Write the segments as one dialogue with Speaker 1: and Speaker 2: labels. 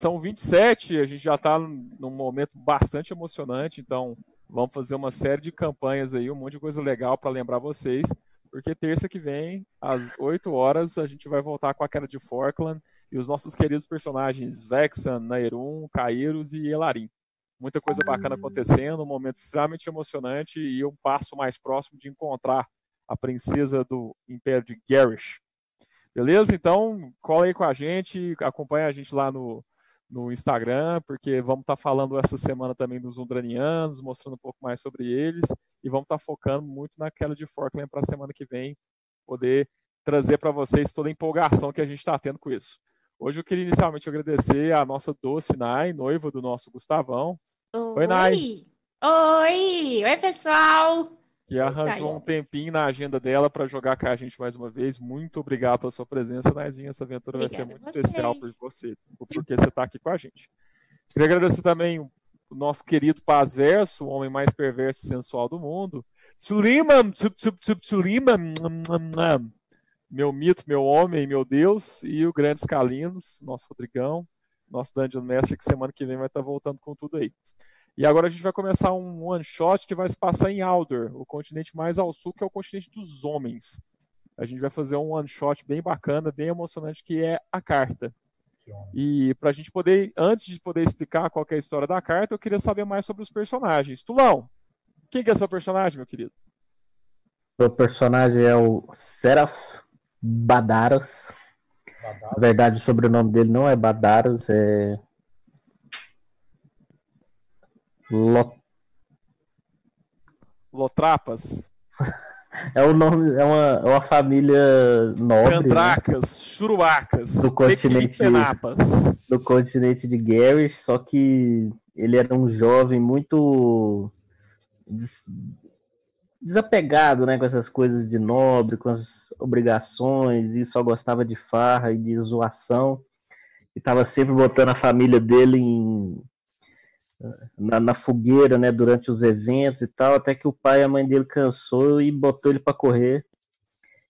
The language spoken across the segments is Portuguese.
Speaker 1: São 27, a gente já está num momento bastante emocionante, então vamos fazer uma série de campanhas aí, um monte de coisa legal para lembrar vocês, porque terça que vem, às 8 horas, a gente vai voltar com a queda de Forkland e os nossos queridos personagens Vexan, Nairun, Cairus e Elarim. Muita coisa bacana acontecendo, um momento extremamente emocionante e um passo mais próximo de encontrar a princesa do Império de Garish. Beleza? Então, cola aí com a gente, acompanha a gente lá no, no Instagram, porque vamos estar tá falando essa semana também dos Undranianos, mostrando um pouco mais sobre eles, e vamos estar tá focando muito naquela de Forkland para a semana que vem, poder trazer para vocês toda a empolgação que a gente está tendo com isso. Hoje eu queria inicialmente agradecer a nossa doce Nai, noiva do nosso Gustavão.
Speaker 2: Oi, Nai! Oi! Oi, pessoal!
Speaker 1: que arranjou um tempinho na agenda dela para jogar com a gente mais uma vez. Muito obrigado pela sua presença, Naizinha. Essa aventura Obrigada vai ser muito especial por você, tipo, porque você está aqui com a gente. Queria agradecer também o nosso querido Paz Verso, o homem mais perverso e sensual do mundo. Tsulima, Tsulima, meu mito, meu homem, meu Deus. E o grande Scalinos, nosso Rodrigão, nosso Dungeon Mestre, que semana que vem vai estar tá voltando com tudo aí. E agora a gente vai começar um one shot que vai se passar em Aldor, o continente mais ao sul, que é o continente dos homens. A gente vai fazer um one shot bem bacana, bem emocionante, que é a carta. E para a gente poder, antes de poder explicar qual é a história da carta, eu queria saber mais sobre os personagens. Tulão, quem que é seu personagem, meu querido?
Speaker 3: Meu personagem é o Seraf Badaras. Badaras. Na verdade, o sobrenome dele não é Badaras, é Lot...
Speaker 1: Lotrapas.
Speaker 3: É o nome, é uma, é uma família nobre.
Speaker 1: Candracas, né? churubacas,
Speaker 3: do continente, do continente de Garish, só que ele era um jovem muito des, desapegado, né, com essas coisas de nobre, com as obrigações, e só gostava de farra e de zoação. E tava sempre botando a família dele em na, na, fogueira, né, durante os eventos e tal, até que o pai e a mãe dele cansou e botou ele para correr.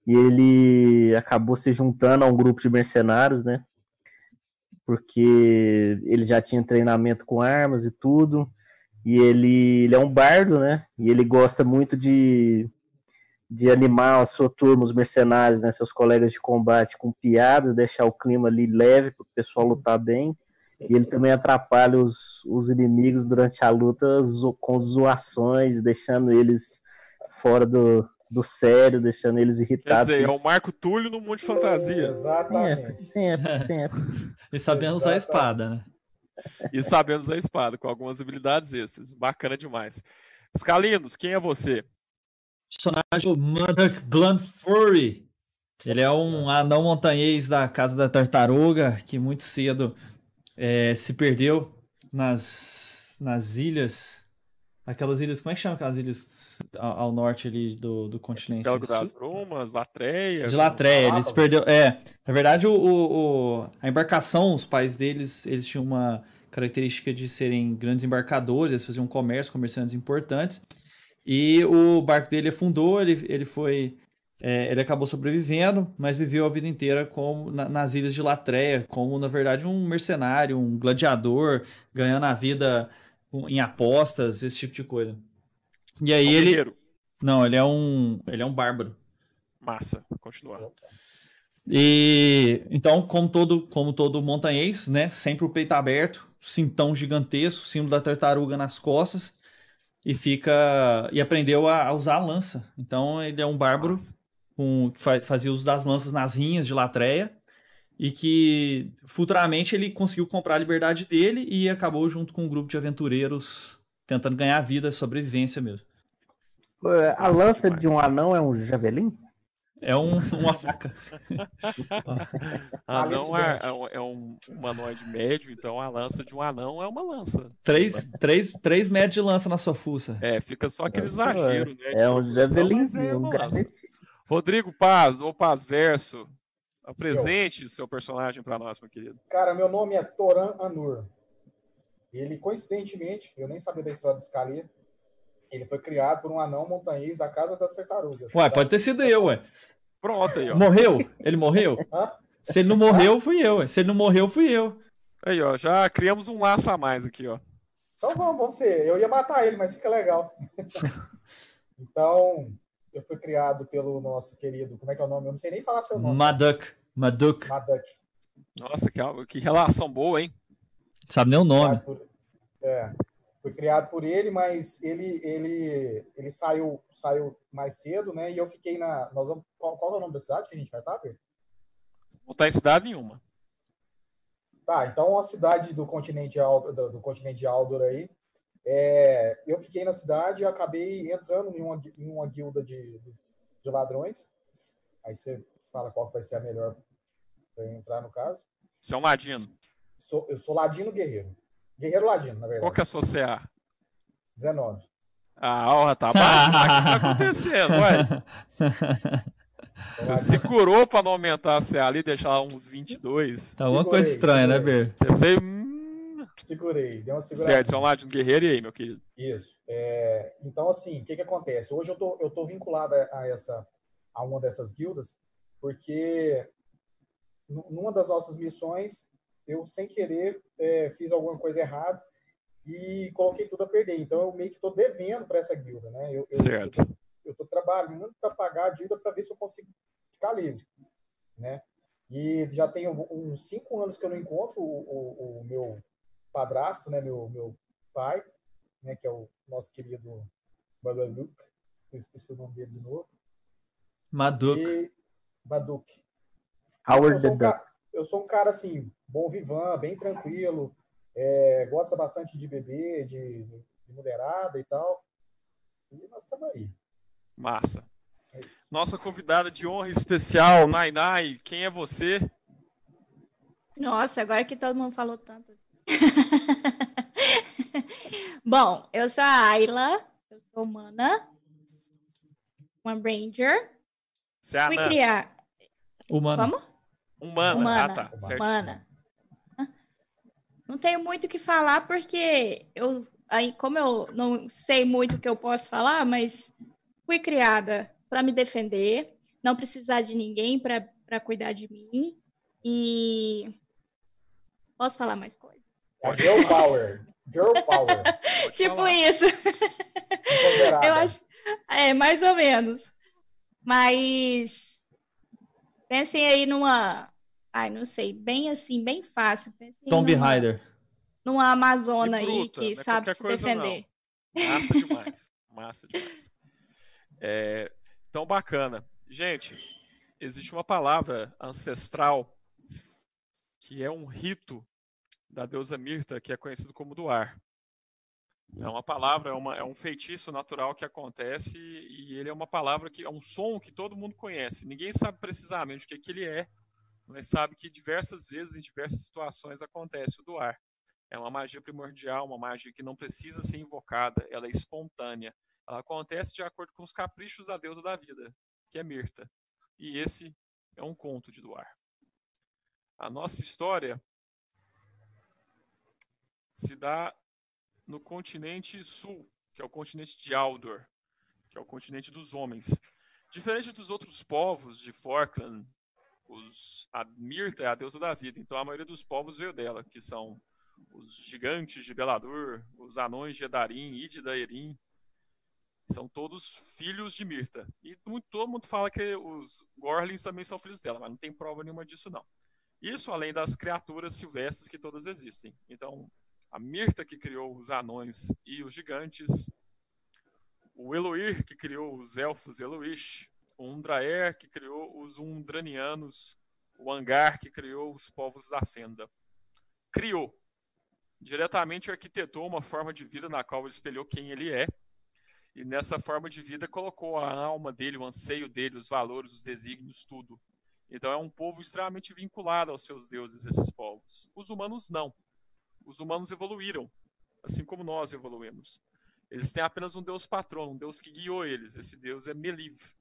Speaker 3: E ele acabou se juntando a um grupo de mercenários, né? Porque ele já tinha treinamento com armas e tudo. E ele, ele é um bardo, né? E ele gosta muito de, de animar a sua turma, os mercenários, né? Seus colegas de combate com piadas, deixar o clima ali leve para o pessoal lutar bem. E ele também atrapalha os, os inimigos durante a luta zo com zoações, deixando eles fora do, do sério, deixando eles irritados.
Speaker 1: Quer dizer, é o Marco Túlio no mundo de fantasia. É,
Speaker 3: exatamente. Sempre, sempre, sempre.
Speaker 4: e sabendo usar a espada, né?
Speaker 1: E sabendo usar a espada, com algumas habilidades extras. Bacana demais. Scalinos, quem é você?
Speaker 4: Personagem Murdoch Blunt Fury. Ele é um anão montanhês da Casa da Tartaruga, que muito cedo é, se perdeu nas, nas ilhas. Aquelas ilhas, como é que chama aquelas ilhas ao, ao norte ali do, do continente?
Speaker 1: Belgo das Brumas, Latreia.
Speaker 4: De Latreia, eles perdeu. É, na verdade, o, o, a embarcação, os pais deles, eles tinham uma característica de serem grandes embarcadores, eles faziam comércio, comerciantes importantes. E o barco dele afundou, ele, ele foi é, ele acabou sobrevivendo, mas viveu a vida inteira como na, nas ilhas de Latreia, como na verdade um mercenário, um gladiador, ganhando a vida um, em apostas, esse tipo de coisa. E aí
Speaker 1: é um
Speaker 4: ele
Speaker 1: guerreiro.
Speaker 4: Não, ele é um, ele é um bárbaro.
Speaker 1: Massa, continuar.
Speaker 4: E então, como todo, como todo montanhês, né, sempre o peito aberto, cintão gigantesco, símbolo da tartaruga nas costas. E fica. E aprendeu a, a usar a lança. Então ele é um bárbaro Nossa com, que fazia uso das lanças nas rinhas de Latreia e que futuramente ele conseguiu comprar a liberdade dele e acabou junto com um grupo de aventureiros tentando ganhar vida, sobrevivência mesmo.
Speaker 3: A Nossa, lança de um anão é um javelin?
Speaker 4: É um, uma faca.
Speaker 1: anão é, é um humanoide médio, então a lança de um anão é uma lança.
Speaker 4: Três, três, três médios de lança na sua fuça.
Speaker 1: É, fica só aquele exagero, né?
Speaker 3: É um javelinzinho, é um cacete.
Speaker 1: Rodrigo Paz, ou Paz Verso, apresente o seu personagem para nós, meu querido.
Speaker 5: Cara, meu nome é Toran Anur. Ele, coincidentemente, eu nem sabia da história do Scalia, ele foi criado por um anão montanhês da Casa das Tartarugas.
Speaker 4: Ué, pode ter sido eu, ué.
Speaker 1: Pronto aí, ó.
Speaker 4: Morreu? Ele morreu? Hã? Se ele não morreu, fui eu. Ué. Se ele não morreu, fui eu.
Speaker 1: Aí, ó, já criamos um laço a mais aqui, ó.
Speaker 5: Então vamos, vamos ser. Eu ia matar ele, mas fica legal. então, eu fui criado pelo nosso querido. Como é que é o nome? Eu não sei nem falar seu nome.
Speaker 4: Maduk. Maduk.
Speaker 5: Maduck.
Speaker 1: Nossa, que, que relação boa, hein?
Speaker 4: Sabe nem o nome.
Speaker 5: Por, é, fui criado por ele, mas ele ele ele saiu saiu mais cedo, né? E eu fiquei na. Nós vamos, qual, qual é o nome da cidade que a gente vai estar, Pedro?
Speaker 1: Não tá em cidade nenhuma.
Speaker 5: Tá, então a cidade do continente Aldo, do, do continente Aldor aí. É, eu fiquei na cidade e acabei entrando em uma, em uma guilda de, de ladrões. Aí você fala qual vai ser a melhor para entrar no caso.
Speaker 1: Você é um ladino.
Speaker 5: Sou, eu sou ladino guerreiro. Guerreiro ladino, na verdade.
Speaker 1: Qual que é a sua CA?
Speaker 5: 19.
Speaker 1: Ah, honra tá baixo, mas o que tá acontecendo, ué? Você segurou pra não aumentar a CA ali, deixar uns 22.
Speaker 4: Tá uma coisa estranha, né, Ber?
Speaker 1: Você veio... Hum...
Speaker 5: Segurei, deu uma segurada.
Speaker 1: Certo, você é um ladino guerreiro e aí, meu querido?
Speaker 5: Isso. É, então, assim, o que que acontece? Hoje eu tô, eu tô vinculado a, essa, a uma dessas guildas, porque numa das nossas missões eu sem querer é, fiz alguma coisa errada e coloquei tudo a perder. Então eu meio que estou devendo para essa guilda, né? Eu, eu,
Speaker 1: certo.
Speaker 5: Eu estou trabalhando para pagar a dívida para ver se eu consigo ficar livre, né? E já tem um, uns cinco anos que eu não encontro o, o, o meu padrasto, né? Meu meu pai, né? Que é o nosso querido Babaluc. Eu esqueci o nome dele de novo.
Speaker 4: Maduk.
Speaker 5: E... Baduk.
Speaker 6: Howard
Speaker 5: the Duck eu sou um cara assim, bom vivan, bem tranquilo, é, gosta bastante de beber, de, de mulherada e tal. E nós estamos aí.
Speaker 1: Massa. É Nossa convidada de honra especial, Nai Nai, quem é você?
Speaker 2: Nossa, agora que todo mundo falou tanto. bom, eu sou a Ayla, eu sou humana, uma Ranger.
Speaker 1: Você é a
Speaker 2: Fui
Speaker 1: Nan.
Speaker 2: criar.
Speaker 4: Humana.
Speaker 2: Vamos?
Speaker 1: Humana.
Speaker 2: Humana.
Speaker 1: Ah, tá. Certo.
Speaker 2: Humana. Não tenho muito o que falar, porque eu, aí, como eu não sei muito o que eu posso falar, mas fui criada para me defender, não precisar de ninguém para cuidar de mim. E posso falar mais coisa?
Speaker 5: É girl power. Girl power.
Speaker 2: tipo
Speaker 1: falar.
Speaker 2: isso.
Speaker 5: Empoderada.
Speaker 2: Eu acho. É, mais ou menos. Mas Pensem aí numa. Ai, não sei, bem assim, bem fácil. Pensem
Speaker 4: Tomb
Speaker 2: numa,
Speaker 4: Raider.
Speaker 2: numa Amazona
Speaker 1: E bruta,
Speaker 2: aí
Speaker 1: não
Speaker 2: que
Speaker 1: é
Speaker 2: sabe
Speaker 1: qualquer
Speaker 2: se
Speaker 1: coisa,
Speaker 2: defender.
Speaker 1: Massa demais. Massa demais. É, então, bacana. Gente, existe uma palavra ancestral que é um rito da deusa Mirta, que é conhecido como do ar. É uma palavra, é, uma- é um feitiço natural que acontece e ele é uma palavra que é um som que todo mundo conhece. Ninguém sabe precisamente o que, que ele é, mas sabe que diversas vezes, em diversas situações, acontece o do ar. É uma magia primordial, uma magia que não precisa ser invocada, ela é espontânea. Ela acontece de acordo com os caprichos da deusa da vida, que é Mirta. E esse é um conto de Duar. A nossa história se dá no continente sul, que é o continente de Aldor, que é o continente dos homens. Diferente dos outros povos de Forkland, os, a Mirta é a deusa da vida, então a maioria dos povos veio dela, que são os gigantes de Belador, os anões de Edarim e de Daerim, são todos filhos de Mirta. E mu- todo mundo fala que os Gorlins também são filhos dela, mas não tem prova nenhuma disso, não. Isso além das criaturas silvestres que todas existem. Então, a Mirta que criou os anões e os gigantes, o Eloir que criou os elfos Eloish, o Undraer que criou os Undranianos, o Angar que criou os povos da Fenda. Criou, diretamente arquitetou uma forma de vida na qual ele espelhou quem ele é. E nessa forma de vida colocou a alma dele, o anseio dele, os valores, os desígnios, tudo. Então é um povo extremamente vinculado aos seus deuses, esses povos. Os humanos não. Os humanos evoluíram, assim como nós evoluímos. Eles têm apenas um deus patrono, um deus que guiou eles. Esse deus é Meliv.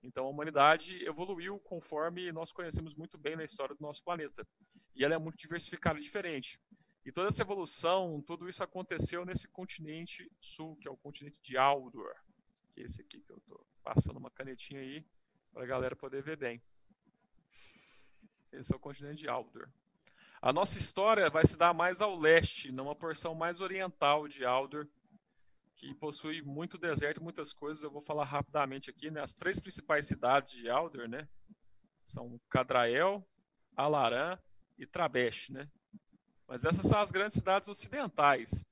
Speaker 1: Então a humanidade evoluiu conforme nós conhecemos muito bem na história do nosso planeta. E ela é muito diversificada e diferente. E toda essa evolução, tudo isso aconteceu nesse continente sul, que é o continente de Aldor. Que é esse aqui que eu tô passando uma canetinha aí para a galera poder ver bem. Esse é o continente de Aldor. A nossa história vai se dar mais ao leste, numa porção mais oriental de Aldor, que possui muito deserto, muitas coisas. Eu vou falar rapidamente aqui, né? As três principais cidades de Aldor, né? São Cadrael, Alaran e Trabesh, né? Mas essas são as grandes cidades ocidentais.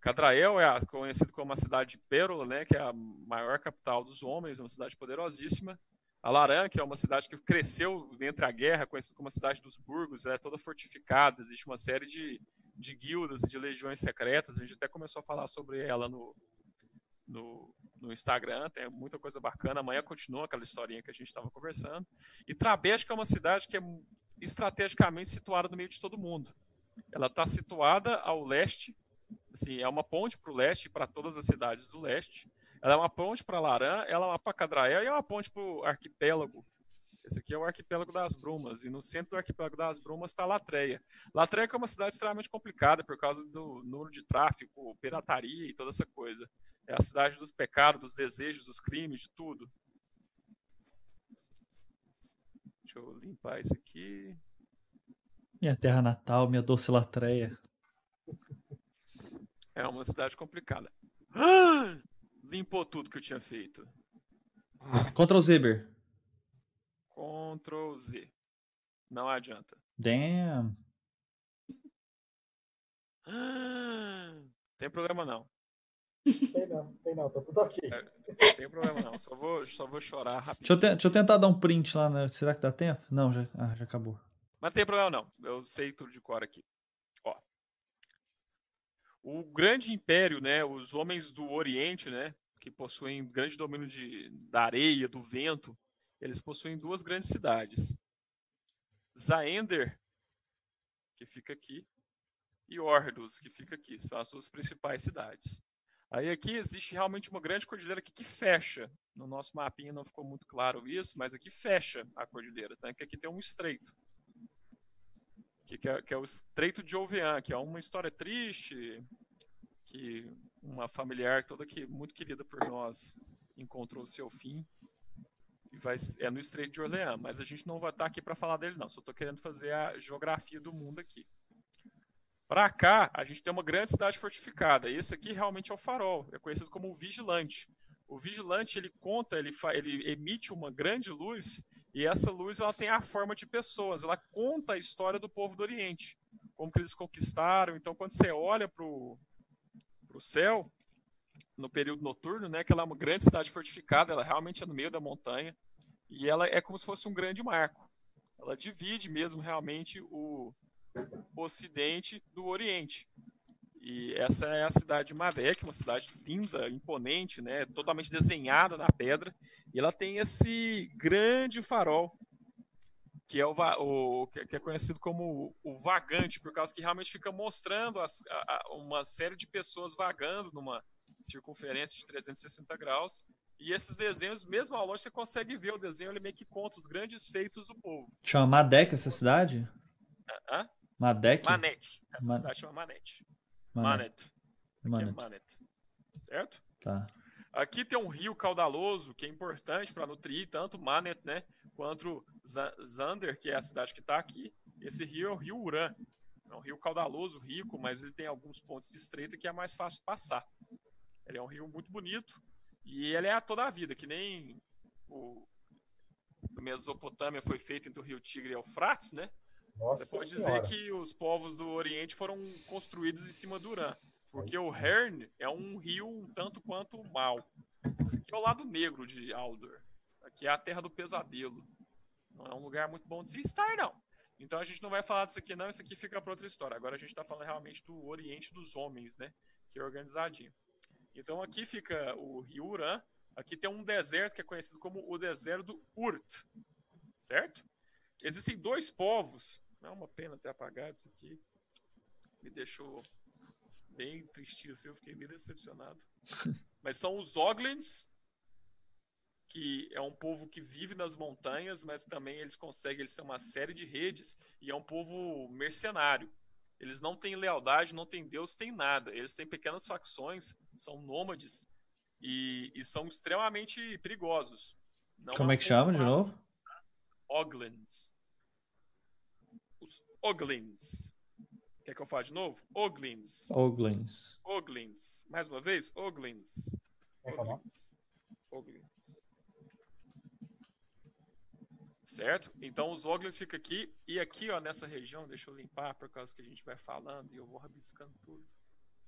Speaker 1: Cadrael é a, conhecido como a cidade de Pérola, né, que é a maior capital dos homens, uma cidade poderosíssima. Alaran, que é uma cidade que cresceu entre a guerra, conhecida como a cidade dos burgos, ela é toda fortificada, existe uma série de, de guildas e de legiões secretas, a gente até começou a falar sobre ela no, no, no Instagram, tem muita coisa bacana, amanhã continua aquela historinha que a gente estava conversando. E Trabesh, que é uma cidade que é estrategicamente situada no meio de todo mundo. Ela está situada ao leste assim, é uma ponte para o leste, para todas as cidades do leste. Ela é uma ponte para Laran, ela é uma para Cadrael e é uma ponte para o arquipélago. Esse aqui é o arquipélago das Brumas, e no centro do arquipélago das Brumas está Latreia. Latreia é uma cidade extremamente complicada por causa do número de tráfico, pirataria e toda essa coisa. É a cidade dos pecados, dos desejos, dos crimes, de tudo. Deixa eu limpar isso aqui.
Speaker 4: Minha terra natal, minha doce Latreia.
Speaker 1: É uma cidade complicada. Ah! Limpou tudo que eu tinha feito.
Speaker 4: Ctrl Ziber.
Speaker 1: Ctrl Z. Não adianta.
Speaker 4: Damn.
Speaker 1: Ah! Tem problema não.
Speaker 5: Tem não, tem não, tá tudo ok.
Speaker 1: É, tem problema não, só vou, só vou chorar
Speaker 4: rapidinho. Deixa eu, te, deixa eu tentar dar um print lá, né? será que dá tempo? Não, já, ah, já acabou.
Speaker 1: Mas tem problema não, eu sei tudo de cor aqui. Ó, o grande império, né, os homens do Oriente, né, que possuem grande domínio de, da areia, do vento, eles possuem duas grandes cidades. Zaender, que fica aqui, e Ordos, que fica aqui. São as suas principais cidades. Aí aqui existe realmente uma grande cordilheira aqui que fecha. No nosso mapinha não ficou muito claro isso, mas aqui fecha a cordilheira. Tá? Aqui tem um estreito. Que é, que, é, o Estreito de Ovean, que é uma história triste, que uma familiar toda que muito querida por nós encontrou seu fim. E vai, é no Estreito de Orleans, mas a gente não vai estar aqui para falar dele, não. Só estou querendo fazer a geografia do mundo aqui. Para cá, a gente tem uma grande cidade fortificada. E esse aqui realmente é o farol, é conhecido como o Vigilante. O vigilante ele conta, ele, fa... ele, emite uma grande luz e essa luz ela tem a forma de pessoas. Ela conta a história do povo do Oriente, como que eles conquistaram. Então, quando você olha para o céu no período noturno, né, que ela é uma grande cidade fortificada, ela realmente é no meio da montanha e ela é como se fosse um grande marco. Ela divide mesmo realmente o Ocidente do Oriente. E essa é a cidade de Madec, uma cidade linda, imponente, né? totalmente desenhada na pedra. E ela tem esse grande farol, que é, o, o que é conhecido como o, o vagante, por causa que realmente fica mostrando as, a, a, uma série de pessoas vagando numa circunferência de 360 graus. E esses desenhos, mesmo ao longe, você consegue ver o desenho, ele meio que conta os grandes feitos do povo.
Speaker 4: Chama Madec essa cidade?
Speaker 1: Hã?
Speaker 4: Madec?
Speaker 1: Manete. Essa Man... cidade chama Manete. Manet. Manet. É Manet. Certo?
Speaker 4: Tá.
Speaker 1: Aqui tem um rio caudaloso que é importante para nutrir tanto Manet, né, quanto Zander, que é a cidade que está aqui. Esse rio é o rio Uran. É um rio caudaloso, rico, mas ele tem alguns pontos de estreita que é mais fácil passar. Ele é um rio muito bonito e ele é a toda a vida, que nem o Mesopotâmia foi feita entre o rio Tigre e o Eufrates, né?
Speaker 5: Nossa
Speaker 1: Você pode
Speaker 5: senhora.
Speaker 1: dizer que os povos do Oriente foram construídos em cima do Urã, porque é o Herne é um rio um tanto quanto mau. Esse aqui é o lado negro de Aldor. Aqui é a terra do pesadelo. Não é um lugar muito bom de se estar, não. Então a gente não vai falar disso aqui, não. Isso aqui fica para outra história. Agora a gente está falando realmente do Oriente dos Homens, né? Que é organizadinho. Então aqui fica o rio Urã. Aqui tem um deserto que é conhecido como o deserto do Urt. Certo? Existem dois povos não é uma pena ter apagado isso aqui. Me deixou bem tristinho assim, eu fiquei bem decepcionado. mas são os Oglins, que é um povo que vive nas montanhas, mas também eles conseguem, eles têm uma série de redes, e é um povo mercenário. Eles não têm lealdade, não têm Deus, têm nada. Eles têm pequenas facções, são nômades e, e são extremamente perigosos. Não
Speaker 4: é Como é que chama de novo?
Speaker 1: Oglins Oglins. Quer que eu fale de novo? Oglins.
Speaker 4: Oglins.
Speaker 1: Oglins. Mais uma vez, Oglins.
Speaker 5: É que é o nome?
Speaker 1: Oglins. Oglins. Certo? Então os Oglins fica aqui e aqui, ó, nessa região, deixa eu limpar por causa que a gente vai falando e eu vou rabiscando tudo.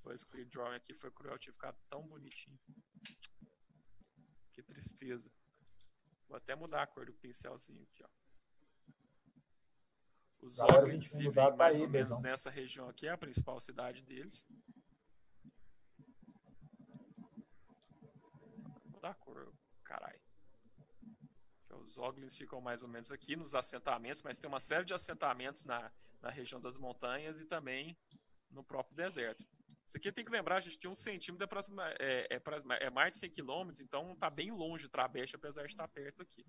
Speaker 1: Pois que o drawing aqui foi cruel, tinha ficado tão bonitinho. Que tristeza. Vou até mudar a cor do pincelzinho aqui, ó. Os
Speaker 5: Galera,
Speaker 1: Oglins
Speaker 5: 21 do
Speaker 1: vivem
Speaker 5: dado tá
Speaker 1: mais
Speaker 5: aí,
Speaker 1: ou menos
Speaker 5: Bezão.
Speaker 1: nessa região aqui, é a principal cidade deles. Vou mudar a cor, caralho. Que Os Oglins ficam mais ou menos aqui nos assentamentos, mas tem uma série de assentamentos na, na região das montanhas e também no próprio deserto. Isso aqui tem que lembrar, a gente que um centímetro é, aproxima- é, é aproxima- é mais de 100 quilômetros, então tá bem longe Trabecha, apesar de estar perto aqui.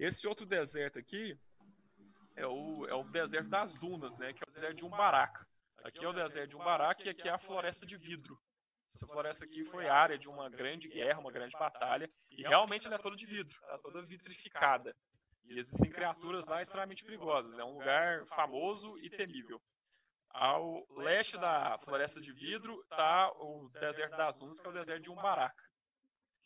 Speaker 1: Esse outro deserto aqui é o, é o deserto das dunas, né? Que é o deserto de Umbaraca. Aqui é o deserto de Umbaraca e aqui é a floresta de vidro. Essa floresta aqui foi área de uma grande guerra, uma grande batalha, e realmente ela é toda de vidro, ela é toda vitrificada. E existem criaturas lá extremamente perigosas. É um lugar famoso e temível. Ao leste da Floresta de Vidro está o Deserto das Dunas, que é o deserto de Umbaraca,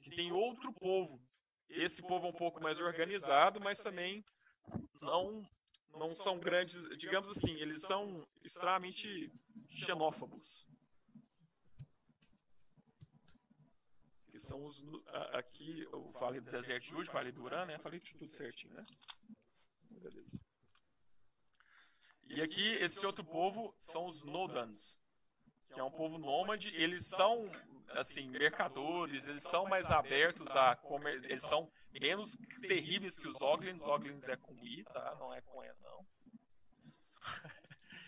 Speaker 1: que tem outro povo. Esse povo é um pouco mais organizado, mas também não não são grandes, digamos assim, eles são extremamente xenófobos. Que são os nu- a- aqui o Vale do Deserto de hoje, Vale do Urã, né? Falei tudo certinho, né? Beleza. E aqui, esse outro povo são os Nodans, que é um povo nômade. Eles são, assim, mercadores, eles são mais abertos a comer, eles são menos terríveis que os Oglins. Oglins é com I, tá? Não é com E, não.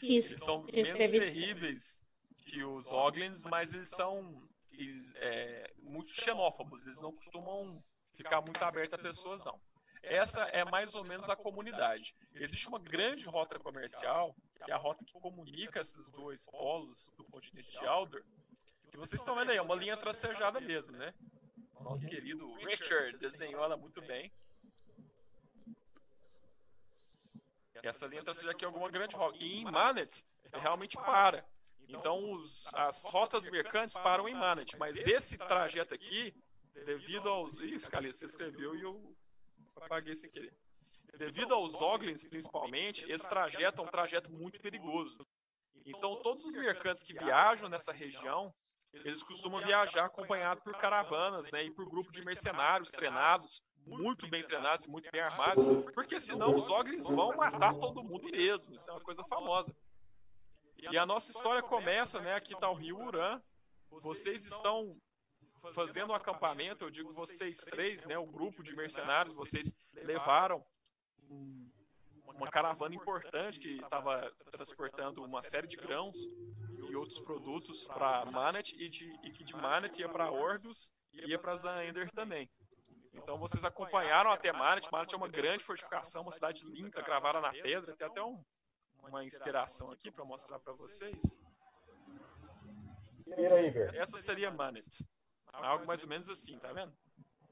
Speaker 2: Isso.
Speaker 1: Eles são
Speaker 2: Eu
Speaker 1: menos
Speaker 2: escrevi-
Speaker 1: terríveis que os Oglins, mas eles são eles, é, muito xenófobos. Eles não costumam ficar muito abertos a pessoas, não. Essa é mais ou menos a comunidade. Existe uma grande rota comercial, que é a rota que comunica esses dois polos do continente de Aldor, que vocês estão vendo aí, é uma linha tracejada mesmo, né? Nosso querido Richard desenhou ela muito bem. Essa linha tracejada aqui é alguma grande rota. E em Manet, realmente para. Então, os- as rotas mercantes param em Manet, mas esse trajeto aqui, devido aos. Ih, Scalia, você escreveu e eu apaguei sem querer. Devido aos Oglins, principalmente, esse trajeto é um trajeto muito perigoso. Então, todos os mercantes que viajam nessa região, eles costumam viajar acompanhado por caravanas né, e por grupo de mercenários treinados, muito bem treinados e muito bem armados, porque senão os Oglins vão matar todo mundo mesmo. Isso é uma coisa famosa. E a nossa história começa, né? Aqui está o Rio Urã. Vocês estão fazendo um acampamento, eu digo vocês três, né? O grupo de mercenários, vocês levaram um- uma caravana importante que estava transportando uma série de grãos e outros produtos para Manet e, de, e que de Manet ia para Orbius e ia para Zaender também. Então vocês acompanharam até Manet. Manet é uma grande fortificação, uma cidade linda, gravada na pedra. Tem até um- uma inspiração aqui para mostrar para vocês.
Speaker 5: Se vira aí, Ber.
Speaker 1: Essa seria Manet. Algo mais ou menos assim, tá vendo?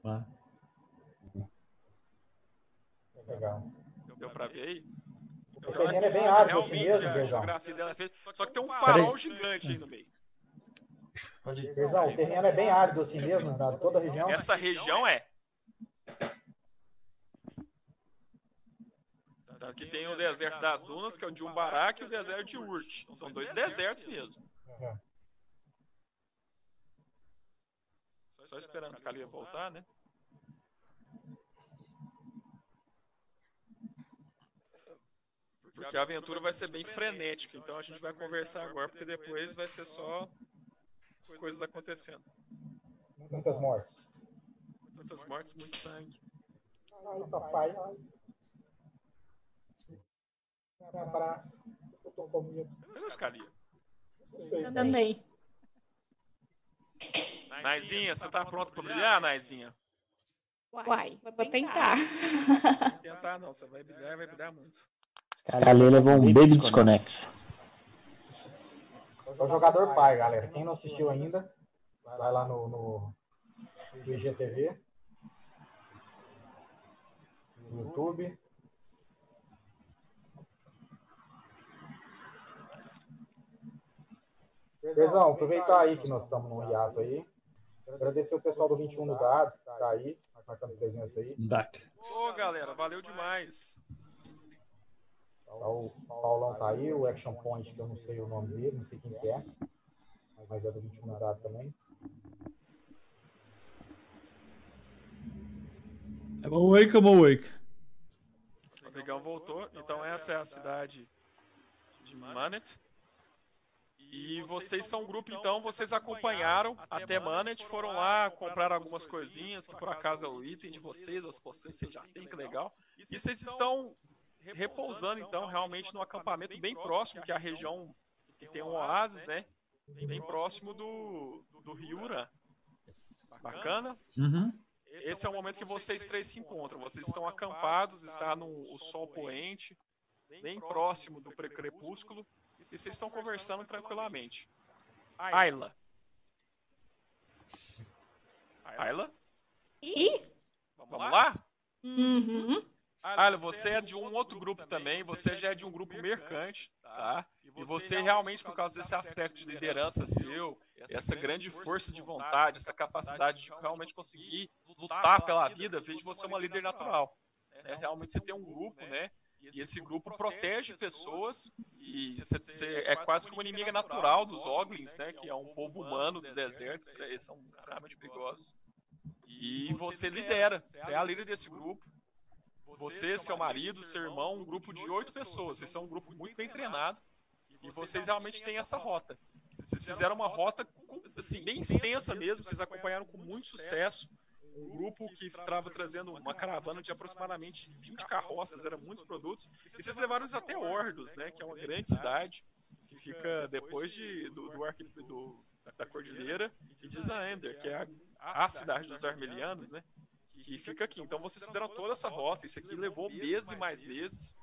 Speaker 4: Ah,
Speaker 5: Legal.
Speaker 1: Deu pra ver aí?
Speaker 5: O terreno é bem árido assim
Speaker 1: Realmente,
Speaker 5: mesmo,
Speaker 1: a
Speaker 5: Berzão.
Speaker 1: geografia dela é feita. Só que tem um farol gigante aí no meio.
Speaker 5: Berzão, o terreno é bem árido assim mesmo, na toda a região.
Speaker 1: Essa região é. Tanto que Tá, tem o deserto das dunas, que é o de Umbarak, e o deserto de Urt. São dois desertos mesmo.
Speaker 5: É.
Speaker 1: Só esperando os caras voltar, né? Porque a aventura vai ser bem frenética, então a gente vai conversar agora, porque depois vai ser só coisas acontecendo.
Speaker 5: Muitas mortes.
Speaker 1: Muitas mortes, muito sangue.
Speaker 5: Ai, papai. Ai. Me abraça. Um Eu tô com medo.
Speaker 1: Cadê os caras?
Speaker 5: Não sei.
Speaker 1: né?
Speaker 2: Eu também.
Speaker 1: Naizinha, você tá pronto pra brilhar, Naizinha?
Speaker 2: Uai, vou tentar.
Speaker 1: Tentar não, você vai brilhar e vai brilhar muito.
Speaker 6: Calê levou um beijo desconexo.
Speaker 5: É o jogador pai, galera. Quem não assistiu ainda, vai lá no, no, no IGTV, no YouTube. Prezão, aproveitar aí que nós estamos num hiato aí. Agradecer o pessoal do 21 do Gado, que tá aí, com a camisezinha aí.
Speaker 4: Dac.
Speaker 1: Ô, galera, valeu demais.
Speaker 5: Tá, O Paulão tá aí, o Action Point, que eu não sei o nome dele, não sei quem que é. Mas é do 21 do Gado também.
Speaker 4: I'm awake, I'm awake.
Speaker 1: Rodrigão voltou. Então essa é a cidade de Manet. E vocês são um grupo, então, vocês acompanharam até Manet, foram lá, compraram algumas coisinhas, que por acaso é o item de vocês, as poções que vocês já têm, que legal. E vocês estão repousando, então, realmente num acampamento bem próximo, que é a região que tem um oásis, né? Bem próximo do, do rio Urã. Bacana?
Speaker 4: Uhum.
Speaker 1: Esse é o momento que vocês três se encontram. Vocês estão acampados, está no o sol poente, bem próximo do crepúsculo, e vocês estão conversando tranquilamente. Ayla. Ayla,
Speaker 2: Ih!
Speaker 1: vamos lá?
Speaker 2: Uhum.
Speaker 1: Ayla, você é de um outro grupo também, você já é de um grupo mercante, tá? E você realmente, por causa desse aspecto de liderança seu, essa grande força de vontade, essa capacidade de realmente conseguir lutar pela vida, vejo você uma líder natural. né? Realmente você tem um grupo, né? E esse grupo protege pessoas e você, você é quase que uma inimiga natural dos Oglins, né? Que é um povo humano do deserto, é um eles são extremamente perigosos. E você lidera, você é a líder desse grupo. Você, seu marido, seu irmão, um grupo de oito pessoas. Vocês são um grupo muito bem treinado e vocês realmente têm essa rota. Vocês fizeram uma rota com- assim, bem extensa mesmo, vocês acompanharam com muito sucesso um grupo que estava trazendo uma caravana de aproximadamente 20 carroças, eram muitos produtos, e vocês levaram isso até Ordos, né, que é uma grande cidade que fica depois de, do, do arqui- do- da cordilheira, e de Zaender, que é a, a cidade dos armelianos, né, que fica aqui. Então vocês fizeram toda essa rota, isso aqui levou meses e mais meses,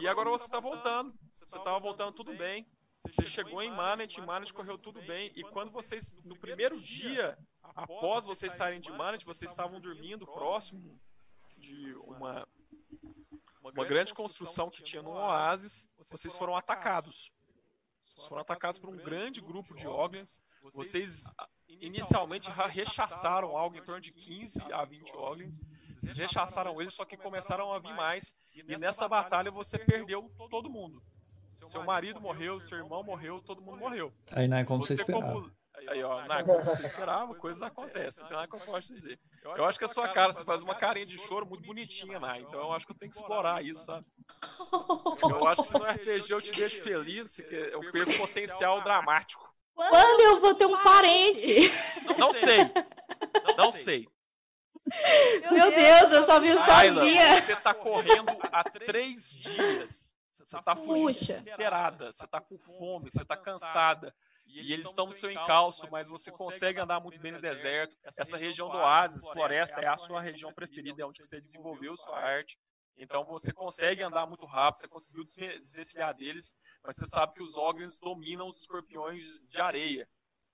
Speaker 1: e agora você está voltando, você estava voltando tudo bem, você chegou em Manet, em Manet correu tudo bem, e quando vocês, no primeiro dia após vocês saírem de Manet, vocês estavam dormindo próximo de uma, uma grande construção que tinha num oásis. Vocês foram atacados. Vocês foram atacados por um grande grupo de Oglins. Vocês ah, inicialmente ra- rechaçaram algo em torno de 15 a 20 Oglins. Vocês rechaçaram eles, só que começaram a vir mais. E nessa batalha você perdeu todo mundo. Seu marido morreu, seu irmão morreu, todo mundo morreu.
Speaker 4: Aí não é como você,
Speaker 1: como-
Speaker 4: esperava.
Speaker 1: Aí, ó, não é como você esperava, coisas acontecem. Então, é o que eu posso dizer. Eu acho que a sua cara, você faz uma carinha de choro muito bonitinha, Nai. Então, eu acho que eu tenho que explorar isso, sabe? Eu acho que se no RPG eu te deixo feliz, que eu perco potencial dramático.
Speaker 2: Quando eu vou ter um parente?
Speaker 1: Não sei. Não sei.
Speaker 2: Meu Deus, eu só vi
Speaker 1: Ayla,
Speaker 2: sozinha.
Speaker 1: você tá correndo há três dias. Você tá fugindo
Speaker 2: Puxa.
Speaker 1: desesperada, você tá com fome, você tá cansada. E eles estão no seu encalço, mas você consegue andar muito bem no deserto. Essa região do oásis, floresta, é a sua região preferida, é onde você desenvolveu sua arte. Então você consegue andar muito rápido, você conseguiu desve- desvencilhar deles, mas você sabe que os Oglins dominam os escorpiões de areia,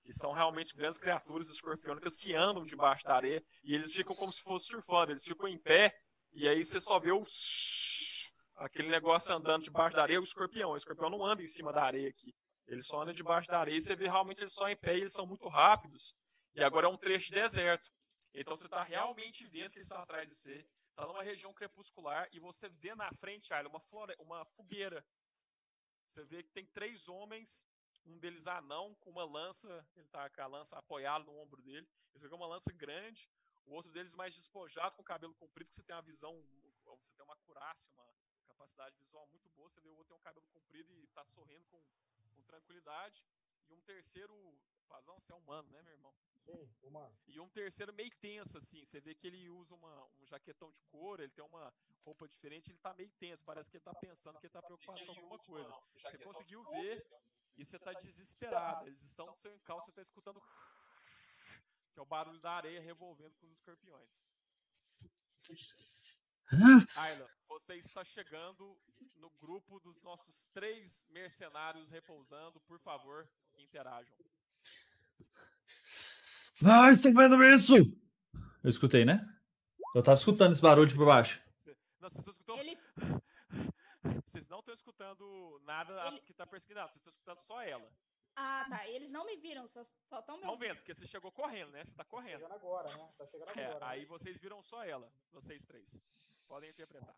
Speaker 1: que são realmente grandes criaturas escorpiônicas que andam debaixo da areia, e eles ficam como se fosse surfando, eles ficam em pé, e aí você só vê o... aquele negócio andando debaixo da areia, o escorpião. O escorpião não anda em cima da areia aqui. Ele só anda debaixo da areia e você vê realmente eles só em pé e eles são muito rápidos. E agora é um trecho de deserto. Então você está realmente vendo que eles estão atrás de você. Está numa região crepuscular e você vê na frente, Ayla, uma, flore... uma fogueira. Você vê que tem três homens, um deles anão, com uma lança, ele tá com a lança apoiada no ombro dele. Eles pegam uma lança grande, o outro deles mais despojado, com o cabelo comprido, que você tem uma visão, você tem uma acurácia, uma capacidade visual muito boa. Você vê o outro tem um cabelo comprido e tá sorrindo com com tranquilidade. E um terceiro. Fazão, você é humano, né, meu irmão?
Speaker 5: Sim, Tá humano.
Speaker 1: E um terceiro meio tenso, assim. Você vê que ele usa uma, um jaquetão de couro, ele tem uma roupa diferente, ele tá meio tenso. Parece que ele tá pensando que ele tá preocupado com alguma coisa. Você conseguiu ver e você tá desesperado. Eles estão no seu encalço, você tá escutando. Que é o barulho da areia revolvendo com os escorpiões. Ayla, você está chegando no grupo dos nossos três mercenários repousando. Por favor, interajam.
Speaker 4: Ah, estou vendo isso! Eu escutei, né? Eu tava escutando esse barulho de por baixo.
Speaker 1: Não, vocês, não escutam-
Speaker 2: Ele-
Speaker 1: vocês não estão escutando nada
Speaker 2: Ele-
Speaker 1: tá que está perseguindo ela, vocês estão escutando só ela.
Speaker 2: Ah, Ah, tá. E eles não me viram, só estão me
Speaker 1: Estão vendo, porque você chegou correndo, né? Você tá correndo.
Speaker 5: Chegando agora, né? Tá chegando
Speaker 1: É,
Speaker 5: agora.
Speaker 1: aí
Speaker 5: né?
Speaker 1: vocês viram só ela, vocês três. Podem interpretar.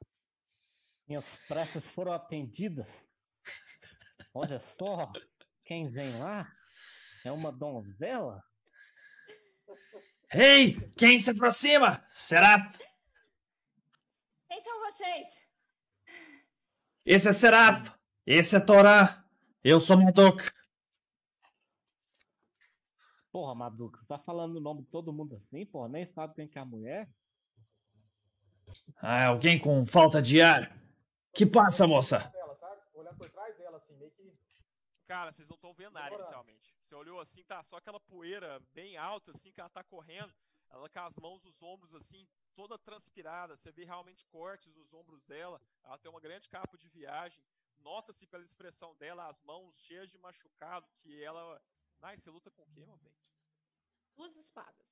Speaker 7: Minhas preces foram atendidas. Olha só, quem vem lá é uma donzela.
Speaker 8: Ei, quem se aproxima? Seraf!
Speaker 2: Quem são vocês?
Speaker 8: Esse é Seraf! Esse é Torá! Eu sou Marduk!
Speaker 7: Porra, Maduca, tá falando o nome de todo mundo assim, porra? Nem sabe quem que é a mulher?
Speaker 8: Ah, alguém com falta de ar! Que passa, moça?
Speaker 5: Ela, sabe? Tá. Olhando por trás dela, assim, meio que.
Speaker 1: Cara, vocês não estão vendo nada
Speaker 5: Demorado.
Speaker 1: inicialmente. Você olhou assim, tá só aquela poeira bem alta, assim, que ela tá correndo. Ela com as mãos, os ombros, assim, toda transpirada. Você vê realmente cortes nos ombros dela. Ela tem uma grande capa de viagem. Nota-se pela expressão dela, as mãos cheias de machucado, que ela. Nice, você luta com o quê, meu bem?
Speaker 2: Duas espadas.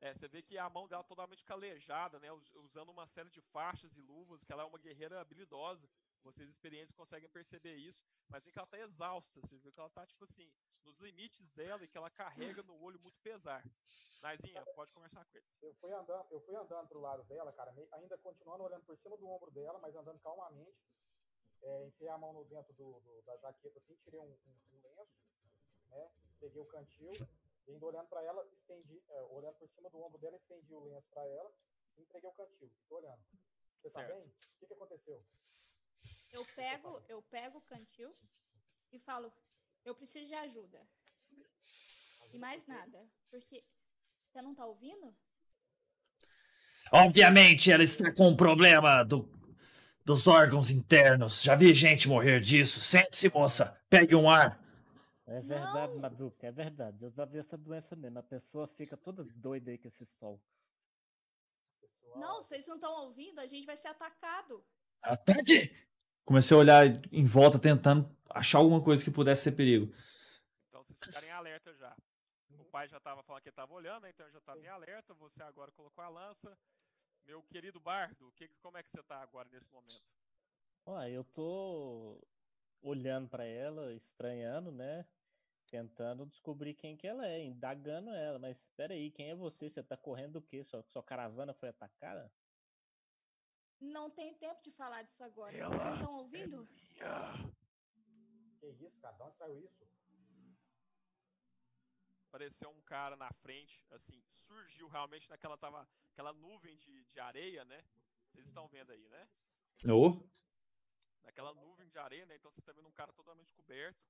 Speaker 1: É, você vê que a mão dela é totalmente calejada, né? us- Usando uma série de faixas e luvas, que ela é uma guerreira habilidosa. Vocês experientes conseguem perceber isso, mas vê que ela tá exausta. Você vê que ela tá, tipo assim, nos limites dela e que ela carrega no olho muito pesar. Naizinha, pode conversar com eles.
Speaker 5: Eu fui andando, eu fui andando pro lado dela, cara, meio- ainda continuando olhando por cima do ombro dela, mas andando calmamente. É, enfiei a mão no dentro do, do- da jaqueta, assim, tirei um, um- um lenço, né? Peguei o cantil, e indo olhando pra ela, estendi, é, olhando por cima do ombro dela, estendi o lenço pra ela, e entreguei o cantil. Tô olhando. Você tá
Speaker 1: Certo.
Speaker 5: bem? O que, que aconteceu?
Speaker 2: Eu pego, eu pego o cantil e falo, eu preciso de ajuda. E mais nada. Porque você não tá ouvindo?
Speaker 8: Obviamente, ela está com um problema do- dos órgãos internos. Já vi gente morrer disso. Sente-se, moça. Pegue um ar.
Speaker 7: É verdade, Maduca, é verdade. Eu já vi essa doença mesmo. A pessoa fica toda doida aí com esse sol.
Speaker 5: Pessoal,
Speaker 2: Não, vocês não estão ouvindo, a gente vai ser atacado.
Speaker 8: Atende!
Speaker 4: Comecei a olhar em volta tentando achar alguma coisa que pudesse ser perigo.
Speaker 1: Então vocês ficarem alerta já. O pai já tava falando que ele tava olhando, né? então ele já tava
Speaker 5: Sim.
Speaker 1: em alerta. Você agora colocou a lança. Meu querido Bardo, o que, como é que você tá agora nesse momento?
Speaker 7: Ó, eu tô olhando pra ela, estranhando, né? Tentando descobrir quem que ela é, indagando ela. Mas espera aí, quem é você? Você tá correndo do quê? Sua, sua caravana foi atacada?
Speaker 2: Não tem tempo de falar disso agora. Vocês estão ouvindo?
Speaker 5: que isso, cara? De onde saiu isso?
Speaker 1: apareceu um cara na frente, assim, surgiu realmente naquela tava, aquela nuvem de, de areia, né? Vocês estão vendo aí, né?
Speaker 4: Ô,
Speaker 1: Naquela nuvem de areia, né? Então vocês estão vendo um cara totalmente coberto,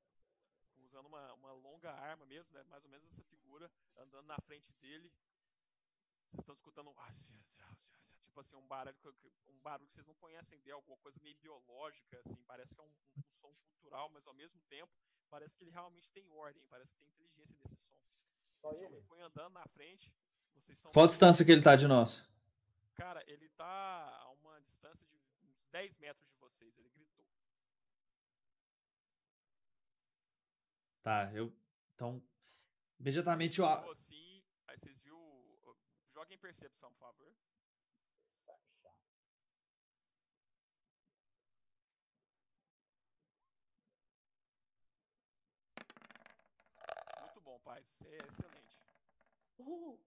Speaker 1: usando uma, uma longa arma mesmo, né? Mais ou menos essa figura, andando na frente dele. Vocês estão escutando um- ah, sim, sim, ah, sim, sim, tipo assim, um barulho, que- que- um barulho que vocês não conhecem de alguma coisa meio biológica, assim, parece que é um, um- um som cultural, mas ao mesmo tempo parece que ele realmente tem ordem, parece que tem inteligência nesse som.
Speaker 5: Só
Speaker 1: Esse homem
Speaker 5: ele?
Speaker 1: foi andando na frente. Vocês estão.
Speaker 4: qual a distância que ele tá de nós?
Speaker 1: Cara, ele tá a uma distância de uns 10 metros de vocês. Ele gritou.
Speaker 4: Tá, eu. Então. Imediatamente eu.
Speaker 1: Gritou
Speaker 4: a-
Speaker 1: assim. Aí vocês viram. Joguem percepção, por favor.
Speaker 5: Sabe, chato.
Speaker 1: Muito bom, pai. Você é excelente.
Speaker 2: Uh,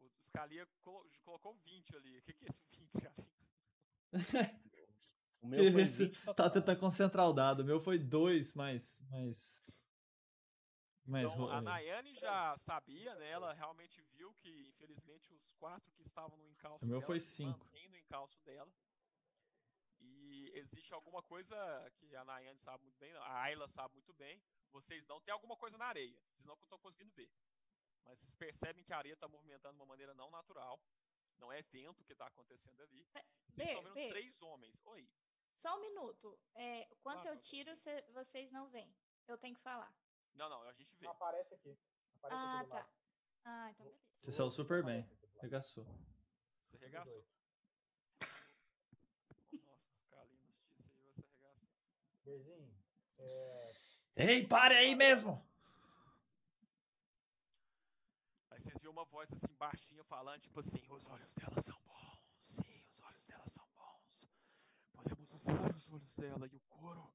Speaker 1: O Scalia colo- colocou 20 ali. O que, que é esse 20, Scalia?
Speaker 7: O meu foi
Speaker 4: isso?
Speaker 7: 20
Speaker 4: Tá
Speaker 7: total.
Speaker 4: tentando concentrar o dado. O meu foi dois, mas. Mas. Mas.
Speaker 1: Então, a
Speaker 4: ro-
Speaker 1: Nayane já sabia, né? Ela realmente viu que, infelizmente, os quatro que estavam no encalço
Speaker 4: O meu
Speaker 1: dela
Speaker 4: foi
Speaker 1: se
Speaker 4: cinco.
Speaker 1: mantêm no encalço dela. E existe alguma coisa que a Nayane sabe muito bem, a Ayla sabe muito bem. Vocês não tem alguma coisa na areia, vocês não estão conseguindo ver. Mas vocês percebem que a areia está movimentando de uma maneira não natural. Não é vento que está acontecendo ali. Vocês
Speaker 2: B,
Speaker 1: estão vendo
Speaker 2: B,
Speaker 1: três homens. Oi,
Speaker 2: só um minuto. É, quando
Speaker 1: Claro.
Speaker 2: eu tiro, cê- vocês não vêm. Eu tenho que falar.
Speaker 1: não, não, a gente vê.
Speaker 5: Não, aparece aqui. Aparece
Speaker 2: Ah,
Speaker 5: aqui do
Speaker 2: tá.
Speaker 5: lado.
Speaker 2: Ah, então beleza.
Speaker 4: Você saiu super bem.
Speaker 5: Aparece aqui do lado.
Speaker 4: Regaçou.
Speaker 1: Você regaçou. Nossa, os calinos, você viu essa regaça.
Speaker 5: Berzinho, é,
Speaker 8: Ei, pare aí mesmo!
Speaker 1: Aí vocês viram uma voz assim baixinha falando, tipo assim, os olhos dela são bons. Sim, os olhos dela são bons. Podemos usar os olhos dela e o couro.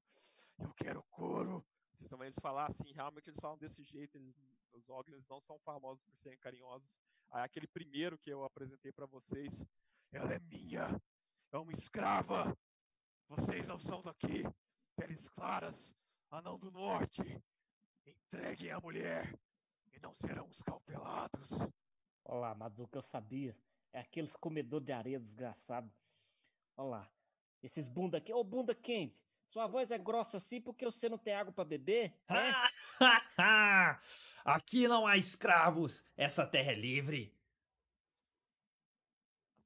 Speaker 1: Eu quero couro. Então, eles falam assim, realmente eles falam desse jeito, eles, os Oglins não são famosos por serem carinhosos. Aí, aquele primeiro que eu apresentei para vocês, ela é minha, é uma escrava, vocês não são daqui, peles claras, anão do norte, entreguem a mulher e não serão escalpelados.
Speaker 7: Olá, mas o que eu sabia é aqueles comedor de areia desgraçado. Olá, esses bunda aqui, ô bunda quente, sua voz é grossa assim porque você não tem água para beber? Né?
Speaker 8: Aqui não há escravos. Essa terra é livre.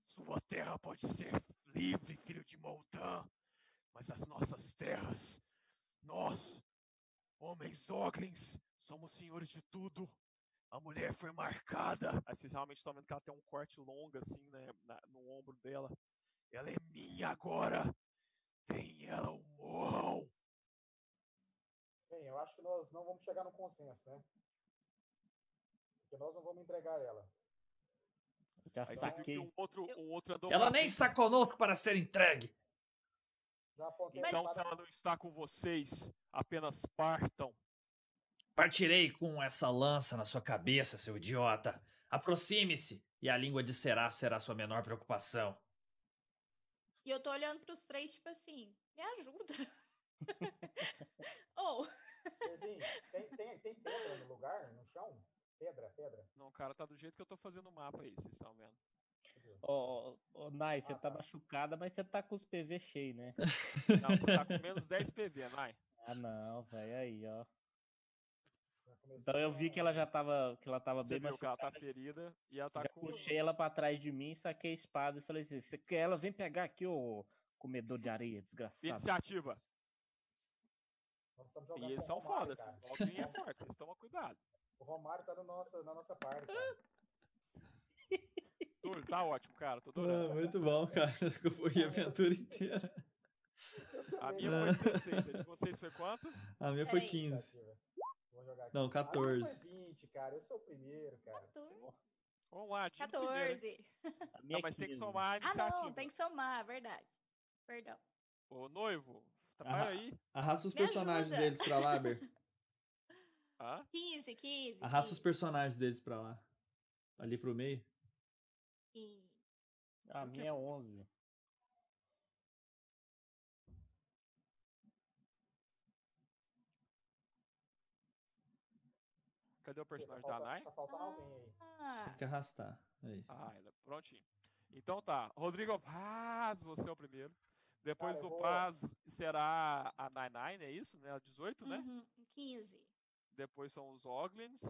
Speaker 1: Sua terra pode ser livre, filho de Moldan, mas as nossas terras, nós, homens Oglins, somos senhores de tudo. A mulher foi marcada. Aí vocês realmente estão vendo que ela tem um corte longo assim, né, na- no ombro dela. Ela é minha agora. Tem ela ou morram.
Speaker 5: Bem, eu acho que nós não vamos chegar no consenso, né? Porque nós não vamos entregar ela.
Speaker 7: Já
Speaker 1: Aí você viu
Speaker 7: saquei.
Speaker 1: que um outro, um outro andou
Speaker 8: Ela
Speaker 1: pra
Speaker 8: nem
Speaker 1: frente,
Speaker 8: está conosco para ser entregue.
Speaker 5: Já apontei
Speaker 1: Então,
Speaker 5: para-
Speaker 1: se ela não está com vocês, apenas partam.
Speaker 8: Partirei com essa lança na sua cabeça, seu idiota. Aproxime-se, e a língua de Seraf será sua menor preocupação.
Speaker 2: E eu tô olhando pros três, tipo assim, me ajuda. Ou,
Speaker 5: Zezinho, tem, tem, tem pedra no lugar, no chão? Pedra, pedra.
Speaker 1: Não, cara, tá do jeito que eu tô fazendo o mapa aí, vocês estão vendo.
Speaker 5: Cadê?
Speaker 7: Ô, ô, ô, Nai, você
Speaker 5: Ah,
Speaker 7: tá
Speaker 5: tá.
Speaker 7: machucada, mas você tá com os PV cheio, né?
Speaker 1: Não, você tá com menos 10 PV, vai.
Speaker 7: Ah, não, velho, aí, ó.
Speaker 5: Já começou
Speaker 7: Então eu
Speaker 5: com-
Speaker 7: vi que ela já tava, que ela tava
Speaker 1: Você
Speaker 7: bem
Speaker 1: viu que ela tá
Speaker 7: machucada.
Speaker 1: ferida e ela tá
Speaker 7: Já
Speaker 1: com.
Speaker 7: puxei ela pra trás de mim, saquei a espada e falei assim: você quer ela? Vem pegar aqui, ô comedor de areia, desgraçado.
Speaker 1: Iniciativa.
Speaker 5: Nós
Speaker 1: E
Speaker 5: estamos jogando com
Speaker 1: eles
Speaker 5: o assim,
Speaker 1: são foda,
Speaker 5: Romário, cara.
Speaker 1: filho. Alguém é forte, vocês tomam cuidado.
Speaker 5: O Romário tá no nosso, na nossa parte, cara.
Speaker 1: Túlio, tá ótimo, cara, tô adorando.
Speaker 4: muito bom, cara. Eu fui a aventura inteira.
Speaker 5: Eu
Speaker 1: A
Speaker 5: também
Speaker 1: minha
Speaker 5: tô
Speaker 1: foi 16, a de vocês foi quanto?
Speaker 4: A minha foi
Speaker 2: Peraí.
Speaker 4: 15.
Speaker 5: iniciativa. Vou jogar aqui.
Speaker 4: Não,
Speaker 5: Ah, não, foi
Speaker 4: 14.
Speaker 5: 20, cara. Eu sou o primeiro, cara.
Speaker 2: 14.
Speaker 1: Vamos lá, Dino primeiro, hein?
Speaker 2: 14.
Speaker 7: A minha
Speaker 1: Não, mas tem que
Speaker 7: 15.
Speaker 1: somar a
Speaker 2: Ah,
Speaker 1: iniciativa.
Speaker 2: não, tem que somar, verdade. Perdão.
Speaker 1: Ô, noivo, tá
Speaker 4: Aham.
Speaker 1: para aí.
Speaker 4: Arrasta os
Speaker 2: Me
Speaker 4: personagens
Speaker 2: ajuda.
Speaker 4: deles pra lá, Ber.
Speaker 1: Hã?
Speaker 2: 15, 15.
Speaker 4: Arrasta os
Speaker 2: 15,
Speaker 4: personagens deles pra lá. Ali pro meio.
Speaker 2: 15.
Speaker 7: A minha é 11.
Speaker 1: Cadê o personagem
Speaker 5: tá
Speaker 1: da
Speaker 5: faltando,
Speaker 1: Nai?
Speaker 5: Tá faltando
Speaker 2: Ah.
Speaker 5: alguém aí.
Speaker 2: Ah,
Speaker 4: Tem que arrastar. Aí.
Speaker 1: Ah, ela- prontinho. Então tá, Rodrigo Paz, você é o primeiro. Depois
Speaker 5: Cara, eu
Speaker 1: do
Speaker 5: vou-
Speaker 1: Paz será a Nine-Nine, é isso? Né? A 18, né?
Speaker 2: uhum, 15.
Speaker 1: Depois são os Oglins.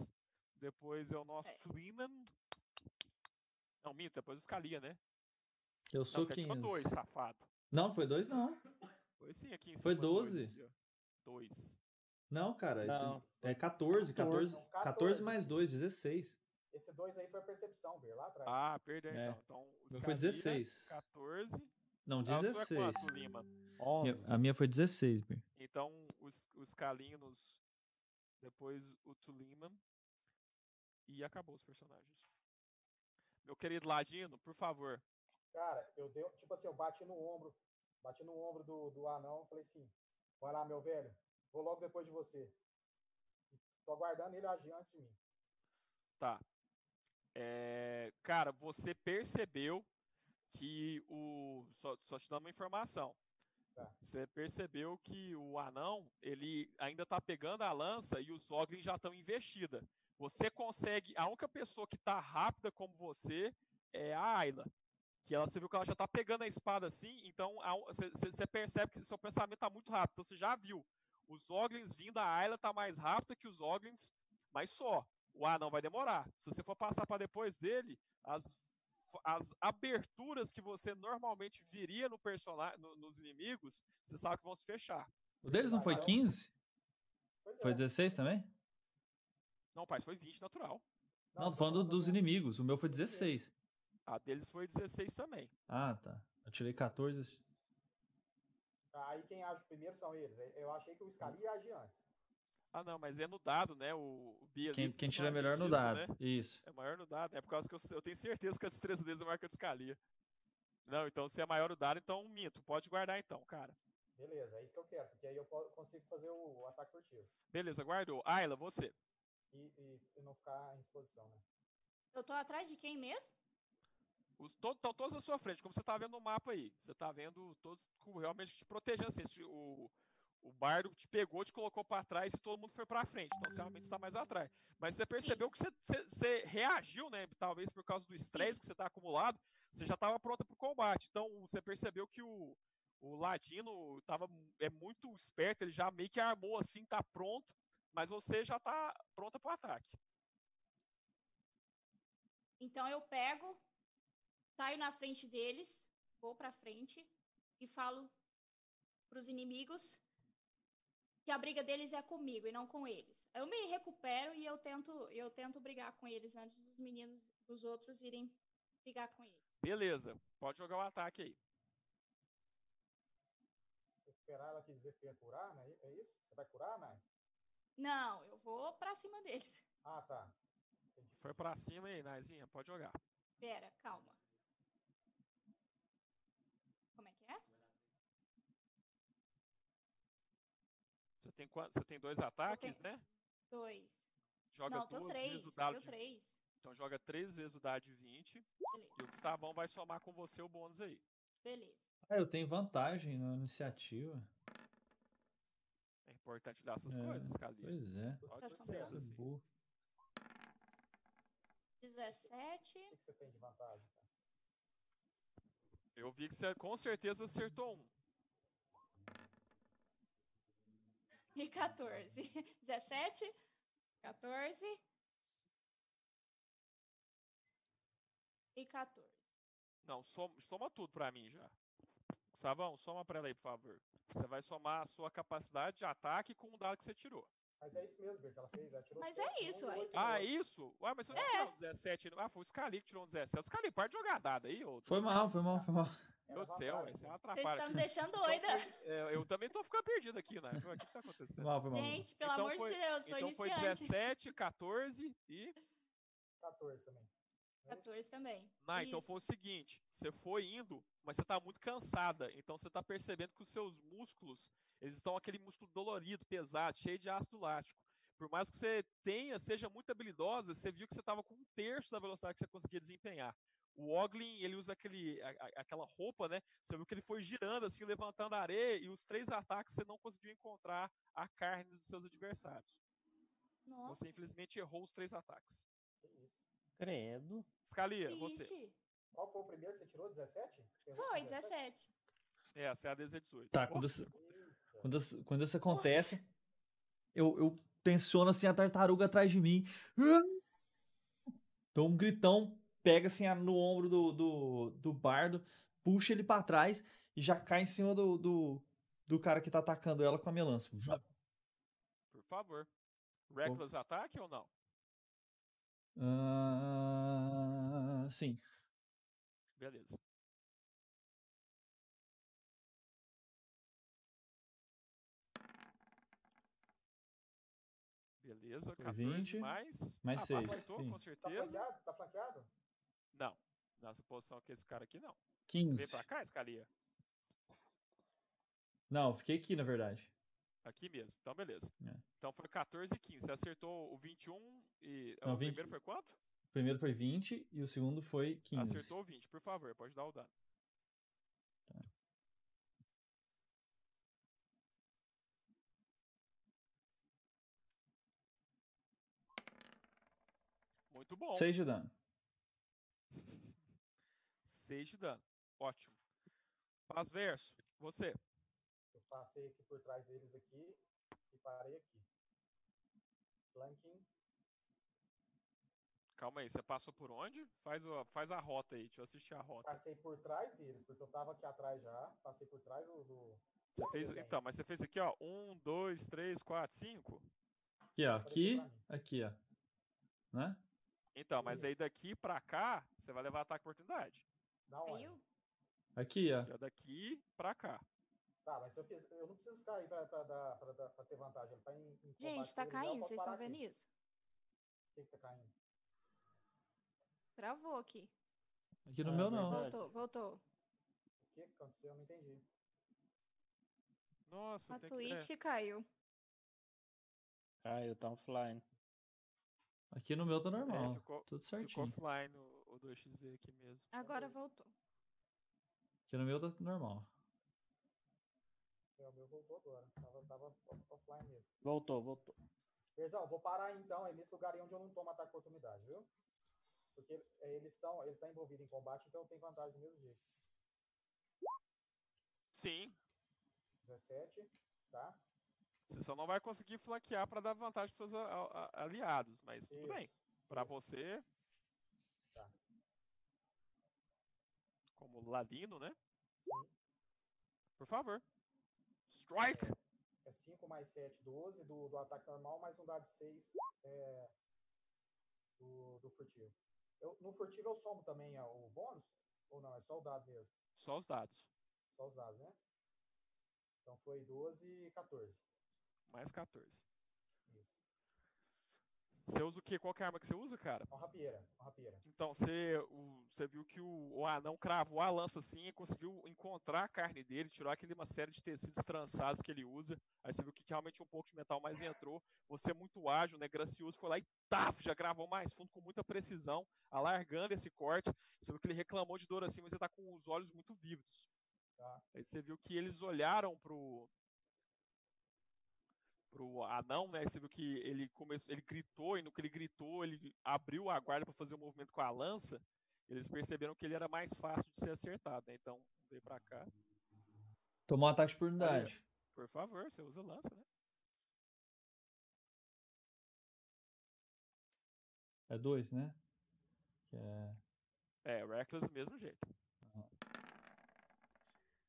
Speaker 1: Depois é o nosso
Speaker 2: É.
Speaker 1: Freeman. Não, minto, depois o Scalia, né?
Speaker 4: Eu
Speaker 1: Não,
Speaker 4: sou
Speaker 1: Scalia tirou
Speaker 4: 15.
Speaker 1: dois, safado.
Speaker 4: Não, foi dois, não.
Speaker 1: Foi sim, aqui em cima.
Speaker 4: Foi
Speaker 1: dois
Speaker 4: 12?
Speaker 1: aqui, ó. Dois.
Speaker 4: Não, cara. esse-
Speaker 7: Não.
Speaker 4: É 14, 14.
Speaker 5: 14.
Speaker 4: 14 mais 2, 16.
Speaker 5: Esse dois aí foi a percepção, Ver, lá atrás.
Speaker 1: Ah, perdeu
Speaker 4: É.
Speaker 1: então. Então, o
Speaker 4: Meu foi
Speaker 1: Scalia,
Speaker 4: 16.
Speaker 1: 14.
Speaker 4: Não,
Speaker 1: Ah, o seu é
Speaker 4: 16.
Speaker 1: quanto, Lima?
Speaker 7: 11.
Speaker 4: A minha foi 16, Ber.
Speaker 1: Então, os, os Calinos, depois o Tulima, e acabou os personagens. Meu querido Ladino, por favor.
Speaker 5: Cara, eu dei, tipo assim, eu bati no ombro, bati no ombro do, do anão, falei assim, vai lá, meu velho, vou logo depois de você. E Tô aguardando ele agir antes de mim.
Speaker 1: Tá. É, cara, você percebeu que o. Só, só te dando uma informação.
Speaker 5: Tá.
Speaker 1: Você percebeu que o anão, ele ainda tá pegando a lança e os Zoglins já estão investida. Você consegue. A única pessoa que tá rápida como você é a Ayla. Que ela, você viu que ela já tá pegando a espada assim, então a u- você- você você percebe que seu pensamento tá muito rápido. Então você já viu. Os Zoglins vindo, a Ayla tá mais rápida que os Zoglins, mas só. O anão vai demorar. Se você for passar para depois dele, as, as aberturas que você normalmente viria no personagem, nos inimigos, você sabe que vão se fechar.
Speaker 4: O deles não foi 15?
Speaker 5: Pois
Speaker 4: Foi
Speaker 5: é.
Speaker 4: 16 também?
Speaker 1: Não, pai, foi 20 natural.
Speaker 4: Não, tô falando dos inimigos. O meu foi 16.
Speaker 1: A deles foi 16 também.
Speaker 4: Ah, tá. Eu tirei 14.
Speaker 5: Aí quem age primeiro são eles. Eu achei que o Scalia ia agir antes.
Speaker 1: Ah, não, mas é no dado, né? O, o Bia.
Speaker 4: Quem,
Speaker 1: Lips
Speaker 4: quem
Speaker 1: sabe
Speaker 4: tira é melhor no
Speaker 1: disso,
Speaker 4: dado.
Speaker 1: né?
Speaker 4: Isso.
Speaker 1: É maior no dado. É por causa que eu, eu tenho certeza que a destreza deles é maior que a de Scalia. Não, então se é maior o dado, então minto. Pode guardar então, cara.
Speaker 5: Beleza, é isso que eu quero, porque aí eu po- consigo fazer o ataque furtivo.
Speaker 1: Beleza, guardou. Ayla, você.
Speaker 5: E, e- e não ficar em exposição, né?
Speaker 2: Eu tô atrás de quem mesmo?
Speaker 1: Os, to, tão todos à sua frente, como você tá vendo no mapa aí. Você tá vendo todos com- realmente te protegendo. Assim, se o, o bardo te pegou, te colocou pra trás e todo mundo foi pra frente. Então você realmente está mais atrás. Mas você percebeu que você, você- você reagiu, né? Talvez por causa do estresse que você tá acumulado, você já estava pronta pro combate. Então você percebeu que o, o Ladino tava, é muito esperto, ele já meio que armou assim, tá pronto. Mas você já tá pronta pro ataque.
Speaker 2: Então eu pego, saio na frente deles, vou pra frente e falo pros inimigos que a briga deles é comigo e não com eles. Eu me recupero e eu tento, eu tento brigar com eles antes dos meninos dos outros irem brigar com eles.
Speaker 1: Beleza, pode jogar o ataque aí.
Speaker 5: Recuperar, ela quis dizer que ia curar, né? É isso? Você vai curar, né? Nai?
Speaker 2: Não, eu vou pra cima deles.
Speaker 5: Ah, tá.
Speaker 1: Foi pra cima aí, Naizinha, pode jogar.
Speaker 2: Pera, calma. Como é que é?
Speaker 1: Você tem quantos? Você tem dois ataques, né?
Speaker 2: Dois.
Speaker 1: Joga
Speaker 2: não,
Speaker 1: duas
Speaker 2: deu três.
Speaker 1: vezes o dado
Speaker 2: deu
Speaker 1: de
Speaker 2: três.
Speaker 1: Então joga três vezes o dado de 20.
Speaker 2: Beleza.
Speaker 1: E o Gustavão vai somar com você o bônus aí.
Speaker 2: Beleza.
Speaker 4: Ah, eu tenho vantagem na iniciativa.
Speaker 1: É importante dar essas
Speaker 4: É,
Speaker 1: coisas, Cali.
Speaker 4: Pois é.
Speaker 1: Pode
Speaker 2: Tá
Speaker 1: ser
Speaker 2: somando?
Speaker 1: assim.
Speaker 4: Burro.
Speaker 2: 17.
Speaker 5: O que que você tem de vantagem? cara?
Speaker 1: Eu vi que você com certeza acertou um.
Speaker 2: E 14. 17, 14 e 14.
Speaker 1: Não, soma, soma tudo pra mim já. Gustavão, soma pra ela aí, por favor. Você vai somar a sua capacidade de ataque com o dado que você tirou.
Speaker 5: Mas é isso mesmo, Bia, que ela fez. Ela tirou
Speaker 2: Mas
Speaker 5: sete,
Speaker 2: é isso,
Speaker 5: um e
Speaker 2: ué.
Speaker 5: oito,
Speaker 1: Ah,
Speaker 5: né?
Speaker 1: isso? Ué, mas se eu
Speaker 2: É.
Speaker 1: tirar um 17. Ah, foi o Scali que tirou um 17. Scali, para de jogar dado aí, ô.
Speaker 4: Foi mal, foi mal, foi mal.
Speaker 5: É
Speaker 1: Meu Deus do céu,
Speaker 5: vantagem,
Speaker 1: ué, você
Speaker 5: né?
Speaker 2: Vocês
Speaker 1: atrapalha.
Speaker 2: estão me deixando doida.
Speaker 1: É, eu também tô ficando perdido aqui, né? O que que tá
Speaker 4: Foi
Speaker 1: acontecendo?
Speaker 4: mal, foi mal.
Speaker 2: Gente, pelo
Speaker 1: Então
Speaker 2: amor
Speaker 1: foi-
Speaker 2: de Deus, sou
Speaker 1: Então foi
Speaker 2: iniciante.
Speaker 1: 17, 14 e.
Speaker 5: 14 também. Não é isso?
Speaker 2: 14 também.
Speaker 1: Ah, então
Speaker 2: Isso.
Speaker 1: foi o seguinte: você foi indo, mas você tá muito cansada. Então você tá percebendo que os seus músculos, eles estão aquele músculo dolorido, pesado, cheio de ácido lático. Por mais que você tenha, seja muito habilidosa, você viu que você tava com um terço da velocidade que você conseguia desempenhar. O Oglin, ele usa aquele, a- a- aquela roupa, né? Você viu que ele foi girando, assim, levantando a areia, e os três ataques você não conseguiu encontrar a carne dos seus adversários.
Speaker 2: Nossa,
Speaker 1: Você infelizmente errou os três ataques.
Speaker 5: Que isso.
Speaker 7: Credo.
Speaker 1: Scalia, você.
Speaker 2: triste.
Speaker 5: Qual foi o primeiro que você tirou? 17? Você errou
Speaker 2: Foi, 17.
Speaker 1: É, a CAD 18.
Speaker 4: Tá, quando isso,
Speaker 5: Eita.
Speaker 4: quando isso, quando isso acontece, eu, eu tensiono assim a tartaruga atrás de mim. Dou um gritão, pega assim a- no ombro do, do, do bardo, puxa ele pra trás e já cai em cima do, do, do cara que tá atacando ela com a minha lança.
Speaker 1: Por favor. Reckless ataque ou não?
Speaker 4: Ah, sim.
Speaker 1: Beleza. Beleza, 14
Speaker 4: 20,
Speaker 1: mais.
Speaker 4: mais
Speaker 1: ah,
Speaker 4: seis,
Speaker 1: acertou,
Speaker 4: sim.
Speaker 1: com
Speaker 5: Tá
Speaker 1: certeza.
Speaker 5: flanqueado? Tá flanqueado?
Speaker 1: Não. Nessa posição aqui, esse cara aqui não. Vem
Speaker 4: 15.
Speaker 1: pra cá, Scalia.
Speaker 4: Não, fiquei aqui, na verdade.
Speaker 1: Aqui mesmo. Então, beleza.
Speaker 4: É.
Speaker 1: Então foi 14 e 15. Você acertou o 21 e.
Speaker 4: Não,
Speaker 1: o
Speaker 4: 20.
Speaker 1: primeiro foi quanto?
Speaker 4: O primeiro foi 20 e o segundo foi 15.
Speaker 1: Acertou o 20, por favor, pode dar o dano. Muito bom.
Speaker 4: 6 de dano.
Speaker 1: 6 de dano. Ótimo. Paz verso. Você.
Speaker 5: Eu passei aqui por trás deles aqui e parei aqui. Flanking.
Speaker 1: Calma aí. Você passou por onde? Faz, o, faz a rota aí. Deixa eu assistir a rota.
Speaker 5: Passei por trás deles, porque eu tava aqui atrás já. Passei por trás do. do...
Speaker 1: Você fez, então, mas você fez aqui, ó. 1, 2, 3, 4, 5.
Speaker 4: Aqui, ó.
Speaker 5: Apareceu
Speaker 4: Aqui,
Speaker 5: pra mim.
Speaker 4: aqui, ó. Né?
Speaker 1: Então, mas aí
Speaker 5: Isso.
Speaker 1: daqui pra cá, você vai levar ataque de oportunidade.
Speaker 5: Da onde?
Speaker 2: Caiu?
Speaker 4: Aqui, ó.
Speaker 1: Já daqui pra cá.
Speaker 5: Tá, mas se eu fiz. Eu não preciso ficar aí pra, pra, dar- pra, dar- pra ter vantagem. Ele tá em. em
Speaker 2: Gente,
Speaker 5: combate
Speaker 2: tá
Speaker 5: com eles, eu
Speaker 2: caindo,
Speaker 5: posso
Speaker 2: vocês
Speaker 5: parar
Speaker 2: estão vendo
Speaker 5: aqui.
Speaker 2: isso?
Speaker 5: O que que tá caindo?
Speaker 2: Travou aqui.
Speaker 4: Aqui no
Speaker 7: Ah,
Speaker 4: meu não.
Speaker 7: verdade.
Speaker 2: Voltou, voltou.
Speaker 5: O que que aconteceu? Eu não entendi.
Speaker 1: Nossa,
Speaker 2: A
Speaker 1: tem
Speaker 2: Twitch
Speaker 1: que...
Speaker 2: que caiu.
Speaker 7: Ah, eu tava offline.
Speaker 4: Aqui no meu tá
Speaker 1: é, é,
Speaker 4: normal.
Speaker 1: ficou,
Speaker 4: Tudo
Speaker 1: ficou
Speaker 4: certinho.
Speaker 1: offline o, o 2xv aqui mesmo.
Speaker 2: Agora
Speaker 1: Beleza.
Speaker 2: voltou.
Speaker 4: Aqui no meu tá normal.
Speaker 5: É, o meu voltou agora. Tava, tava offline mesmo.
Speaker 7: Voltou, voltou.
Speaker 5: Verzão, vou parar então aí nesse lugar aí onde eu não tomo ataque de oportunidade, viu? Porque é, eles estão, ele tá envolvido em combate, então tem vantagem do mesmo jeito.
Speaker 1: Sim,
Speaker 5: 17, tá?
Speaker 1: você só não vai conseguir flanquear para dar vantagem para os aliados, mas tudo bem.
Speaker 5: Isso,
Speaker 1: Para
Speaker 5: isso.
Speaker 1: você,
Speaker 5: Tá.
Speaker 1: como ladino, né?
Speaker 5: Sim.
Speaker 1: Por favor. Strike!
Speaker 5: É 5 mais 7, 12 do, do ataque normal, mais um dado de 6 é, do, do furtivo. Eu, no furtivo eu somo também ó, o bônus? Ou não? É só o dado mesmo?
Speaker 1: Só os dados.
Speaker 5: Só os dados, né? Então foi 12 e 14.
Speaker 1: Mais 14.
Speaker 5: Isso.
Speaker 1: Você usa o quê? Qual que é a arma que você usa, cara?
Speaker 5: Uma rapieira, uma rapieira.
Speaker 1: Então, você, o- você viu que o, o anão cravou a lança assim e conseguiu encontrar a carne dele, tirou aquele uma série de tecidos trançados que ele usa. Aí você viu que realmente um pouco de metal mais entrou. Você é muito ágil, né? Gracioso, foi lá e taf, já gravou mais fundo com muita precisão, alargando esse corte. Você viu que ele reclamou de dor assim, mas ele tá com os olhos muito vívidos.
Speaker 5: Tá.
Speaker 1: Aí você viu que eles olharam pro pro anão, né? Você viu que ele começou, ele gritou e no que ele gritou, ele abriu a guarda para fazer o movimento com a lança. Eles perceberam que ele era mais fácil de ser acertado, né? Então, veio para cá.
Speaker 4: Tomou um ataque de oportunidade.
Speaker 1: Por favor, você usa lança, né?
Speaker 4: É dois, né? Que é-
Speaker 1: É, Reckless do mesmo jeito.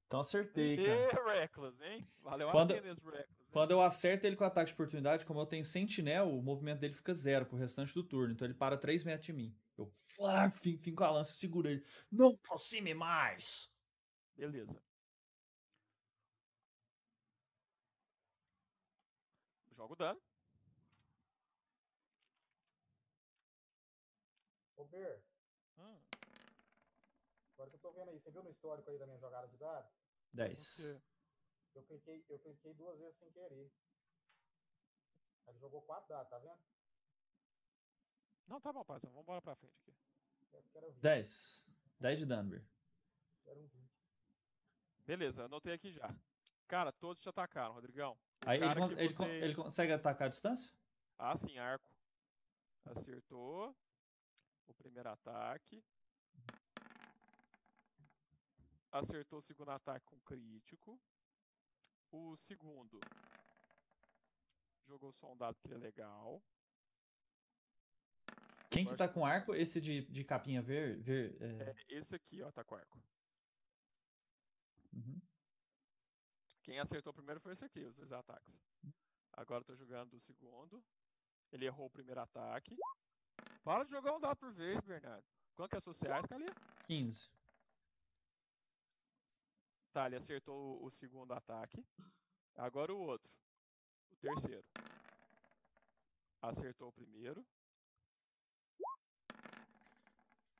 Speaker 4: Então acertei, cara.
Speaker 1: E Reckless, hein? Valeu a
Speaker 4: Quando-
Speaker 1: pena esse Reckless. hein?
Speaker 4: Quando eu acerto ele com o ataque de oportunidade, como eu tenho sentinel, o movimento dele fica zero pro restante do turno. Então ele para 3 metros de mim. Eu ah, fim, fim com a lança, segura ele. Não!
Speaker 8: Aproxime mais!
Speaker 1: Beleza. Joga o dano.
Speaker 5: Ô, Ber,
Speaker 1: Hum,
Speaker 5: agora que eu tô vendo aí, você viu no histórico aí da minha jogada de dado?
Speaker 4: 10.
Speaker 1: você-
Speaker 5: Eu cliquei, eu cliquei duas vezes sem querer. Aí Ele jogou quatro dados, tá vendo?
Speaker 1: Não, tá bom, Pazão. Vamos embora pra frente aqui.
Speaker 5: É porque era 20.
Speaker 4: 10. 10 de dano, Bir.
Speaker 5: Era um 20.
Speaker 1: Beleza, anotei aqui já. Cara, todos te atacaram, Rodrigão.
Speaker 4: Aí ele,
Speaker 1: cara
Speaker 4: con-
Speaker 1: que
Speaker 4: ele con-
Speaker 1: você-
Speaker 4: ele consegue atacar a distância?
Speaker 1: Ah, sim, arco. Acertou. O primeiro ataque. Acertou o segundo ataque com crítico. O segundo. Jogou só um dado que é legal.
Speaker 4: Quem
Speaker 1: Eu
Speaker 4: que
Speaker 1: acho
Speaker 4: tá com arco? Esse de, de capinha ver, ver, é,
Speaker 1: É esse aqui, ó, tá com arco.
Speaker 4: uhum.
Speaker 1: Quem acertou primeiro foi esse aqui, os dois ataques. Agora eu tô jogando o segundo. Ele errou o primeiro ataque. Para de jogar um dado por vez, Bernardo. Quanto que é sociais, Cali?
Speaker 4: 15.
Speaker 1: Tá, ele acertou o- o segundo ataque. Agora o outro. O terceiro. Acertou o primeiro.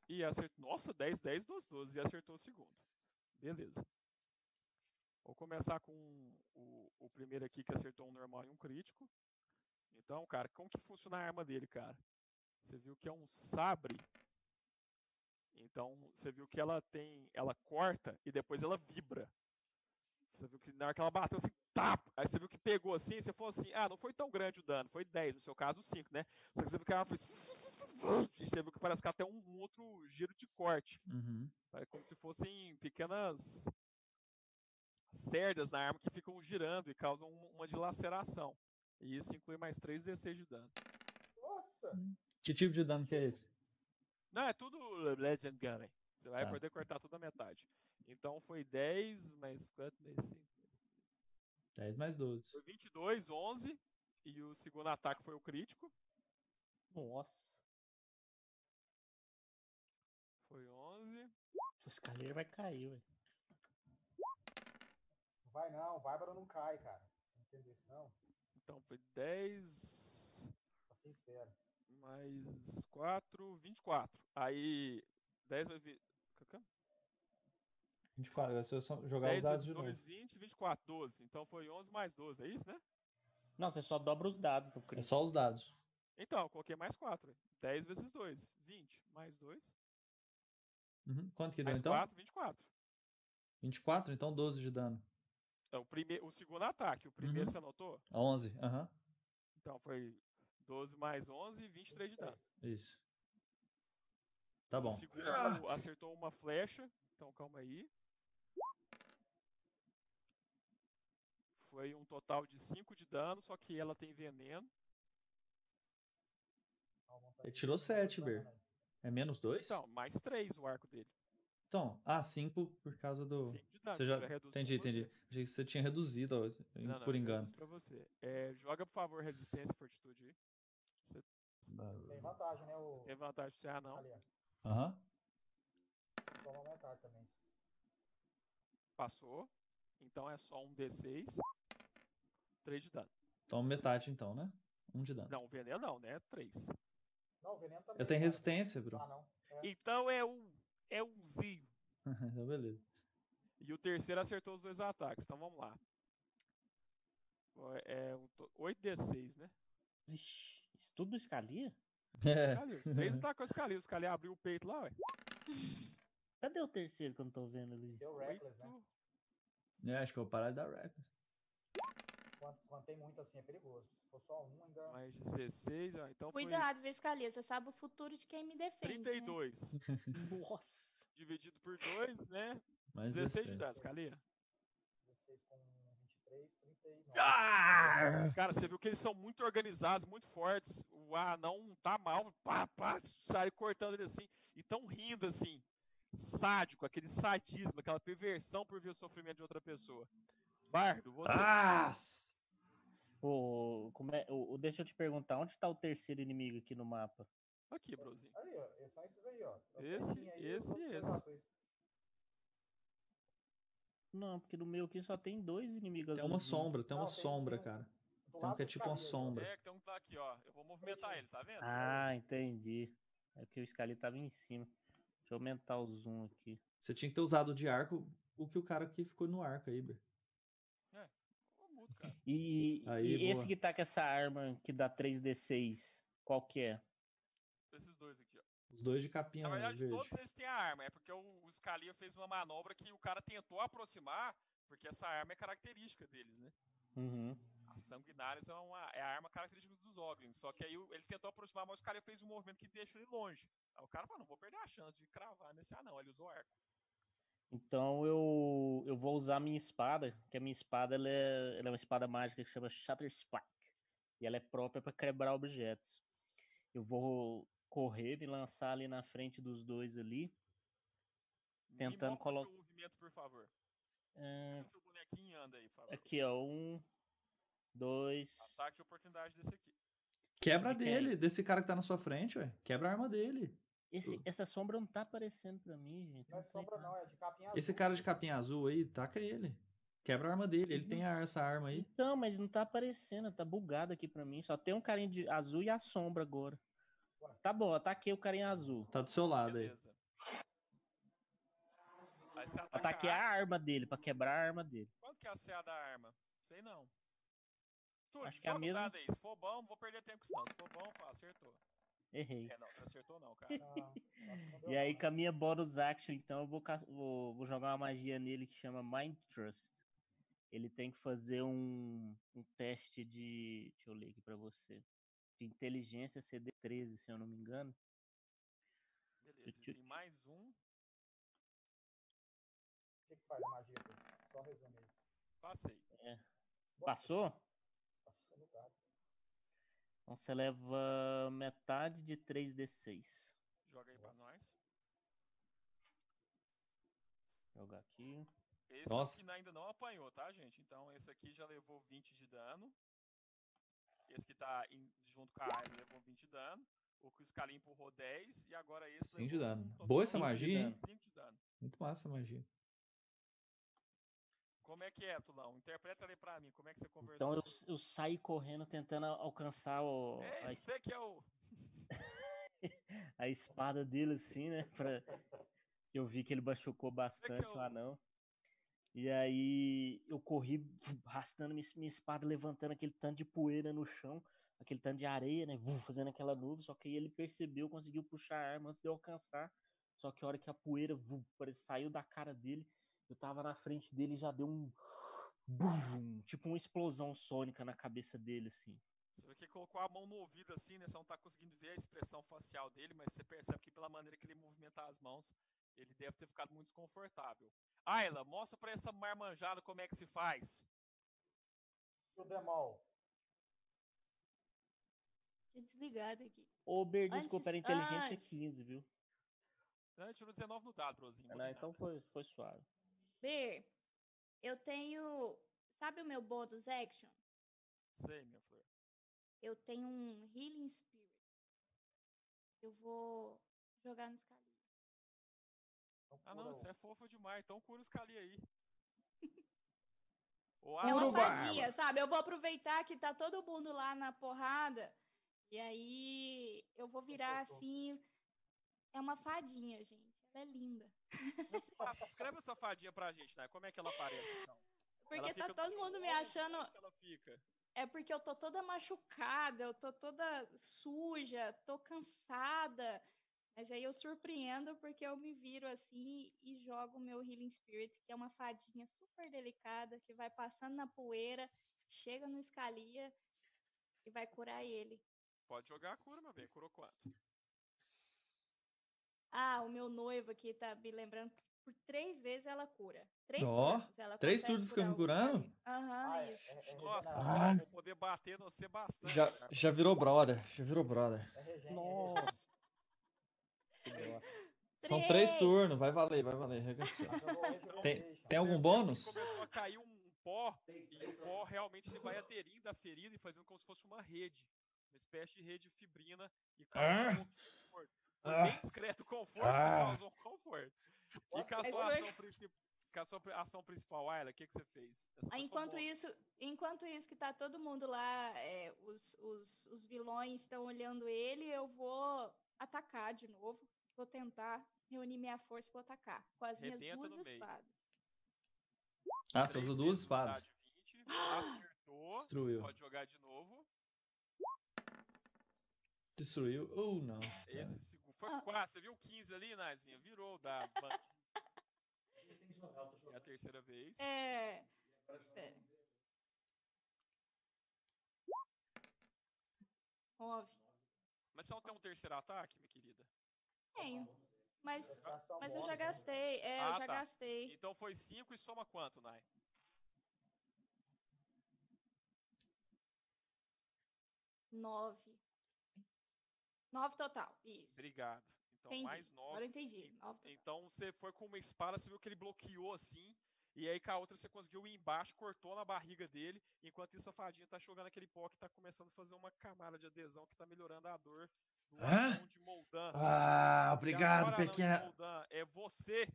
Speaker 1: E acertou. Nossa, 10, 10, 12, 12. E acertou o segundo. Beleza. Vou começar com o, o primeiro aqui que acertou um normal e um crítico. Então, cara, como que funciona a arma dele, cara? Você viu que é um sabre então, você viu que ela tem, ela corta e depois ela vibra. Você viu que na hora que ela bateu assim, tap, aí você viu que pegou assim, você falou assim: "Ah, não foi tão grande o dano, foi 10, no seu caso 5, né?". Só que você viu que ela fez e você viu que parece que até um outro giro de corte,
Speaker 4: Uhum.
Speaker 1: é como se fossem pequenas cerdas na arma que ficam girando e causam um- uma dilaceração. E isso inclui mais 3d6 de dano.
Speaker 5: Nossa!
Speaker 4: Que tipo de dano que é esse?
Speaker 1: Não, é tudo Legend Gunner. Você vai
Speaker 4: Tá.
Speaker 1: poder cortar tudo a metade. Então foi 10 mais 4, mais 5.
Speaker 4: 10 mais 12.
Speaker 1: Foi 22, 11. E o segundo ataque foi o crítico.
Speaker 7: Nossa.
Speaker 1: Foi 11.
Speaker 7: Os caleiros vai cair, velho.
Speaker 5: Não vai não, o Bárbaro não cai, cara. Não entendeu isso não?
Speaker 1: Então foi 10
Speaker 5: Assim espera.
Speaker 1: mais é 4, 24. Aí 10 mais 20.
Speaker 4: 24, agora se eu só jogar
Speaker 1: 10
Speaker 4: os dados
Speaker 1: vezes
Speaker 4: de
Speaker 1: 2,
Speaker 4: novo.
Speaker 1: 20, 24, 12. Então foi 11 mais 12, é isso, né?
Speaker 3: Não,
Speaker 7: é
Speaker 3: você só dobra os dados do
Speaker 4: É
Speaker 3: Cris.
Speaker 4: só os dados.
Speaker 1: Então, eu coloquei mais 4. 10 vezes 2, 20. Mais 2,
Speaker 4: Uhum. Quanto que deu
Speaker 1: mais
Speaker 4: então?
Speaker 1: 4, 24.
Speaker 4: 24, então 12 de dano.
Speaker 1: É o, primeiro, o segundo ataque. O primeiro
Speaker 4: Uhum.
Speaker 1: você anotou?
Speaker 4: 11, aham.
Speaker 1: Então foi 12 mais 11, 23
Speaker 5: É
Speaker 1: de dano.
Speaker 4: Isso. Tá bom.
Speaker 1: O segundo acertou uma flecha. Então calma aí. Foi um total de 5 de dano, só que ela tem veneno.
Speaker 4: Ele tirou 7, Ber. É menos 2?
Speaker 1: Então, mais 3 o arco dele.
Speaker 4: Então, ah, 5 por causa do.
Speaker 1: 5 de dano.
Speaker 4: Você já...
Speaker 1: reduz pra
Speaker 4: Entendi,
Speaker 1: você.
Speaker 4: entendi. Achei que você tinha reduzido, ó, em-
Speaker 1: Não, não,
Speaker 4: por
Speaker 1: eu
Speaker 4: engano.
Speaker 1: reduzo Pra você. É, joga, por favor, resistência e fortitude aí.
Speaker 5: Tem vantagem, né? O...
Speaker 1: Tem vantagem pra você, ah, não.
Speaker 5: Ali, ó.
Speaker 4: Aham.
Speaker 5: Toma metade também.
Speaker 1: Passou. Então é só um D6. 3 de dano.
Speaker 4: Então metade, então, né? 1 um de dano.
Speaker 1: Não, veneno não, né? 3.
Speaker 5: Não, o veneno também.
Speaker 4: Eu tenho
Speaker 5: cara.
Speaker 4: resistência, bro.
Speaker 5: Ah, não. É.
Speaker 1: Então é um, é um zinho.
Speaker 4: então, beleza.
Speaker 1: E o terceiro acertou os dois ataques. Então vamos lá. É um to- 8d6, né?
Speaker 3: Vixe, isso tudo escalia?
Speaker 4: É.
Speaker 1: Escalia. Os três tá com a Scalia. O Scalia abriu o peito lá, ué.
Speaker 3: Cadê o terceiro que eu não tô vendo ali?
Speaker 5: Deu reckless, né?
Speaker 1: Oito.
Speaker 4: É, acho que eu vou parar de dar reckless.
Speaker 5: Quando, quando tem muito assim é perigoso. Se for só um, ainda.
Speaker 1: Mais 16, ó. Então foi
Speaker 2: Cuidado, Vescalia. Você sabe o futuro de quem me defende. né?
Speaker 1: 32.
Speaker 3: Nossa!
Speaker 1: Dividido por 2, né? 16
Speaker 4: Mas
Speaker 1: de
Speaker 4: 16.
Speaker 1: dano, Scalia.
Speaker 5: 16 com 23, 39.
Speaker 9: Ah!
Speaker 1: Cara, você viu que eles são muito organizados, muito fortes. O A não tá mal, pá, pá, sai cortando ele assim. E tão rindo assim. Sádico, aquele sadismo, aquela perversão por ver o sofrimento de outra pessoa. Bardo, você.
Speaker 9: Ah!
Speaker 3: O, como é, o, o- deixa eu te perguntar, onde tá o terceiro inimigo aqui no mapa?
Speaker 1: tá Aqui, brozinho.
Speaker 5: Aí, ó. esses São esses aí, ó. Eu
Speaker 1: Esse,
Speaker 5: tenho um aí os
Speaker 1: esse
Speaker 5: outros
Speaker 1: e
Speaker 5: dois
Speaker 1: esse.
Speaker 5: azuis.
Speaker 3: Não, porque no meu aqui só tem dois inimigos.
Speaker 4: Tem uma
Speaker 3: azulzinhos.
Speaker 4: sombra, tem uma
Speaker 5: Não, tem-
Speaker 4: sombra,
Speaker 5: tem um-
Speaker 4: cara.
Speaker 5: Do
Speaker 4: Tem um
Speaker 5: lado
Speaker 4: que é
Speaker 5: do
Speaker 4: tipo uma
Speaker 5: Scalia,
Speaker 4: sombra.
Speaker 1: É, que tem um que tá aqui, ó. Eu vou movimentar ele, tá vendo?
Speaker 3: Ah, entendi. É porque o Scali tava em cima. Deixa eu aumentar o zoom aqui.
Speaker 4: Você tinha que ter usado de arco o que o cara que ficou no arco aí, Ber.
Speaker 1: Eu mudo, cara.
Speaker 3: E,
Speaker 4: Aí,
Speaker 3: e
Speaker 4: boa.
Speaker 3: esse que tá com essa arma que dá 3D6, qual que é?
Speaker 1: Esses dois aqui, ó.
Speaker 4: Os dois de capinha
Speaker 1: Na verdade,
Speaker 4: verde.
Speaker 1: todos eles têm a arma. É porque o, o Scalia fez uma manobra que o cara tentou aproximar, porque essa arma é característica deles, né?
Speaker 3: Uhum.
Speaker 1: As sanguinárias é, uma, é a arma característica dos Ogrins. Só que aí o- ele tentou aproximar, mas o cara fez um movimento que deixou ele longe. Aí o cara falou, não vou perder a chance de cravar nesse anão. Ele usou arco.
Speaker 3: Então eu, eu vou usar a minha espada, que a minha espada ela é, ela é uma espada mágica que chama Shatter Spike. E ela é própria para quebrar objetos. Eu vou correr, me lançar ali na frente dos dois ali. Tentando
Speaker 1: Me mostra
Speaker 3: colo-
Speaker 1: seu movimento, por favor.
Speaker 3: É,
Speaker 1: Seu bonequinho anda aí, por favor.
Speaker 3: Aqui, ó. Um, dois.
Speaker 1: Ataque de oportunidade desse aqui.
Speaker 4: Quebra
Speaker 3: De quem?
Speaker 4: dele, desse cara que tá na sua frente, ué. Quebra a arma dele.
Speaker 3: Esse, essa sombra não tá aparecendo pra mim, gente.
Speaker 5: Não é
Speaker 3: sei
Speaker 5: sombra,
Speaker 3: lá.
Speaker 5: não, é de capinha azul.
Speaker 4: Esse cara de capinha azul aí, taca ele. Quebra a arma dele, ele tem a- essa arma aí.
Speaker 3: Então, mas não tá aparecendo, tá bugado aqui pra mim. Só tem um carinha de azul e a sombra agora.
Speaker 5: Ué. Hum.
Speaker 3: Tá bom, ataquei o carinha azul.
Speaker 4: Tá do seu lado aí.
Speaker 1: Beleza. Aí você ataca
Speaker 3: Ataquei
Speaker 1: a
Speaker 3: a
Speaker 1: arma.
Speaker 3: arma dele, pra quebrar a arma dele.
Speaker 1: Quanto que é a CA da arma? Sei não. Tudo,
Speaker 3: Acho que é a
Speaker 1: joga o
Speaker 3: mesma.
Speaker 1: dado aí. Se for bom, não vou perder tempo com isso não. Se for bom, fala, acertou.
Speaker 3: Errei.
Speaker 1: É, não, você acertou não, cara.
Speaker 5: Não, acho que não deu
Speaker 3: E aí,
Speaker 5: não.
Speaker 3: com a minha bonus action, então, eu vou, ca- vou, vou jogar uma magia nele que chama Mind Trust. Ele tem que fazer um, um teste de. Deixa eu ler aqui pra você. De inteligência CD13, se eu não me engano.
Speaker 1: Beleza, ele tem mais um.
Speaker 5: O que, que faz a magia? Pedro? Só resume aí.
Speaker 1: Passei.
Speaker 5: Nossa,
Speaker 3: Passou?
Speaker 5: Passou no dado.
Speaker 3: Então você leva metade de 3D6.
Speaker 1: Joga aí pra nós.
Speaker 3: Jogar aqui.
Speaker 1: Esse
Speaker 4: Nossa.
Speaker 1: aqui ainda não apanhou, tá, gente? Então esse aqui já levou 20 de dano. Esse que tá em- junto com a área levou 20 de dano. O que o Scalim empurrou 10. E agora esse.
Speaker 4: 5 de
Speaker 1: levou
Speaker 4: dano.
Speaker 1: um total
Speaker 4: Boa essa
Speaker 1: de
Speaker 4: magia, hein?
Speaker 3: dano.
Speaker 1: 20 de dano.
Speaker 4: Muito massa a magia.
Speaker 1: Como é que é, Tulão? Interpreta ali pra mim. Como é que você conversou?
Speaker 3: Então eu, eu saí correndo tentando al- alcançar o, a,
Speaker 5: É
Speaker 1: Ei,
Speaker 3: es-
Speaker 1: você que é o.
Speaker 3: a espada dele, assim, né? Pra...
Speaker 7: Eu vi que ele machucou
Speaker 2: é
Speaker 7: bastante
Speaker 1: eu-
Speaker 7: lá, não. E aí eu corri arrastando minha, minha espada, levantando aquele tanto de poeira no chão, aquele tanto de areia, né? vuf, Fazendo aquela nuvem. Só que aí ele percebeu, conseguiu puxar a arma antes de eu alcançar. Só que a hora que a poeira vuf, pare- saiu da cara dele, eu tava na frente dele e já deu um. bum, tipo uma explosão sônica na cabeça dele, assim.
Speaker 1: Você vê que ele colocou a mão no ouvido assim, né? Você não tá conseguindo ver a expressão facial dele, mas você percebe que pela maneira que ele movimentar as mãos, ele deve ter ficado muito desconfortável. Ayla, mostra pra essa marmanjada como é que se faz.
Speaker 5: O Demol.
Speaker 2: Tinha desligado aqui.
Speaker 7: Ô, Ber,
Speaker 2: Antes-
Speaker 7: desculpa, era inteligência
Speaker 2: antes.
Speaker 7: 15, viu?
Speaker 1: Antes tirou 19 no dado, brozinho.
Speaker 7: Ah,
Speaker 1: mudei
Speaker 7: não,
Speaker 1: nada.
Speaker 7: então foi, foi suave.
Speaker 2: B, eu tenho. Sabe o meu bônus action?
Speaker 1: Sei, minha flor.
Speaker 2: Eu tenho um Healing Spirit. Eu vou jogar nos calinhos.
Speaker 5: Então,
Speaker 1: Ah,
Speaker 5: cura
Speaker 1: não,
Speaker 5: o-
Speaker 1: você é fofa demais, então cura os cali aí. Ô,
Speaker 2: É uma
Speaker 1: Ayla,
Speaker 2: magia, sabe? Eu vou aproveitar que tá todo mundo lá na porrada. E aí eu vou
Speaker 5: Você
Speaker 2: virar
Speaker 5: postou.
Speaker 2: assim. É uma fadinha, gente. Ela é linda.
Speaker 1: passa- escreve essa fadinha pra gente, né? Como é que ela aparece, então? Ela
Speaker 2: Porque tá
Speaker 1: fica
Speaker 2: todo
Speaker 1: dos
Speaker 2: mundo me
Speaker 1: olhos,
Speaker 2: achando.
Speaker 1: onde que ela fica?
Speaker 2: É porque eu tô toda machucada, eu tô toda suja, tô cansada. Mas aí eu surpreendo porque eu me viro assim e jogo o meu Healing Spirit, que é uma fadinha super delicada que vai passando na poeira, chega no escalia e vai curar ele.
Speaker 1: Pode jogar a cura, meu bem. Curou quanto?
Speaker 2: Ah, o meu noivo aqui tá me lembrando que por três vezes ela cura. Três
Speaker 4: Ó,
Speaker 2: turnos ela
Speaker 4: três
Speaker 2: consegue
Speaker 4: turnos fica me
Speaker 2: curar o
Speaker 4: curando?
Speaker 2: escalia. Aham,
Speaker 5: Ah, é,
Speaker 2: isso.
Speaker 5: é- é
Speaker 1: Nossa,
Speaker 5: regenerar.
Speaker 1: vou poder bater no você bastante.
Speaker 4: Ah. Já,
Speaker 1: cara.
Speaker 4: já virou brother, já virou brother.
Speaker 5: É regen- é regen-
Speaker 7: Nossa! Que bosta.
Speaker 4: São três
Speaker 2: Três.
Speaker 4: turnos, vai valer, vai valer. arregaçou.
Speaker 5: jogou regeneration.
Speaker 4: Tem- um tem algum
Speaker 1: Você viu que
Speaker 4: bônus?
Speaker 1: Começou a cair um pó, e o pó realmente ele vai aderindo à ferida e fazendo como se fosse uma rede. Uma espécie de rede fibrina e causa
Speaker 4: Ah!
Speaker 1: um pouco de conforto. Foi
Speaker 4: Ah!
Speaker 1: bem discreto o conforto, mas
Speaker 4: Ah!
Speaker 1: causou um conforto. E com a
Speaker 2: Mas
Speaker 1: sua
Speaker 2: foi-
Speaker 1: ação principal. Com a sua pri- ação principal, Ayla, o que, que você fez? Essa
Speaker 2: Ah,
Speaker 1: foi sua
Speaker 2: Enquanto
Speaker 1: boa.
Speaker 2: isso, enquanto isso que tá todo mundo lá, é, os, os, os vilões estão olhando ele, eu vou atacar de novo. Vou tentar reunir minha força e vou atacar com as minhas
Speaker 1: Arrebenta no
Speaker 2: duas
Speaker 1: meio.
Speaker 2: espadas.
Speaker 4: Ah, você
Speaker 1: Três
Speaker 4: usou duas
Speaker 1: vezes no dado
Speaker 4: espadas.
Speaker 1: de 20, acertou.
Speaker 4: Destruiu.
Speaker 1: Pode jogar de novo.
Speaker 4: Destruiu ou não.
Speaker 1: Esse tá segundo. Foi
Speaker 2: Ah.
Speaker 1: quase. Você viu o 15 ali, Nazinha? Virou o da Band. É a terceira vez.
Speaker 2: É, é. Nove.
Speaker 1: Mas você não tem um terceiro ataque, minha querida?
Speaker 2: Tenho. Mas,
Speaker 5: Utilização
Speaker 2: mas eu
Speaker 5: bônus,
Speaker 2: já
Speaker 5: né?
Speaker 2: gastei. É, eu
Speaker 1: Ah, tá.
Speaker 2: já gastei.
Speaker 1: Então foi 5 e soma quanto, Nai?
Speaker 2: Nove. Nove total. Isso.
Speaker 1: Obrigado. Então
Speaker 2: Entendi.
Speaker 1: mais
Speaker 2: Agora
Speaker 1: 9.
Speaker 2: eu entendi. Nove total.
Speaker 1: Então você foi com uma espada, você viu que ele bloqueou assim. E aí com a outra você conseguiu ir embaixo, cortou na barriga dele. Enquanto isso, a fadinha tá jogando aquele pó que tá começando a fazer uma camada de adesão que tá melhorando a dor do
Speaker 8: Hã?
Speaker 1: anão de Moldan.
Speaker 4: Ah,
Speaker 1: E agora,
Speaker 4: obrigado,
Speaker 1: anão de
Speaker 4: Pequeno.
Speaker 1: Moldan, é você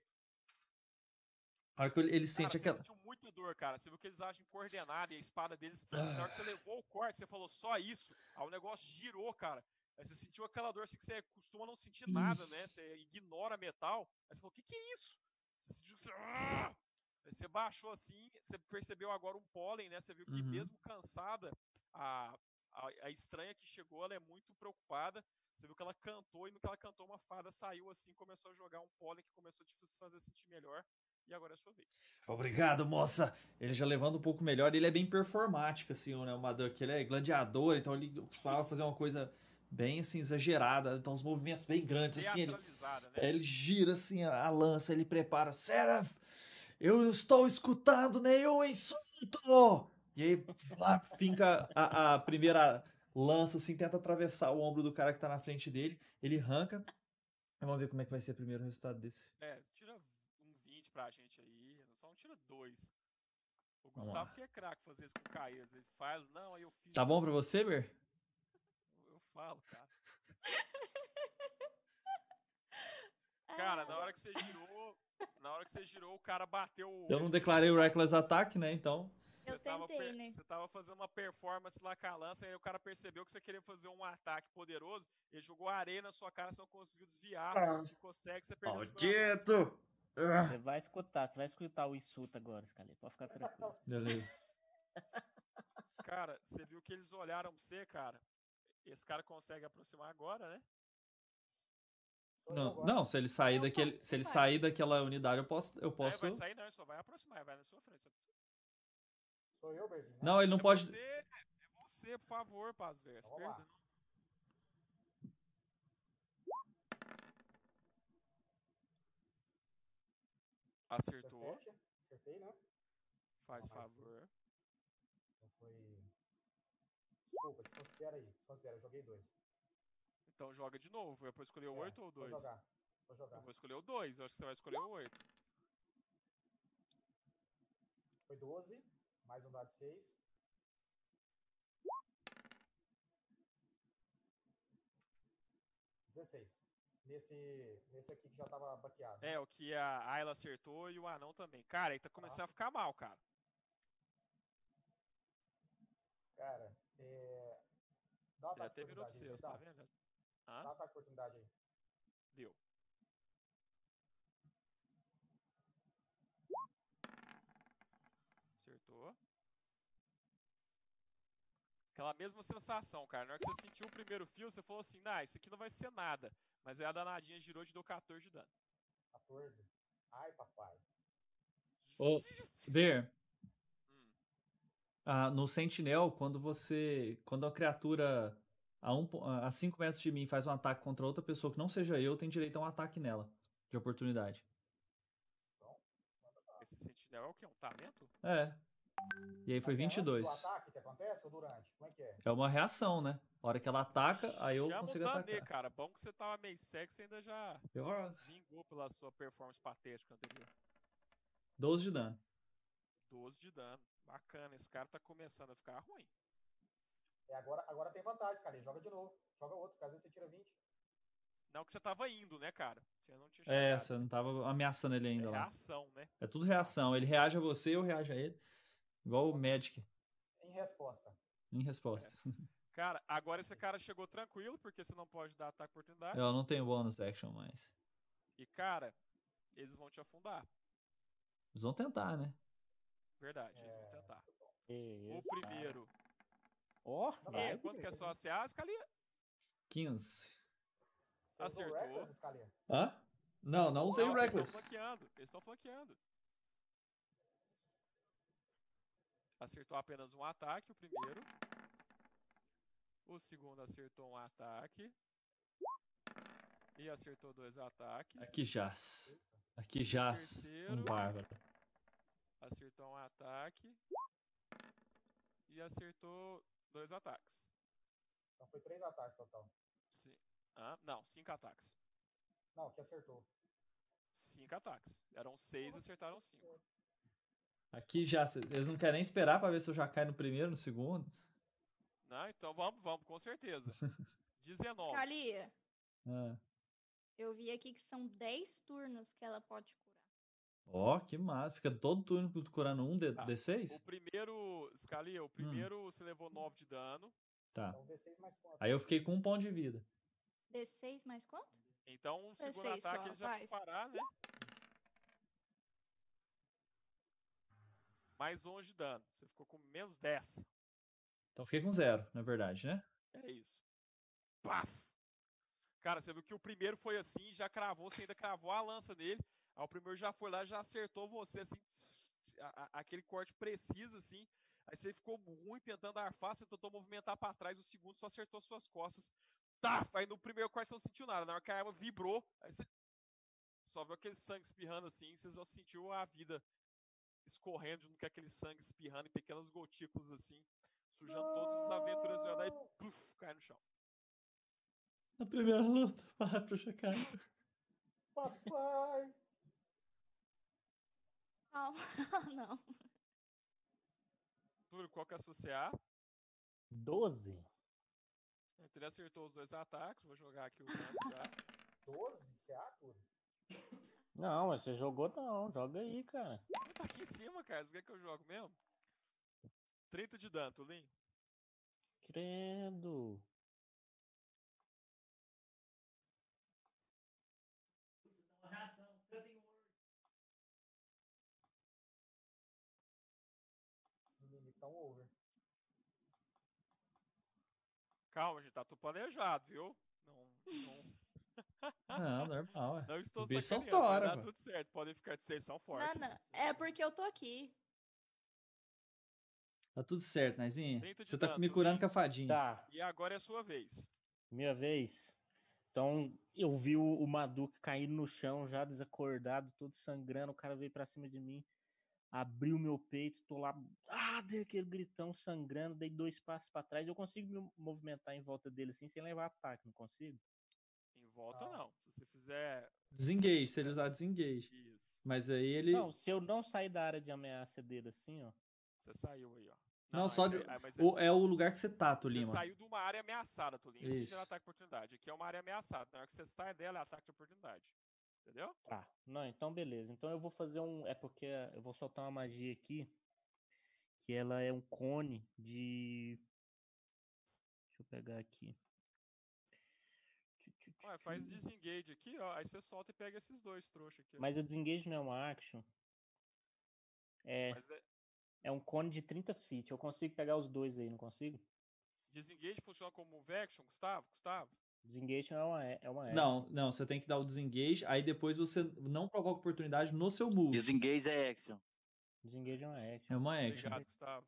Speaker 4: A hora que ele
Speaker 1: cara,
Speaker 4: sente aquela.
Speaker 1: você sentiu muita dor, cara. Você viu que eles agem coordenado e a espada deles.
Speaker 4: Ah.
Speaker 1: assim, Na hora que você levou o corte, você falou só isso. Aí o negócio girou, cara. Aí você sentiu aquela dor assim que você costuma não sentir nada, né? Você ignora metal. Aí você falou: o que, que é isso? Você sentiu que você. Ah! Aí você baixou assim, você percebeu agora um pólen, né? Você viu que
Speaker 4: Uhum.
Speaker 1: mesmo cansada, a, a, a estranha que chegou, ela é muito preocupada. Você viu que ela cantou e no que ela cantou, uma fada saiu assim, começou a jogar um pólen que começou a te fa- fazer sentir melhor. E agora é a sua vez.
Speaker 4: Obrigado, moça. Ele já levando um pouco melhor. Ele é bem performático, assim, né? O Maduck. Ele é gladiador, então ele costumava fazer uma coisa bem, assim, exagerada. Então, os movimentos bem grandes, assim. Ele,
Speaker 1: teatralizada, né?
Speaker 4: ele gira, assim, a, a lança. Ele prepara. Seraph, eu não estou escutando nenhum insulto! E aí, lá, finca a, a primeira lança, assim, tenta atravessar o ombro do cara que tá na frente dele. Ele arranca. Vamos ver como é que vai ser primeiro o resultado desse.
Speaker 1: É, tira um 20 pra gente aí. Só não tira dois. O
Speaker 4: Vamos
Speaker 1: Gustavo
Speaker 4: lá.
Speaker 1: que é craque fazer isso com o Caes. Ele faz, não, aí eu fiz.
Speaker 4: Tá bom pra você, Ber?
Speaker 1: Eu, eu falo, tá? cara.
Speaker 2: Ah, É.
Speaker 1: Cara, na hora que você girou. Na hora que você girou, o cara bateu. o-
Speaker 4: Eu não declarei o Reckless Attack, né? Então.
Speaker 2: Eu tentei, né?
Speaker 1: Você tava fazendo uma performance lá com a lança, aí o cara percebeu que você queria fazer um ataque poderoso, ele jogou areia na sua cara, você não conseguiu desviar,
Speaker 8: Ah.
Speaker 1: não consegue, você perdeu seu
Speaker 8: Maldito! Ah,
Speaker 7: Você vai escutar, você vai escutar o insulto agora, Scali. Pode ficar tranquilo.
Speaker 4: Beleza.
Speaker 1: Cara, você viu que eles olharam pra você, cara? Esse cara consegue aproximar agora, né?
Speaker 5: Só eu
Speaker 4: Não,
Speaker 5: agora.
Speaker 4: não, se ele sair
Speaker 2: Não,
Speaker 4: daquele,
Speaker 2: não
Speaker 4: se ele
Speaker 2: vai.
Speaker 4: sair daquela unidade, eu posso, eu
Speaker 1: Não,
Speaker 4: posso.
Speaker 1: Né, Vai sair, não, ele só vai aproximar, ele vai na sua frente. Só-
Speaker 5: Sou eu, Berzinho. né?
Speaker 4: Não, ele não
Speaker 1: é
Speaker 4: pode.
Speaker 1: Você, é você, por favor, Paz Verso.
Speaker 5: Então Vamos lá.
Speaker 1: Perdão. Acertou,
Speaker 5: 17? Acertei, né?
Speaker 1: faz
Speaker 5: Não, mais um.
Speaker 1: favor.
Speaker 5: Não foi. Desculpa, desconsidera aí. Desconsidera, eu joguei dois.
Speaker 1: Então joga de novo. Eu vou escolher o
Speaker 5: É,
Speaker 1: 8 ou o
Speaker 5: Vou
Speaker 1: 2?
Speaker 5: jogar. Vou jogar.
Speaker 1: Eu vou escolher o 2, eu acho que você vai escolher o 8.
Speaker 5: Foi 12, mais um dado de 6. Dezesseis. Nesse, nesse aqui que já tava baqueado.
Speaker 1: É, o que a Ayla acertou e o anão também. Cara, ele tá começando a ficar mal, cara.
Speaker 5: Cara, é... Dá um
Speaker 1: Ele
Speaker 5: ataque de
Speaker 1: até virou pra
Speaker 5: oportunidade aí,
Speaker 1: você, você tá
Speaker 5: Bertão.
Speaker 1: vendo?
Speaker 5: Dá
Speaker 1: Hã?
Speaker 5: um ataque de oportunidade aí.
Speaker 1: Deu. Acertou. Aquela mesma sensação, cara. Na hora que você sentiu o primeiro fio, você falou assim, nah, isso aqui não vai ser nada. Mas aí a danadinha girou e te deu 14 de dano.
Speaker 5: 14. Ai, papai.
Speaker 4: Ô, Ver,
Speaker 1: Hum.
Speaker 4: ah, no Sentinel, quando você. Quando a criatura a 5 a cinco metros de mim faz um ataque contra outra pessoa que não seja eu, tem direito a um ataque nela. De oportunidade.
Speaker 1: Esse sentinel é o quê? Um talento?
Speaker 4: É. E aí foi
Speaker 5: Mas é antes do
Speaker 4: 22.
Speaker 5: ataque que acontece ou durante? Como é que é?
Speaker 4: É uma reação, né? A hora que ela ataca, aí eu
Speaker 1: Chama
Speaker 4: consigo
Speaker 1: o
Speaker 4: atacar.
Speaker 1: Tanê, cara. Bom que você tava meio sexy e ainda já
Speaker 4: Eu-
Speaker 1: vingou pela sua performance patética anterior.
Speaker 4: 12 de dano.
Speaker 1: 12 de dano. Bacana, esse cara tá começando a ficar ruim.
Speaker 5: É agora, agora tem vantagem, cara. Joga de novo. Joga outro, caso você tira 20.
Speaker 1: Não que você tava indo, né, cara? Você não tinha chegado.
Speaker 4: É, você não tava ameaçando ele ainda
Speaker 1: É
Speaker 4: lá.
Speaker 1: reação, né?
Speaker 4: É tudo reação. Ele reage a você, eu reajo a ele. Igual o Magic,
Speaker 5: Em resposta.
Speaker 4: em resposta.
Speaker 1: Cara, agora esse cara chegou tranquilo, porque você não pode dar ataque oportunidade.
Speaker 4: Eu não tenho bônus action mais.
Speaker 1: E, cara, eles vão te afundar.
Speaker 4: Eles vão tentar, né?
Speaker 1: Verdade, eles vão
Speaker 5: É,
Speaker 1: tentar.
Speaker 5: muito bom.
Speaker 1: O primeiro.
Speaker 7: Ah, Ó,
Speaker 5: Vai,
Speaker 1: É, quanto que é sua CA, Scalia?
Speaker 4: 15.
Speaker 5: Você usou
Speaker 1: Acertou.
Speaker 5: Reckless, Scalia?
Speaker 4: Hã? Não, não usei
Speaker 1: Não, é
Speaker 4: o
Speaker 1: Eles
Speaker 4: Reckless.
Speaker 1: estão flanqueando. Eles estão flanqueando. Acertou apenas um ataque, o primeiro. O segundo acertou um ataque. E acertou dois ataques.
Speaker 4: Aqui jaz. Aqui jaz.
Speaker 1: Terceiro.
Speaker 4: Um bárbaro.
Speaker 1: Acertou um ataque. E acertou dois ataques.
Speaker 5: Então foi três ataques total.
Speaker 1: Ci- Ah, não, cinco ataques.
Speaker 5: Não, que acertou.
Speaker 1: Cinco ataques. Eram seis, acertaram cinco.
Speaker 4: Aqui jaz. Eles não querem nem esperar pra ver se eu já caio no primeiro, no segundo.
Speaker 1: Não, então vamos, vamos, com certeza. 19.
Speaker 2: Scalia,
Speaker 4: Ah.
Speaker 2: eu vi aqui que são 10 turnos que ela pode curar.
Speaker 4: Ó, que massa. Fica todo turno curando um D-
Speaker 1: Ah, O
Speaker 4: D6?
Speaker 1: primeiro, Scalia, o primeiro você levou 9 de dano.
Speaker 4: Tá.
Speaker 5: Então V6 mais quanto?
Speaker 4: Aí eu fiquei com um ponto de vida.
Speaker 2: D6 mais quanto?
Speaker 1: Então o segundo
Speaker 2: seis
Speaker 1: ataque
Speaker 2: só,
Speaker 1: ele já vai
Speaker 2: faz.
Speaker 1: parar, né? Mais 11 de dano. Você ficou com menos 10.
Speaker 4: Então eu fiquei com zero, na verdade, né?
Speaker 1: É isso. Paf! Cara, você viu que o primeiro foi assim, já cravou, você ainda cravou a lança nele. Aí o primeiro já foi lá, já acertou você, assim, a- a- aquele corte preciso, assim. Aí você ficou ruim tentando arfar, você tentou movimentar pra trás, o segundo só acertou suas costas. Taf! Aí no primeiro corte você não sentiu nada, na hora que a arma vibrou, aí você só viu aquele sangue espirrando assim, você só sentiu a vida escorrendo junto com aquele sangue espirrando em pequenas gotículas assim, sujando todos os aventureiros do herói, daí pluf, cai no chão.
Speaker 4: Na primeira luta, para pro checar.
Speaker 5: Papai!
Speaker 2: Calma, não.
Speaker 1: Túlio, qual que é a sua CA?
Speaker 7: 12.
Speaker 1: Então ele acertou os dois ataques, vou jogar aqui o dano já.
Speaker 5: 12? Você é atura?
Speaker 7: Não, mas você jogou não. Joga aí, cara.
Speaker 1: Tá aqui em cima, cara, você quer que eu jogo mesmo? 30 de dano, Tulin.
Speaker 3: Credo.
Speaker 5: Esses meninos estão over.
Speaker 1: Calma, gente, tá tudo planejado, viu? Não, não,
Speaker 4: Não, normal, é.
Speaker 1: não estou
Speaker 4: Os bichos são
Speaker 1: sacaneando, vai
Speaker 4: tora,
Speaker 1: dar
Speaker 4: pô.
Speaker 1: tudo certo. Podem ficar de vocês são fortes.
Speaker 2: Nana, é porque eu tô aqui.
Speaker 4: Tá tudo certo, Naizinha.
Speaker 1: 30 de né?
Speaker 4: Você tá
Speaker 1: dano,
Speaker 4: me curando
Speaker 1: Tulin.
Speaker 4: com a fadinha.
Speaker 3: Tá,
Speaker 1: E agora é a sua vez.
Speaker 3: minha vez. Então, eu vi o, o Maduca caindo no chão, já desacordado, todo sangrando. O cara veio pra cima de mim, abriu meu peito, tô lá, ah, dei aquele gritão sangrando, dei dois passos pra trás. Eu consigo me movimentar em volta dele assim, sem levar ataque, não consigo?
Speaker 1: Em volta,
Speaker 5: Ah.
Speaker 1: não. Se você fizer
Speaker 4: Desengage, se ele usar desengage.
Speaker 1: isso,
Speaker 4: Mas aí ele.
Speaker 3: Não, se eu não sair da área de ameaça dele assim, ó.
Speaker 1: você saiu aí, ó.
Speaker 4: Não, só
Speaker 1: aí
Speaker 4: de-
Speaker 1: você- aí, mas
Speaker 4: O- é o lugar que você tá,
Speaker 1: Você
Speaker 4: Tulin. ó.
Speaker 1: saiu de uma área ameaçada, Tulin. Isso que
Speaker 4: Isso.
Speaker 1: gera ataque de oportunidade. Aqui é uma área ameaçada. Na hora que você sai dela, é ataque de oportunidade. Entendeu?
Speaker 3: Tá, não, então beleza. Então eu vou fazer um. É porque eu vou soltar uma magia aqui. Que ela é um cone de. Deixa eu pegar aqui. Tchu, tchu, tchu,
Speaker 1: Ué, faz
Speaker 3: tchu.
Speaker 1: disengage aqui, ó. Aí você solta e pega esses dois trouxas aqui. ó.
Speaker 3: Mas o desengage não é uma action. É,
Speaker 1: Mas é-
Speaker 3: é um cone de 30 feet. Eu consigo pegar os dois aí, não consigo?
Speaker 1: Disengage funciona como move action, Gustavo? Gustavo?
Speaker 3: Desengage não é uma. É é uma action.
Speaker 4: Não, não, você tem que dar o desengage, aí depois você não provoca oportunidade no seu move.
Speaker 9: Desengage é action.
Speaker 3: Desengage é uma action.
Speaker 4: É uma action.
Speaker 1: Obrigado, Gustavo.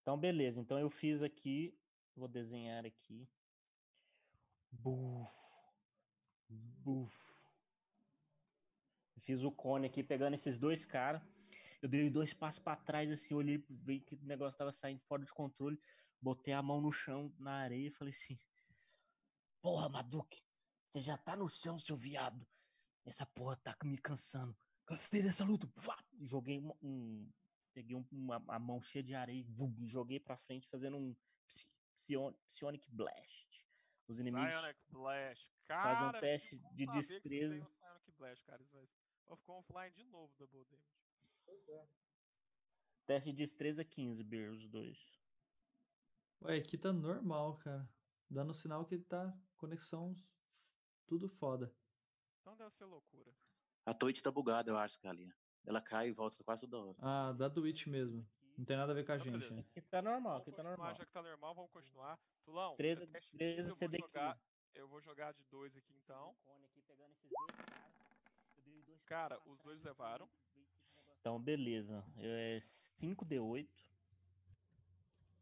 Speaker 3: Então, beleza. Então, eu fiz aqui. Vou desenhar aqui. Buf. Buf. Fiz o cone aqui, pegando esses dois caras. Eu dei dois passos pra trás, assim, olhei, vi que o negócio tava saindo fora de controle. Botei a mão no chão, na areia, e falei assim: Porra, Maduque, você já tá no chão, seu viado. Essa porra tá me cansando. Cansei dessa luta. Vá! E Joguei um- um, peguei um- uma, a mão cheia de areia e vum, joguei pra frente, fazendo um psi- psion- Psionic Blast. Os inimigos
Speaker 1: Psionic Blast. Cara,
Speaker 3: fazem um teste
Speaker 1: eu não
Speaker 3: de
Speaker 1: sabia que você tem
Speaker 3: destreza.
Speaker 1: um Psionic Blast, cara. Isso vai... Vai ficar offline de novo, Double Damage.
Speaker 5: Pois é.
Speaker 3: Teste de destreza 15, Beer, os dois.
Speaker 4: Ué, aqui tá normal, cara. Dando sinal que tá conexão s- tudo foda.
Speaker 1: Então deve ser loucura.
Speaker 9: A Twitch tá bugada, eu acho, Galinha. Ela cai e volta quase toda hora.
Speaker 4: Ah, da Twitch mesmo. Não tem nada a ver com a gente, né?
Speaker 3: Aqui tá normal,
Speaker 1: Vamos
Speaker 3: aqui tá
Speaker 1: continuar,
Speaker 3: normal.
Speaker 1: já que tá normal, vamos continuar. Tulão,
Speaker 3: Destreza,
Speaker 1: você teste-
Speaker 3: destreza
Speaker 1: eu vou
Speaker 3: CD15.
Speaker 1: jogar- Eu vou jogar de dois aqui, então. Cara, os dois levaram.
Speaker 3: Então, beleza. É 5D8.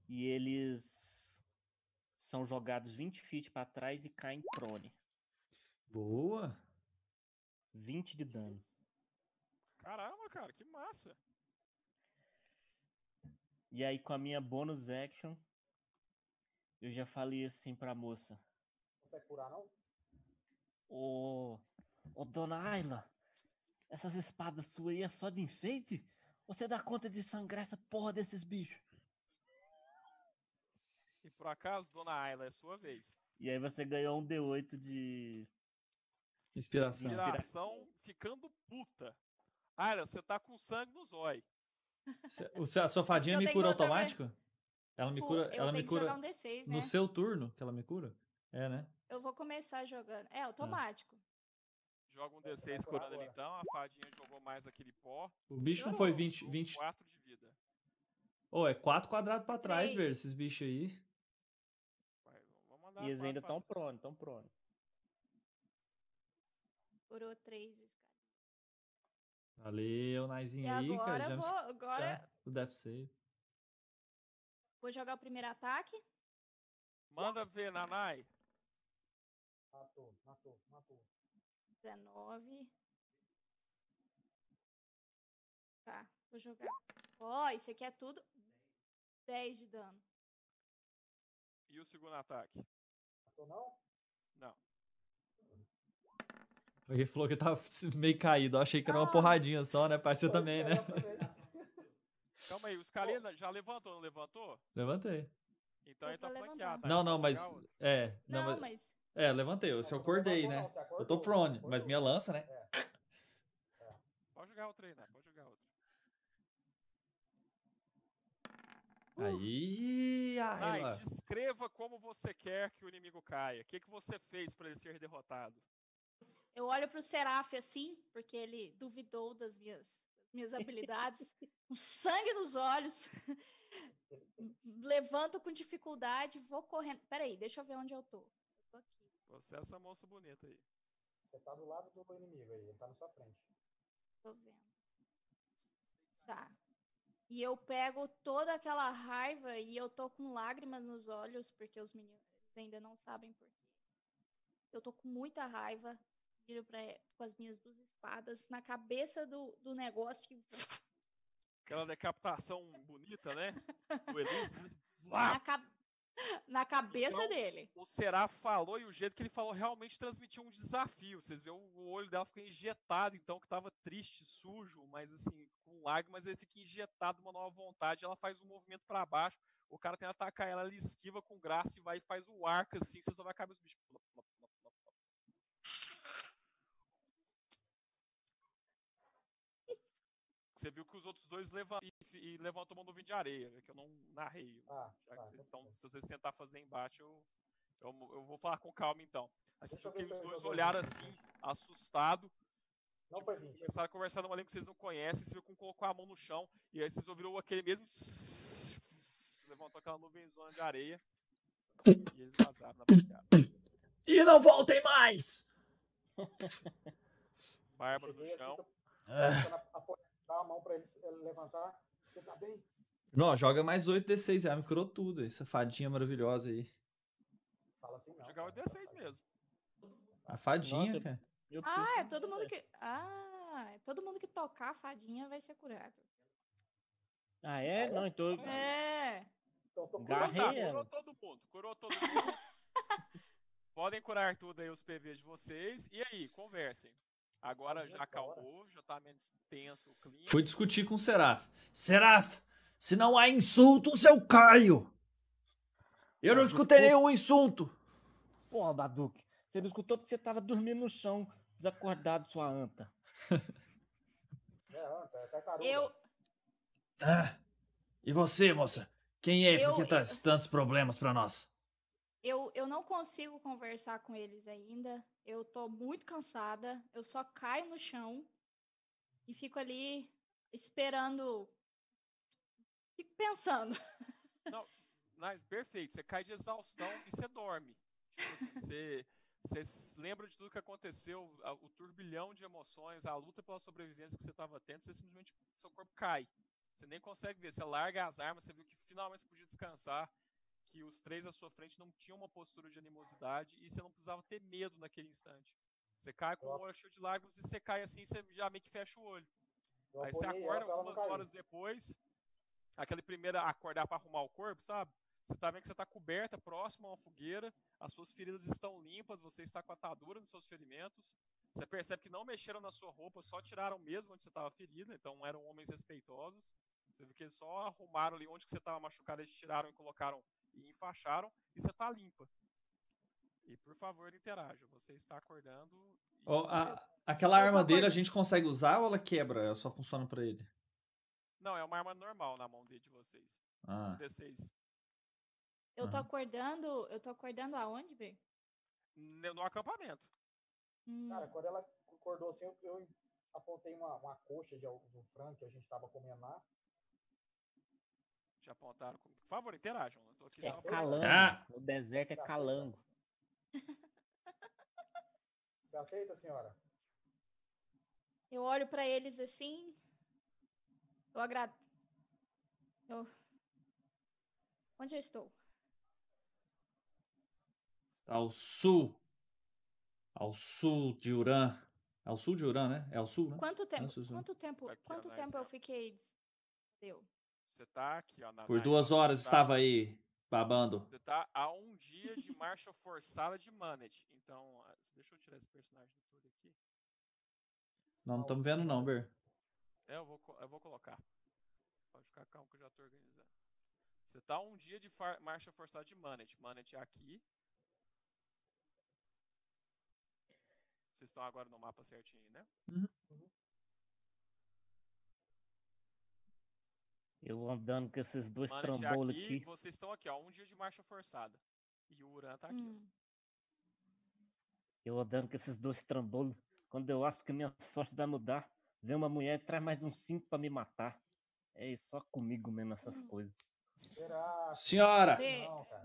Speaker 3: E eles são jogados 20 feet pra trás e caem prone.
Speaker 4: Boa!
Speaker 3: 20 de dano.
Speaker 1: Caramba, cara, que massa.
Speaker 3: E aí, com a minha bonus action, eu já falei assim pra moça:
Speaker 5: Consegue curar, não?
Speaker 3: Ô, ô dona Ayla, essas espadas suas aí é só de enfeite? Você dá conta de sangrar essa porra desses bichos?
Speaker 1: E por acaso, dona Ayla, é sua vez.
Speaker 3: E aí, você ganhou um D8 de.
Speaker 4: Inspiração.
Speaker 3: Inspira-
Speaker 1: Inspiração ficando puta. Ayla, você tá com sangue no zóio.
Speaker 4: Se- o se- A sua fadinha
Speaker 2: Eu
Speaker 4: me
Speaker 2: tenho
Speaker 4: cura
Speaker 2: outra vez.
Speaker 4: automático? Ela me
Speaker 2: Pô,
Speaker 4: cura,
Speaker 2: eu
Speaker 4: ela me
Speaker 2: tenho que
Speaker 4: cura
Speaker 2: jogar um D6, né?
Speaker 4: no seu turno que ela me cura? É, né?
Speaker 2: Eu vou começar jogando. É automático.
Speaker 1: Joga um
Speaker 5: Então, você
Speaker 1: D6
Speaker 5: vai curar
Speaker 1: curando ele
Speaker 5: agora.
Speaker 1: então. A fadinha jogou mais aquele pó.
Speaker 4: O bicho não foi
Speaker 1: Jogou
Speaker 4: 20, 20.
Speaker 1: 4 de vida.
Speaker 4: Ô, é 4 quadrados pra trás,
Speaker 2: Três.
Speaker 4: velho, esses bichos aí.
Speaker 1: Vai, vamos mandar
Speaker 3: E eles
Speaker 1: quatro
Speaker 3: ainda
Speaker 1: pra
Speaker 3: estão
Speaker 1: frente.
Speaker 3: prone, estão prone.
Speaker 2: Curou três os caras.
Speaker 4: Valeu,
Speaker 2: E
Speaker 4: Naizinha aí,
Speaker 2: agora
Speaker 4: cara. Já,
Speaker 2: eu
Speaker 4: me-
Speaker 2: vou, agora
Speaker 4: já, o Death Save.
Speaker 2: vou jogar o primeiro ataque.
Speaker 1: Manda ver, Nanai.
Speaker 5: Matou, matou, matou.
Speaker 2: 19. Tá, vou jogar. Ó, isso aqui é tudo 10 de dano.
Speaker 1: E o segundo ataque?
Speaker 5: Matou, não?
Speaker 1: Não.
Speaker 4: Alguém falou que tava meio caído. Eu achei que era uma
Speaker 2: Ah.
Speaker 4: porradinha só, né? Parecia
Speaker 5: Pois
Speaker 4: também,
Speaker 5: é,
Speaker 4: né?
Speaker 5: eu também.
Speaker 1: Calma aí, o Scalena já levantou, não levantou?
Speaker 4: Levantei.
Speaker 1: Então
Speaker 2: Eu
Speaker 1: ele tá
Speaker 2: vou
Speaker 1: flanqueado.
Speaker 2: levantar.
Speaker 1: aí
Speaker 4: Não,
Speaker 1: pode
Speaker 4: não, mas.
Speaker 1: jogar outro.
Speaker 4: É, não,
Speaker 2: Não,
Speaker 4: mas-
Speaker 2: mas
Speaker 4: É, levantei. Eu
Speaker 5: Não,
Speaker 4: se
Speaker 5: você
Speaker 4: eu
Speaker 5: não
Speaker 4: acordei,
Speaker 5: levantou,
Speaker 4: né?
Speaker 5: não, você
Speaker 4: Eu tô
Speaker 5: acordou,
Speaker 4: prone,
Speaker 5: você
Speaker 4: mas minha
Speaker 5: acordou. É,
Speaker 4: lança, né?
Speaker 1: Pode jogar outro aí, né? Pode jogar outro.
Speaker 4: Aí,
Speaker 1: Ai,
Speaker 4: Ayla.
Speaker 1: descreva como você quer que o inimigo caia. O que, que você fez para ele ser derrotado?
Speaker 2: Eu olho pro Seraf assim, porque ele duvidou das minhas, das minhas habilidades, com sangue nos olhos. Levanto com dificuldade, vou correndo. Peraí, deixa eu ver onde eu tô. Eu tô aqui.
Speaker 1: Você é essa moça bonita aí.
Speaker 5: Você tá do lado do inimigo aí, ele tá na sua frente.
Speaker 2: Tô vendo. Tá. E eu pego toda aquela raiva e eu tô com lágrimas nos olhos, porque os meninos ainda não sabem por quê. Eu tô com muita raiva, viro pra, com as minhas duas espadas na cabeça do, do negócio e
Speaker 1: Aquela decapitação bonita, né? O Elis,
Speaker 2: na,
Speaker 1: Vá!
Speaker 2: ca- na cabeça
Speaker 1: Então-
Speaker 2: dele.
Speaker 1: O Será falou e o jeito que ele falou realmente transmitiu um desafio. Vocês vê o o olho dela fica injetado, então, que tava triste, sujo, mas assim, com lágrimas, ele fica injetado uma nova vontade. Ela faz um movimento para baixo, o cara tenta atacar ela, ela esquiva com graça e vai e faz o arco assim, você só vai a cabeça do bicho. Plop, plop, plop, plop, plop. Você viu que os outros dois levantam e levantam tomando um vinho de areia, né, que eu não narrei.
Speaker 5: Ah,
Speaker 1: Já
Speaker 5: tá,
Speaker 1: que vocês
Speaker 5: então
Speaker 1: estão,
Speaker 5: beleza.
Speaker 1: se vocês tentar fazer embaixo, eu, eu, eu vou falar com calma então. Aí vocês
Speaker 5: Deixa eu
Speaker 1: viram que
Speaker 5: ver
Speaker 1: os
Speaker 5: se eu
Speaker 1: dois
Speaker 5: joguei
Speaker 1: olharam
Speaker 5: alguma
Speaker 1: assim, tipo, assustado,
Speaker 5: Não foi 20.
Speaker 1: começaram a conversar numa língua que vocês não conhecem, você viu que um colocou a mão no chão, e aí vocês ouviram aquele mesmo tss, levantou aquela nuvenzona de areia, e eles vazaram na passeada.
Speaker 8: E não voltem mais!
Speaker 1: Bárbara no
Speaker 5: Cheguei assim,
Speaker 1: chão,
Speaker 5: tô tentando apo- dar a mão pra ele ele levantar. Você tá bem?
Speaker 4: Não, joga mais 8d6, ela microu tudo, essa fadinha maravilhosa aí.
Speaker 5: Fala assim, não.
Speaker 1: vou jogar o
Speaker 5: cara.
Speaker 1: D6 mesmo.
Speaker 4: A fadinha,
Speaker 7: Nossa,
Speaker 4: cara.
Speaker 7: Eu preciso
Speaker 2: Ah, é
Speaker 7: de
Speaker 2: todo mundo
Speaker 7: ajuda.
Speaker 2: que. Ah, é todo mundo que tocar a fadinha vai ser curado.
Speaker 7: Ah, é? Não, então. eu-
Speaker 2: É.
Speaker 5: Então eu tô com
Speaker 1: Então tá,
Speaker 7: Garreia.
Speaker 1: curou todo mundo, curou todo mundo. Podem curar tudo aí os PVs de vocês, e aí, conversem. Agora já acalmou, já tá menos tenso o clima.
Speaker 4: Fui discutir com o Seraf.
Speaker 8: Seraf, se não há insultos, eu caio! Eu não escutei nenhum insulto!
Speaker 7: Porra, Baduque. Você não escutou porque você tava dormindo no chão, desacordado, sua anta.
Speaker 5: É, anta, é tartaruga.
Speaker 2: Eu,
Speaker 4: É.
Speaker 8: Ah, e você, moça? Quem é?
Speaker 2: Eu-
Speaker 8: Por que tá
Speaker 2: eu-
Speaker 8: tantos problemas pra nós?
Speaker 2: Eu, eu não consigo conversar com eles ainda. Eu tô muito cansada. Eu só caio no chão e fico ali esperando. Fico pensando.
Speaker 1: Mas perfeito, você cai de exaustão e você dorme. Tipo assim, você, você se lembra de tudo que aconteceu, a- o turbilhão de emoções, a luta pela sobrevivência que você estava tendo, você simplesmente, seu corpo cai. Você nem consegue ver, você larga as armas, você viu que finalmente você podia descansar, que os três à sua frente não tinham uma postura de animosidade e você não precisava ter medo naquele instante. Você cai com o olho cheio de lágrimas e você cai assim, você já meio que fecha o olho.
Speaker 5: Então, Eu
Speaker 1: Aí você
Speaker 5: apoiei ela
Speaker 1: acorda
Speaker 5: pra ela não
Speaker 1: algumas
Speaker 5: cair.
Speaker 1: horas depois, aquele primeiro acordar para arrumar o corpo, sabe? Você tá vendo que você tá coberta, próximo a uma fogueira, as suas feridas estão limpas, você está com atadura nos seus ferimentos. Você percebe que não mexeram na sua roupa, só tiraram mesmo onde você estava ferida, então eram homens respeitosos. Você viu que eles só arrumaram ali onde que você estava machucado, eles tiraram e colocaram e enfaixaram, e você tá limpa. E por favor, interaja. Você está acordando. e
Speaker 4: Ó,
Speaker 1: você-
Speaker 4: a- aquela
Speaker 2: Eu tô
Speaker 4: arma dele a
Speaker 2: acordando.
Speaker 4: gente consegue usar ou ela quebra? Ela só funciona pra ele?
Speaker 1: Não, é uma arma normal na mão de de vocês. Um
Speaker 4: Ah,
Speaker 1: D6.
Speaker 2: Eu tô
Speaker 4: Aham.
Speaker 2: acordando. Eu tô acordando aonde, Bê?
Speaker 1: No no acampamento.
Speaker 2: Hum,
Speaker 5: Cara, quando ela acordou assim, eu, eu apontei uma, uma coxa de, al- de um frango que a gente tava comendo lá.
Speaker 1: Te apontaram. como- Por favor, interajam. Eu tô aqui
Speaker 7: É
Speaker 1: só pra-
Speaker 7: calango.
Speaker 8: Ah!
Speaker 7: O deserto é
Speaker 5: Caceta.
Speaker 7: calango.
Speaker 5: Você aceita, senhora?
Speaker 2: eu olho pra eles assim. Eu agrado. Eu... Onde eu estou?
Speaker 4: tá ao sul. Ao sul de Urã. Ao sul de Urã, né? É ao sul, né?
Speaker 2: Quanto tempo?
Speaker 4: Suzana.
Speaker 2: Quanto tempo?
Speaker 1: Aqui, ó,
Speaker 2: Quanto
Speaker 1: nós,
Speaker 2: tempo eu
Speaker 1: ó.
Speaker 2: fiquei? Deu.
Speaker 1: Você tá aqui, ó. na-
Speaker 4: Por
Speaker 1: na-
Speaker 4: duas
Speaker 1: na-
Speaker 4: horas
Speaker 1: tá-
Speaker 4: estava aí babando.
Speaker 1: Você tá a um dia de marcha forçada de Manet. Então, ah, deixa eu tirar esse personagem do tudo aqui.
Speaker 4: Não, não estamos vendo não, Ber.
Speaker 1: É, eu vou, co- eu vou colocar. Pode ficar calmo que eu já tô organizando. Você tá a um dia de far- marcha forçada de Manet. Manet é aqui. Vocês estão agora no mapa certinho, aí, né?
Speaker 3: Eu andando com esses dois
Speaker 1: Mano, já
Speaker 3: trambolos
Speaker 1: é aqui,
Speaker 3: aqui.
Speaker 1: vocês estão aqui, ó, um dia de marcha forçada. E o Uran tá aqui. ó.
Speaker 2: Hum.
Speaker 3: Eu andando com esses dois trambolos. Quando eu acho que minha sorte vai mudar, vem uma mulher e traz mais uns cinco pra me matar. É só comigo mesmo essas
Speaker 2: Hum.
Speaker 3: coisas.
Speaker 5: Será? que
Speaker 4: Senhora,
Speaker 2: Vê-
Speaker 5: Não, cara.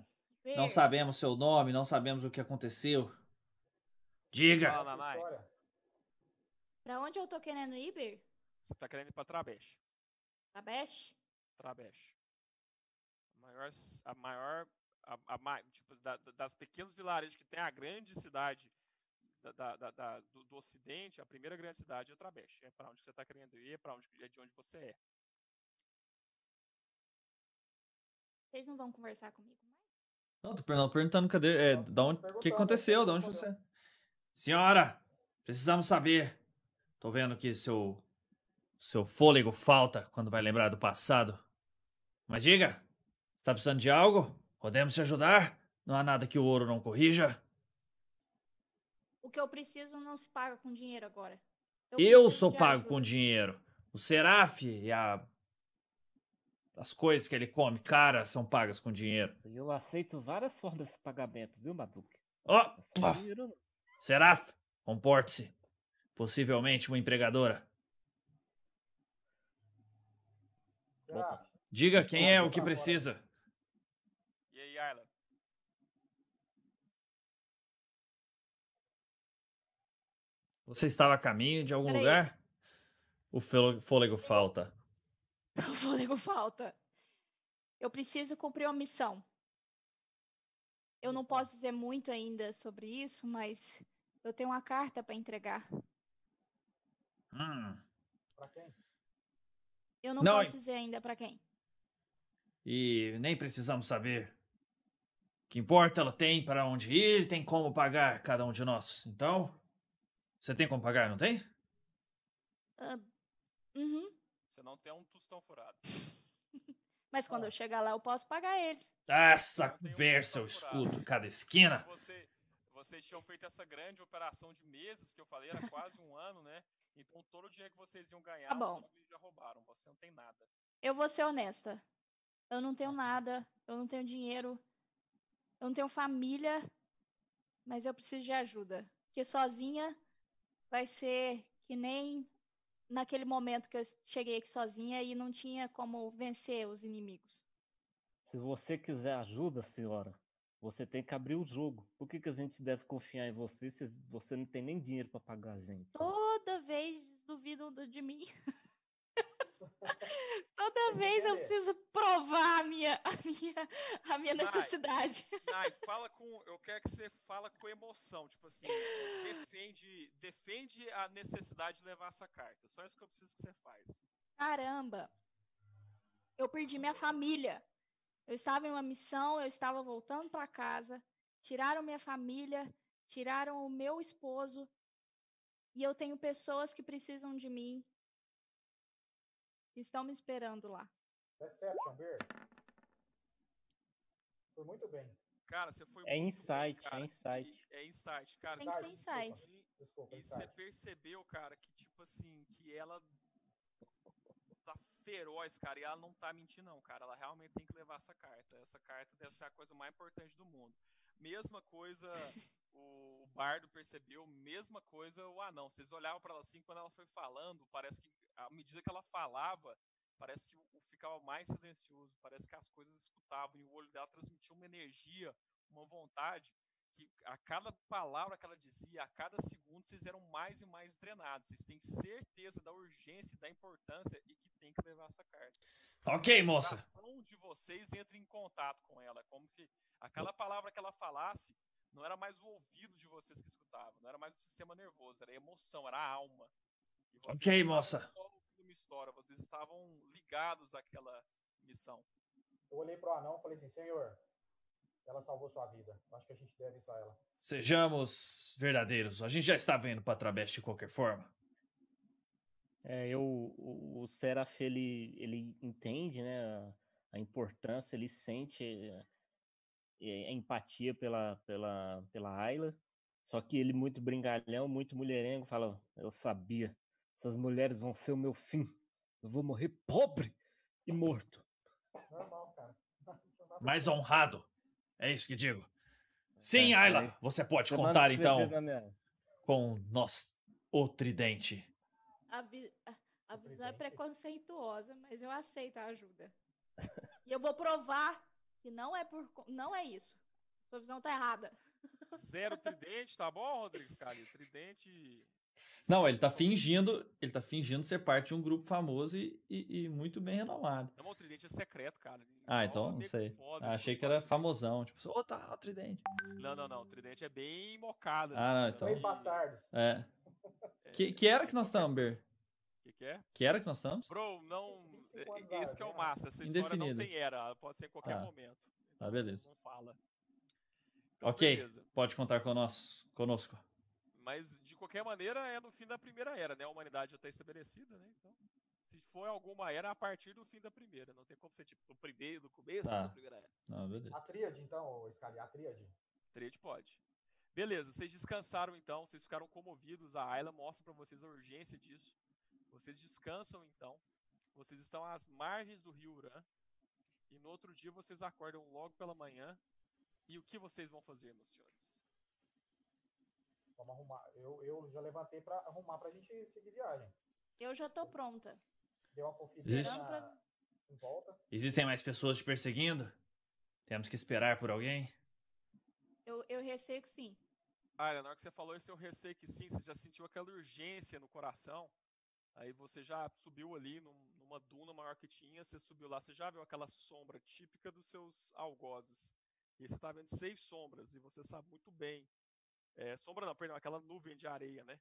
Speaker 4: não
Speaker 2: Ver-
Speaker 4: sabemos seu nome, não sabemos o que aconteceu. Diga.
Speaker 1: Fala,
Speaker 5: Essa
Speaker 1: Nanai.
Speaker 5: história.
Speaker 2: Pra onde eu tô querendo ir, Bir?
Speaker 1: Você tá querendo ir pra Trabesh.
Speaker 2: Pra Best?
Speaker 1: Trabesh. A maior. c- A maior a, a ma- tipo, da- da- das pequenos vilarejos que tem a grande cidade da- da- da- da- do, do Ocidente, a primeira grande cidade é Trabesh. É pra onde que você tá querendo ir, é, pra onde, é de onde você é.
Speaker 2: Vocês não vão conversar comigo mais?
Speaker 10: Não, tô perguntando, perguntando cadê, é,
Speaker 5: Não,
Speaker 10: da onde,
Speaker 5: mas
Speaker 10: o que
Speaker 5: perguntando,
Speaker 10: aconteceu, da onde você...
Speaker 5: respondeu.
Speaker 4: Senhora, precisamos saber. Tô vendo que seu seu fôlego falta quando vai lembrar do passado. Mas diga, tá precisando de algo? Podemos te ajudar? Não há nada que o ouro não corrija.
Speaker 2: O que eu preciso não se paga com dinheiro agora.
Speaker 4: Eu
Speaker 2: preciso
Speaker 4: sou
Speaker 2: de
Speaker 4: pago com
Speaker 2: ajuda.
Speaker 4: dinheiro. O Seraf e a as coisas que ele come cara são pagas com dinheiro.
Speaker 3: E Eu aceito várias formas de pagamento, viu, Maduque?
Speaker 4: Ó,
Speaker 3: É só dinheiro, não.
Speaker 4: Seraf, comporte-se. Possivelmente uma empregadora.
Speaker 5: Será?
Speaker 4: Diga quem é o que precisa.
Speaker 1: E aí, Ayla?
Speaker 4: Você estava a caminho de algum
Speaker 2: Peraí.
Speaker 4: lugar? O fôle- fôlego falta.
Speaker 2: O fôlego falta. Eu preciso cumprir uma missão. Eu não
Speaker 5: Missão.
Speaker 2: posso dizer muito ainda sobre isso, mas eu tenho uma carta para entregar.
Speaker 4: Hum.
Speaker 5: Pra quem?
Speaker 2: Eu não,
Speaker 4: Não,
Speaker 2: posso
Speaker 4: hein?
Speaker 2: dizer ainda para quem.
Speaker 4: E nem precisamos saber. O que importa, ela tem para onde ir, tem como pagar cada um de nós. Então, você tem como pagar, não tem?
Speaker 2: Uhum,
Speaker 1: Você não tem um tostão furado.
Speaker 2: Mas quando eu chegar lá, eu posso pagar eles.
Speaker 4: Essa
Speaker 1: Não tem um
Speaker 4: conversa eu
Speaker 1: tostão furado.
Speaker 4: escuto cada esquina.
Speaker 1: Então, Você, vocês tinham feito essa grande operação de meses que eu falei, era quase um ano, né? Então todo o dinheiro que vocês iam ganhar,
Speaker 2: bom.
Speaker 1: vocês já roubaram. Você não tem nada.
Speaker 2: Eu vou ser honesta. Eu não tenho nada, eu não tenho dinheiro, eu não tenho família, mas eu preciso de ajuda. Porque sozinha vai ser que nem naquele momento que eu cheguei aqui sozinha e não tinha como vencer os inimigos.
Speaker 3: Se você quiser ajuda, senhora, você tem que abrir o jogo. Por que, que a gente deve confiar em você se você não tem nem dinheiro pra pagar a gente?
Speaker 2: Toda vez duvidam do- de mim. Toda vez eu
Speaker 5: entender.
Speaker 2: preciso provar a minha, a minha, a minha
Speaker 1: Vai.
Speaker 2: necessidade.
Speaker 1: Nai, fala com. Eu quero que você fala com emoção. Tipo assim, defende, defende a necessidade de levar essa carta. Só isso que eu preciso que você faz.
Speaker 2: Caramba, eu perdi minha família. Eu estava em uma missão, eu estava voltando para casa, tiraram minha família, tiraram o meu esposo, e eu tenho pessoas que precisam de mim, que estão me esperando lá.
Speaker 5: Deception, Beer. Foi muito bem.
Speaker 1: Cara, você foi muito
Speaker 3: É
Speaker 1: bem,
Speaker 3: insight, é
Speaker 1: cara, e-
Speaker 3: insight.
Speaker 1: É insight, cara.
Speaker 2: Tem que ser
Speaker 1: você-
Speaker 5: Insight,
Speaker 2: insight.
Speaker 1: E-
Speaker 5: Desculpa,
Speaker 1: E você
Speaker 5: Isaac.
Speaker 1: percebeu, cara, que tipo assim, que ela tá feroz, cara, e ela não tá mentindo, não, cara. Ela realmente tem que levar essa carta. Essa carta deve ser a coisa mais importante do mundo. Mesma coisa o, o Bardo percebeu, mesma coisa o anão. Vocês olhavam pra ela assim, quando ela foi falando, parece que à medida que ela falava, parece que o- ficava mais silencioso, parece que as coisas escutavam, e o olho dela transmitia uma energia, uma vontade que a cada palavra que ela dizia, a cada segundo, vocês eram mais e mais drenados. Vocês têm certeza da urgência, e da importância e que tem que levar essa carta.
Speaker 4: Ok,
Speaker 1: A
Speaker 4: moça.
Speaker 1: ação de vocês entra em contato com ela, como que aquela palavra que ela falasse não era mais o ouvido de vocês que escutava, não era mais o sistema nervoso, era a emoção, era a alma. E vocês
Speaker 4: Ok,
Speaker 1: não estavam
Speaker 4: moça.
Speaker 1: Só ouvindo uma história, vocês estavam ligados àquela missão.
Speaker 5: Eu olhei pro anão e falei assim, senhor, ela salvou sua vida. Acho que a gente deve isso a ela.
Speaker 4: Sejamos verdadeiros. A gente já está vendo para Trabeste de qualquer forma.
Speaker 3: É, eu, o, o Seraf, ele, ele entende, né, a, a importância, ele sente é, é, a empatia pela, pela, pela Ayla, só que ele muito brincalhão, muito mulherengo, fala, eu sabia, essas mulheres vão ser o meu fim, eu vou morrer pobre
Speaker 4: e morto.
Speaker 5: Normal, cara.
Speaker 8: Mais honrado. É isso que digo. Sim, Ayla, você pode contar
Speaker 3: é
Speaker 8: então com nós, o tridente.
Speaker 2: A, vi- a- a visão é preconceituosa, mas eu aceito a ajuda. e eu vou provar que não é por co- não é isso. Sua visão tá errada.
Speaker 1: Zero tridente, tá bom, Rodrigues Cali? Tridente.
Speaker 4: Não, ele tá fingindo, ele tá fingindo ser parte de um grupo famoso e, e- e muito bem renomado.
Speaker 1: Não, o tridente é secreto, cara.
Speaker 4: Ah,
Speaker 1: Só
Speaker 4: então não
Speaker 1: nego
Speaker 4: sei.
Speaker 1: foda,
Speaker 4: Ah, achei que era famosão, tipo, ô, tá, o tridente.
Speaker 1: Não, não, não. O tridente é bem mocado. assim,
Speaker 4: Ah, não, então.
Speaker 5: Três
Speaker 1: sabe? é,
Speaker 5: bastardos.
Speaker 4: É. Que, que era que nós tá, estamos, Ber?
Speaker 1: Que que é?
Speaker 4: Que era que nós estamos?
Speaker 1: Bro, não.
Speaker 5: 25 anos,
Speaker 1: Esse que é o
Speaker 5: né?
Speaker 1: massa. Essa história não
Speaker 4: Indefinido.
Speaker 1: tem era. Pode ser em qualquer
Speaker 4: Ah.
Speaker 1: momento.
Speaker 4: Ah, beleza.
Speaker 1: Não fala. Então,
Speaker 4: Ok.
Speaker 1: Beleza.
Speaker 4: Pode contar conosco. conosco.
Speaker 1: Mas, de qualquer maneira, é no fim da primeira era, né? A humanidade já está estabelecida, né? Então, se for alguma era, é a partir do fim da primeira. Não tem como ser, tipo, do primeiro, do começo
Speaker 4: Tá.
Speaker 1: da primeira era.
Speaker 4: Ah, beleza.
Speaker 5: A tríade, então, ô, Scali, a tríade.
Speaker 1: Trade pode. Beleza, vocês descansaram então, vocês ficaram comovidos. A Ayla mostra para vocês a urgência disso. Vocês descansam então. Vocês estão às margens do rio Urã. E no outro dia vocês acordam logo pela manhã. E o que vocês vão fazer, meus senhores?
Speaker 5: Vamos arrumar. Eu, eu já levantei pra arrumar pra gente seguir viagem.
Speaker 2: Eu já tô pronta.
Speaker 5: Deu uma conferida
Speaker 8: Existe.
Speaker 5: na- em volta.
Speaker 8: Existem mais pessoas te perseguindo? Temos que esperar por alguém?
Speaker 2: Eu, eu receio que sim.
Speaker 1: Ayla, na hora que você falou esse eu receio que sim, você já sentiu aquela urgência no coração. Aí você já subiu ali num- numa duna maior que tinha, você subiu lá, você já viu aquela sombra típica dos seus algozes. E você tá vendo seis sombras, e você sabe muito bem. É, sombra não, perdão, aquela nuvem de areia, né?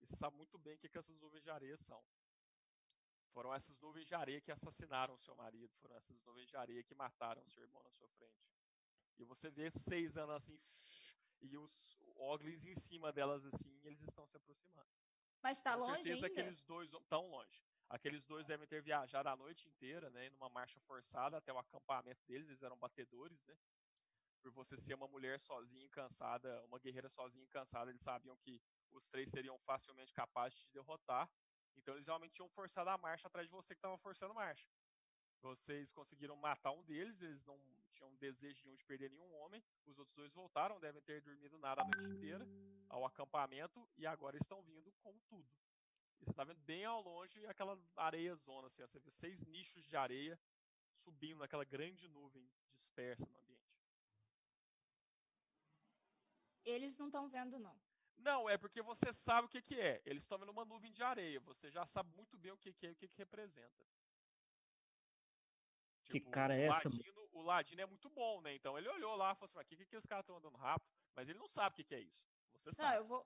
Speaker 1: E você sabe muito bem o que, que essas nuvens de areia são. Foram essas nuvens de areia que assassinaram o seu marido, foram essas nuvens de areia que mataram o seu irmão na sua frente. E você vê seis anos assim, e os oglis em cima delas assim, e eles estão se aproximando.
Speaker 2: Mas tá
Speaker 1: Com
Speaker 2: longe
Speaker 1: certeza
Speaker 2: ainda?
Speaker 1: aqueles dois tão longe. Aqueles dois devem ter viajado a noite inteira, né, numa marcha forçada até o acampamento deles, eles eram batedores, né? Por você ser uma mulher sozinha e cansada, uma guerreira sozinha e cansada, eles sabiam que os três seriam facilmente capazes de te derrotar. Então eles realmente tinham forçado a marcha atrás de você que estava forçando a marcha. Vocês conseguiram matar um deles, eles não tinham desejo nenhum de perder nenhum homem. Os outros dois voltaram, devem ter dormido nada a noite inteira ao acampamento e agora estão vindo com tudo. E você tá vendo bem ao longe aquela areia zona, assim, ó, você vê seis nichos de areia subindo naquela grande nuvem dispersa no ambiente.
Speaker 2: Eles não estão vendo, não.
Speaker 1: Não, é porque você sabe o que, que é. Eles estão vendo uma nuvem de areia, você já sabe muito bem o que, que é e o que, que representa. Tipo,
Speaker 7: Que cara é
Speaker 1: o
Speaker 7: essa, mano?
Speaker 1: Ladino, o Ladino é muito bom, né? Então ele olhou lá e falou assim: mas o que, que aqueles caras estão andando rápido? Mas ele não sabe o que, que é isso. Você
Speaker 2: Não,
Speaker 1: sabe.
Speaker 2: eu vou.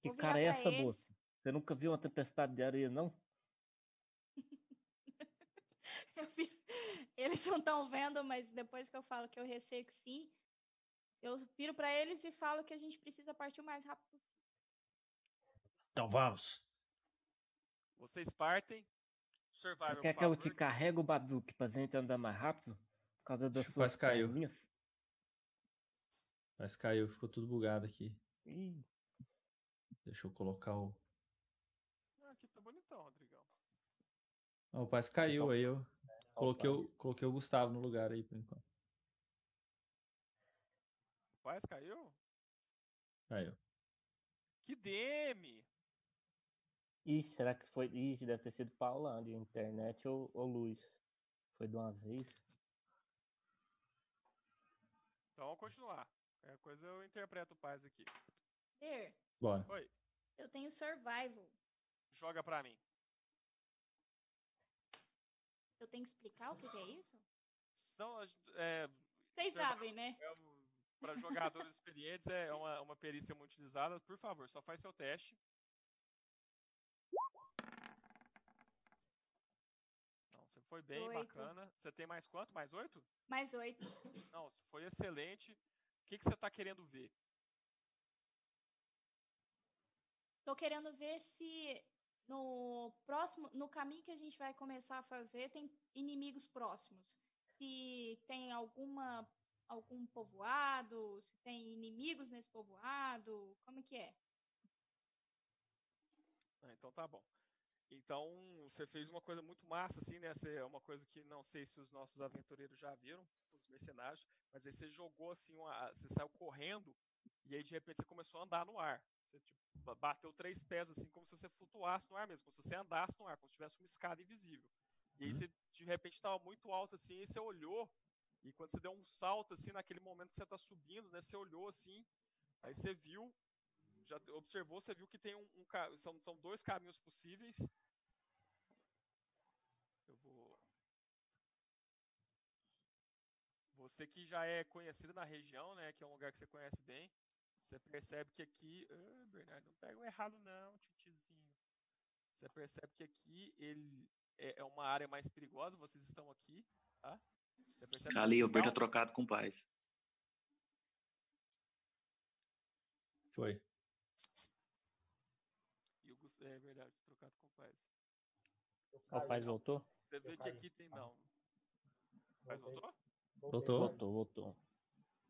Speaker 7: Que
Speaker 2: vou virar
Speaker 7: cara é
Speaker 2: pra
Speaker 7: essa,
Speaker 2: eles.
Speaker 7: moça? Você nunca viu uma tempestade de areia, não?
Speaker 2: Eu vi- Eles não estão vendo, mas depois que eu falo que eu receio que sim, eu viro para eles e falo que a gente precisa partir o mais rápido possível.
Speaker 8: Então vamos.
Speaker 1: Vocês partem. Survival.
Speaker 7: Você quer
Speaker 1: por
Speaker 7: que eu
Speaker 1: favor.
Speaker 7: te carregue o Baduque pra gente andar mais rápido? Por causa das
Speaker 4: Quase
Speaker 7: suas
Speaker 4: caiu.
Speaker 7: perninhas?
Speaker 4: Mas caiu, ficou tudo bugado aqui.
Speaker 7: Ih,
Speaker 4: Deixa eu colocar o.
Speaker 1: Ah, aqui tá bonitão, Rodrigão.
Speaker 4: Ah, o Paz caiu aí, eu. Coloquei o, coloquei o Gustavo no lugar aí por enquanto.
Speaker 1: Paz caiu?
Speaker 4: Caiu.
Speaker 1: Que DM!
Speaker 7: Ixi, será que foi. Ixi, deve ter sido Paulândia, internet ou, ou luz. Foi de uma vez.
Speaker 1: Então vamos continuar. Qualquer coisa eu interpreto o Paz aqui.
Speaker 2: Ter,
Speaker 4: Bora.
Speaker 1: Oi,
Speaker 2: eu tenho survival.
Speaker 1: joga pra mim.
Speaker 2: Eu tenho que explicar o que, que é isso?
Speaker 1: Senão, a gente- é,
Speaker 2: Vocês
Speaker 1: Survival.
Speaker 2: sabem, né?
Speaker 1: é um- pra jogadores experientes é uma, uma perícia muito utilizada. Por favor, só faz seu teste. Não, você foi bem,
Speaker 2: Oito.
Speaker 1: bacana. Você tem mais quanto? Mais oito?
Speaker 2: Mais oito.
Speaker 1: Não, você foi excelente. O que, que você tá querendo ver?
Speaker 2: Tô querendo ver se no próximo, no caminho que a gente vai começar a fazer, tem inimigos próximos. Se tem alguma algum povoado, se tem inimigos nesse povoado, como que é?
Speaker 1: Ah, então tá bom. Então, você fez uma coisa muito massa, assim, né? Você- É uma coisa que não sei se os nossos aventureiros já viram, os mercenários, mas aí você jogou, assim, uma, você saiu correndo e aí, de repente, você começou a andar no ar. Você, tipo, ba- bateu três pés, assim, como se você flutuasse no ar mesmo, como se você andasse no ar, como se tivesse uma escada invisível. E aí, você, de repente, estava muito alto, assim, e você olhou, e quando você deu um salto, assim, naquele momento que você tá subindo, né? Você olhou, assim, aí você viu, já te- observou, você viu que tem um, um ca- são, são dois caminhos possíveis, eu vou. Você que já é conhecido na região, né? Que é um lugar que você conhece bem. Você percebe que aqui. Ah, Bernardo, não pega o errado, não, titizinho. Você percebe que aqui ele é é uma área mais perigosa, vocês estão aqui, tá? Você percebe que
Speaker 9: Cali,
Speaker 1: no
Speaker 9: o Berto
Speaker 1: final-
Speaker 9: é trocado com paz.
Speaker 4: Foi.
Speaker 1: E o Gus- É verdade, trocado com o Paz.
Speaker 5: Eu
Speaker 7: Ó, o
Speaker 5: caí.
Speaker 7: Paz voltou?
Speaker 1: Você vê
Speaker 5: Eu
Speaker 1: que
Speaker 5: caí.
Speaker 1: aqui tem
Speaker 5: Ah.
Speaker 1: não. né? Paz voltou?
Speaker 5: Voltei. Voltei,
Speaker 4: Voltou.
Speaker 5: caí.
Speaker 7: Voltou, voltou.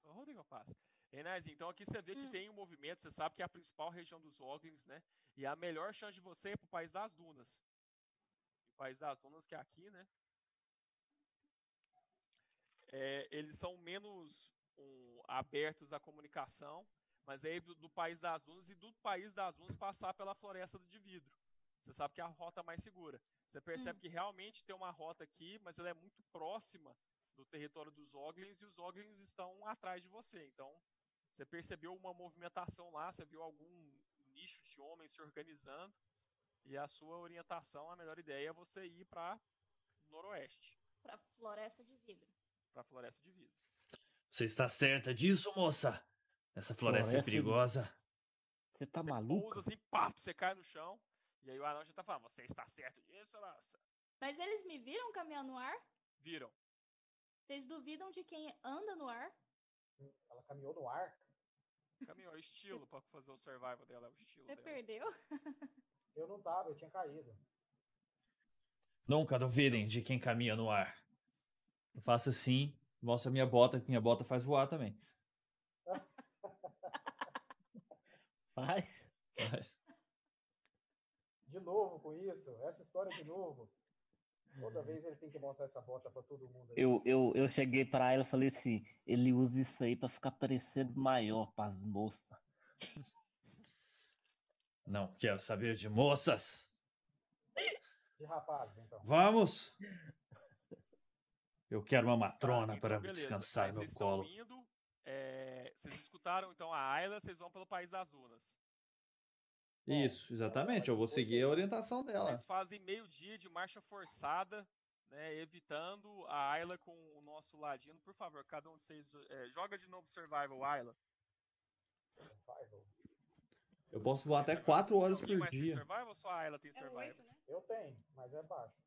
Speaker 1: Ô, Rodrigo Paz. Renazinho, então aqui você vê que tem um movimento, você sabe que é a principal região dos Oglins, né? E a melhor chance de você é pro País das Dunas. E o País das Dunas, que é aqui, né? É, eles são menos um, abertos à comunicação, mas aí do, do País das Dunas e do País das Dunas passar pela Floresta de Vidro. Você sabe que é a rota mais segura. Você percebe que realmente tem uma rota aqui, mas ela é muito próxima do território dos Oglins e os Oglins estão atrás de você. Então, você percebeu uma movimentação lá, você viu algum nicho de homens se organizando e a sua orientação, a melhor ideia é você ir para noroeste,
Speaker 2: Pra floresta de vidro.
Speaker 1: para a floresta de vidro.
Speaker 8: Você está certa disso, moça? Essa floresta,
Speaker 7: Floresta
Speaker 8: é
Speaker 7: de-
Speaker 8: perigosa.
Speaker 7: Você tá
Speaker 1: você
Speaker 7: maluco?
Speaker 1: pousa assim, papo, você cai no chão e aí o anão já tá falando: "Você está certo disso, nossa".
Speaker 2: Mas eles me viram caminhar no ar?
Speaker 1: Viram?
Speaker 2: Vocês duvidam de quem anda no ar?
Speaker 5: Ela caminhou no ar.
Speaker 1: Caminhou é o estilo para fazer o survival dela, é o estilo
Speaker 2: Você
Speaker 1: dela.
Speaker 2: perdeu?
Speaker 5: Eu não tava, eu tinha caído.
Speaker 8: Nunca duvidem de quem caminha no ar. Eu faço assim, mostro a minha bota, que minha bota faz voar também.
Speaker 7: Faz.
Speaker 8: Mas-
Speaker 5: De novo com isso, essa história de novo. Toda vez ele tem que mostrar essa bota pra todo mundo. aí.
Speaker 3: Eu, eu, eu cheguei pra ela e falei assim: ele usa isso aí pra ficar parecendo maior pras moças.
Speaker 8: Não quero saber de moças.
Speaker 5: De rapazes, então.
Speaker 8: Vamos! Eu quero uma
Speaker 1: Tá,
Speaker 8: matrona
Speaker 1: então,
Speaker 8: para
Speaker 1: beleza.
Speaker 8: descansar
Speaker 1: Aí
Speaker 8: no meu
Speaker 1: vocês estão
Speaker 8: colo.
Speaker 1: indo, é, vocês escutaram então a Ayla, vocês vão pelo País das Dunas.
Speaker 4: Isso, exatamente. Eu vou seguir a orientação dela.
Speaker 1: Vocês fazem meio dia de marcha forçada, né? Evitando a Ayla com o nosso ladino. Por favor, cada um de vocês é, joga de novo Survival Ayla.
Speaker 5: Survival.
Speaker 4: Eu posso voar até 4 horas
Speaker 1: Não, Então, quem
Speaker 4: por
Speaker 1: mais tem
Speaker 4: dia.
Speaker 1: Survival ou só a Ayla tem
Speaker 2: É
Speaker 1: Survival?
Speaker 2: oito, né?
Speaker 5: Eu tenho, mas é baixo.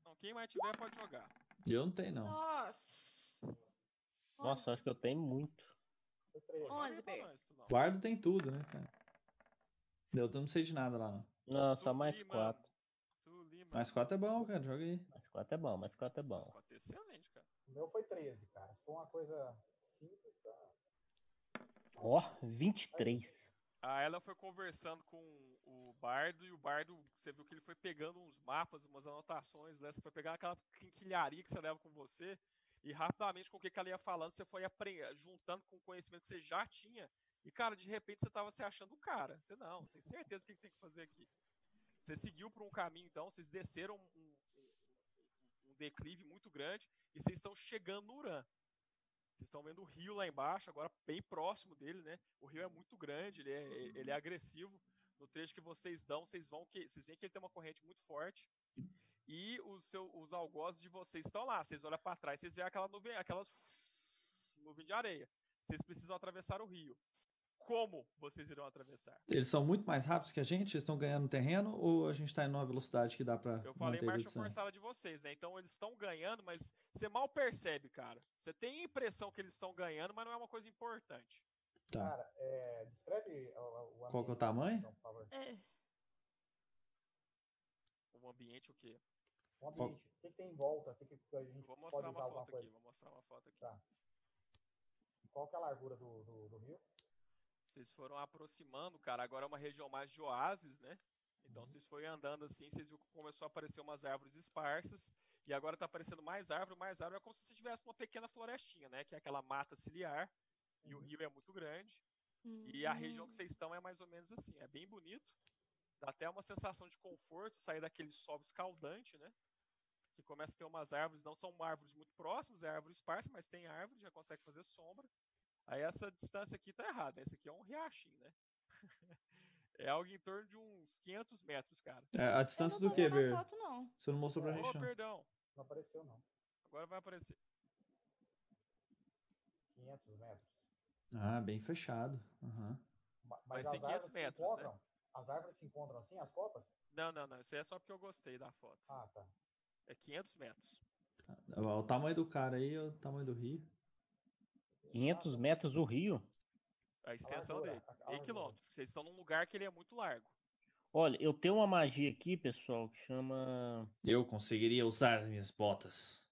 Speaker 1: Então, quem mais tiver pode jogar.
Speaker 4: Eu não tenho, não.
Speaker 2: Nossa.
Speaker 3: Nossa, eu acho que eu tenho muito.
Speaker 5: Eu treino.
Speaker 1: Joga aí pra
Speaker 2: Ber.
Speaker 1: nós, Tulão.
Speaker 4: Bardo tem tudo, né, cara? Eu não sei de nada lá, não.
Speaker 3: Não, só
Speaker 1: Tu,
Speaker 3: mais
Speaker 1: Lima.
Speaker 3: quatro.
Speaker 1: Tu, Lima.
Speaker 4: Mas 4 é bom, cara. Joga aí.
Speaker 3: Mais quatro é bom, mais quatro é
Speaker 1: Mais
Speaker 3: bom.
Speaker 1: quatro, Excelente, cara.
Speaker 5: O meu foi 13, cara. Se for uma coisa simples, tá.
Speaker 3: Ó, 23.
Speaker 1: A ela foi conversando com o Bardo e o Bardo, você viu que ele foi pegando uns mapas, umas anotações, né? Você foi pegando aquela quinquilharia que você leva com você e rapidamente com o que que ela ia falando, você foi apre- juntando com o conhecimento que você já tinha. E cara, de repente você tava se achando o cara. Você não, tem certeza o que que tem que fazer aqui. Você seguiu por um caminho então, vocês desceram um, um- um- um declive muito grande e vocês estão chegando no Urã. Vocês estão vendo o rio lá embaixo, agora bem próximo dele, né? O rio é muito grande, ele é, ele é
Speaker 5: Uhum.
Speaker 1: agressivo. No trecho que vocês dão, vocês vão que vocês veem que ele tem uma corrente muito forte. E os seu, os algozes de vocês estão lá. Vocês olham para trás, vocês veem aquela nuvem, aquelas nuvem de areia. Vocês precisam atravessar o rio. Como vocês irão atravessar?
Speaker 4: Eles são muito mais rápidos que a gente? Eles estão ganhando terreno? Ou a gente tá em uma velocidade que dá pra
Speaker 1: Eu falei
Speaker 4: manter a
Speaker 1: marcha
Speaker 4: redução?
Speaker 1: forçada de vocês, né? Então eles estão ganhando, mas você mal percebe, cara. Você tem a impressão que eles estão ganhando, mas não é uma coisa importante.
Speaker 4: Tá.
Speaker 5: Cara, é, descreve o, o
Speaker 4: Qual que é o
Speaker 5: ambiente,
Speaker 4: tamanho?
Speaker 5: Então, por favor.
Speaker 2: É,
Speaker 1: O ambiente, o quê?
Speaker 5: O ambiente. O que, que tem em volta? O que, que a gente
Speaker 1: Vou
Speaker 5: pode
Speaker 1: mostrar
Speaker 5: usar
Speaker 1: uma
Speaker 5: alguma
Speaker 1: foto aqui,
Speaker 5: coisa?
Speaker 1: vou mostrar uma foto aqui.
Speaker 5: Tá. Qual que é a largura do, do, do rio?
Speaker 1: Vocês foram aproximando, cara. Agora é uma região mais de oásis, né? Então vocês foram andando assim, vocês viram que começou a aparecer umas árvores esparsas, e agora tá aparecendo mais árvore, mais árvore, é como se você tivesse uma pequena florestinha, né? Que é aquela mata ciliar, e o rio é muito grande,
Speaker 2: Hum.
Speaker 1: e a
Speaker 2: Uhum.
Speaker 1: região que vocês estão é mais ou menos assim, é bem bonito, dá até uma sensação de conforto sair daquele sol escaldante, né? Que começa a ter umas árvores, não são árvores muito próximas, é árvore esparsa, mas tem árvore, já consegue fazer sombra. Aí essa distância aqui tá errada, esse aqui é um riachinho, né? É algo em torno de uns 500 metros, cara.
Speaker 4: É, a distância do quê, Ber?
Speaker 2: foto, não.
Speaker 4: Você não mostrou pra
Speaker 1: Oh,
Speaker 4: gente, não.
Speaker 1: perdão.
Speaker 5: Não apareceu, não.
Speaker 1: Agora vai aparecer.
Speaker 5: 500 metros.
Speaker 4: Ah, bem fechado. Aham.
Speaker 5: Ma-
Speaker 1: Mas
Speaker 5: Mas,
Speaker 1: tem
Speaker 5: as
Speaker 1: 500
Speaker 5: árvores
Speaker 1: metros, né?
Speaker 5: se encontram? As árvores se encontram assim, as copas?
Speaker 1: Não, não, não. Isso aí é só porque eu gostei da foto.
Speaker 5: Ah, tá.
Speaker 1: É 500 metros.
Speaker 4: O tamanho do cara aí, é o tamanho do rio.
Speaker 3: 500 metros o rio?
Speaker 1: A extensão
Speaker 5: largura,
Speaker 1: dele.
Speaker 5: a- a
Speaker 1: Meio
Speaker 5: largura.
Speaker 1: quilômetro. Vocês estão num lugar que ele é muito largo.
Speaker 3: Olha, eu tenho uma magia aqui, pessoal, que chama
Speaker 8: Eu conseguiria usar as minhas botas.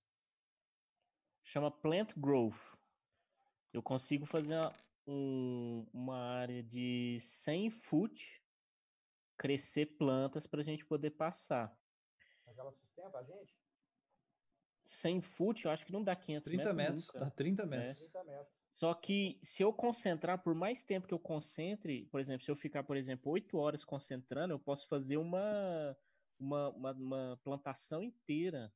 Speaker 3: chama Plant Growth. Eu consigo fazer uma, um- uma área de 100 foot crescer plantas para a gente poder passar.
Speaker 5: Mas ela sustenta a gente?
Speaker 3: 100 foot, eu acho que não dá 500
Speaker 4: 30 metros,
Speaker 3: metros. nunca.
Speaker 4: dá 30 metros.
Speaker 5: 30 metros.
Speaker 3: Só que se eu concentrar, por mais tempo que eu concentre, por exemplo, se eu ficar, por exemplo, 8 horas concentrando, eu posso fazer uma, uma, uma, uma plantação inteira,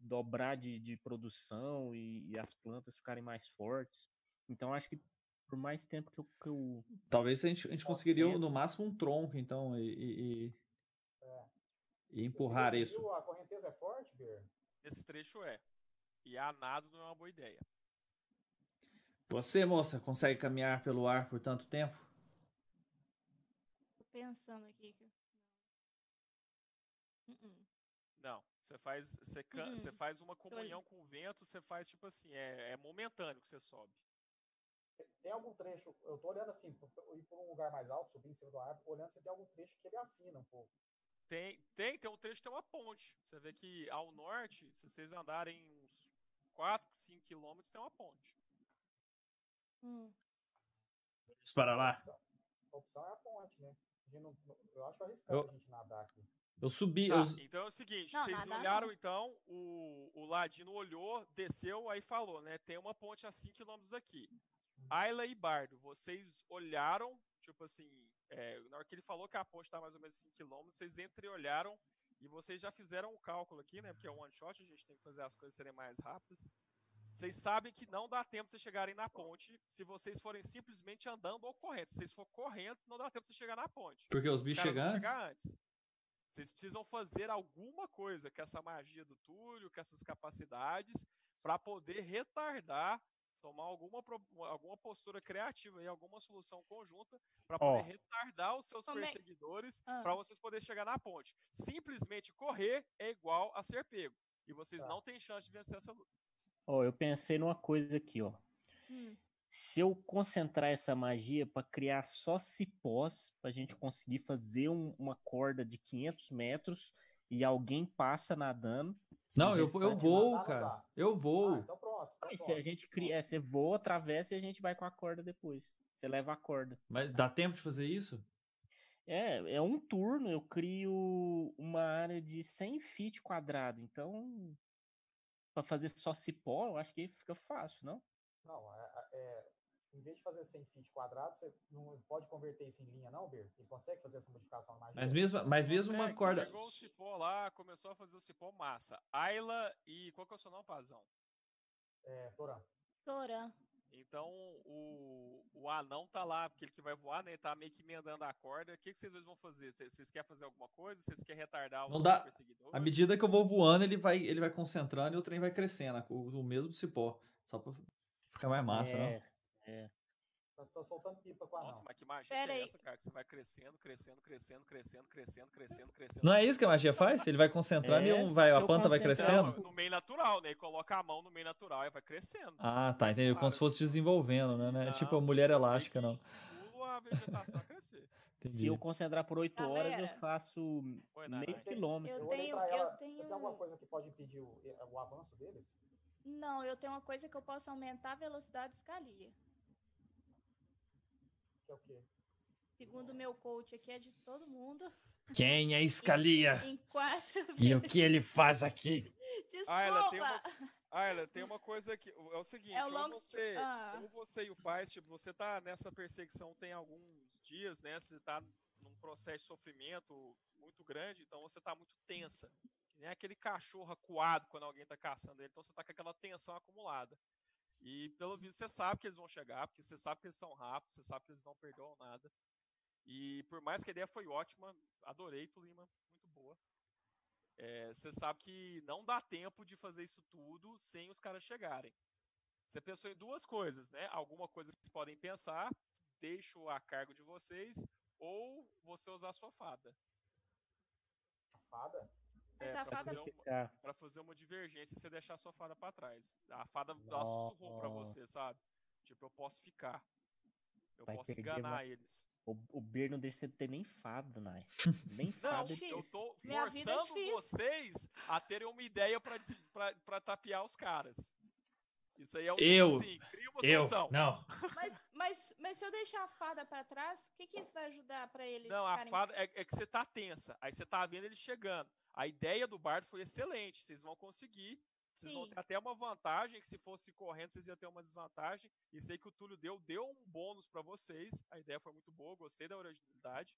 Speaker 3: dobrar de, de produção e, e as plantas ficarem mais fortes. Então, acho que por mais tempo que eu. que eu-
Speaker 4: Talvez a gente, a gente
Speaker 5: Nossa,
Speaker 4: conseguiria
Speaker 3: é.
Speaker 4: no máximo um tronco, então, e, e- e- e empurrar
Speaker 5: Viu-
Speaker 4: isso.
Speaker 5: viu, A correnteza é forte, Ber?
Speaker 1: Esse trecho é. E a nado não é uma boa ideia.
Speaker 8: Você, moça, consegue caminhar pelo ar por tanto tempo?
Speaker 2: Tô pensando aqui. que- Hum, hum.
Speaker 1: Não. Você faz, você can-
Speaker 2: Hum.
Speaker 1: você faz uma comunhão com o vento, você faz tipo assim, é, é momentâneo que você sobe.
Speaker 5: Tem algum trecho, eu tô olhando assim, pro- pro- ir para um lugar mais alto, subir em cima do árvore, olhando se tem algum trecho que ele afina um pouco.
Speaker 1: Tem, tem, tem um trecho que tem uma ponte. Você vê que ao norte, se vocês andarem uns 4, 5 quilômetros, tem uma ponte.
Speaker 2: Hum.
Speaker 8: Vamos para
Speaker 5: A
Speaker 8: lá.
Speaker 5: opção, a opção é a ponte, né? A gente não- não- eu acho arriscado
Speaker 4: Eu-
Speaker 5: a gente nadar aqui.
Speaker 4: Eu subi.
Speaker 1: Tá,
Speaker 4: eu-
Speaker 1: então é o seguinte,
Speaker 2: Não,
Speaker 1: vocês
Speaker 2: nada não.
Speaker 1: olharam então, o, o Ladino olhou, desceu, aí falou, né? Tem uma ponte a 5 quilômetros daqui. Ayla e Bardo, vocês olharam, tipo assim, é, na hora que ele falou que a ponte tá mais ou menos 5 quilômetros, vocês entreolharam e vocês já fizeram um cálculo aqui, né? Porque é um one shot, a gente tem que fazer as coisas serem mais rápidas. Vocês sabem que não dá tempo de vocês chegarem na ponte se vocês forem simplesmente andando ou correndo. Se vocês for correndo, não dá tempo de vocês chegar na ponte
Speaker 4: Porque os
Speaker 1: os
Speaker 4: bichos
Speaker 1: caras vão
Speaker 4: chegam antes.
Speaker 1: Tá, chegar antes. Vocês precisam fazer alguma coisa com essa magia do Túlio, com essas capacidades, para poder retardar, tomar alguma, pro- alguma postura criativa e alguma solução conjunta para
Speaker 3: Ó.
Speaker 1: poder retardar os seus
Speaker 2: Como é-
Speaker 1: perseguidores
Speaker 2: Ah.
Speaker 1: para vocês poderem chegar na ponte. Simplesmente correr é igual a ser pego. E vocês
Speaker 5: Tá.
Speaker 1: não têm chance de vencer essa luta.
Speaker 3: Ó, eu pensei numa coisa aqui, ó.
Speaker 2: Hum.
Speaker 3: Se eu concentrar essa magia para criar só cipós, para a gente conseguir fazer um- uma corda de 500 metros e alguém passa nadando.
Speaker 4: Não, eu,
Speaker 3: Eles
Speaker 4: eu
Speaker 3: podem
Speaker 4: vou,
Speaker 5: nadar,
Speaker 4: cara.
Speaker 5: nadar.
Speaker 4: Eu
Speaker 5: Ah,
Speaker 4: vou.
Speaker 5: então pronto. então
Speaker 3: Ah, e se a
Speaker 5: pronto.
Speaker 3: gente cria, é, você voa, atravessa e a gente vai com a corda depois. Você leva a corda.
Speaker 4: Mas dá tempo de fazer isso?
Speaker 3: É, é um turno, eu crio uma área de 100 feet quadrado. Então, para fazer só cipó, eu acho que fica fácil, não?
Speaker 5: Não, é, é- em vez de fazer 100 feet quadrado, você não pode converter isso em linha, não, Ber? Ele consegue fazer essa modificação na
Speaker 3: É.
Speaker 5: magia?
Speaker 4: Mas mesmo, mas mesmo uma
Speaker 1: Consegue,
Speaker 4: corda.
Speaker 1: né? Pegou o cipó lá, começou a fazer o cipó massa. Ayla e. Qual que é o seu nome, Pazão?
Speaker 5: É, Toran.
Speaker 2: Torã.
Speaker 1: Então o, o anão tá lá, porque ele que vai voar, né? Ele tá meio que emendando a corda. O que, que vocês dois vão fazer? Vocês- Vocês querem fazer alguma coisa? Vocês querem retardar os
Speaker 4: Não dá-
Speaker 1: perseguidores?
Speaker 4: À medida que eu vou voando, ele vai, ele vai concentrando e o trem vai crescendo. O, o mesmo cipó. Só pra ficar mais massa, né?
Speaker 3: É,
Speaker 5: Tá, tá soltando pipa com a
Speaker 1: Nossa,
Speaker 5: não.
Speaker 1: mas que magia
Speaker 2: Pera
Speaker 1: que é
Speaker 2: aí.
Speaker 1: essa, cara? Que você vai crescendo, crescendo, crescendo, crescendo, crescendo, crescendo, crescendo.
Speaker 4: Não é isso que a magia faz? Ele vai concentrando
Speaker 3: É,
Speaker 4: e um vai,
Speaker 3: se
Speaker 4: a
Speaker 3: eu
Speaker 4: planta vai
Speaker 3: concentrar-
Speaker 4: crescendo?
Speaker 1: Não, Então, no meio natural, né? E coloca a mão no meio natural e vai crescendo.
Speaker 4: Ah, tá, entendi. Como
Speaker 1: Claro.
Speaker 4: se fosse desenvolvendo, né? Não é
Speaker 1: Não,
Speaker 4: tipo a mulher elástica,
Speaker 1: Meio
Speaker 4: não.
Speaker 1: que Estimula a vegetação a crescer.
Speaker 4: Entendi.
Speaker 3: se eu concentrar por 8 horas,
Speaker 2: Galera.
Speaker 3: eu faço
Speaker 1: Foi nada.
Speaker 3: meio
Speaker 5: Você tem-
Speaker 3: quilômetro.
Speaker 2: Eu
Speaker 5: olhei
Speaker 2: tenho-
Speaker 5: pra
Speaker 2: eu
Speaker 5: ela, Você
Speaker 2: tenho-
Speaker 5: tem alguma coisa que pode impedir o, o avanço deles?
Speaker 2: Não, eu tenho uma coisa que eu posso aumentar a velocidade de escalia.
Speaker 5: Que é o quê? é
Speaker 2: Segundo o meu coach aqui, é de todo mundo.
Speaker 8: Quem é Scalia?
Speaker 2: Em quatro
Speaker 8: E o que ele faz aqui?
Speaker 2: Desculpa.
Speaker 1: Ayla, Ah, tem um uma- Ayla, Ah, tem uma coisa aqui. É o seguinte,
Speaker 2: É o
Speaker 1: ou
Speaker 2: long-
Speaker 1: você,
Speaker 2: ah.
Speaker 1: ou você e o pai, tipo, você tá nessa perseguição tem alguns dias, né? Você tá num processo de sofrimento muito grande, então você tá muito tensa. Que nem aquele cachorro acuado quando alguém tá caçando ele, então você tá com aquela tensão acumulada. E pelo visto você sabe que eles vão chegar, porque você sabe que eles são rápidos, você sabe que eles não perdoam nada. E por mais que a ideia foi ótima, adorei Tulima, muito boa. É, você sabe que não dá tempo de fazer isso tudo sem os caras chegarem. Você pensou em duas coisas, né? Alguma coisa que vocês podem pensar, deixo a cargo de vocês, ou você usar a sua fada.
Speaker 5: A fada?
Speaker 2: Mas
Speaker 1: pra
Speaker 2: a fada-
Speaker 1: fazer um uma-
Speaker 3: Tá.
Speaker 1: Pra fazer uma divergência e você deixar a sua fada pra trás. A fada dá sussurrou pra você, sabe? Tipo, eu posso ficar. Eu
Speaker 3: Vai
Speaker 1: posso
Speaker 3: perder,
Speaker 1: enganar
Speaker 3: vai-
Speaker 1: eles.
Speaker 3: O, o Beer não deixa você ter nem fada, né? Nem
Speaker 1: Não,
Speaker 3: fada.
Speaker 2: difícil.
Speaker 1: eu tô
Speaker 2: Minha vida é
Speaker 1: forçando
Speaker 2: difícil.
Speaker 1: vocês a terem uma ideia pra, des- pra, pra tapear os caras. Isso aí é um
Speaker 8: Eu-
Speaker 1: assim, cria uma
Speaker 8: Eu?
Speaker 1: solução.
Speaker 8: Não.
Speaker 2: Mas, mas, mas se eu deixar a fada pra trás, o que, que isso vai ajudar pra eles?
Speaker 1: Não, a
Speaker 2: ficarem-
Speaker 1: fada é, é que você tá tensa. Aí você tá vendo ele chegando. A ideia do bardo foi excelente. Vocês vão conseguir. Vocês vão
Speaker 2: Sim.
Speaker 1: ter até uma vantagem, que se fosse correndo, vocês iam ter uma desvantagem. E sei que o Túlio deu, deu um bônus pra vocês. A ideia foi muito boa, gostei da originalidade.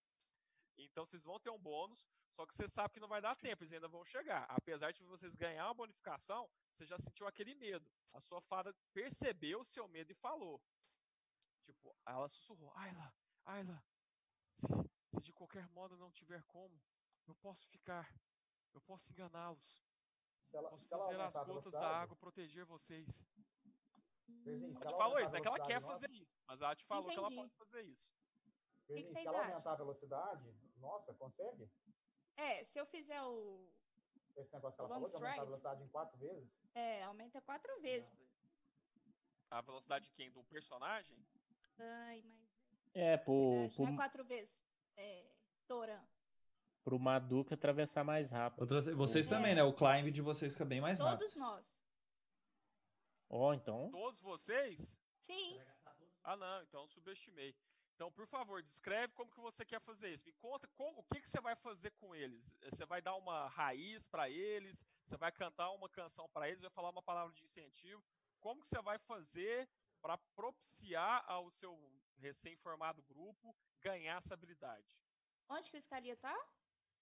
Speaker 1: Então vocês vão ter um bônus, só que você sabe que não vai dar tempo, eles ainda vão chegar. Apesar de vocês ganhar uma bonificação, você já sentiu aquele medo. A sua fada percebeu o seu medo e falou. Tipo, ela sussurrou: Ayla, Ayla, se, se de qualquer modo não tiver como, eu posso ficar. Eu posso enganá-los.
Speaker 5: Se ela,
Speaker 1: Posso
Speaker 5: se ela
Speaker 1: fazer as
Speaker 5: aumentar a
Speaker 1: gotas da
Speaker 5: velocidade-
Speaker 1: água proteger vocês.
Speaker 5: Verzinho, se
Speaker 1: Ela
Speaker 2: Hum,
Speaker 1: te
Speaker 5: ela
Speaker 1: falou
Speaker 5: aumentar
Speaker 1: isso,
Speaker 5: a
Speaker 1: não é que ela quer
Speaker 5: velocidade
Speaker 1: fazer isso, mas ela te falou que ela
Speaker 2: Entendi.
Speaker 1: pode fazer isso.
Speaker 5: nossa-
Speaker 2: que
Speaker 5: Verzinho,
Speaker 2: vocês
Speaker 5: se ela
Speaker 2: acham?
Speaker 5: aumentar a velocidade, nossa, consegue?
Speaker 2: É, se eu fizer o.
Speaker 5: Esse negócio que ela
Speaker 2: Long
Speaker 5: falou de aumentar a
Speaker 2: stride.
Speaker 5: velocidade em quatro vezes.
Speaker 2: É, aumenta quatro vezes.
Speaker 1: A velocidade de quem? Do personagem?
Speaker 2: Ai, mas.
Speaker 3: É, pro,
Speaker 2: verdade,
Speaker 3: pro,
Speaker 2: Não é quatro vezes. É, Toran.
Speaker 3: pro Maduca atravessar mais rápido.
Speaker 4: Outras- vocês também, né? O climb de vocês fica bem mais rápido.
Speaker 2: Todos nós.
Speaker 3: Ó, então.
Speaker 1: Todos vocês?
Speaker 2: Sim.
Speaker 1: Ah, não, então eu subestimei. Então, por favor, descreve como que você quer fazer isso. Me conta como- o que, que você vai fazer com eles. Eh, Você vai dar uma raiz para eles? Você vai cantar uma canção para eles? Vai falar uma palavra de incentivo? Como que você vai fazer para propiciar ao seu recém-formado grupo ganhar essa habilidade?
Speaker 2: Onde que o Scalia tá?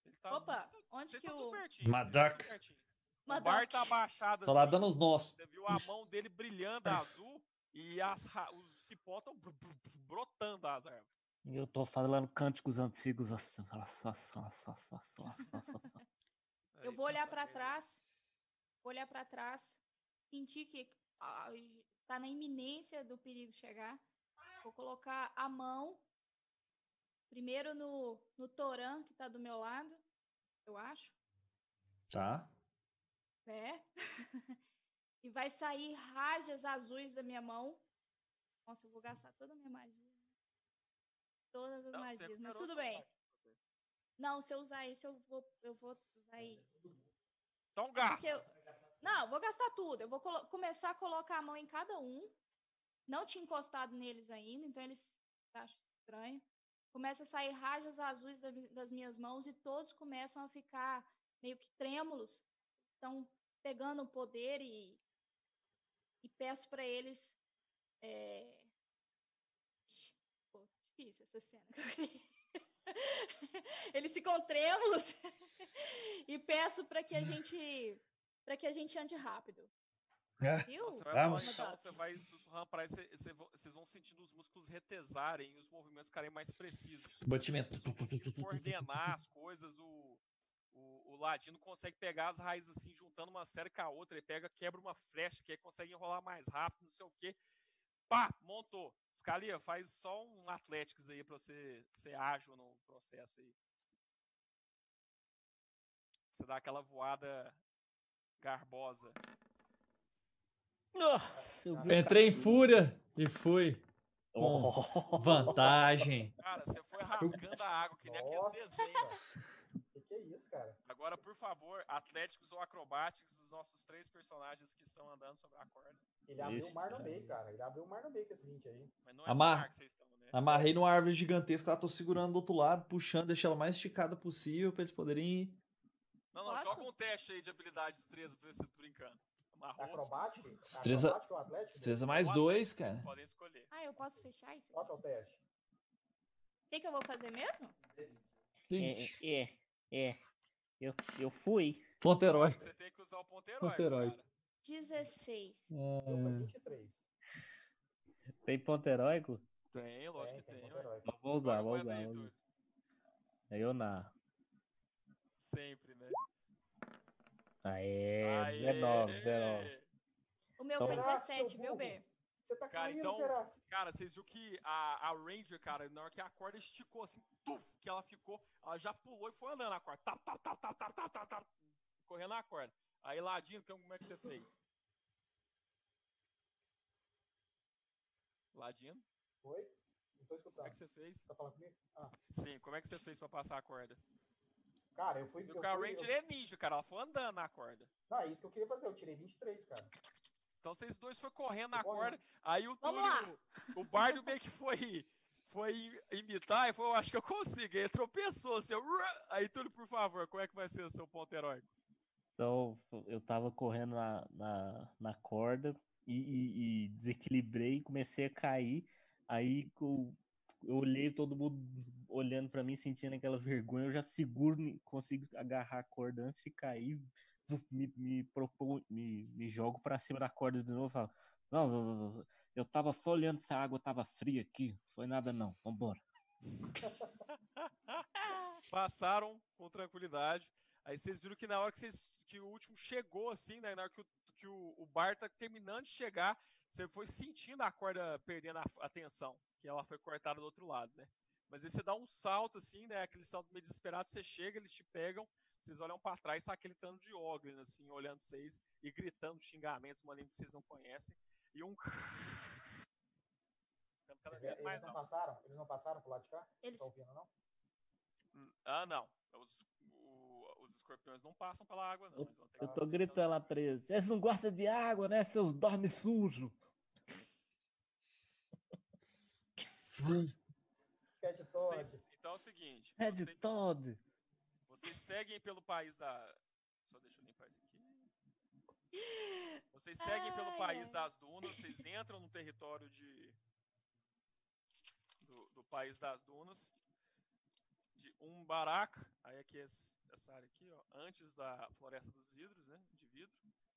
Speaker 1: Ele tá
Speaker 2: Opa, onde
Speaker 1: vocês
Speaker 2: que
Speaker 1: estão tudo
Speaker 2: o.
Speaker 1: pertinho. vocês estão
Speaker 8: Madak.
Speaker 1: tudo pertinho. O
Speaker 2: Madak.
Speaker 1: bar tá abaixado
Speaker 4: Só lá
Speaker 1: assim,
Speaker 4: dando os nós.
Speaker 1: Você viu a mão dele brilhando azul e as, ra- os cipó estão brotando as árvores.
Speaker 3: Eu tô falando cânticos antigos assim. Nossa, nossa, nossa, nossa, nossa, nossa.
Speaker 2: Eu
Speaker 1: tá
Speaker 2: vou olhar pra trás, vou olhar pra trás, sentir que ah, tá na iminência do perigo chegar. Vou colocar a mão primeiro no, no Toran, que tá do meu lado, eu acho,
Speaker 4: Tá.
Speaker 2: né? e vai sair rajas azuis da minha mão. Nossa, eu vou gastar toda a minha magia. né? Todas
Speaker 1: Não,
Speaker 2: as
Speaker 1: você
Speaker 2: magias, mas
Speaker 1: recuperou
Speaker 2: tudo
Speaker 1: sua
Speaker 2: bem.
Speaker 1: magia.
Speaker 2: Não, se eu usar esse, eu vou, eu vou usar ele.
Speaker 1: Então
Speaker 2: É Porque
Speaker 1: gasta.
Speaker 2: eu- Não, vou gastar tudo. Eu vou colo- começar a colocar a mão em cada um. Não tinha encostado neles ainda, então eles acham estranho. Começa a sair rajas azuis da mi- das minhas mãos e todos começam a ficar meio que trêmulos. Estão pegando o poder e, e peço para eles. É... Pô, difícil essa cena que eu queria. Eles ficam trêmulos e peço para que a gente para que a gente ande rápido.
Speaker 8: É.
Speaker 2: Viu?
Speaker 1: Você vai
Speaker 8: Vamos.
Speaker 1: falando, então
Speaker 2: Madak?
Speaker 1: você vai sussurrando pra eles, você- você vo- vocês vão sentindo os músculos retesarem e os movimentos ficarem mais precisos.
Speaker 4: Batimento.
Speaker 1: Vocês vão conseguir coordenar as coisas, o, o, o Ladino consegue pegar as raízes assim, juntando uma série com a outra, ele pega, quebra uma flecha, que aí consegue enrolar mais rápido, não sei o quê. Pá, montou. Scalia, faz só um Atléticos aí pra você ser ágil no processo aí. Você dá aquela voada garbosa.
Speaker 3: Nossa, eu vi o
Speaker 8: Entrei em fúria e fui. Com vantagem.
Speaker 1: Cara, você foi rasgando a água, que nem aqueles
Speaker 5: Nossa!
Speaker 1: desenhos.
Speaker 5: que que é isso, cara.
Speaker 1: Agora, por favor, atléticos ou acrobáticos, os nossos três personagens que estão andando sobre a corda.
Speaker 5: Ele abriu o mar no meio, cara. Ele abriu o mar no meio com esse 20 aí.
Speaker 1: Mas não é
Speaker 4: Amar-
Speaker 1: mar que vocês estão, né?
Speaker 4: Amarrei numa árvore gigantesca, lá tô segurando do outro lado, puxando, deixando ela mais esticada possível pra eles poderem ir.
Speaker 1: Não, não,
Speaker 2: Posso?
Speaker 1: joga um teste aí de habilidades 13 pra ver se brincando. Amarrou.
Speaker 5: Acrobático?
Speaker 4: Destreza-
Speaker 5: Acrobático ou atlético?
Speaker 4: Destreza mais
Speaker 1: Ou
Speaker 4: dois,
Speaker 1: atlético,
Speaker 4: cara.
Speaker 1: Vocês podem escolher.
Speaker 2: Ah, eu posso fechar isso?
Speaker 5: Qual que é o teste?
Speaker 2: O que, que eu vou fazer mesmo?
Speaker 4: Gente,
Speaker 3: É, é, é. Eu, eu fui.
Speaker 4: ponto herói.
Speaker 1: Você tem que usar o ponto
Speaker 4: Ponto heróico.
Speaker 1: herói, cara.
Speaker 2: 16.
Speaker 5: Eu fui 23.
Speaker 3: Tem ponto heróico?
Speaker 1: Tem, lógico que
Speaker 5: É, tem,
Speaker 1: tem.
Speaker 5: ponto
Speaker 1: ué.
Speaker 5: heróico.
Speaker 3: Eu vou usar,
Speaker 1: Joga
Speaker 3: vou
Speaker 1: moeda
Speaker 3: usar.
Speaker 1: aí,
Speaker 3: vou usar.
Speaker 1: Arthur.
Speaker 3: Aí eu na.
Speaker 1: Sempre, né?
Speaker 3: Aê,
Speaker 4: É,
Speaker 1: Aê!
Speaker 3: 19, 19.
Speaker 2: O meu
Speaker 3: Então-
Speaker 2: foi
Speaker 5: Caraca, seu
Speaker 2: 17, viu,
Speaker 5: burro.
Speaker 2: B?
Speaker 5: Você tá
Speaker 1: Cara,
Speaker 5: caindo,
Speaker 1: então-
Speaker 5: será?
Speaker 1: Cara, vocês viram que a, a Ranger, cara, na hora que a corda esticou assim, tuf, que ela ficou, ela já pulou e foi andando a corda. Tá, tá, tá, tá, tá, tá, tá, tá, correndo a corda. Aí, Ladino, que- como é que você fez? Ladino,
Speaker 5: Oi? Não tô escutando.
Speaker 1: como é que você fez?
Speaker 5: Tá falando comigo? Ah,
Speaker 1: Sim, como é que você fez pra passar a corda?
Speaker 5: cara, eu fui.
Speaker 1: Viu
Speaker 5: eu
Speaker 1: que a
Speaker 5: fui-
Speaker 1: Ranger
Speaker 5: eu-
Speaker 1: é ninja, cara, ela foi andando na corda.
Speaker 5: Não, é isso que eu queria fazer. Eu tirei 23, cara.
Speaker 1: Então vocês dois foram correndo na
Speaker 5: Foi
Speaker 1: corda, aí o
Speaker 2: Vamos lá.
Speaker 1: Túlio, o Bardo meio que foi, foi imitar e falou, acho que eu consigo. Aí ele tropeçou, assim, eu- aí Túlio, por favor, como é que vai ser o seu ponto heróico?
Speaker 3: Então eu tava correndo na, na, na corda e, e- e desequilibrei, comecei a cair. Aí eu, eu olhei todo mundo olhando pra mim, sentindo aquela vergonha. Eu já seguro, consigo agarrar a corda antes de cair. vu- Me, me, propo- me, me jogo pra cima da corda de novo. Falo, não, não, não, não, eu tava só olhando se a água tava fria aqui. Foi nada, não. Vambora.
Speaker 1: Passaram com tranquilidade. Aí vocês viram que na hora que, vocês, que o último chegou, assim, né, na hora que o, que o, o Bar tá terminando de chegar, você foi sentindo a corda perdendo a, a tensão, que ela foi cortada do outro lado, né? Mas aí você dá um salto, assim, né? Aquele salto meio desesperado, você chega, eles te pegam, vocês olham pra trás, tá aquele tanto de Oglin, assim, olhando vocês e gritando xingamentos, uma língua que vocês não conhecem, e um. ficando cada
Speaker 5: Eles,
Speaker 1: vez
Speaker 5: é, eles
Speaker 1: mais
Speaker 5: não
Speaker 1: alto.
Speaker 5: passaram? Eles não passaram pro lado de cá?
Speaker 2: Eles...
Speaker 5: Tá ouvindo, não?
Speaker 1: Ah, não. Os, o- os escorpiões não passam pela água, não. Eles vão ter que
Speaker 3: Eu
Speaker 1: dar
Speaker 3: tô
Speaker 1: atenção.
Speaker 3: gritando lá preso. Vocês não gostam de água, né? Seus dorme sujo.
Speaker 5: Pé de torre.
Speaker 1: Vocês- então é o seguinte.
Speaker 3: É
Speaker 1: você-
Speaker 3: de Todd.
Speaker 1: vocês seguem pelo país da. Só deixa eu limpar isso aqui. Vocês seguem pelo
Speaker 2: Ai,
Speaker 1: país
Speaker 2: ai.
Speaker 1: das dunas, vocês entram no território de. Do, do país das dunas. De Umbarak. Aí aqui é es- essa área aqui, ó. Antes da Floresta dos Vidros, né? De vidro.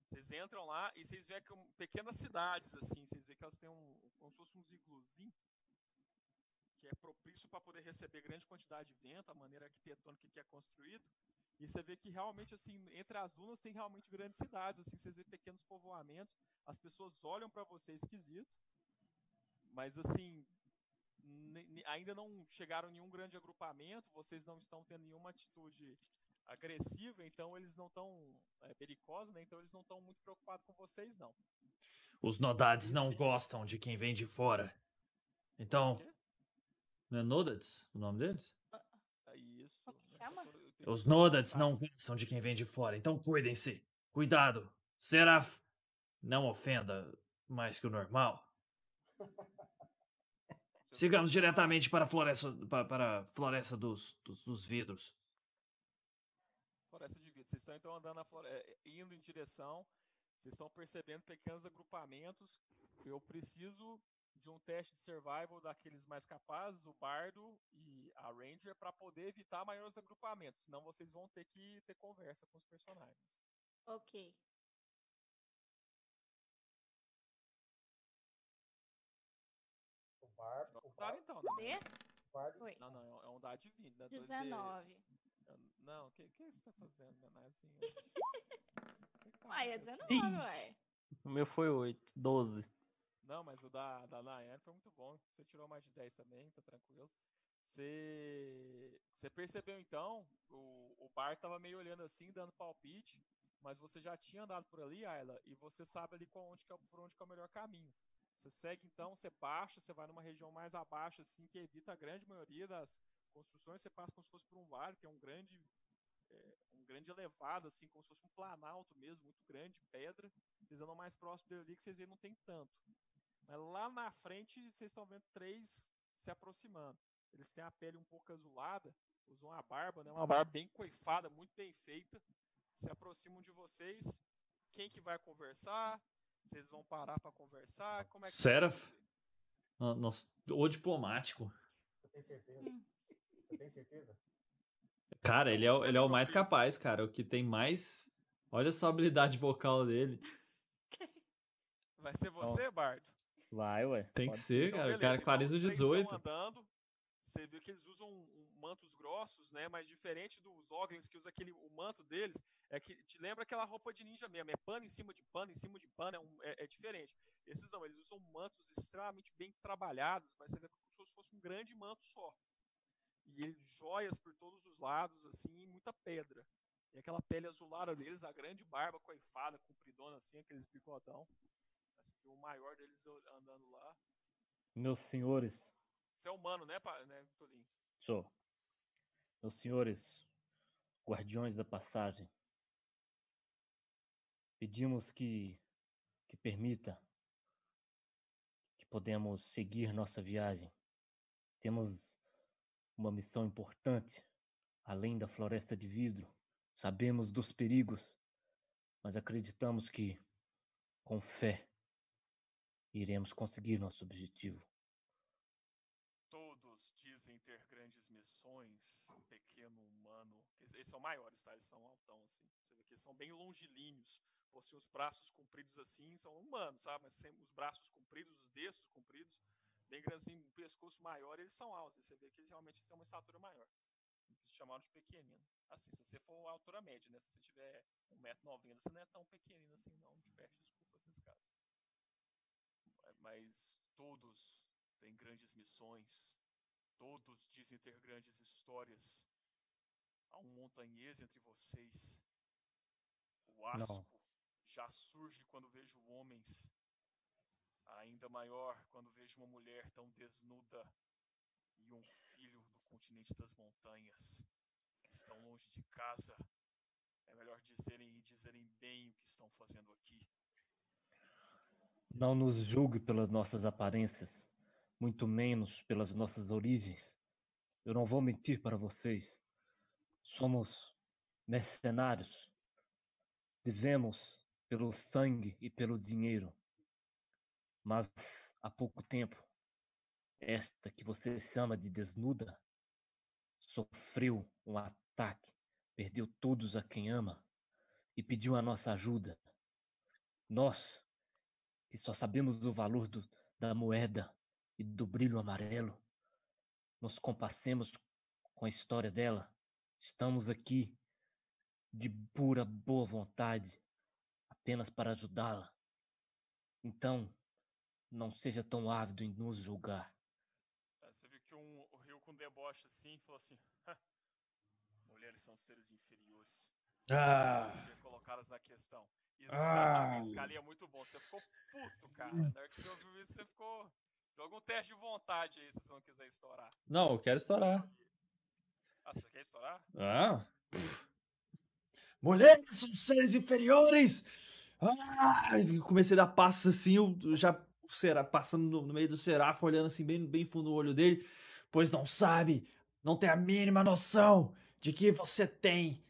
Speaker 1: Vocês entram lá e vocês veem como pequenas cidades, assim. Vocês veem que elas têm um. como se fosse uns igluzinhos. Que é propício para poder receber grande quantidade de vento, a maneira arquitetônica que é construído. E você vê que realmente, assim, entre as dunas tem realmente grandes cidades, assim, vocês vê pequenos povoamentos, as pessoas olham para você é esquisito, mas, assim, ne- ne- ainda não chegaram em nenhum grande agrupamento, vocês não estão tendo nenhuma atitude agressiva, então eles não estão é, perigosos, né? Então eles não estão muito preocupados com vocês, não.
Speaker 8: Os nodades não gostam de quem vem de fora. Então.
Speaker 1: Quê?
Speaker 8: Não é Nodats o nome deles?
Speaker 1: É isso.
Speaker 2: Como que chama?
Speaker 1: Eu só tô- eu tenho-
Speaker 8: Os Nodats não gostam de quem vem de fora, então cuidem-se. Cuidado. Seraf, não ofenda mais que o normal. Sigamos diretamente para a floresta, pa- para a floresta dos, dos, dos vidros.
Speaker 1: Floresta de Vidro. Vocês estão então andando na floresta, indo em direção. Vocês estão percebendo pequenos agrupamentos. Eu preciso de um teste de survival daqueles mais capazes, o Bardo e a Ranger, para poder evitar maiores agrupamentos. Senão vocês vão ter que ter conversa com os personagens.
Speaker 2: Ok.
Speaker 5: O bar, o
Speaker 1: Vamos dar
Speaker 5: bar,
Speaker 1: então, né?
Speaker 2: D?
Speaker 5: o bar.
Speaker 2: Foi.
Speaker 1: Não, não, é um- é um dado de 20, né? 2D.
Speaker 2: 19.
Speaker 1: Não, o que, que você está fazendo, Nanazinho? tá
Speaker 2: Uai, é 19, uai.
Speaker 3: O meu foi 8, 12.
Speaker 1: Não, mas o da, da Nayane foi muito bom. Você tirou mais de 10 também, tá tranquilo. Você, você percebeu então, o, o Bar tava meio olhando assim, dando palpite, mas você já tinha andado por ali, Ayla, e você sabe ali qual, onde que é, o- por onde que é o melhor caminho. Você segue então, você baixa, você vai numa região mais abaixo, assim, que evita a grande maioria das construções, você passa como se fosse por um vale, tem um grande é, um grande elevado, assim, como se fosse um planalto mesmo, muito grande, pedra. Vocês andam mais próximo dele ali, que vocês veem não tem tanto. Mas lá na frente, vocês estão vendo três se aproximando. Eles têm a pele um pouco azulada, usam uma barba, né? Uma barba bem coifada, muito bem feita. Se aproximam de vocês. Quem que vai conversar? Vocês vão parar para conversar? Como é que
Speaker 8: Seraph? Ah, Nosso, o diplomático.
Speaker 5: Você tem certeza?
Speaker 2: Hum.
Speaker 5: Você tem certeza?
Speaker 8: Cara, ele é, o- ele é o mais capaz, cara. O que tem mais. Olha só a habilidade vocal dele.
Speaker 1: Vai ser você, Bardo?
Speaker 3: Vai, ué.
Speaker 8: Tem que
Speaker 3: Pode-
Speaker 8: ser, cara. O cara é
Speaker 1: então os
Speaker 8: carisma
Speaker 1: três estão
Speaker 8: 18.
Speaker 1: andando, você viu que eles usam um- um mantos grossos, né? Mas diferente dos Oglins que usa aquele o manto deles, é que te lembra aquela roupa de ninja mesmo. É pano em cima de pano, em cima de pano, é, um- é- é diferente. Esses não, eles usam mantos extremamente bem trabalhados, mas você vê como se fosse um grande manto só. E ele- joias por todos os lados, assim, e muita pedra. E aquela pele azulada deles, a grande barba coifada, compridona assim, aqueles bigodão. Assim, o maior deles andando lá.
Speaker 3: Meus senhores,
Speaker 1: Você é humano, né, pa- né Tolim?
Speaker 3: sou. Meus senhores, guardiões da passagem. Pedimos que, que permita que podemos seguir nossa viagem. Temos uma missão importante, além da floresta de vidro. Sabemos dos perigos, mas acreditamos que, com fé, iremos conseguir nosso objetivo.
Speaker 1: Todos dizem ter grandes missões, pequeno humano. Eles eles são maiores, tá? Eles são altão, assim. Você vê que eles são bem longilíneos. Possuem os braços compridos assim, são humanos, sabe? Mas sem os braços compridos, os dedos compridos, bem grandes, assim, um pescoço maior, eles são altos. Você vê que eles realmente têm uma estatura maior. Eles chamaram de pequenino. Assim, se você for a altura média, né? Se você tiver 1,90m, você não é tão pequenino assim, não. Te peço desculpas nesse caso. Mas todos têm grandes missões. Todos dizem ter grandes histórias. Há um montanhês entre vocês. O asco já surge quando vejo homens. Ainda maior quando vejo uma mulher tão desnuda e um filho do continente das montanhas. Estão longe de casa. É melhor dizerem e dizerem bem o que estão fazendo aqui.
Speaker 3: Não nos julgue pelas nossas aparências, muito menos pelas nossas origens. Eu não vou mentir para vocês. Somos mercenários. Vivemos pelo sangue e pelo dinheiro. Mas há pouco tempo, esta que você chama de desnuda sofreu um ataque, perdeu todos a quem ama e pediu a nossa ajuda. Nós, que só sabemos o valor do- da moeda e do brilho amarelo, nos compacemos com a história dela. Estamos aqui de pura boa vontade, apenas para ajudá-la. Então, não seja tão ávido em nos julgar.
Speaker 1: Tá, você viu que um o riu com deboche assim e falou assim: "Ha, mulheres são seres inferiores.
Speaker 8: Ah.
Speaker 1: Ser colocadas na questão. Exatamente,
Speaker 8: Ah.
Speaker 1: Scalia, é muito bom. Você ficou puto, cara. Na hora que você ouviu isso, você ficou. Joga um teste de vontade aí, se você não quiser estourar.
Speaker 8: Não, eu quero estourar.
Speaker 1: Ah, você quer estourar?
Speaker 8: Ah. pff. Mulheres são seres inferiores! Ah, eu comecei a dar passos assim, eu já o Será- passando no, no meio do serafo, olhando assim bem, bem fundo no olho dele, pois não sabe, não tem a mínima noção de que você tem.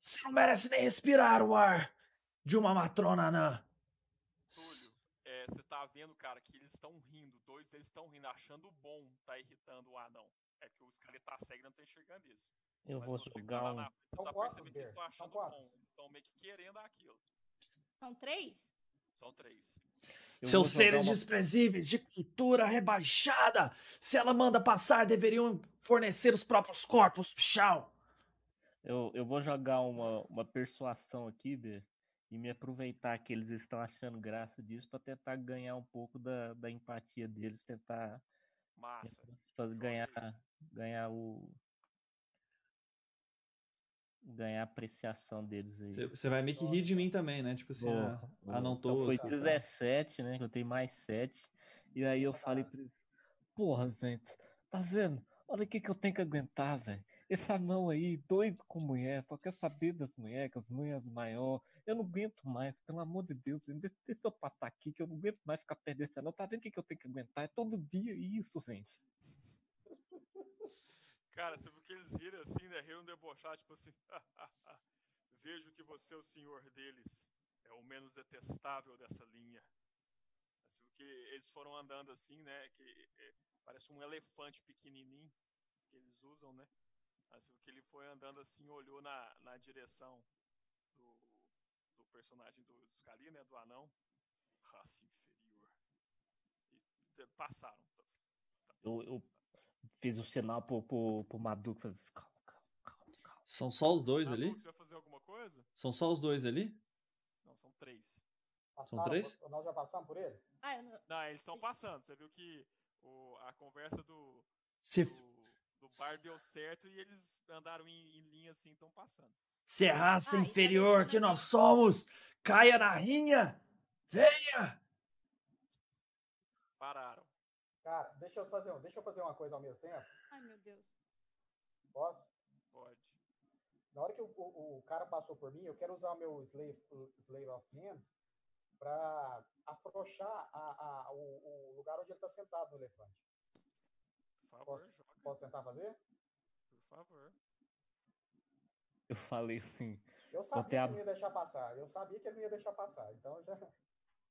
Speaker 8: Você não merece nem respirar o ar de uma matrona anã.
Speaker 1: Túlio, é, você tá vendo, cara, que eles estão rindo. Dois deles estão rindo, achando bom, tá irritando o anão. É que o Scalia tá cego e não tá enxergando isso.
Speaker 3: Eu
Speaker 1: Mas
Speaker 3: vou
Speaker 1: você que tá
Speaker 3: jogar
Speaker 1: lá
Speaker 3: um.
Speaker 1: na frente, Você tá percebendo que eles
Speaker 5: São quantos, Ber?
Speaker 1: estão
Speaker 5: São
Speaker 1: achando bom.
Speaker 5: quantos?
Speaker 1: Eles estão meio que querendo aquilo.
Speaker 2: São três?
Speaker 1: São três.
Speaker 3: eu
Speaker 8: Seus
Speaker 3: vou jogar
Speaker 8: seres
Speaker 3: uma-
Speaker 8: desprezíveis, de cultura rebaixada. Se ela manda passar, deveriam fornecer os próprios corpos do chão.
Speaker 3: Eu, eu vou jogar uma, uma persuasão aqui, Bê, e me aproveitar que eles estão achando graça disso para tentar ganhar um pouco da, da empatia deles, tentar
Speaker 1: Massa.
Speaker 3: fazer,
Speaker 1: Joga
Speaker 3: ganhar,
Speaker 1: aí.
Speaker 3: ganhar o. ganhar a apreciação deles aí.
Speaker 4: Você vai meio que rir de mim também, né? Tipo assim,
Speaker 3: Vou-
Speaker 4: ah,
Speaker 3: vou-
Speaker 4: ah, não
Speaker 3: então
Speaker 4: tô.
Speaker 3: foi
Speaker 4: tá.
Speaker 3: 17, né? Que eu tenho mais 7. E Ah. aí eu falei pra ele, porra, gente, tá vendo? Olha o que que eu tenho que aguentar, velho. Esse anão aí, doido com mulher, só quer saber das mulheres, que as mulheres maior. Eu não aguento mais, pelo amor de Deus, de- deixa eu passar aqui, que eu não aguento mais ficar perto desse anão. Tá vendo o que, que eu tenho que aguentar? É todo dia isso, gente.
Speaker 1: Cara, você viu que eles riram assim, né? Riram debochados, tipo assim. Vejo que você é o senhor deles. É o menos detestável dessa linha. Você viu que eles foram andando assim, né? Que é, parece um elefante pequenininho que eles usam, né? Aí você viu que ele foi andando assim, olhou na, na direção do, do personagem do Scali, né? Do anão. Raça inferior. E eh, passaram.
Speaker 3: Eu, eu fiz o sinal pro, pro, pro Madu, que falou, calma, calma, calma, calma.
Speaker 4: São só os
Speaker 8: Tá
Speaker 4: dois
Speaker 1: Maluco,
Speaker 4: ali?
Speaker 1: Tá Você vai fazer alguma coisa?
Speaker 4: São só os dois ali?
Speaker 1: Não, são três.
Speaker 5: Passaram
Speaker 4: três?
Speaker 5: por- Nós já passamos por eles?
Speaker 2: Ah, eu não...
Speaker 1: Não, eles estão passando. Você viu que o- a conversa do,
Speaker 4: Se,
Speaker 1: do, do bar deu certo e eles andaram em, em linha assim, estão passando.
Speaker 8: Se é raça
Speaker 2: Ah, e tá
Speaker 8: inferior
Speaker 2: deixando
Speaker 8: que
Speaker 2: a
Speaker 8: nós
Speaker 2: gente-
Speaker 8: somos, caia na rinha! Venha!
Speaker 1: Pararam.
Speaker 5: Cara, deixa eu fazer, um- deixa eu fazer uma coisa ao mesmo tempo.
Speaker 2: Ai, meu Deus.
Speaker 5: Posso?
Speaker 1: Pode.
Speaker 5: Na hora que o, o- o cara passou por mim, eu quero usar o meu Slave, slave of Hand para afrouxar a- a- o, o lugar onde ele está sentado no elefante.
Speaker 1: Por favor,
Speaker 5: Posso-
Speaker 1: joga.
Speaker 5: Posso tentar fazer?
Speaker 1: Por favor.
Speaker 3: Eu falei assim,
Speaker 5: Eu sabia que
Speaker 3: a-
Speaker 5: ele não ia deixar passar. Eu sabia que ele não ia deixar passar. Então já.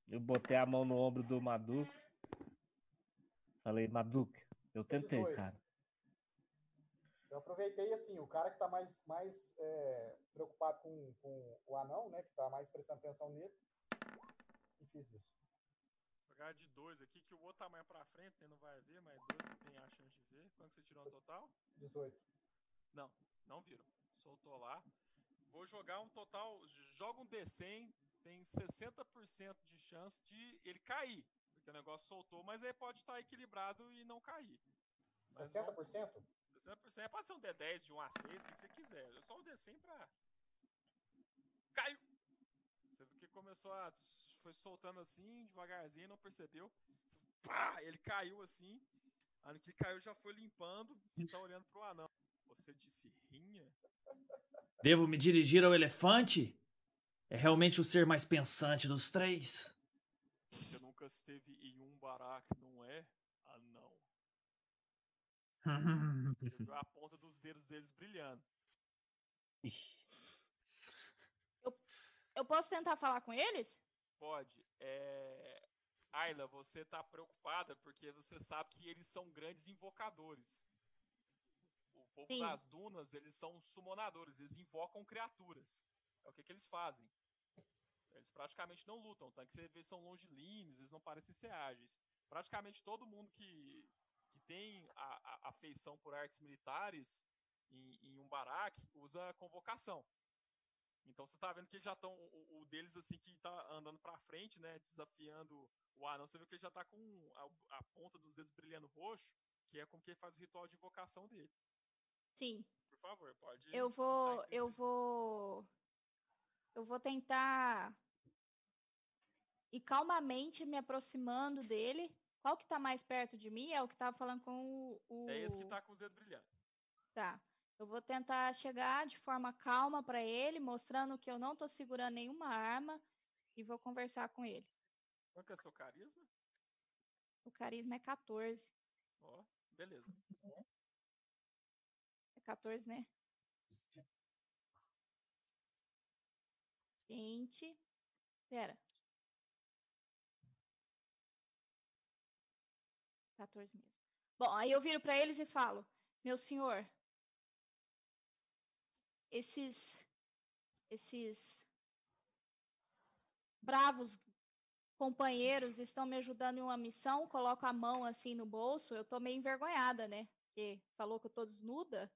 Speaker 3: eu botei a mão no ombro do Madu. Falei, Madu, eu tentei,
Speaker 5: 18.
Speaker 3: cara.
Speaker 5: Eu aproveitei assim, o cara que está mais, mais é, preocupado com, com o anão, né? Que está mais prestando atenção nele. E fiz isso.
Speaker 1: Jogar de dois aqui, que o outro tá mais pra frente, né? Não vai ver, mas dois que tem a chance de ver. Quanto que você tirou no total?
Speaker 5: 18.
Speaker 1: Não, não viram. Soltou lá. Vou jogar um total. Joga um D100, tem 60% de chance de ele cair. Porque o negócio soltou, mas aí pode estar equilibrado e não cair. Mas não-
Speaker 5: 60%?
Speaker 1: 60% pode ser um D10 de 1 a 6, o que você quiser. É só um D100 pra. Caiu! Você viu que começou a. Foi soltando assim, devagarzinho, não percebeu. Pá! Ele caiu assim. A hora que ele caiu já foi limpando e tá olhando pro anão. Você disse rinha?
Speaker 8: Devo me dirigir ao elefante? É realmente o ser mais pensante dos três?
Speaker 1: Você nunca esteve em um baraque, não é? Anão. Você viu a ponta dos dedos deles brilhando.
Speaker 2: Eu posso tentar falar com eles?
Speaker 1: Pode. É... Ayla, você tá preocupada porque você sabe que eles são grandes invocadores. O povo
Speaker 2: Sim.
Speaker 1: das dunas, eles são summonadores, eles invocam criaturas. É o que, que eles fazem. Eles praticamente não lutam, tá? Que você vê são longilíneos, eles não parecem ser ágeis. Praticamente todo mundo que, que tem a, a- afeição por artes militares em, em um baraque usa convocação. Então você tá vendo que eles já estão. O, o deles, assim, que tá andando pra frente, né? Desafiando o anão. Você vê que ele já tá com a, a ponta dos dedos brilhando roxo, que é como que ele faz o ritual de invocação dele.
Speaker 2: Sim.
Speaker 1: Por favor, pode.
Speaker 2: Eu vou,
Speaker 1: tentar
Speaker 2: eu
Speaker 1: interferir.
Speaker 2: vou, eu vou tentar ir calmamente me aproximando dele. Qual que tá mais perto de mim? É o que tava falando com o. o...
Speaker 1: É esse que tá com os dedos brilhando.
Speaker 2: Tá. Eu vou tentar chegar de forma calma para ele, mostrando que eu não tô segurando nenhuma arma e vou conversar com ele.
Speaker 1: Quanto que é seu carisma?
Speaker 2: O carisma é 14.
Speaker 1: Ó, beleza.
Speaker 2: É 14, né? 20. Pera. 14 mesmo. Bom, aí eu viro para eles e falo: Meu senhor, esses. Esses. Bravos companheiros estão me ajudando em uma missão. Coloco a mão assim no bolso. Eu tô meio envergonhada, né? Porque falou que eu tô desnuda.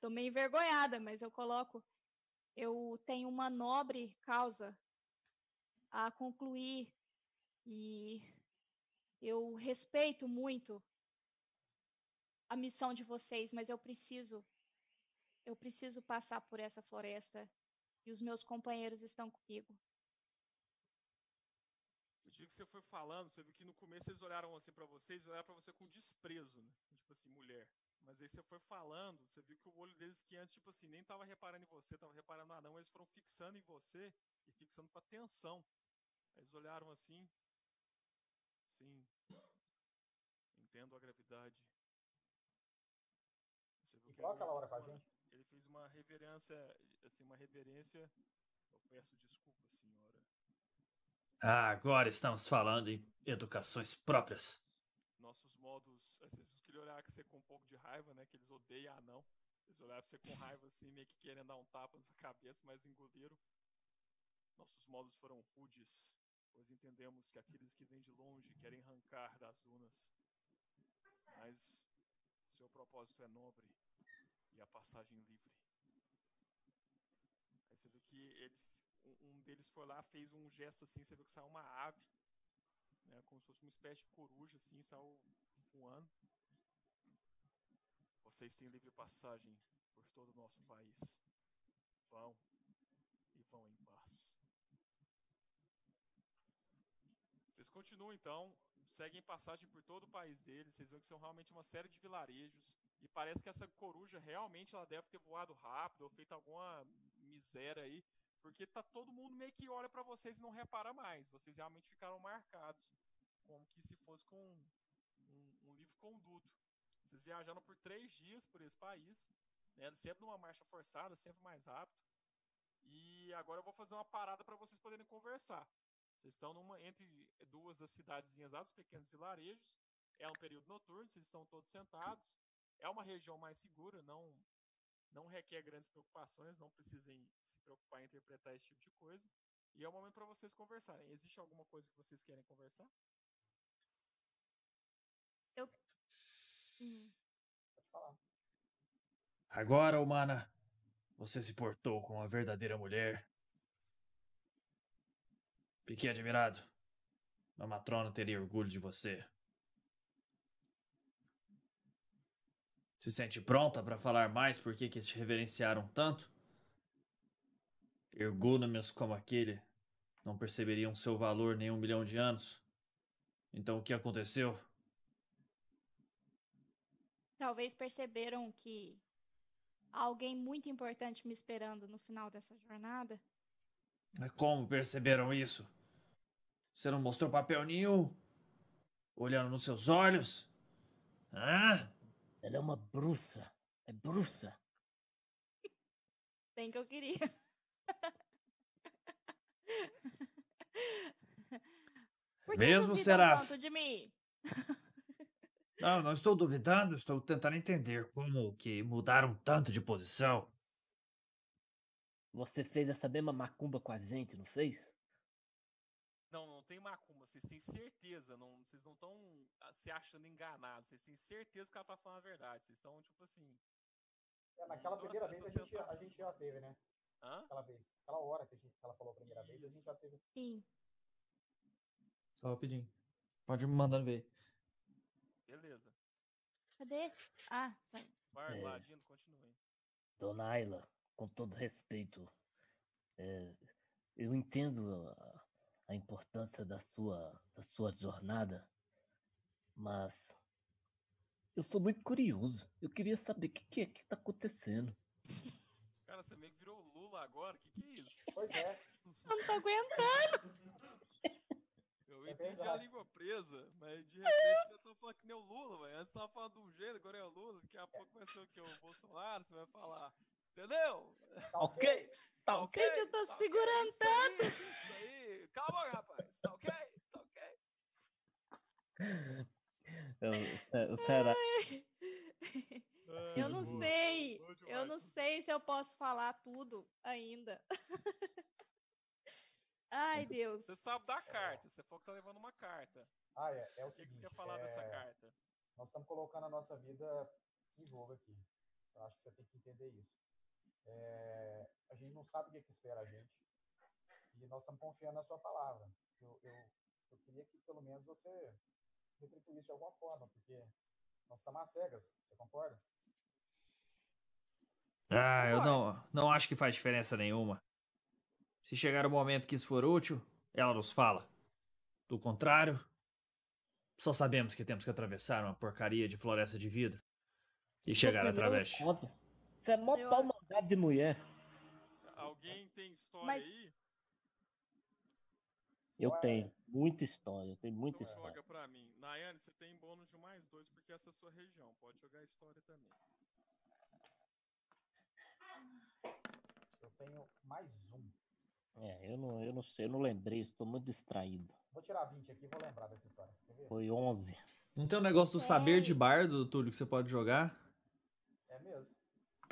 Speaker 2: tô meio envergonhada, mas eu coloco. Eu tenho uma nobre causa a concluir e eu respeito muito a missão de vocês, mas eu preciso eu preciso passar por essa floresta e os meus companheiros estão comigo.
Speaker 1: O dia que você foi falando, você viu que no começo eles olharam assim pra vocês, olharam pra você com desprezo, né? Tipo assim, mulher. Mas aí você foi falando, você viu que o olho deles que antes, tipo assim, nem tava reparando em você, tava reparando ah, não, eles foram fixando em você e fixando com atenção. Aí eles olharam assim. Sim. Entendo a gravidade. Você viu
Speaker 5: E
Speaker 1: que
Speaker 5: qual
Speaker 1: ele tá
Speaker 5: aquela hora
Speaker 1: fez
Speaker 5: com a
Speaker 1: uma- Ele fez uma reverência, assim, uma reverência. Eu peço desculpa, senhora.
Speaker 8: Ah, agora estamos falando em educações próprias.
Speaker 1: nossos modos. Assim, vocês queriam olhar que você com um pouco de raiva, né? Que eles odeiam anão. Eles olharam pra você com raiva, assim, meio que querendo dar um tapa na sua cabeça, mas engoliram. Nossos modos foram rudes, pois entendemos que aqueles que vêm de longe querem arrancar das dunas. Mas seu propósito é nobre e a passagem livre. Aí você viu que ele, um- um deles foi lá, fez um gesto assim, você viu que saiu uma ave né, como se fosse uma espécie de coruja, assim, saiu voando. Vocês têm livre passagem por todo o nosso país. Vão e vão em paz. Vocês continuam então, seguem passagem por todo o país deles. Vocês veem que são realmente uma série de vilarejos. E parece que essa coruja realmente ela deve ter voado rápido ou feito alguma miséria aí, porque tá todo mundo meio que olha pra vocês e não repara mais. Vocês realmente ficaram marcados, como que se fosse com um, um livre conduto. Vocês viajaram por três dias por esse país, né, sempre numa marcha forçada, sempre mais rápido. E agora eu vou fazer uma parada pra vocês poderem conversar. Vocês estão numa entre duas das cidadezinhas lá, dos pequenos vilarejos. É um período noturno, vocês estão todos sentados. É uma região mais segura, não não requer grandes preocupações, não precisem se preocupar em interpretar esse tipo de coisa. E é o momento para vocês conversarem. Existe alguma coisa que vocês querem conversar?
Speaker 2: Hum.
Speaker 5: Pode falar.
Speaker 8: Agora, humana, você se portou com uma verdadeira mulher. Fiquei admirado. A matrona teria orgulho de você. Se sente pronta para falar mais por que que te reverenciaram tanto? Ergônomes como aquele não perceberiam seu valor nem um milhão de anos. Então o que aconteceu?
Speaker 2: Talvez perceberam que há alguém muito importante me esperando no final dessa jornada.
Speaker 8: Mas como perceberam isso? Você não mostrou papel nenhum? Olhando nos seus olhos? Hã?
Speaker 11: Ela é uma bruxa. É bruxa.
Speaker 2: Bem que eu queria. Por que
Speaker 8: Mesmo,
Speaker 2: duvidam
Speaker 8: Seraf?
Speaker 2: tanto de mim?
Speaker 8: Não, não estou duvidando, estou tentando entender como que mudaram tanto de posição.
Speaker 11: Você fez essa mesma macumba com a gente, não fez?
Speaker 1: Não, não tem macumba. Vocês têm certeza. Não, vocês não estão se achando enganados. Vocês têm certeza que ela tá falando a verdade. Vocês estão, tipo assim.
Speaker 5: É, naquela
Speaker 1: Então,
Speaker 5: primeira
Speaker 1: essa-
Speaker 5: vez a
Speaker 1: essa
Speaker 5: gente, já- a
Speaker 1: sensação-
Speaker 5: gente já teve, né?
Speaker 1: Hã?
Speaker 5: Aquela vez. Aquela hora que, a gente, que ela falou a primeira vez, a gente já teve.
Speaker 2: Sim.
Speaker 4: Só rapidinho. Pode me mandando ver.
Speaker 1: Beleza.
Speaker 2: Cadê? Ah, tá.
Speaker 1: Vai,
Speaker 11: É.
Speaker 1: Ladino, continue.
Speaker 11: Dona Ayla, com todo respeito, é, eu entendo a, a importância da sua, da sua jornada, mas eu sou muito curioso. Eu queria saber o que, que é que está acontecendo.
Speaker 1: Cara, você meio que virou Lula agora. Que que é isso?
Speaker 5: Pois é.
Speaker 2: Eu não tô aguentando.
Speaker 1: Eu
Speaker 5: É
Speaker 1: entendi a
Speaker 5: verdade.
Speaker 1: língua presa, mas de repente eu tô falando que nem o Lula, velho. Antes tava falando de um jeito, agora é o Lula. Daqui a pouco vai ser o que? O Bolsonaro, você vai falar. Entendeu?
Speaker 5: Tá ok?
Speaker 11: Tá
Speaker 2: Por que que eu tô
Speaker 1: Tá ok,
Speaker 2: segurando
Speaker 1: isso aí, Isso aí. Calma, rapaz. Tá ok? Tá ok.
Speaker 11: Eu- eu- será?
Speaker 2: Eu não
Speaker 1: boa,
Speaker 2: sei.
Speaker 1: boa
Speaker 2: Eu não
Speaker 1: demais.
Speaker 2: sei se eu posso falar tudo ainda. Ai, Deus.
Speaker 1: Você sabe da carta. Você falou que tá levando uma carta.
Speaker 5: Ah, é. É o
Speaker 1: O que, que
Speaker 5: seguinte.
Speaker 1: você quer falar
Speaker 5: é,
Speaker 1: dessa carta?
Speaker 5: Nós estamos colocando a nossa vida em jogo aqui. Eu acho que você tem que entender isso. É, a gente não sabe o que, que espera a gente. E nós estamos confiando na sua palavra. Eu, eu, eu queria que pelo menos você retribuísse de alguma forma, porque nós estamos às cegas. Você concorda?
Speaker 8: Ah, eu não, não acho que faz diferença nenhuma. Se chegar o momento que isso for útil, ela nos fala. Do contrário, só sabemos que temos que atravessar uma porcaria de floresta de vidro. E chegaram através.
Speaker 3: Você é mó pau mandado de mulher.
Speaker 1: Alguém tem história
Speaker 2: Mas-
Speaker 1: aí?
Speaker 3: Eu
Speaker 5: Ué.
Speaker 3: tenho muita história, eu tenho muita
Speaker 1: Então
Speaker 3: história.
Speaker 1: joga pra mim. Nayane, você tem bônus de mais dois, porque essa é a sua região. Pode jogar história também.
Speaker 5: Eu tenho mais um.
Speaker 3: É, eu não, eu não sei, eu não lembrei, estou muito distraído.
Speaker 5: Vou tirar 20 aqui e vou lembrar dessa história. Você quer ver?
Speaker 3: Foi 11.
Speaker 4: Não tem um negócio do saber de bardo, Túlio, que você pode jogar?
Speaker 5: É mesmo.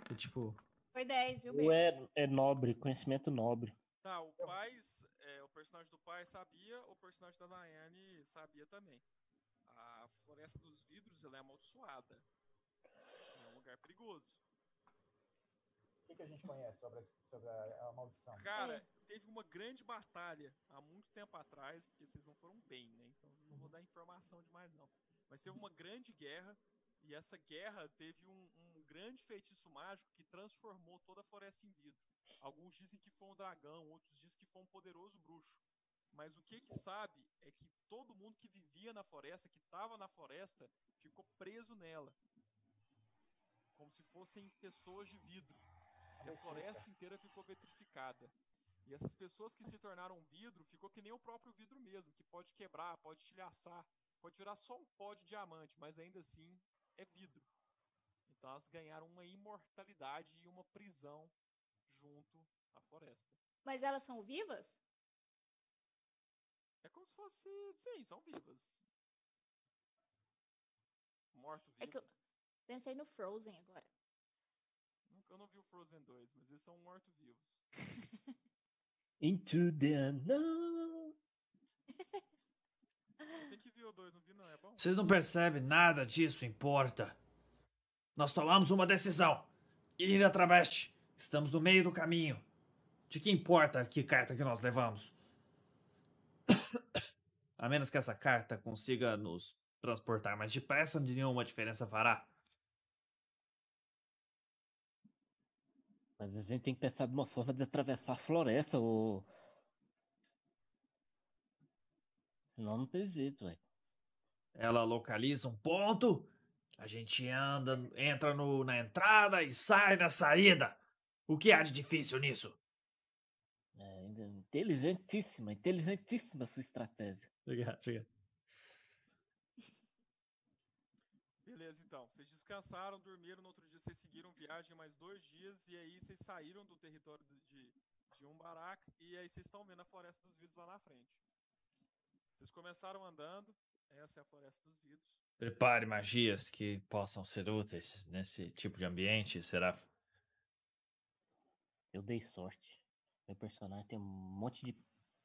Speaker 4: Que, tipo,
Speaker 2: Foi 10, viu,
Speaker 3: Eu
Speaker 2: mesmo?
Speaker 3: é, é nobre, conhecimento nobre.
Speaker 1: Tá, o pai, é, o personagem do pai sabia, o personagem da Nayane sabia também. A Floresta dos Vidros ela é amaldiçoada. É um lugar perigoso.
Speaker 5: O que, que a gente conhece sobre, esse- sobre a, a maldição?
Speaker 1: Cara,
Speaker 2: É.
Speaker 1: teve uma grande batalha há muito tempo atrás, porque vocês não foram bem, né? Então eu não vou dar informação demais, não. Mas teve uma grande guerra, e essa guerra teve um, um grande feitiço mágico que transformou toda a floresta em vidro. Alguns dizem que foi um dragão, outros dizem que foi um poderoso bruxo. Mas o que que sabe é que todo mundo que vivia na floresta, que estava na floresta, ficou preso nela. Como se fossem pessoas de vidro. E a
Speaker 5: Ametista.
Speaker 1: floresta inteira ficou vetrificada. E essas pessoas que se tornaram vidro, ficou que nem o próprio vidro mesmo, que pode quebrar, pode estilhaçar, pode virar só um pó de diamante, mas ainda assim é vidro. Então elas ganharam uma imortalidade e uma prisão junto à floresta.
Speaker 2: Mas elas são vivas?
Speaker 1: É como se fosse. Sim, são vivas.
Speaker 2: É que eu-
Speaker 1: Morto-vivas.
Speaker 2: Pensei no Frozen agora.
Speaker 1: Nunca- Eu não vi o Frozen 2, mas eles são morto-vivos.
Speaker 3: Into the unknown.
Speaker 1: Tem que ver o 2, não vi não, é bom?
Speaker 8: Vocês não percebem nada disso importa. Nós tomamos uma decisão. Ir a travesti. Estamos no meio do caminho. De que importa que carta que nós levamos? a menos que essa carta consiga nos transportar mais depressa, nenhuma diferença fará.
Speaker 3: Mas a gente tem que pensar de uma forma de atravessar a floresta, ou. Senão não tem jeito, velho.
Speaker 8: Ela localiza um ponto, a gente anda, entra no- na entrada e sai na saída. O que há de difícil nisso?
Speaker 3: É, ainda- inteligentíssima, inteligentíssima a sua estratégia.
Speaker 4: Obrigado, obrigado.
Speaker 1: Beleza, então. Vocês descansaram, dormiram, no outro dia vocês seguiram viagem mais dois dias, e aí vocês saíram do território do- de, de Umbarak, e aí vocês estão vendo a Floresta dos Vidros lá na frente. Vocês começaram andando, essa é a Floresta dos Vidros.
Speaker 8: Prepare magias que possam ser úteis nesse tipo de ambiente, será?
Speaker 3: Eu dei sorte. Meu personagem tem um monte de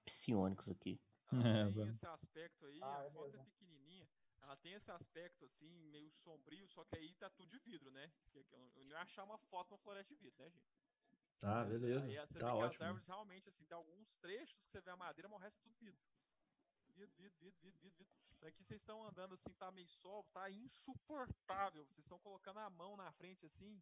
Speaker 3: psionicos aqui.
Speaker 1: Ela
Speaker 4: É,
Speaker 1: tem
Speaker 4: bom.
Speaker 1: esse aspecto aí,
Speaker 5: Ah,
Speaker 1: a
Speaker 5: é
Speaker 1: foto é
Speaker 5: mesmo.
Speaker 1: pequenininha, ela tem esse aspecto assim, meio sombrio, só que aí tá tudo de vidro, né? Que- que Eu eu não ia achar uma foto numa floresta de vidro, né, gente?
Speaker 8: Tá,
Speaker 1: Mas,
Speaker 8: beleza.
Speaker 1: Aí você
Speaker 8: Tá
Speaker 1: vê que as
Speaker 8: ótimo.
Speaker 1: árvores realmente, assim, tem alguns trechos que você vê a madeira, mas o resto é tudo vidro. Vidro, vidro, vidro, vidro, vidro, vidro. Então aqui vocês estão andando assim, tá meio sol, tá insuportável. Vocês estão colocando a mão na frente assim,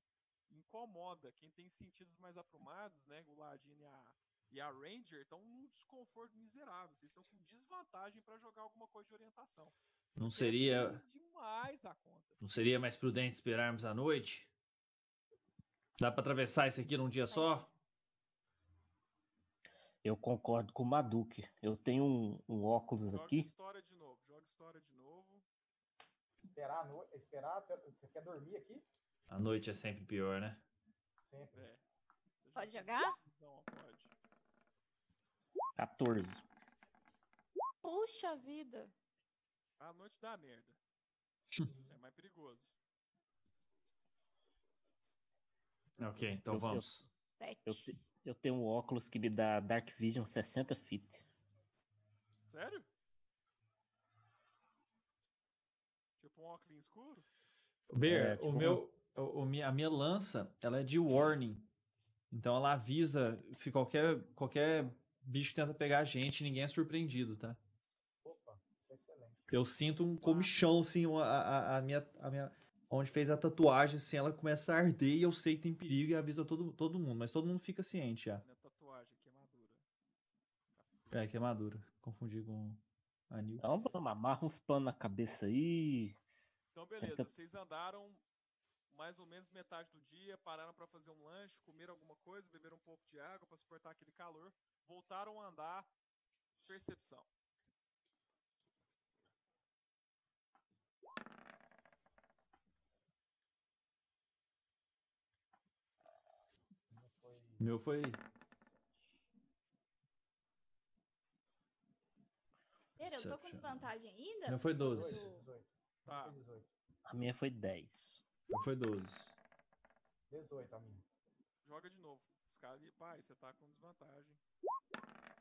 Speaker 1: incomoda. Quem tem sentidos mais aprumados, né? O Ladino e a, e a Ranger estão num desconforto miserável. Vocês estão com desvantagem pra jogar alguma coisa de orientação.
Speaker 8: Não seria,
Speaker 1: Bem Demais a conta.
Speaker 8: não seria mais prudente esperarmos a noite? Dá pra atravessar isso aqui num dia só?
Speaker 3: Eu concordo com o Maduque. Eu tenho um, um óculos
Speaker 1: Joga
Speaker 3: aqui.
Speaker 1: história de novo, joga história de novo.
Speaker 5: Esperar a noite. Esperar até. Você quer dormir aqui?
Speaker 8: A noite é sempre pior, né?
Speaker 5: Sempre.
Speaker 1: É. Você fez
Speaker 2: Pode jogar?
Speaker 1: isso? Não, pode.
Speaker 3: 14.
Speaker 2: Puxa vida.
Speaker 1: A noite dá merda. é mais perigoso.
Speaker 8: Ok, então
Speaker 3: Eu-
Speaker 8: vamos.
Speaker 2: Sete.
Speaker 3: Eu, te- eu tenho um óculos que me dá Dark Vision 60 feet.
Speaker 1: Sério? Tipo um óculos escuro?
Speaker 4: Bear,
Speaker 3: É, tipo
Speaker 4: o meu, o, o minha- a minha lança, ela é de warning. Então ela avisa se qualquer, qualquer bicho tenta pegar a gente, ninguém é surpreendido, tá?
Speaker 5: Opa, isso é excelente.
Speaker 4: Eu sinto
Speaker 3: Tá.
Speaker 4: um comichão, assim, uma- a, a, a minha, a minha. Onde fez a tatuagem, assim, ela começa a arder e eu sei que tem perigo e avisa todo, todo mundo, mas todo mundo fica ciente já.
Speaker 1: Minha tatuagem, queimadura. Cacete.
Speaker 4: É, queimadura. Confundi com a Nil.
Speaker 3: Então, vamos, amarra uns panos na cabeça aí.
Speaker 1: Então, beleza.
Speaker 3: Tenta-
Speaker 1: Vocês andaram mais ou menos metade do dia, pararam para fazer um lanche, comer alguma coisa, beber um pouco de água para suportar aquele calor, voltaram a andar. Percepção.
Speaker 4: Meu foi.
Speaker 2: Pera, eu tô com desvantagem ainda?
Speaker 4: Não foi 12.
Speaker 5: 18.
Speaker 1: Tá.
Speaker 5: 18.
Speaker 11: A minha foi 10.
Speaker 4: Meu foi 12.
Speaker 5: 18 a minha.
Speaker 1: Joga de novo. Os caras ali, pai, você tá com desvantagem.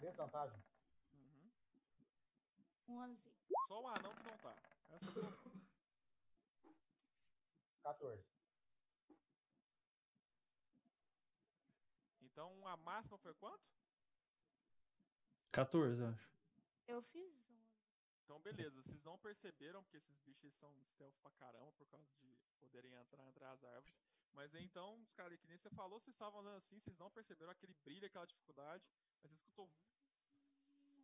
Speaker 5: Desvantagem?
Speaker 1: Uhum.
Speaker 2: 11.
Speaker 1: Só o anão que não tá. Essa tá
Speaker 5: 14.
Speaker 1: Então a máxima foi quanto?
Speaker 4: 14, eu acho.
Speaker 2: Eu fiz 11.
Speaker 1: Então, beleza. Vocês não perceberam, porque esses bichos são stealth pra caramba, por causa de poderem entrar entre as árvores. Mas então, os caras, que nem você falou, vocês estavam andando assim, vocês não perceberam aquele brilho, aquela dificuldade. Mas você escutou.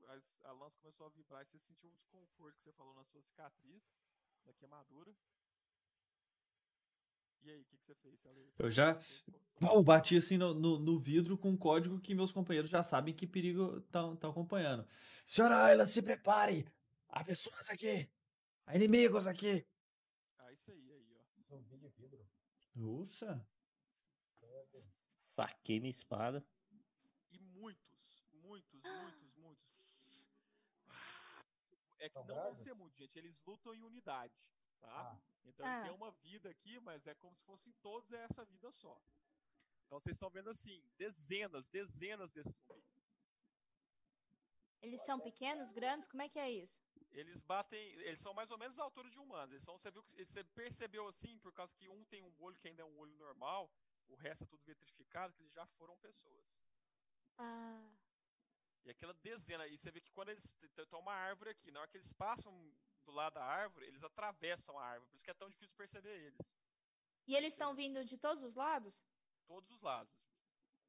Speaker 1: as- a lança começou a vibrar e você sentiu um desconforto que você falou na sua cicatriz, da queimadura. E aí, o que, que você fez? Você alertou?
Speaker 4: Eu já-
Speaker 1: Você ficou só-
Speaker 4: Pau, bati assim no, no- no vidro com um código que meus companheiros já sabem que perigo estão acompanhando. Senhora Ayla, se prepare! Há pessoas aqui! Há inimigos aqui!
Speaker 1: Ah, isso aí, aí, ó.
Speaker 5: Zumbi de vidro.
Speaker 4: Nossa!
Speaker 11: Saquei minha espada.
Speaker 1: E muitos, muitos, muitos, muitos. É que
Speaker 5: São
Speaker 1: não vão
Speaker 5: bravos?
Speaker 1: ser muitos, gente. Eles lutam em unidade, tá?
Speaker 5: Ah,
Speaker 1: Então ele
Speaker 2: Ah.
Speaker 1: tem uma vida aqui, mas é como se fossem todos essa vida só. Então vocês estão vendo assim, dezenas, dezenas desses zumbi.
Speaker 2: Eles são pequenos, grandes? Como é que é isso?
Speaker 1: Eles batem, eles são mais ou menos a altura de um humano. Eles são, você viu, que- você percebeu assim, por causa que um tem um olho que ainda é um olho normal, o resto é tudo vitrificado, que eles já foram pessoas.
Speaker 2: Ah,
Speaker 1: E aquela dezena. E você vê que quando eles estão uma árvore aqui, na hora que eles passam do lado da árvore, eles atravessam a árvore. Por isso que é tão difícil perceber eles.
Speaker 2: e eles estão vindo de todos os lados?
Speaker 1: Todos os lados.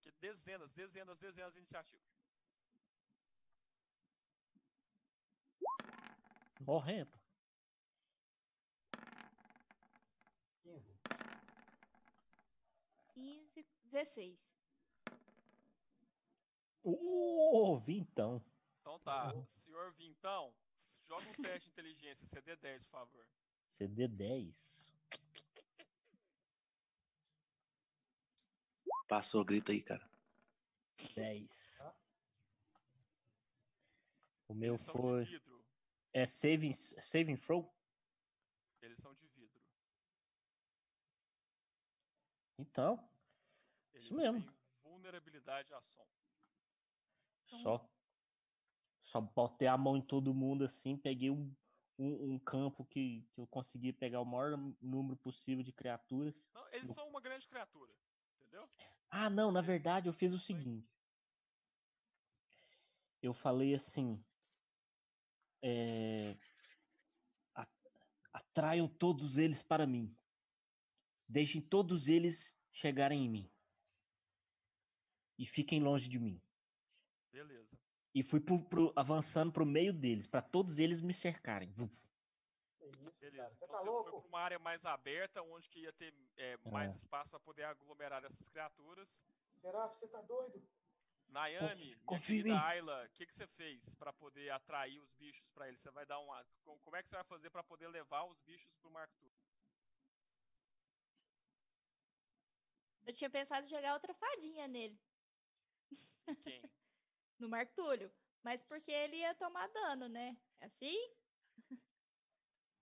Speaker 1: Que Dezenas, dezenas, dezenas de iniciativas.
Speaker 11: Morrendo.
Speaker 5: 15.
Speaker 2: 15, 16.
Speaker 11: Uh, vintão.
Speaker 1: Então tá,
Speaker 11: Uhum.
Speaker 1: senhor Vintão, joga um teste de inteligência, CD10, por favor.
Speaker 11: CD10.
Speaker 9: Passou, grita aí, cara.
Speaker 11: 10.
Speaker 5: Tá.
Speaker 11: O meu
Speaker 1: Eles são de
Speaker 11: foi.
Speaker 1: vidro.
Speaker 11: É saving, saving throw?
Speaker 1: Eles são de vidro.
Speaker 11: Então,
Speaker 1: Eles
Speaker 11: Isso mesmo.
Speaker 1: têm vulnerabilidade à som.
Speaker 11: só. Só botei a mão em todo mundo assim, peguei um, um, um campo que, que eu consegui pegar o maior número possível de criaturas.
Speaker 1: Não, eles são uma grande criatura. Entendeu?
Speaker 11: Ah, não, na verdade eu fiz o seguinte. Eu falei assim. é, a- atraiam todos eles para mim. Deixem todos eles chegarem em mim. E fiquem longe de mim.
Speaker 1: Beleza.
Speaker 11: E fui pro, pro- avançando para o meio deles, para todos eles me cercarem. Vuf.
Speaker 5: Que isso, cara.
Speaker 1: Beleza.
Speaker 5: Você
Speaker 1: Então
Speaker 5: tá
Speaker 1: você foi
Speaker 5: louco?
Speaker 1: para uma área mais aberta, onde que ia ter é, mais espaço para poder aglomerar essas criaturas.
Speaker 5: Será? Você tá doido?
Speaker 1: Nayane, minha
Speaker 11: confia em
Speaker 1: querida
Speaker 11: mim.
Speaker 1: Ayla, o que, que você fez para poder atrair os bichos para eles? Você vai dar um. a- co- Como é que você vai fazer para poder levar os bichos pro Marco Túlio?
Speaker 2: Eu tinha pensado em jogar outra fadinha nele,
Speaker 1: E Quem?
Speaker 2: no Marco Túlio. Mas porque ele ia tomar dano, né? É Assim?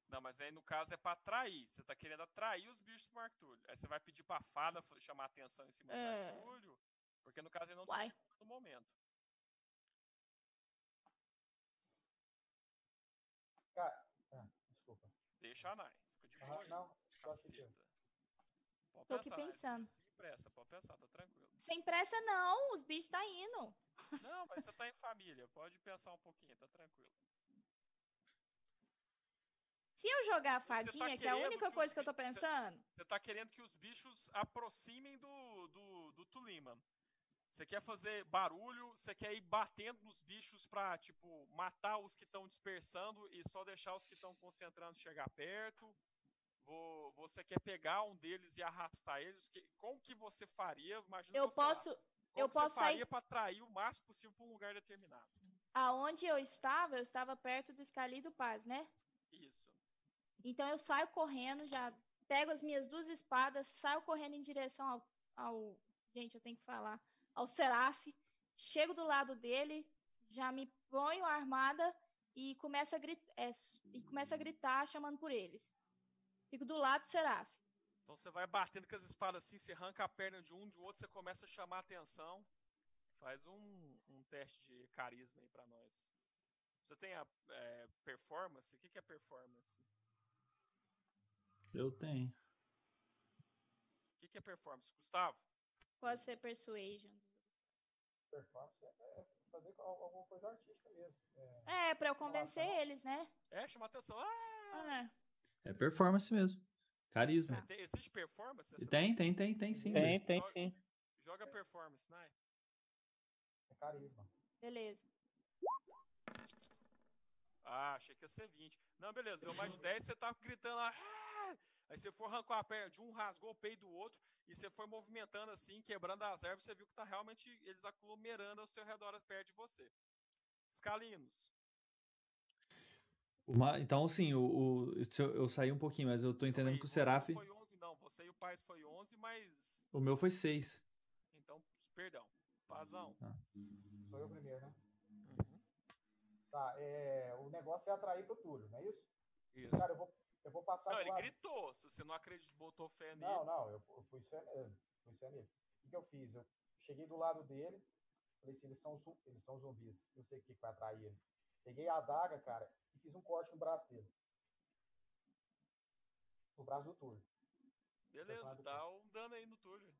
Speaker 1: Não, mas aí no caso é para atrair. Você tá querendo atrair os bichos pro Marco Túlio. Aí você vai pedir pra fada f- chamar atenção em cima do
Speaker 2: É.
Speaker 1: Marco Túlio, porque no caso ele não
Speaker 2: Uai.
Speaker 1: se no momento.
Speaker 5: Cara, ah, desculpa.
Speaker 1: Deixa a Nay. Fica de boa
Speaker 5: Ah,
Speaker 1: aí.
Speaker 5: não, tô aqui.
Speaker 1: Caceta. Pode
Speaker 2: Tô aqui
Speaker 1: Nay, você
Speaker 2: pensando.
Speaker 1: Sem pressa, pode pensar, tá tranquilo.
Speaker 2: Sem pressa, não. Os bichos tá indo.
Speaker 1: Não, mas você tá em família, pode pensar um pouquinho, tá tranquilo.
Speaker 2: Se eu jogar a
Speaker 1: Você tá
Speaker 2: fadinha, que é a
Speaker 1: querendo
Speaker 2: única
Speaker 1: que os
Speaker 2: coisa que eu
Speaker 1: bi-
Speaker 2: tô
Speaker 1: você-
Speaker 2: pensando.
Speaker 1: Você tá querendo que os bichos aproximem do, do, do Tulima. Você quer fazer barulho, você quer ir batendo nos bichos pra, tipo, matar os que estão dispersando e só deixar os que estão concentrando chegar perto. vo- você quer pegar um deles e arrastar eles, que- como que você faria? Imagina
Speaker 2: Eu
Speaker 1: você lá.
Speaker 2: posso-
Speaker 1: Como
Speaker 2: eu
Speaker 1: que você
Speaker 2: posso sair-
Speaker 1: faria para atrair o máximo possível para um lugar determinado?
Speaker 2: Aonde eu estava, eu estava perto do Scali do Paz, né?
Speaker 1: Isso.
Speaker 2: Então eu saio correndo, já pego as minhas duas espadas, saio correndo em direção ao. ao- gente, eu tenho que falar. Ao Seraf. Chego do lado dele, já me ponho armada e começo a, grit- é, s- e começo a gritar chamando por eles. Fico do lado do Seraf.
Speaker 1: Então você vai batendo com as espadas assim, você arranca a perna de um, de outro, você começa a chamar a atenção. Faz um, um teste de carisma aí para nós. Você tem a é, performance? O que, que é performance?
Speaker 8: Eu tenho.
Speaker 1: O que, que é performance? Gustavo?
Speaker 2: Pode ser Persuasion.
Speaker 5: Performance é, é fazer al- alguma coisa artística mesmo.
Speaker 2: É, pra eu convencer eles, né?
Speaker 1: É, chamar atenção. Ah!
Speaker 2: Ah,
Speaker 8: É performance mesmo. Carisma.
Speaker 1: Tem- existe performance? essa
Speaker 8: É. Tem,
Speaker 1: noite?
Speaker 8: tem, tem, tem sim.
Speaker 4: Tem,
Speaker 8: velho.
Speaker 4: tem sim.
Speaker 1: Joga performance, né?
Speaker 5: É carisma.
Speaker 2: beleza.
Speaker 1: Ah, achei que ia ser 20. Não, beleza, deu mais de 10, você tá gritando lá. "Ah!" Aí você for arrancou a perna de um, rasgou o peito do outro, e você foi movimentando assim, quebrando as ervas, você viu que tá realmente eles aglomerando ao seu redor, as perto de você. Escalinos.
Speaker 8: O ma- Então, assim, o, o- se eu, eu saí um pouquinho, mas eu tô entendendo que o
Speaker 1: Você não
Speaker 8: Seraf.
Speaker 1: foi 11, não. Você e o Paz foi 11, mas.
Speaker 8: O meu foi 6.
Speaker 1: Então, perdão. Pazão.
Speaker 5: Sou
Speaker 1: Uhum.
Speaker 5: eu primeiro, né? Tá, é, o negócio é atrair pro Túlio, não é isso?
Speaker 1: Isso.
Speaker 5: Cara, eu vou, eu vou passar
Speaker 1: Não,
Speaker 5: pro
Speaker 1: ele
Speaker 5: lado.
Speaker 1: gritou. Se você não acreditou, botou fé nele.
Speaker 5: Não, não, eu, eu pus fé nele. Pus fé nele. O que, que eu fiz? Eu cheguei do lado dele, falei assim, eles são, zu- eles são zumbis, eu sei o que que vai atrair eles. Peguei a adaga, cara, e fiz um corte no braço dele. No braço do Túlio.
Speaker 1: Beleza,
Speaker 5: Personagem
Speaker 1: dá um dano aí no Túlio.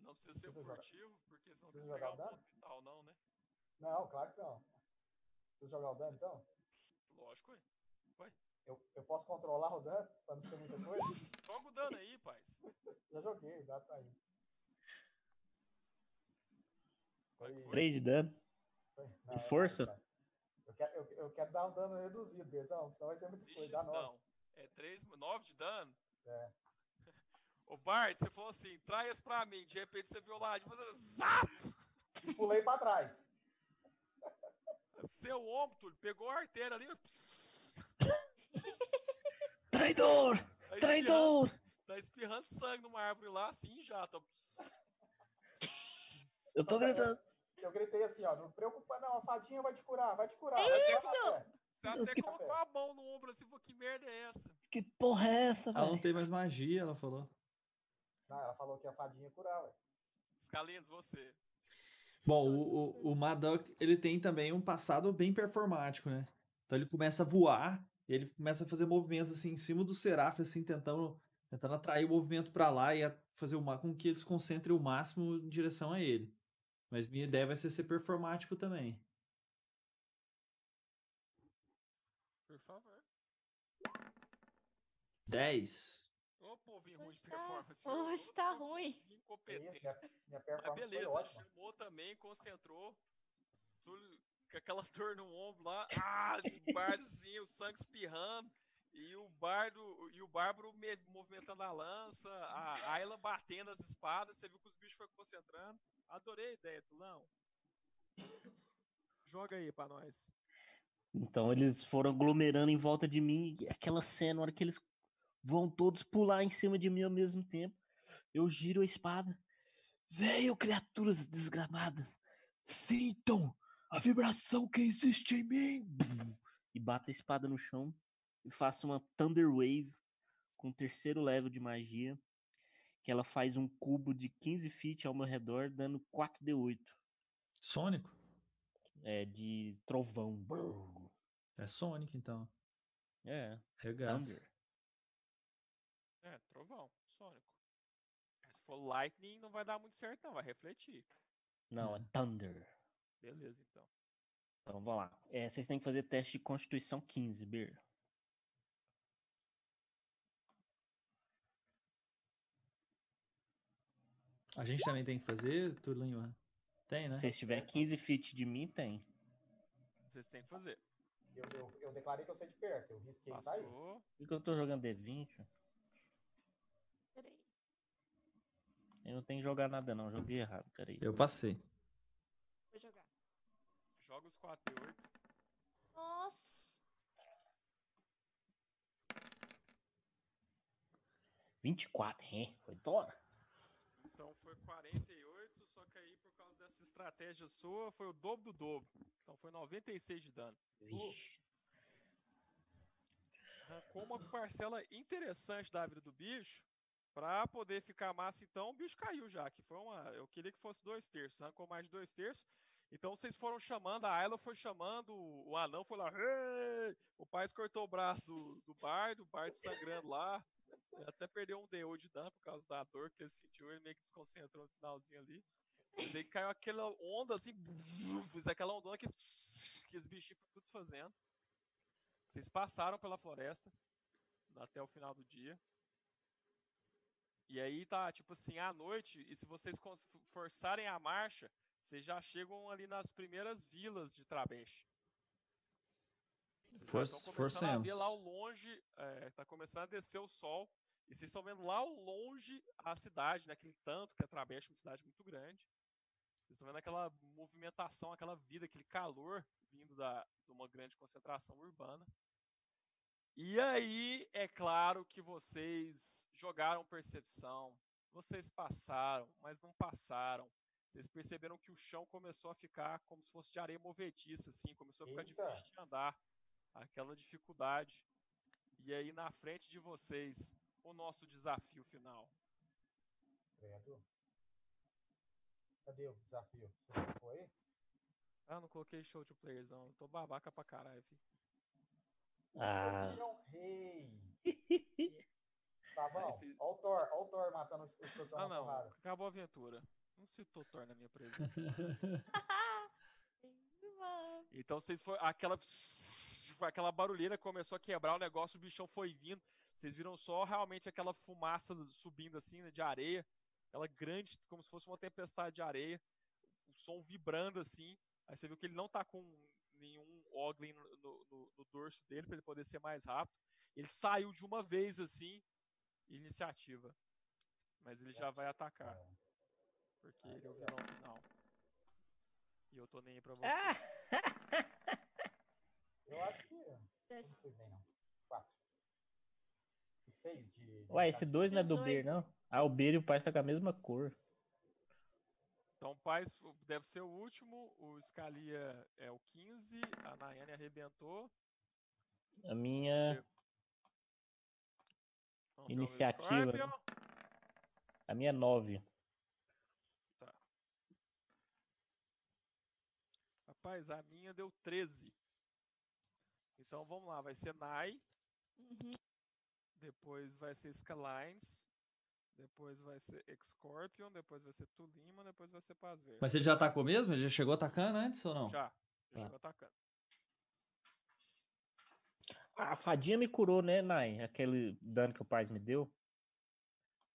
Speaker 1: Não precisa ser
Speaker 5: Precisa jogar.
Speaker 1: furtivo, porque senão
Speaker 5: Precisa
Speaker 1: você pegar
Speaker 5: jogar
Speaker 1: um
Speaker 5: dano?
Speaker 1: ponto vital, não, né?
Speaker 5: Não, claro que não. Precisa jogar o dano, então?
Speaker 1: Lógico, hein?
Speaker 5: Eu, eu posso controlar o dano, pra não ser muita coisa?
Speaker 1: Joga o dano aí, paz.
Speaker 5: Já joguei, o dado tá aí.
Speaker 1: Qual é que foi?
Speaker 4: 3 de dano.
Speaker 5: Foi?
Speaker 4: E
Speaker 5: é
Speaker 4: força?
Speaker 5: mais, cara. Eu quero, eu, eu quero dar um dano reduzido, Berzão, senão vai ser muito
Speaker 1: Vixe,
Speaker 5: coisa. Dá nove.
Speaker 1: não. É 3, 9 de dano.
Speaker 5: É.
Speaker 1: Ô Bart, você falou assim, traz pra mim. De repente você viu lá, tipo, você- zap!
Speaker 5: E pulei pra trás.
Speaker 1: Seu ombro, Túlio, pegou a artéria ali. pss,
Speaker 3: Traidor!
Speaker 1: tá
Speaker 3: Traidor!
Speaker 1: espirrando- Tá espirrando sangue numa árvore lá, assim, já. Tá, pss.
Speaker 3: Eu tô gritando.
Speaker 5: Eu gritei assim, ó, não preocupa não, a fadinha vai te curar, vai te curar. Vai te curar
Speaker 1: Você até colocou a mão no ombro assim, falou, que merda é essa?
Speaker 3: Que porra é essa,
Speaker 8: Ela
Speaker 3: velho?
Speaker 8: não tem mais magia, ela falou.
Speaker 5: não, ela falou que a fadinha ia curar, ué.
Speaker 1: Escalinos, você.
Speaker 8: Bom, o, o, o Madoc, ele tem também um passado bem performático, né? Então ele começa a voar, e ele começa a fazer movimentos assim em cima do Seraf, assim, tentando, tentando atrair o movimento pra lá e a- fazer uma, com que eles concentrem o máximo em direção a ele. Mas minha ideia vai ser ser performático também.
Speaker 1: Por favor.
Speaker 8: 10.
Speaker 1: Ô, povinho ruim de
Speaker 2: Hoje tá-
Speaker 1: performance.
Speaker 2: hoje
Speaker 1: viu?
Speaker 2: tá
Speaker 1: Todo
Speaker 2: ruim.
Speaker 1: povinho
Speaker 5: Que isso,
Speaker 1: Incompetente.
Speaker 5: minha, minha
Speaker 1: Mas
Speaker 5: performance foi
Speaker 1: Ah, beleza,
Speaker 5: ótima.
Speaker 1: chamou também, concentrou. Tudo com aquela dor no ombro lá. Ah, de barzinho, o sangue espirrando. E o bardo e o bárbaro me- movimentando a lança, a Ayla batendo as espadas, você viu que os bichos foram concentrando. Adorei a ideia, Tulão. Joga aí pra nós.
Speaker 3: Então eles foram aglomerando em volta de mim, e aquela cena, na hora que eles vão todos pular em cima de mim ao mesmo tempo, eu giro a espada. Veio, criaturas desgramadas, sintam a vibração que existe em mim! E bato a espada no chão e faço uma Thunder Wave com o terceiro level de magia, que ela faz um cubo de 15 feet ao meu redor, dando 4d8
Speaker 8: Sônico?
Speaker 3: é, de trovão. Brrr.
Speaker 8: É Sonic, então.
Speaker 3: É,
Speaker 8: Regaço.
Speaker 3: Thunder.
Speaker 1: É, trovão, sônico. É, Se for lightning, não vai dar muito certo, não. Vai refletir.
Speaker 3: Não, é Thunder.
Speaker 1: Beleza, então.
Speaker 3: Então vamos lá. É, vocês têm que fazer teste de Constituição 15, Bir.
Speaker 8: A gente também tem que fazer, Turlinho? Tem, né?
Speaker 3: Se vocês tiverem 15 feet de mim, tem.
Speaker 1: Vocês têm que fazer.
Speaker 5: Eu, eu, eu declarei que eu saí de perto, eu risquei sair.
Speaker 3: Por que eu tô jogando D20?
Speaker 2: Peraí.
Speaker 3: Eu não tenho que jogar nada, não. Joguei errado. Peraí.
Speaker 4: Eu passei.
Speaker 2: Vou jogar.
Speaker 1: Joga os 4 e 8.
Speaker 2: Nossa.
Speaker 3: 24, hein? Foi dora.
Speaker 1: Então foi 48, só que aí por causa dessa estratégia sua foi o dobro do dobro. Então foi 96 de dano.
Speaker 3: Vixe.
Speaker 1: Arrancou uma parcela interessante da vida do bicho. Pra poder ficar massa, então, o bicho caiu já. Que foi uma. Eu queria que fosse dois terços. Arrancou mais de dois terços. Então vocês foram chamando, a Ayla foi chamando, o anão foi lá. "Ei!" O pai cortou o braço do, do Bard, o Bard sangrando lá. Ele até perdeu um DO de dano por causa da dor que ele sentiu, ele meio que desconcentrou no finalzinho ali. Mas aí caiu aquela onda assim, fez aquela ondona que, que os bichinhos foram tudo fazendo. Vocês passaram pela floresta até o final do dia. E aí tá, tipo assim, à noite, e se vocês cons- forçarem a marcha, vocês já chegam ali nas primeiras vilas de Trabesh. Vocês já
Speaker 4: Force-
Speaker 1: estão começando a ver
Speaker 4: forcemos.
Speaker 1: lá ao longe, é, tá começando a descer o sol, e vocês estão vendo lá ao longe a cidade, né, aquele tanto que é Trabesh, uma cidade muito grande. Vocês estão vendo aquela movimentação, aquela vida, aquele calor vindo da, de uma grande concentração urbana. E aí, é claro que vocês jogaram percepção, vocês passaram, mas não passaram. Vocês perceberam que o chão começou a ficar como se fosse de areia movediça, assim, começou a ficar
Speaker 5: Eita.
Speaker 1: difícil de andar, aquela dificuldade. E aí, na frente de vocês, o nosso desafio final.
Speaker 5: Credo. Cadê o desafio? Você colocou aí?
Speaker 1: Ah, não coloquei show de players, não. Eu tô babaca pra caralho, filho.
Speaker 3: Ah.
Speaker 5: Escorpião Rei. Stavão,
Speaker 1: Aí vocês-
Speaker 5: olha o Thor, olha o Thor matando o escorpião
Speaker 1: Ah,
Speaker 5: na
Speaker 1: não.
Speaker 5: porrada.
Speaker 1: Acabou a aventura. Não citou Thor na minha presença.
Speaker 2: Uau.
Speaker 1: Então vocês foi aquela foi aquela barulheira que começou a quebrar o negócio, o bichão foi vindo. Vocês viram só realmente aquela fumaça subindo assim, né, de areia, aquela grande, como se fosse uma tempestade de areia, o som vibrando assim. Aí você viu que ele não tá com nenhum ogling no, no- no- no dorso dele para ele poder ser mais rápido. Ele saiu de uma vez assim, iniciativa. Mas ele já vai atacar,
Speaker 5: É.
Speaker 1: porque ele é o vilão final. E eu tô nem aí pra você.
Speaker 5: É, Eu acho que não
Speaker 2: Des-
Speaker 5: fui bem, não. Quatro. E seis de. de
Speaker 3: Ué, esse
Speaker 5: iniciativa.
Speaker 3: dois não é do Bir, não? Ah, o Bir e o pai tá com a mesma cor.
Speaker 1: Então, o Paz deve ser o último. O Scalia é o 15. A Nayane arrebentou.
Speaker 3: A minha,
Speaker 1: Então, pelo
Speaker 3: Iniciativa,
Speaker 4: né?
Speaker 1: Scorpion.
Speaker 3: a minha é nove.
Speaker 1: Rapaz, a minha deu 13. Então, vamos lá. Vai ser Nay.
Speaker 2: Uhum.
Speaker 1: Depois vai ser Scalines. Depois vai ser Scorpion. Depois vai ser Tulima. Depois vai ser Paz Verde.
Speaker 4: Mas ele já atacou mesmo? Ele já chegou atacando antes ou não?
Speaker 1: Já. Já
Speaker 4: Tá.
Speaker 1: chegou atacando.
Speaker 3: Ah, a fadinha me curou, né, Nai? Aquele dano que o pai me deu.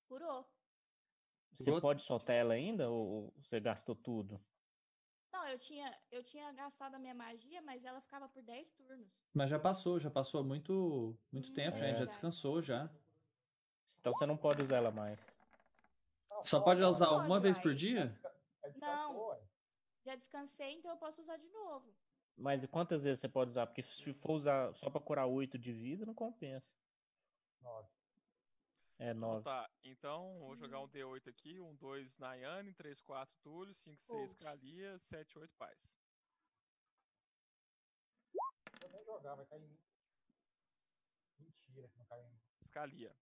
Speaker 2: Curou.
Speaker 3: Você
Speaker 4: Curou?
Speaker 3: pode soltar ela ainda ou ou você gastou tudo?
Speaker 2: Não, eu tinha, eu tinha gastado a minha magia, mas ela ficava por 10 turnos.
Speaker 4: Mas já passou, já passou há muito, muito
Speaker 2: Hum,
Speaker 4: tempo,
Speaker 2: é
Speaker 4: já, já
Speaker 2: verdade.
Speaker 4: descansou já.
Speaker 3: Então você não pode usar ela mais.
Speaker 5: Não,
Speaker 4: Só pode
Speaker 5: não,
Speaker 4: usar
Speaker 2: pode,
Speaker 4: uma vez por
Speaker 2: vai.
Speaker 5: É,
Speaker 4: dia?
Speaker 5: desca... é descansou,
Speaker 2: Não.
Speaker 5: ué.
Speaker 2: Já descansei, então eu posso usar de novo.
Speaker 3: Mas e quantas vezes você pode usar? Porque se for usar só pra curar oito de vida, não compensa.
Speaker 5: Nove.
Speaker 3: É
Speaker 1: Então,
Speaker 3: nove.
Speaker 1: tá. Então, vou jogar um D8 aqui. Um 2 Nayane. 3, 4 Túlio. 5, 6
Speaker 2: Ouch.
Speaker 1: Scalia. 7, 8 Paz.
Speaker 5: Eu nem jogar, vai cair em mim. Mentira que não caiu em mim.
Speaker 1: Scalia.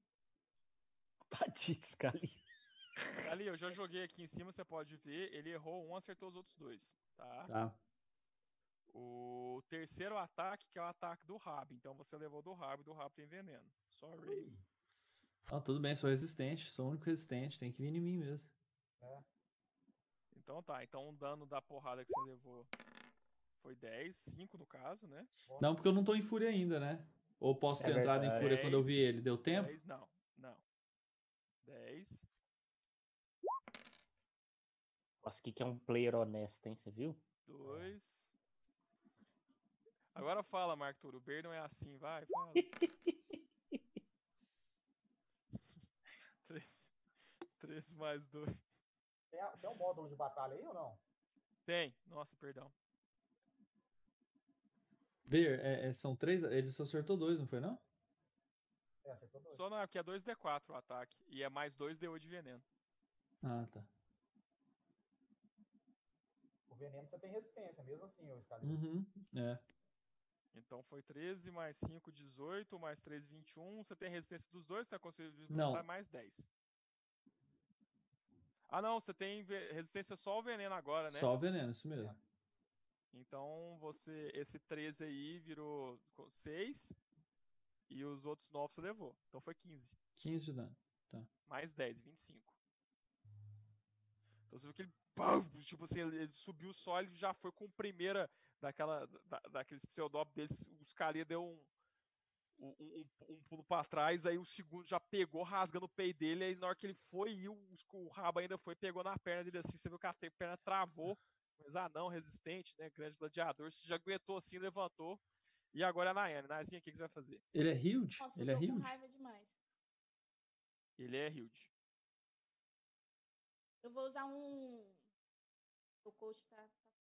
Speaker 5: Tá
Speaker 3: Tadinho, Scali.
Speaker 1: Ali, eu já joguei aqui em cima, você pode ver. Ele errou um, acertou os outros dois. Tá?
Speaker 4: Tá.
Speaker 1: O terceiro ataque, que é o ataque do rabo. Então você levou do rabo e do rabo tem veneno. Sorry.
Speaker 5: Ui,
Speaker 4: Não, tudo bem, sou resistente, sou o único resistente, tem que vir em mim mesmo.
Speaker 1: Então tá. Então o dano da porrada que você levou foi 10, 5 no caso, né?
Speaker 4: Não, porque eu não tô em fúria ainda, né? Ou posso
Speaker 3: É
Speaker 4: ter entrado em
Speaker 3: verdade.
Speaker 4: fúria quando eu vi
Speaker 1: Dez,
Speaker 4: ele. Deu tempo?
Speaker 1: 10 não, não. 10.
Speaker 3: Nossa, o que que é um player honesto, hein? Você viu?
Speaker 1: Dois. Agora fala, Marco Túlio. O Ber não é assim, vai, fala. 13. 13 mais 2.
Speaker 5: Tem, a- tem um módulo de batalha aí ou não?
Speaker 1: Tem. Nossa, perdão.
Speaker 4: Ver, é- é- são três. Ele só acertou dois, não foi, não?
Speaker 5: É, acertou dois.
Speaker 1: Só não, porque é 2D4 o ataque. E é mais 2D8 de veneno.
Speaker 4: Ah, tá.
Speaker 5: O veneno você tem resistência, mesmo assim, o escalino.
Speaker 4: Uhum. É.
Speaker 1: Então foi 13 mais 5, 18, mais 3, 21. Você tem resistência dos dois, tá conseguindo
Speaker 4: Não.
Speaker 1: botar mais 10. Ah, não, você tem ve- resistência só ao veneno agora, né?
Speaker 4: Só o veneno, isso mesmo.
Speaker 1: Então você, esse 13 aí virou 6 e os outros 9 você levou. Então foi 15.
Speaker 4: 15 de dano.
Speaker 1: Mais 10, 25. Então você viu que ele. pau, tipo assim, ele ele subiu só, ele já foi com primeira daquela, da, daqueles pseudópodes deles. Os caras deu um, um, um, um pulo pra trás, aí o segundo já pegou, rasgando o peito dele. Aí na hora que ele foi, e o, o rabo ainda foi, pegou na perna dele assim. Você viu que a te- perna travou. Mas ah, não, resistente, né? Grande gladiador. Você já aguentou assim, levantou. E agora é a Nayane. Nazinha, o que que você vai fazer?
Speaker 4: Ele é huge?
Speaker 2: Nossa,
Speaker 4: ele é
Speaker 2: eu tô com
Speaker 4: huge?
Speaker 2: raiva demais.
Speaker 1: Ele é Hilde.
Speaker 2: Eu vou usar um. O coach tá. tá feroz.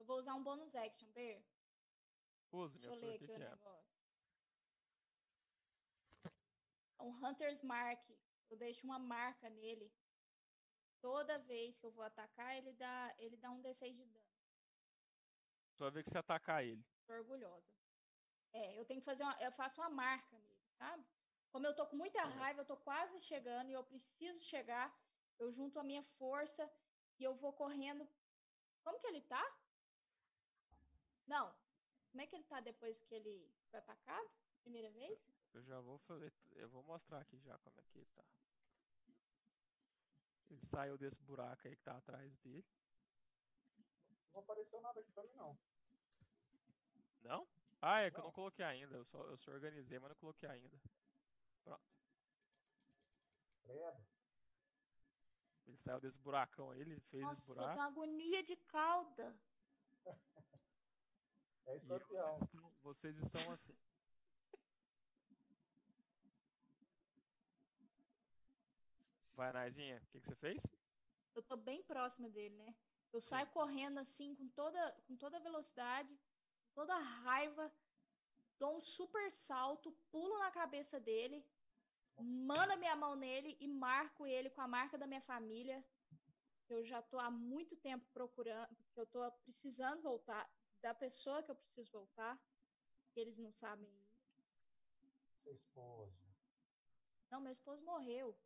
Speaker 2: Eu vou usar um bônus action, Ber.
Speaker 1: Use,
Speaker 2: Deixa
Speaker 1: meu
Speaker 2: eu
Speaker 1: filho,
Speaker 2: ler
Speaker 1: o que,
Speaker 2: aqui o
Speaker 1: que é?
Speaker 2: negócio. É Um Hunter's Mark. Eu deixo uma marca nele. Toda vez que eu vou atacar, ele dá, ele dá um D6 de dano.
Speaker 1: Tu vai ver que você atacar ele.
Speaker 2: Tô orgulhosa. É, eu tenho que fazer uma, eu faço uma marca nele, sabe? Como eu tô com muita raiva, eu tô quase chegando e eu preciso chegar, eu junto a minha força e eu vou correndo. Como que ele tá? Não. Como é que ele tá depois que ele foi atacado? Primeira vez?
Speaker 1: Eu já vou fazer. Eu vou mostrar aqui já como é que ele tá. Ele saiu desse buraco aí que tá atrás dele.
Speaker 5: Não apareceu nada aqui pra mim, não.
Speaker 1: Não? Ah, é que eu não coloquei ainda. Eu só, eu só organizei, mas não coloquei ainda. Pronto.
Speaker 5: Credo.
Speaker 1: Ele saiu desse buracão aí, ele fez esse
Speaker 2: Nossa, eu
Speaker 1: buraco.
Speaker 2: tenho agonia de cauda.
Speaker 5: É
Speaker 1: E aí
Speaker 5: escorpião.
Speaker 1: vocês estão, vocês estão assim. Vai, Naizinha, o que, que você fez?
Speaker 2: Eu tô bem próxima dele, né? Eu saio correndo assim com toda com toda velocidade, com toda a raiva, dou um super salto, pulo na cabeça dele, manda minha mão nele e marco ele com a marca da minha família. Eu já tô há muito tempo procurando, porque eu tô precisando voltar da pessoa que eu preciso voltar, que eles não sabem.
Speaker 5: Seu esposo.
Speaker 2: Não, meu esposo morreu.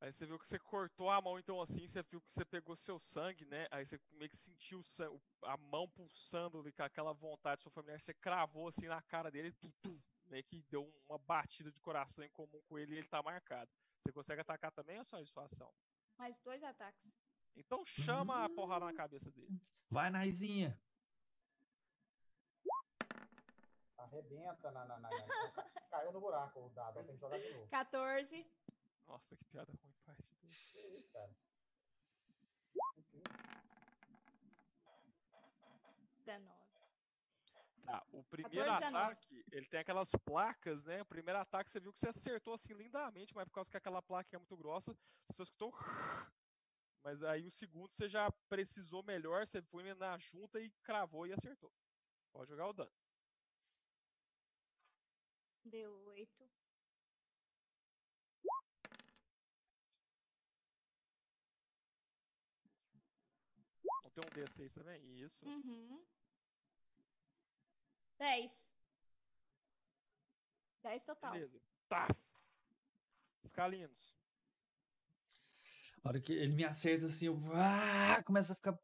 Speaker 1: Aí você viu que você cortou a mão, então assim, você viu que você pegou seu sangue, né? Aí você meio que sentiu o san- o- a mão pulsando ali com aquela vontade sua familiar, você cravou assim na cara dele, tum, tum, meio que deu uma batida de coração em comum com ele e ele tá marcado. Você consegue atacar também ou é só isso a ação?
Speaker 2: Mais dois ataques.
Speaker 1: Então chama a porrada na cabeça dele.
Speaker 4: Vai, Naizinha.
Speaker 5: Arrebenta na. na, na, na- Caiu no buraco o dado, aí tem que jogar de novo.
Speaker 2: 14.
Speaker 1: Nossa, que piada ruim, pai de Deus.
Speaker 5: Que isso, cara? Meu Deus.
Speaker 2: 19.
Speaker 1: Tá, o primeiro
Speaker 2: 14 a nove.
Speaker 1: ataque, ele tem aquelas placas, né? O primeiro ataque você viu que você acertou assim lindamente, mas por causa que aquela placa é muito grossa, você só escutou. Mas aí o segundo você já precisou melhor, você foi na junta e cravou e acertou. Pode jogar o dano.
Speaker 2: Deu 8.
Speaker 1: Não tem um D6 também? Isso.
Speaker 2: Uhum. 10. 10 total.
Speaker 1: Beleza. Tá. Escalinos.
Speaker 4: A hora que ele me acerta assim, eu ah, começa a ficar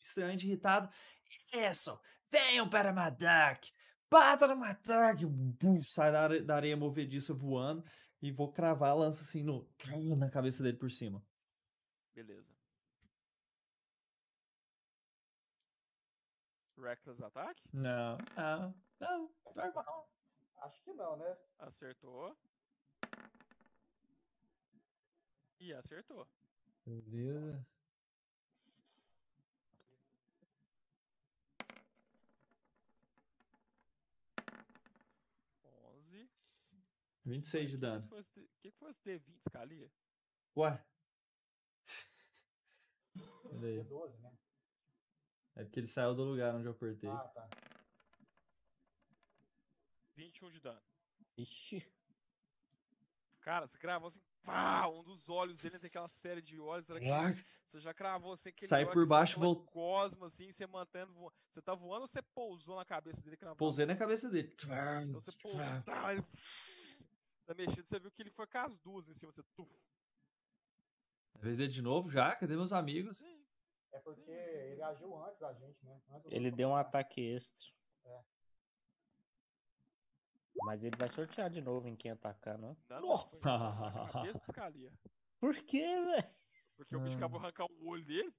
Speaker 4: estranhamente irritado. Isso! Venham para Madak! Bata no ataque! Bum, Sai da, are- da areia movediça voando e vou cravar a lança assim no, na cabeça dele por cima.
Speaker 1: Beleza. Reckless ataque?
Speaker 4: Não, não, não. Normal.
Speaker 5: Acho que não, né?
Speaker 1: Acertou. E acertou.
Speaker 4: Beleza. 26 de dano.
Speaker 1: O que, que foi os D20, Calia?
Speaker 4: Ué.
Speaker 5: É 12, né?
Speaker 4: É porque ele saiu do lugar onde eu apertei.
Speaker 5: Ah, tá.
Speaker 1: 21 de dano.
Speaker 3: Ixi.
Speaker 1: Cara, você cravou assim, pá, um dos olhos dele tem aquela série de olhos. Será que
Speaker 4: Lá.
Speaker 1: você já cravou assim, aquele
Speaker 4: Sai
Speaker 1: olho
Speaker 4: por
Speaker 1: que sai
Speaker 4: baixo,
Speaker 1: pela
Speaker 4: volta.
Speaker 1: Cosma, assim, você mantendo. voa- Você tá voando ou você pousou na cabeça dele e cravou?
Speaker 4: Pousei na cabeça dele.
Speaker 1: Então você pousou, tá, ele... tá mexendo, você viu que ele foi com as duas em cima, você tuf.
Speaker 4: Vez dele é de novo já? Cadê meus amigos?
Speaker 5: É porque ele agiu antes da gente, né? Antes do
Speaker 3: Ele
Speaker 5: Lula
Speaker 3: deu um
Speaker 5: começar.
Speaker 3: ataque extra.
Speaker 5: É.
Speaker 3: Mas ele vai sortear de novo em quem atacar, não? é?
Speaker 1: Não, não,
Speaker 4: Nossa!
Speaker 1: foi na Cabeça dos Calia.
Speaker 3: Por quê, velho?
Speaker 1: Porque o bicho
Speaker 4: Ah.
Speaker 1: acabou de arrancar o olho dele,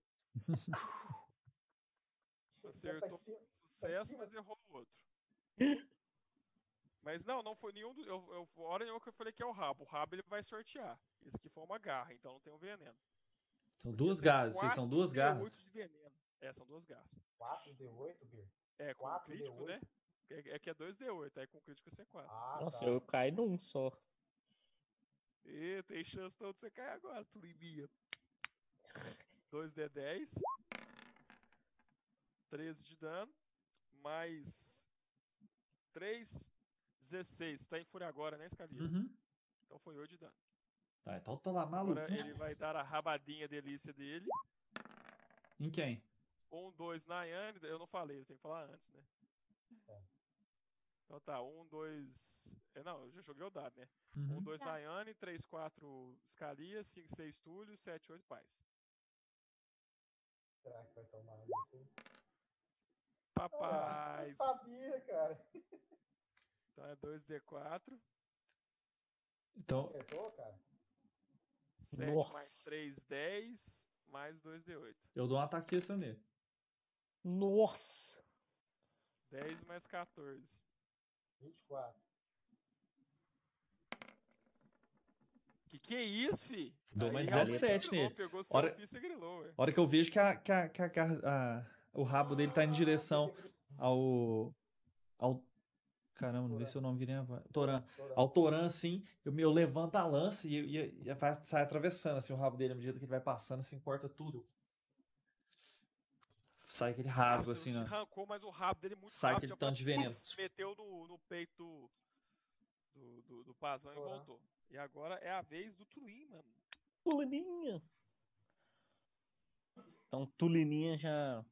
Speaker 5: Ele tá em
Speaker 1: acertou
Speaker 5: cima.
Speaker 1: sucesso,
Speaker 5: cima.
Speaker 1: mas errou o outro. Mas não, não foi nenhum. Do, eu, eu, hora nenhuma que eu falei que é o rabo. O rabo ele vai sortear. Esse aqui foi uma garra, então não tem um veneno.
Speaker 4: São duas
Speaker 1: Tem
Speaker 4: garras, vocês são duas
Speaker 1: 4D8
Speaker 4: garras.
Speaker 1: de veneno. É, são duas garras.
Speaker 5: 4D8, Bir?
Speaker 1: É, com
Speaker 5: 4D8?
Speaker 1: crítico, né? É, é que é 2D8, aí com crítico é C4.
Speaker 5: Ah,
Speaker 3: Nossa,
Speaker 5: tá.
Speaker 3: eu caí num só.
Speaker 1: E tem chance então de você cair agora, Tulimbia. 2D10. 13 de dano. Mais 3. 16. Tá em fúria agora, né, Scalia?
Speaker 4: Uhum.
Speaker 1: Então foi 8 de dano.
Speaker 4: Tá, então tá lá maluco.
Speaker 1: Agora ele vai dar a rabadinha delícia dele. é
Speaker 4: Em quem?
Speaker 1: 1, 2 na Yane. Eu não falei, eu tenho que falar antes, né? Então tá, 1, 2. Não, eu já joguei o dado, né? 1,
Speaker 4: Uhum.
Speaker 1: 2
Speaker 2: Tá.
Speaker 1: Nayane, 3, 4 Scalia, 5, 6 Túlio, 7, 8 Paz.
Speaker 5: Será que vai tomar isso? Ah, eu
Speaker 1: Papaz!
Speaker 5: sabia, cara.
Speaker 1: Então é 2D4.
Speaker 4: Então,
Speaker 5: Acertou, cara?
Speaker 1: 7 mais
Speaker 3: Nossa.
Speaker 1: 3, 10. Mais 2D8.
Speaker 4: eu dou um ataque extra nele.
Speaker 3: Nossa!
Speaker 1: 10 mais 14.
Speaker 5: 24.
Speaker 1: Que que é isso, fi?
Speaker 4: Dou
Speaker 1: Aí
Speaker 4: mais
Speaker 1: realmente
Speaker 4: 17
Speaker 1: grilou,
Speaker 4: nele.
Speaker 1: Pegou seu
Speaker 4: né? Hora-
Speaker 1: Hora... ofício e grilou, ué.
Speaker 4: A hora que eu vejo que, a, que, a, que a garra- a- o rabo dele tá indo em direção ao. ao. Caramba, não vi seu nome que nem a. Toran.
Speaker 5: Toran.
Speaker 4: Ao Toran, assim, eu, me- eu levanto a lança e, e, e vai- sai atravessando assim, o rabo dele à medida que ele vai passando, assim, corta tudo. Sai aquele rasgo,
Speaker 1: Nossa,
Speaker 4: assim,
Speaker 1: não
Speaker 4: né?
Speaker 1: te Arrancou, mas o rabo dele é muito
Speaker 4: Sai
Speaker 1: rápido.
Speaker 4: aquele tanto de veneno.
Speaker 1: puf, Meteu no, no peito do, do, do, do Pazão e
Speaker 5: Porra.
Speaker 1: voltou. E agora é a vez do Tulim, mano.
Speaker 3: Tulininha! Então, Tulininha já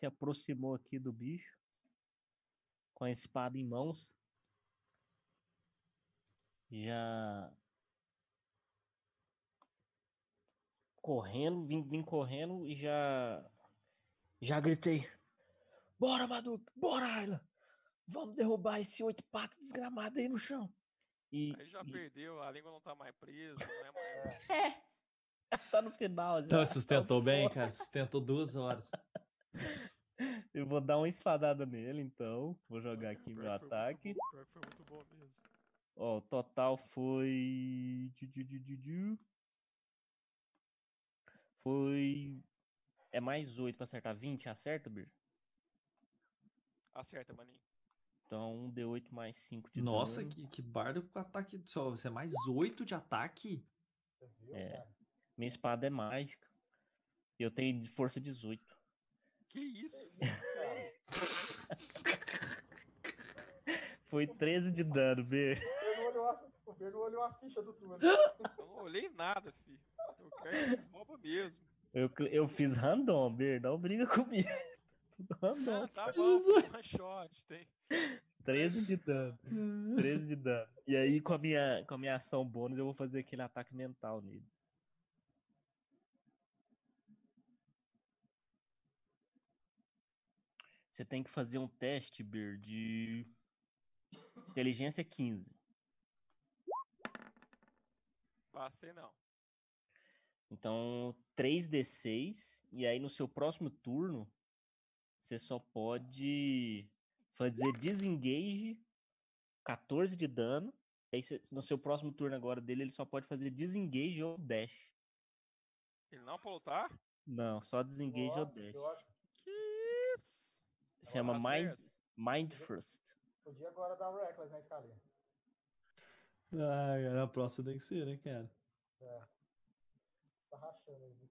Speaker 3: se aproximou aqui do bicho com a espada em mãos. Já correndo, vim, vim correndo e já já gritei: Bora, Madu, bora, Ayla! Vamos derrubar esse oito patas desgramado aí no chão. E,
Speaker 1: Aí já
Speaker 3: e-
Speaker 1: perdeu, a língua não tá mais presa, não é mais.
Speaker 2: É,
Speaker 3: Tá no final já.
Speaker 4: Então,
Speaker 3: Tá
Speaker 4: sustentou
Speaker 3: no
Speaker 4: bem,
Speaker 3: final.
Speaker 4: cara. Sustentou duas horas.
Speaker 3: Eu vou dar uma espadada nele, então. Vou jogar
Speaker 1: Cara,
Speaker 3: aqui
Speaker 1: pior
Speaker 3: meu
Speaker 1: que foi muito
Speaker 3: ataque.
Speaker 1: bom, Pior que foi muito bom mesmo.
Speaker 3: Ó, o total foi. Ju, ju, ju, ju, ju. Foi. É mais 8 pra acertar 20, acerta, Bir?
Speaker 1: Acerta, maninho.
Speaker 3: Então, um D8 mais 5 de
Speaker 4: Nossa,
Speaker 3: dano.
Speaker 4: que, que bardo com ataque. Só, você é mais oito de ataque?
Speaker 5: Você viu,
Speaker 3: É.
Speaker 5: cara?
Speaker 3: Minha espada é mágica. E eu tenho de força 18.
Speaker 1: Que isso?
Speaker 5: Que isso, cara?
Speaker 3: Foi 13 de dano, Bir.
Speaker 5: O Pedro olhou a- O Pedro olhou a ficha do túnel.
Speaker 1: Eu não olhei nada, fi. Eu quero que vocês roubam mesmo.
Speaker 3: Eu, eu fiz random, Bir. Não briga comigo. Tudo
Speaker 1: Ah,
Speaker 3: random.
Speaker 1: tá bom, pô, one shot. Tem.
Speaker 3: 13 de dano. 13 de dano. E aí, com a, minha, com a minha ação bônus, eu vou fazer aquele ataque mental nele. Você tem que fazer um teste, Bir, de inteligência 15.
Speaker 1: Passei Ah, não.
Speaker 3: Então, 3d6. E aí, no seu próximo turno, você só pode fazer disengage 14 de dano. Aí, você- no seu próximo turno agora dele, ele só pode fazer disengage ou dash.
Speaker 1: Ele não tá? pra lutar?
Speaker 3: Não, só desengage ou
Speaker 5: Nossa, que
Speaker 3: dash.
Speaker 5: ótimo.
Speaker 1: Que isso?
Speaker 3: Chama
Speaker 1: As
Speaker 3: Mind,
Speaker 1: layers.
Speaker 3: mind First.
Speaker 5: Podia agora dar o Reckless né, na escalinha.
Speaker 4: Ai, na próxima tem que ser, né, cara?
Speaker 5: É. Tá rachando aí. viu?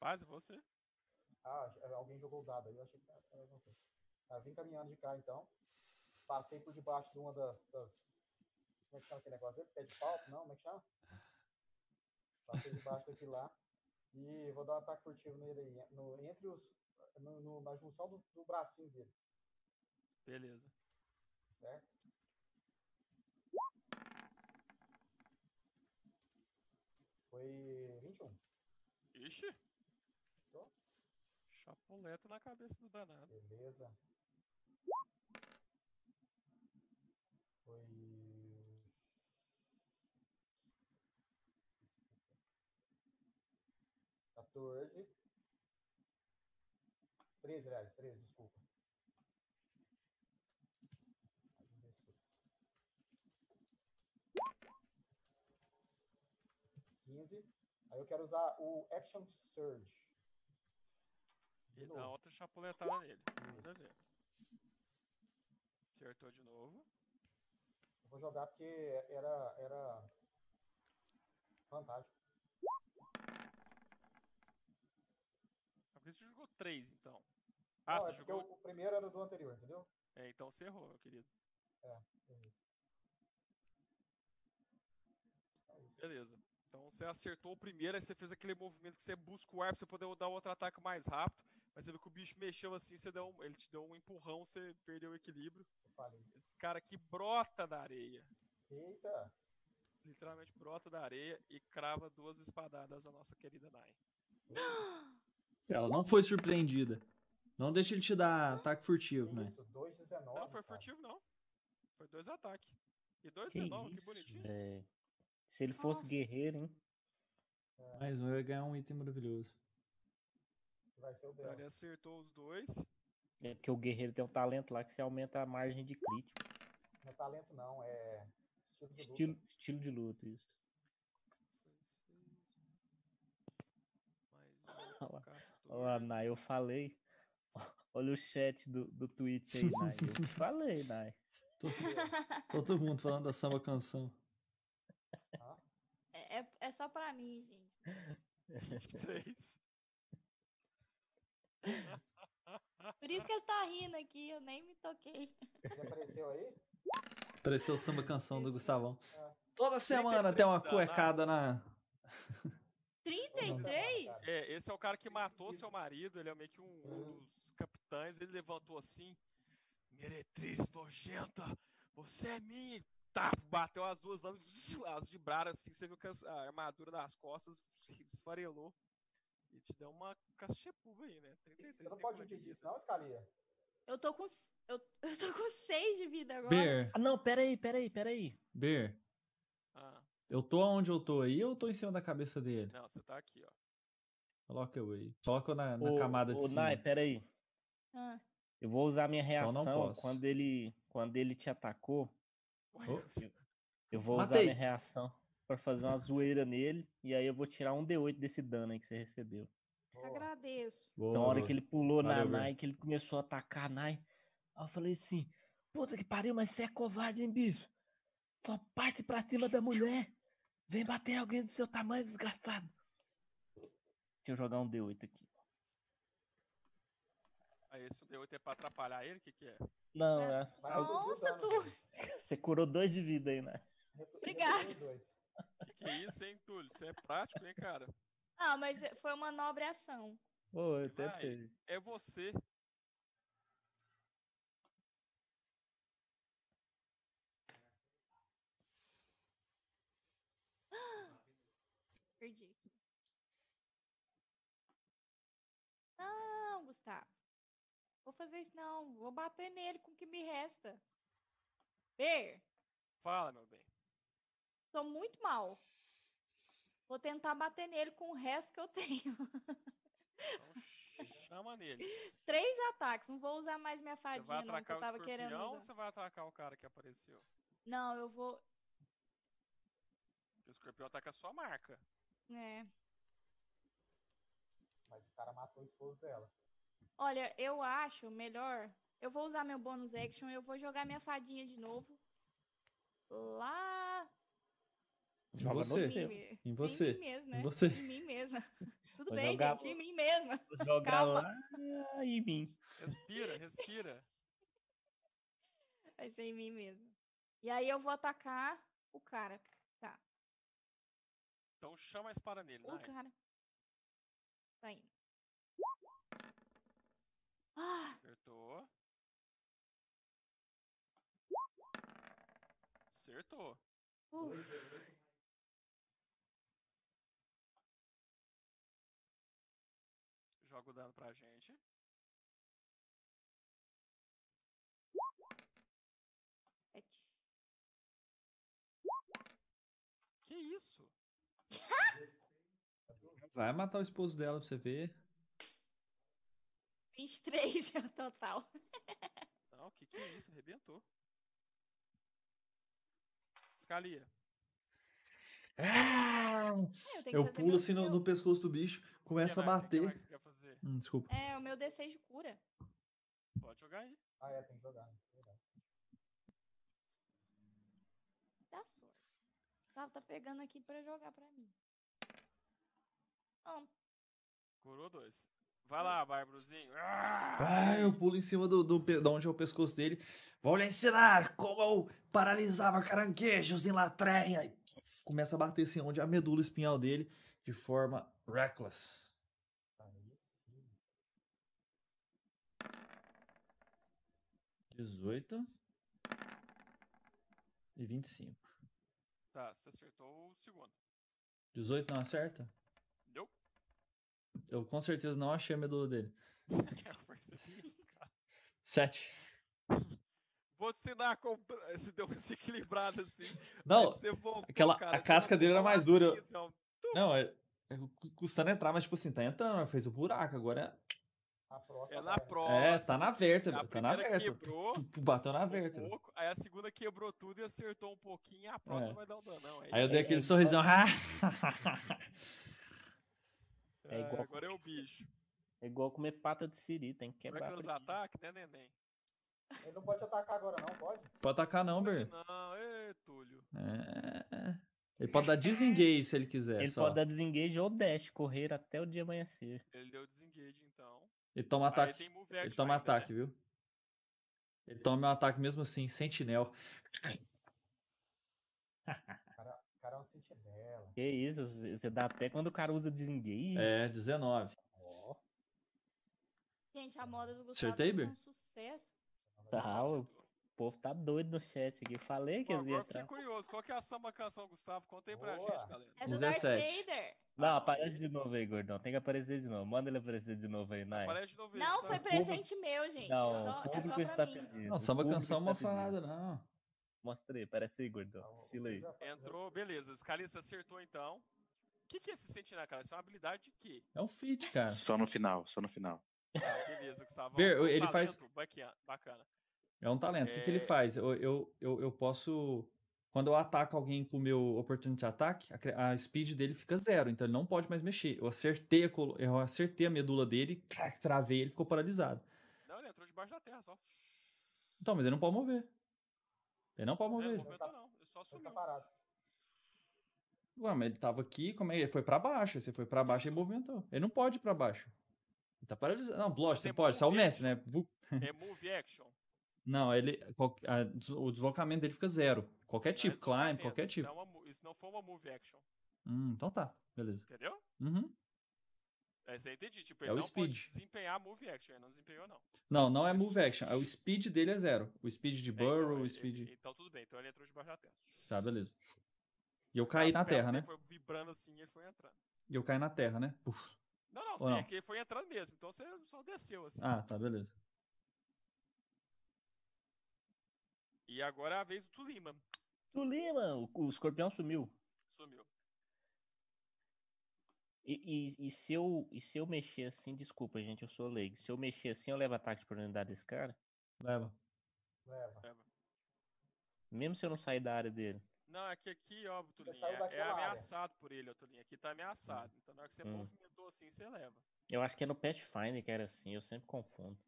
Speaker 1: Faz você.
Speaker 5: Ah, alguém jogou o dado aí, eu achei que era alguma coisa. Cara, vim caminhando de cá então. Passei por debaixo de uma das. das- Como é que chama aquele negócio? dele? Pé de pau? Não, como é que chama? Passei debaixo daquilo lá. E vou dar um ataque furtivo nele aí. No, entre os. no- no- na junção do, do bracinho dele,
Speaker 1: Beleza.
Speaker 5: certo? Foi 21.
Speaker 1: Ixi. Chapuleta na cabeça do danado.
Speaker 5: Beleza. Foi. Esqueci o que é. 14. 13, aliás, 13, desculpa. Mais um D6. 15. Aí eu quero usar o Action Surge.
Speaker 1: E
Speaker 5: novo.
Speaker 1: dá outra chapuletada nele. Manda
Speaker 5: Isso.
Speaker 1: ver. Acertou de novo.
Speaker 5: Eu vou jogar porque era, era vantagem.
Speaker 1: Ah, Porque você jogou três, então. Ah,
Speaker 5: Não,
Speaker 1: você
Speaker 5: é porque
Speaker 1: jogou.
Speaker 5: o, o primeiro era do anterior, entendeu?
Speaker 1: É, então você errou, meu querido.
Speaker 5: É, errei. É isso.
Speaker 1: Beleza. Então você acertou o primeiro, aí você fez aquele movimento que você busca o ar pra você poder dar outro ataque mais rápido. Mas você viu que o bicho mexeu assim, você deu um- ele te deu um empurrão, você perdeu o equilíbrio.
Speaker 5: Eu falei.
Speaker 1: Esse cara aqui brota da areia.
Speaker 5: Eita!
Speaker 1: Literalmente brota da areia e crava duas espadadas na nossa querida Nai.
Speaker 4: Ela não foi surpreendida. Não deixa ele te dar ataque furtivo, né?
Speaker 5: Isso, 2,19.
Speaker 1: Não, foi
Speaker 5: cara.
Speaker 1: furtivo, não. Foi dois ataques. E dois
Speaker 3: Que
Speaker 1: 19, que
Speaker 3: isso,
Speaker 1: bonitinho.
Speaker 3: velho. Se ele fosse
Speaker 2: Nossa.
Speaker 3: guerreiro, hein?
Speaker 4: Mais um, ele vai ganhar um item maravilhoso.
Speaker 5: Vai ser o um.
Speaker 1: Então,
Speaker 5: Belo.
Speaker 1: Ele acertou os dois.
Speaker 3: É porque o guerreiro tem um talento lá que você aumenta a margem de crítico.
Speaker 5: Não é talento, não. É estilo de luta.
Speaker 3: Estilo, estilo de luta, isso.
Speaker 1: Mais um,
Speaker 3: Olha lá.
Speaker 1: 14.
Speaker 3: Olha lá, Nai, eu falei. Olha o chat do, do Twitch aí, Nai. Eu te falei, Nai.
Speaker 4: Tô- Todo mundo falando da samba canção.
Speaker 5: Tá?
Speaker 2: É, é, é só pra mim, gente.
Speaker 1: 23.
Speaker 2: Por isso que ele tá rindo aqui, eu nem me toquei.
Speaker 5: Ele apareceu aí?
Speaker 4: Pareceu o samba canção do Gustavão.
Speaker 5: É.
Speaker 4: Toda semana tem uma cuecada na.
Speaker 2: 33?
Speaker 5: Cara,
Speaker 1: É, esse é o cara que matou seu marido, ele é meio que um, um dos capitães, ele levantou assim, meretriz nojenta, você é minha, e tá, bateu as duas lâminas, zzzz, as vibraram assim, você viu que as- a armadura das costas esfarelou e te deu uma cachepuba aí, né? 33,
Speaker 5: Você não
Speaker 1: tem
Speaker 5: pode
Speaker 1: como é que
Speaker 5: dividir isso,
Speaker 1: é?
Speaker 5: não, Scalia?
Speaker 2: Eu tô com. s- Eu, eu tô com 6 de vida agora.
Speaker 4: Beer,
Speaker 3: Ah, não, peraí, peraí, peraí.
Speaker 4: Beer,
Speaker 1: Ah,
Speaker 4: eu tô onde eu tô aí ou eu tô em cima da cabeça dele?
Speaker 1: não, você tá aqui, ó.
Speaker 4: Coloca eu aí. Coloca eu na, na
Speaker 3: Ô,
Speaker 4: camada de
Speaker 3: ô,
Speaker 4: cima.
Speaker 3: Nai, peraí.
Speaker 2: Ah,
Speaker 3: Eu vou usar minha
Speaker 4: Então não
Speaker 3: reação
Speaker 4: posso.
Speaker 3: quando ele quando ele te atacou.
Speaker 4: Ô,
Speaker 3: Eu vou usar
Speaker 4: Matei.
Speaker 3: minha reação pra fazer uma zoeira nele e aí eu vou tirar um D8 desse dano aí que você recebeu.
Speaker 2: Tá
Speaker 5: Boa.
Speaker 2: agradeço.
Speaker 4: boa,
Speaker 3: Então, a hora
Speaker 4: boa.
Speaker 3: que ele pulou na
Speaker 4: Valeu,
Speaker 3: Nai, que ele começou a atacar a Nai, aí eu falei assim: Puta que pariu, mas você é covarde, hein, bicho? Só parte pra cima da mulher. Vem bater em alguém do seu tamanho, desgraçado. Deixa eu jogar um D8 aqui.
Speaker 1: Aí esse D8 é pra atrapalhar ele, o que que é?
Speaker 3: Não, é.
Speaker 5: Vai reduzir o
Speaker 2: Nossa,
Speaker 5: dano.
Speaker 2: tu-
Speaker 5: dele.
Speaker 3: você curou dois de vida aí, né?
Speaker 5: Redu-
Speaker 2: Obrigada.
Speaker 5: reduziu dois.
Speaker 1: Que que é isso, hein, Túlio? Você é prático, hein, cara?
Speaker 2: Ah, mas foi uma nobre ação.
Speaker 3: Pô, eu
Speaker 1: Vai.
Speaker 3: tentei.
Speaker 1: É você.
Speaker 2: Perdi aqui. Não, Gustavo. Vou fazer isso não. Vou bater nele com o que me resta. Ber,
Speaker 1: Fala, meu bem.
Speaker 2: tô muito mal. Vou tentar bater nele com o resto que eu tenho.
Speaker 1: Então, chama nele.
Speaker 2: Três ataques. Não vou usar mais minha
Speaker 1: Você vai
Speaker 2: fadinha, não, que
Speaker 1: atracar
Speaker 2: eu
Speaker 1: o
Speaker 2: tava querendo
Speaker 1: escorpião ou
Speaker 2: usar.
Speaker 1: você vai atracar o cara que apareceu?
Speaker 2: Não, eu vou.
Speaker 1: Porque o escorpião ataca a sua marca.
Speaker 2: É.
Speaker 5: Mas o cara matou o esposo dela.
Speaker 2: Olha, eu acho melhor Eu vou usar meu bônus action, eu vou jogar minha fadinha de novo. Lá.
Speaker 4: Em você.
Speaker 2: Em mim-
Speaker 4: Em você.
Speaker 2: Em mim mesmo, né?
Speaker 4: Em você.
Speaker 2: Em mim mesma. Tudo
Speaker 4: Vou
Speaker 2: bem,
Speaker 4: jogar-
Speaker 2: gente, em mim mesma.
Speaker 4: vou jogar
Speaker 2: Calma.
Speaker 4: lá.
Speaker 3: tá
Speaker 4: Aí, mim.
Speaker 1: Respira, respira.
Speaker 2: Vai ser em mim mesmo. E aí eu vou atacar o cara. Tá,
Speaker 1: Então chama a espada nele.
Speaker 2: o
Speaker 1: Nai.
Speaker 2: cara. Tá indo. Ah,
Speaker 1: Acertou. Acertou.
Speaker 2: uf.
Speaker 1: Joga o dano pra gente.
Speaker 2: Sete.
Speaker 1: Que isso?
Speaker 4: Vai matar o esposo dela pra você ver.
Speaker 2: 23 é o total.
Speaker 1: Não, que que é isso? Arrebentou. Scalia.
Speaker 2: É,
Speaker 4: Ah!
Speaker 2: eu tenho que
Speaker 4: eu
Speaker 2: fazer
Speaker 4: pulo
Speaker 2: meu-
Speaker 4: assim no, no pescoço do bicho, começa a
Speaker 1: mais? O que
Speaker 4: bater.
Speaker 1: mais você quer fazer?
Speaker 4: Hum, desculpa.
Speaker 2: É, o meu D6 de cura.
Speaker 1: Pode jogar aí.
Speaker 5: Ah, é, tem que jogar. né? Verdade.
Speaker 2: Dá sorte. Tá, tá pegando aqui pra jogar pra mim. Não,
Speaker 1: Curou dois. Vai lá, Bárbarozinho. Ah!
Speaker 4: Ah, eu pulo em cima do, do, pe- da onde é o pescoço dele. Vou lhe ensinar como eu paralisava caranguejos em latreia. E Começa a bater assim onde a medula espinhal dele de forma reckless.
Speaker 5: Aí sim.
Speaker 4: 18 e 25.
Speaker 1: Tá, você acertou o segundo.
Speaker 4: 18 não acerta?
Speaker 1: Deu?
Speaker 4: Eu com certeza não achei a medula dele.
Speaker 1: Eu percebi isso, cara.
Speaker 4: 7.
Speaker 1: Vou te ensinar a comprar. Se deu uma desequilibrada assim.
Speaker 4: Não,
Speaker 1: Aí você voltou,
Speaker 4: Aquela,
Speaker 1: cara,
Speaker 4: a
Speaker 1: você
Speaker 4: casca dele era
Speaker 1: voltou
Speaker 4: mais dura.
Speaker 1: assim, assim, ó.
Speaker 4: Não, é, é cu- custando entrar, mas tipo assim, tá entrando, mas fez o buraco. Agora
Speaker 5: A próxima.
Speaker 1: É na
Speaker 5: vai, né?
Speaker 1: próxima.
Speaker 4: é, tá na vértebra,
Speaker 1: A
Speaker 4: tá na
Speaker 1: primeira
Speaker 4: vértebra.
Speaker 1: quebrou
Speaker 4: Pu- pu- Bateu na
Speaker 1: um
Speaker 4: vértebra.
Speaker 1: pouco, aí a segunda quebrou tudo e acertou um pouquinho, a próxima vai dar o dano. Não, é tá-
Speaker 4: Aí eu dei
Speaker 1: isso.
Speaker 4: aquele sorrisão. "Ah!"
Speaker 3: É igual-
Speaker 1: agora é o bicho.
Speaker 3: É igual comer pata de siri, tem que
Speaker 1: Como é que
Speaker 3: quebrar.
Speaker 1: eles
Speaker 3: primeiro.
Speaker 1: ataques, né, neném?
Speaker 5: Ele não pode atacar agora, não, pode?
Speaker 4: Pode atacar não,
Speaker 1: Hoje
Speaker 4: Ber.
Speaker 1: não, ê, Túlio.
Speaker 4: É. Ele pode dar desengage se ele quiser.
Speaker 3: Ele
Speaker 4: É só.
Speaker 3: pode dar desengage ou dash, correr até o dia amanhecer.
Speaker 1: Ele deu desengage, então.
Speaker 4: Ele toma
Speaker 1: Aí
Speaker 4: ataque.
Speaker 1: tem move
Speaker 4: Ele
Speaker 1: action
Speaker 4: toma
Speaker 1: ainda, né?
Speaker 4: ataque, viu? Ele toma um ataque mesmo assim, sentinel.
Speaker 5: O cara, o cara é um sentinela.
Speaker 3: Que isso, você você dá até quando o cara usa desengage.
Speaker 4: É, 19.
Speaker 3: Ó,
Speaker 2: gente, a moda do Gustavo
Speaker 4: Acertei,
Speaker 2: tá
Speaker 4: Bê?
Speaker 2: um sucesso.
Speaker 3: tá, o povo tá doido no chat aqui. Falei que
Speaker 1: Bom,
Speaker 3: eles
Speaker 1: agora eu
Speaker 3: iam
Speaker 1: fiquei
Speaker 2: tá.
Speaker 3: entrar.
Speaker 1: curioso. Qual que é a samba canção, Gustavo? Conta aí pra
Speaker 5: Boa.
Speaker 1: gente, galera.
Speaker 2: É do
Speaker 4: 17.
Speaker 2: Darth Vader.
Speaker 3: Não, aparece de novo aí, gordão. Tem que aparecer de novo. Manda ele aparecer de novo aí,
Speaker 4: É.
Speaker 3: Nai.
Speaker 1: Parece de novo isso,
Speaker 2: Não,
Speaker 1: tá?
Speaker 2: foi presente meu, gente.
Speaker 3: Não,
Speaker 2: é só,
Speaker 3: o
Speaker 2: é só
Speaker 3: público
Speaker 2: pra
Speaker 3: está
Speaker 2: mim.
Speaker 3: pedindo.
Speaker 4: Não,
Speaker 3: o
Speaker 4: samba
Speaker 3: público
Speaker 4: canção é não
Speaker 3: está
Speaker 4: mostra
Speaker 3: pedindo.
Speaker 4: nada, não.
Speaker 3: Mostra aí, aparece aí, gordão.
Speaker 2: Tá
Speaker 5: Ah, o-
Speaker 3: Então, Desfila aí.
Speaker 5: já- já-
Speaker 1: Entrou, beleza. Scalissa acertou, então. O que, que é esse sentinela, cara? Isso é uma habilidade de quê?
Speaker 4: É um feat, cara.
Speaker 9: Só no final, só no final.
Speaker 1: Ah, beleza, Gustavo.
Speaker 4: Ver,
Speaker 1: Um
Speaker 4: ele faz-
Speaker 1: talento bacana- Bacana.
Speaker 4: É um talento. O que, que ele
Speaker 1: É.
Speaker 4: faz? Eu, eu, eu, eu posso. Quando eu ataco alguém com o meu Opportunity Attack, a cre- a, speed dele fica zero, então ele não pode mais mexer. Eu acertei a, colo- eu acertei a medula dele, clac, travei, ele ficou paralisado.
Speaker 1: Não, ele entrou debaixo da terra só.
Speaker 4: Então, mas ele não pode mover. Ele não pode
Speaker 1: Não é
Speaker 4: mover.
Speaker 1: movimento, não. Ele só
Speaker 5: Ele tá
Speaker 1: sumiu.
Speaker 5: parado.
Speaker 4: Ué, mas ele tava aqui, como é? Ele foi pra baixo. Você foi pra baixo e movimentou. Ele não pode ir pra baixo. Ele tá paralisado. Não, lógico,
Speaker 1: Tem
Speaker 4: você pode, só o
Speaker 1: movimento.
Speaker 4: Messi, né? Vu-
Speaker 1: É move action.
Speaker 4: Não, ele. qual- a des- o deslocamento dele fica zero. Qualquer
Speaker 1: Não é
Speaker 4: tipo, climb,
Speaker 1: deslocamento,
Speaker 4: qualquer
Speaker 1: isso
Speaker 4: tipo.
Speaker 1: é uma mo- isso não foi uma move action,
Speaker 4: Hum, então tá, beleza.
Speaker 1: entendeu?
Speaker 4: Uhum.
Speaker 1: É, você entendi. Tipo,
Speaker 4: É
Speaker 1: ele
Speaker 4: o
Speaker 1: não
Speaker 4: speed.
Speaker 1: pode desempenhar move action. Ele não desempenhou, não.
Speaker 4: Não, não é
Speaker 1: Isso.
Speaker 4: move action. é O speed dele é zero. O speed de
Speaker 1: É, então,
Speaker 4: Burrow,
Speaker 1: ele-
Speaker 4: o speed.
Speaker 1: ele- então, tudo bem. Então, ele entrou debaixo da terra.
Speaker 4: Tá, beleza. E eu caí
Speaker 1: As
Speaker 4: na
Speaker 1: pernas
Speaker 4: terra, né?
Speaker 1: dele Foi vibrando assim e ele foi entrando.
Speaker 4: E eu caí na terra, né? Puf.
Speaker 1: Não, não,
Speaker 4: Ou
Speaker 1: sim,
Speaker 4: não?
Speaker 1: é que ele foi entrando mesmo. Então, você só desceu, assim.
Speaker 4: Ah, tá, beleza.
Speaker 1: E agora é a vez do Tulima.
Speaker 3: Tulima, o, o escorpião sumiu.
Speaker 1: Sumiu.
Speaker 3: E, e- e se eu, e se eu mexer assim, desculpa, gente, eu sou leigo. Se eu mexer assim, eu levo ataque de oportunidade desse cara?
Speaker 4: Leva.
Speaker 5: Leva.
Speaker 3: Mesmo se eu não sair da área dele.
Speaker 1: Não, é que aqui, ó, Tulinha,
Speaker 5: saiu
Speaker 1: é
Speaker 5: daquela área.
Speaker 1: ameaçado por ele, ó, Tulinha. Aqui tá ameaçado. Então, na hora que você
Speaker 3: Hum.
Speaker 1: movimentou assim, você leva.
Speaker 3: Eu acho que é no Pathfinder que era assim, eu sempre confundo.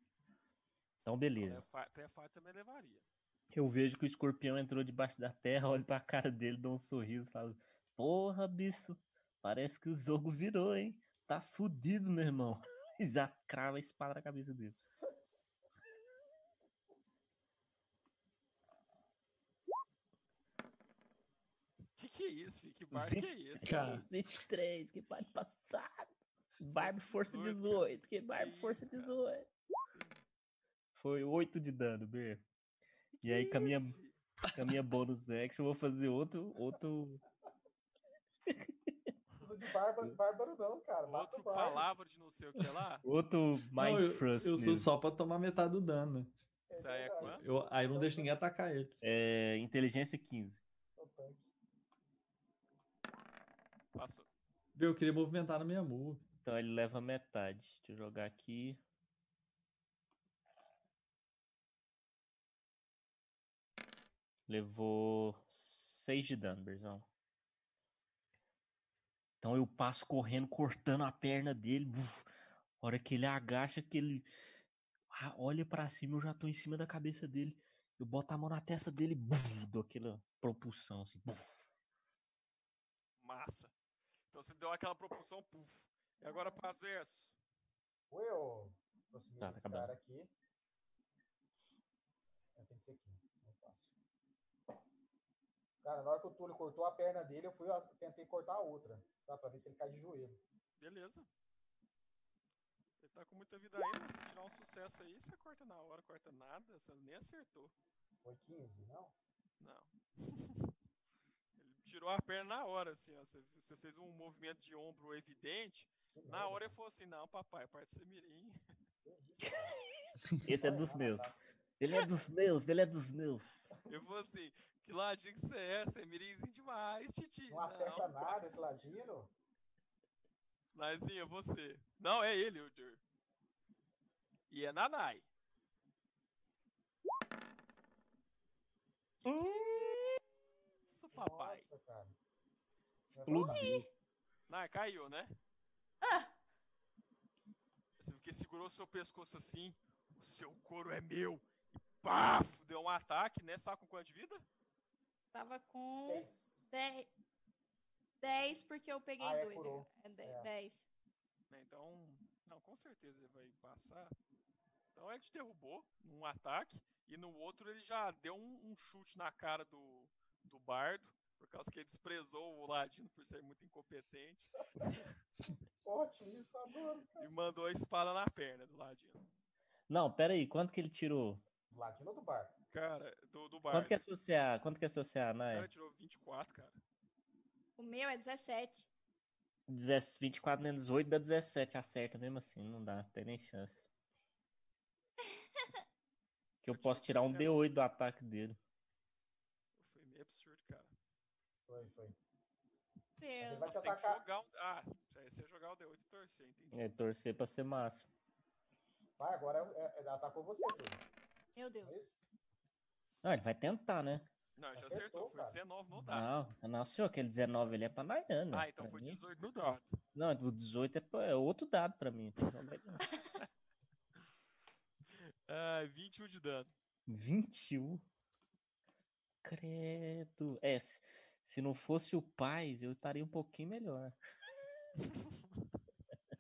Speaker 3: Então, beleza.
Speaker 1: Pré-fire também levaria.
Speaker 3: Eu vejo que o escorpião entrou debaixo da terra, olho pra cara dele, dou um sorriso e falo: Porra, bicho, parece que o jogo virou, hein? Tá fudido, meu irmão. E já crava a espada na cabeça dele.
Speaker 1: Que que é isso, filho? Que barba que é isso?
Speaker 3: Cara, 23, que barba passado. Barba
Speaker 1: é
Speaker 3: força 18, que barba força 18. Foi 8 de dano, Ber. E aí, com a minha, com a minha bônus action, eu vou fazer outro. outro...
Speaker 5: Precisa de barba, bárbaro não, cara. Basta
Speaker 1: Outro
Speaker 5: barba.
Speaker 1: palavra de não sei o que lá.
Speaker 4: Outro Mind
Speaker 1: Não, eu-
Speaker 4: Thrust.
Speaker 1: eu sou
Speaker 4: só pra tomar metade do dano.
Speaker 1: Isso aí é quanto?
Speaker 4: aí eu não deixo ninguém atacar ele.
Speaker 3: É, inteligência 15.
Speaker 1: Passou.
Speaker 4: Eu queria movimentar na minha move.
Speaker 3: Então ele leva metade. Deixa eu jogar aqui. Levou 6 de dano, Berzão. Então eu passo correndo, cortando a perna dele. buf. A hora que ele agacha, que ele a- olha pra cima, eu já tô em cima da cabeça dele. Eu boto a mão na testa dele, buf, dou aquela propulsão assim. buf.
Speaker 1: Massa. Então você deu aquela propulsão, puf. E agora passa verso.
Speaker 5: Ou eu aproximei
Speaker 3: Tá, tá
Speaker 5: desse
Speaker 3: acabando.
Speaker 5: cara aqui. É, Tem que ser aqui. Não faço. Cara, na hora que o Túlio cortou a perna dele, eu fui a- tentei cortar a outra. Tá? Pra ver se ele cai de joelho.
Speaker 1: Beleza. Ele tá com muita vida ainda. Se tirar um sucesso aí, você corta na hora, corta nada. Você nem acertou.
Speaker 5: Foi 15, não?
Speaker 1: Não. ele tirou a perna na hora, assim, ó. Você, você fez um movimento de ombro evidente. Na hora ele falou assim, não, papai, parte ser mirim.
Speaker 3: Esse é dos meus. Ele é dos meus, ele é dos meus.
Speaker 1: Eu falou assim, que ladinho que você é? Você é mirinzinho demais, Titi.
Speaker 5: Não acerta nada esse ladino.
Speaker 1: Nazinha, você. Não, é ele, o Dur. E é Nanai. Isso, papai.
Speaker 5: Nossa, cara.
Speaker 3: Explodiu.
Speaker 1: Nai, caiu, né? Você porque segurou seu pescoço assim. O seu couro é meu. E paf, deu um ataque, né? Sabe com quanto de vida?
Speaker 2: Tava com
Speaker 5: Seis.
Speaker 2: 10, 10 porque eu peguei
Speaker 5: Ah, é,
Speaker 2: dois.
Speaker 5: curou.
Speaker 2: É
Speaker 5: É.
Speaker 2: 10.
Speaker 1: Né, Então, não, com certeza ele vai passar. Então ele te derrubou num ataque e no outro ele já deu um, um chute na cara do, do bardo, por causa que ele desprezou o Ladino por ser muito incompetente
Speaker 5: Ótimo, isso adoro.
Speaker 1: e mandou a espada na perna do Ladino.
Speaker 3: Não, pera aí, quanto que ele tirou?
Speaker 5: Ladino do bar.
Speaker 1: Cara, do, do bardo.
Speaker 3: Quanto que é seu CA? Quanto que é seu
Speaker 1: O
Speaker 3: CA,
Speaker 1: cara
Speaker 3: Nai?
Speaker 1: tirou 24, cara.
Speaker 2: O meu é 17.
Speaker 3: 10 24 menos 8 dá 17, acerta mesmo assim, não dá, não tem nem chance. Que eu posso tirar um D8 do ataque dele.
Speaker 1: Foi meio absurdo, cara.
Speaker 5: Foi, foi.
Speaker 2: Meu.
Speaker 5: Você vai te
Speaker 1: Nossa, tem que
Speaker 5: atacar.
Speaker 1: jogar um. Ah, isso aí você ia jogar o D8 e torcer, entendi.
Speaker 3: É torcer pra ser máximo.
Speaker 5: Vai, agora é- é- atacou você, Túlio.
Speaker 2: Meu Deus.
Speaker 5: Não é isso?
Speaker 3: Não, ele vai tentar, né?
Speaker 1: Não, já
Speaker 5: Acertou,
Speaker 1: acertou, foi
Speaker 5: cara.
Speaker 1: 19 no dado.
Speaker 3: Não, não, senhor, aquele 19 ele é pra Nayana.
Speaker 1: Então Ah, então
Speaker 3: pra
Speaker 1: foi
Speaker 3: mim.
Speaker 1: 18 no dado.
Speaker 3: Não, o 18 é, pra- é outro dado pra mim. então não vai dar.
Speaker 1: Ah, 21 de dano.
Speaker 3: 21. Credo. É, se, se não fosse o Paz, eu estaria um pouquinho melhor.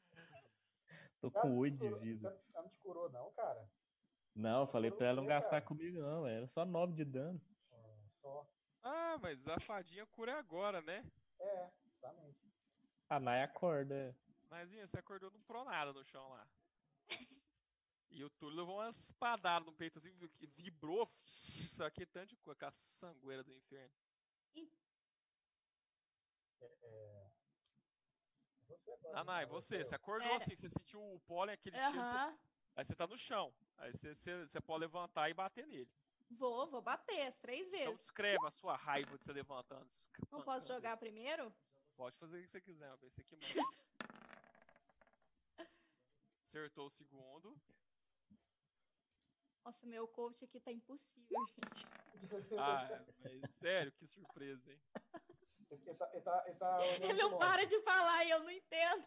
Speaker 3: Tô
Speaker 5: Cara,
Speaker 3: com
Speaker 5: tu
Speaker 3: 8 de
Speaker 5: curou-
Speaker 3: vida.
Speaker 5: Você não te curou, não, cara.
Speaker 3: Não, eu falei
Speaker 5: curou
Speaker 3: pra ela não
Speaker 5: você,
Speaker 3: gastar
Speaker 5: cara.
Speaker 3: comigo, não. Era só 9 de dano.
Speaker 5: Ah, Só.
Speaker 1: Ah, mas a fadinha cura é agora, né?
Speaker 5: É, justamente.
Speaker 3: A Nai acorda. é.
Speaker 1: Naizinha, você acordou no pronada no chão lá. E o Túlio levou uma espadada no peito assim, que vibrou, isso aqui é tanto de coisa, com a sangueira do inferno.
Speaker 5: É Você agora.
Speaker 1: Nanai,
Speaker 5: né?
Speaker 1: Ah, você, você
Speaker 5: Sou
Speaker 1: acordou
Speaker 2: É.
Speaker 1: assim, você sentiu o pólen, aquele cheiro, você-
Speaker 2: Aham.
Speaker 1: aí você tá no chão. Aí você, você, você pode levantar e bater nele.
Speaker 2: Vou, vou bater as três
Speaker 1: Então
Speaker 2: vezes.
Speaker 1: descreva a sua raiva de você levantando.
Speaker 2: Não posso jogar
Speaker 1: primeiro.
Speaker 2: primeiro?
Speaker 1: Pode fazer o que você quiser, eu pensei que manda. Acertou o segundo.
Speaker 2: Nossa, meu coach aqui tá impossível, gente.
Speaker 5: eu.
Speaker 1: Ah, mas sério, que surpresa, hein?
Speaker 5: Ele tá, ele tá, ele tá olhando
Speaker 2: Ele
Speaker 5: de
Speaker 2: não
Speaker 5: longe.
Speaker 2: para de falar e eu não entendo.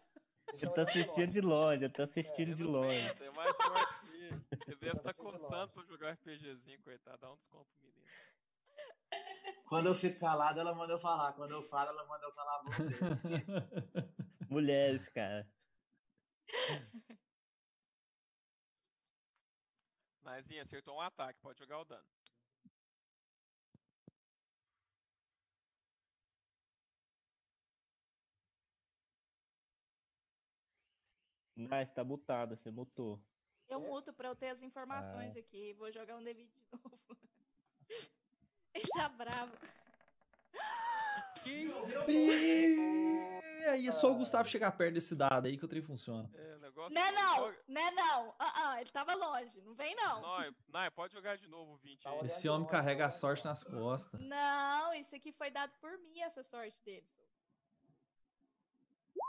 Speaker 3: Ele tá assistindo de longe, ele tá assistindo
Speaker 1: Eu
Speaker 3: de
Speaker 1: não
Speaker 3: longe.
Speaker 1: aguento, É mais forte que Ele deve estar contando pra jogar um RPGzinho, coitado. Dá um desconto pro menino.
Speaker 12: Quando eu fico calado, ela manda eu falar. Quando eu falo, ela manda eu calar a boca.
Speaker 3: é Mulheres, cara.
Speaker 1: Mas hein, acertou um ataque, pode jogar o dano.
Speaker 3: Nice, tá mutada, você mutou.
Speaker 5: É.
Speaker 2: Eu muto pra eu ter as informações aqui. Vou jogar um David de novo. Ele tá bravo.
Speaker 4: Ih, Aí é só o Gustavo
Speaker 1: Ah.
Speaker 4: chegar perto desse dado aí que o trem funciona.
Speaker 1: É, o negócio.
Speaker 2: Né não, né não. Ah, ah, ele tava longe, não vem não.
Speaker 1: Não, não, pode jogar de novo o 20
Speaker 3: Tá
Speaker 1: aí.
Speaker 4: Esse homem carrega a sorte nas costas.
Speaker 2: Não, isso aqui foi dado por mim, essa sorte dele. Su.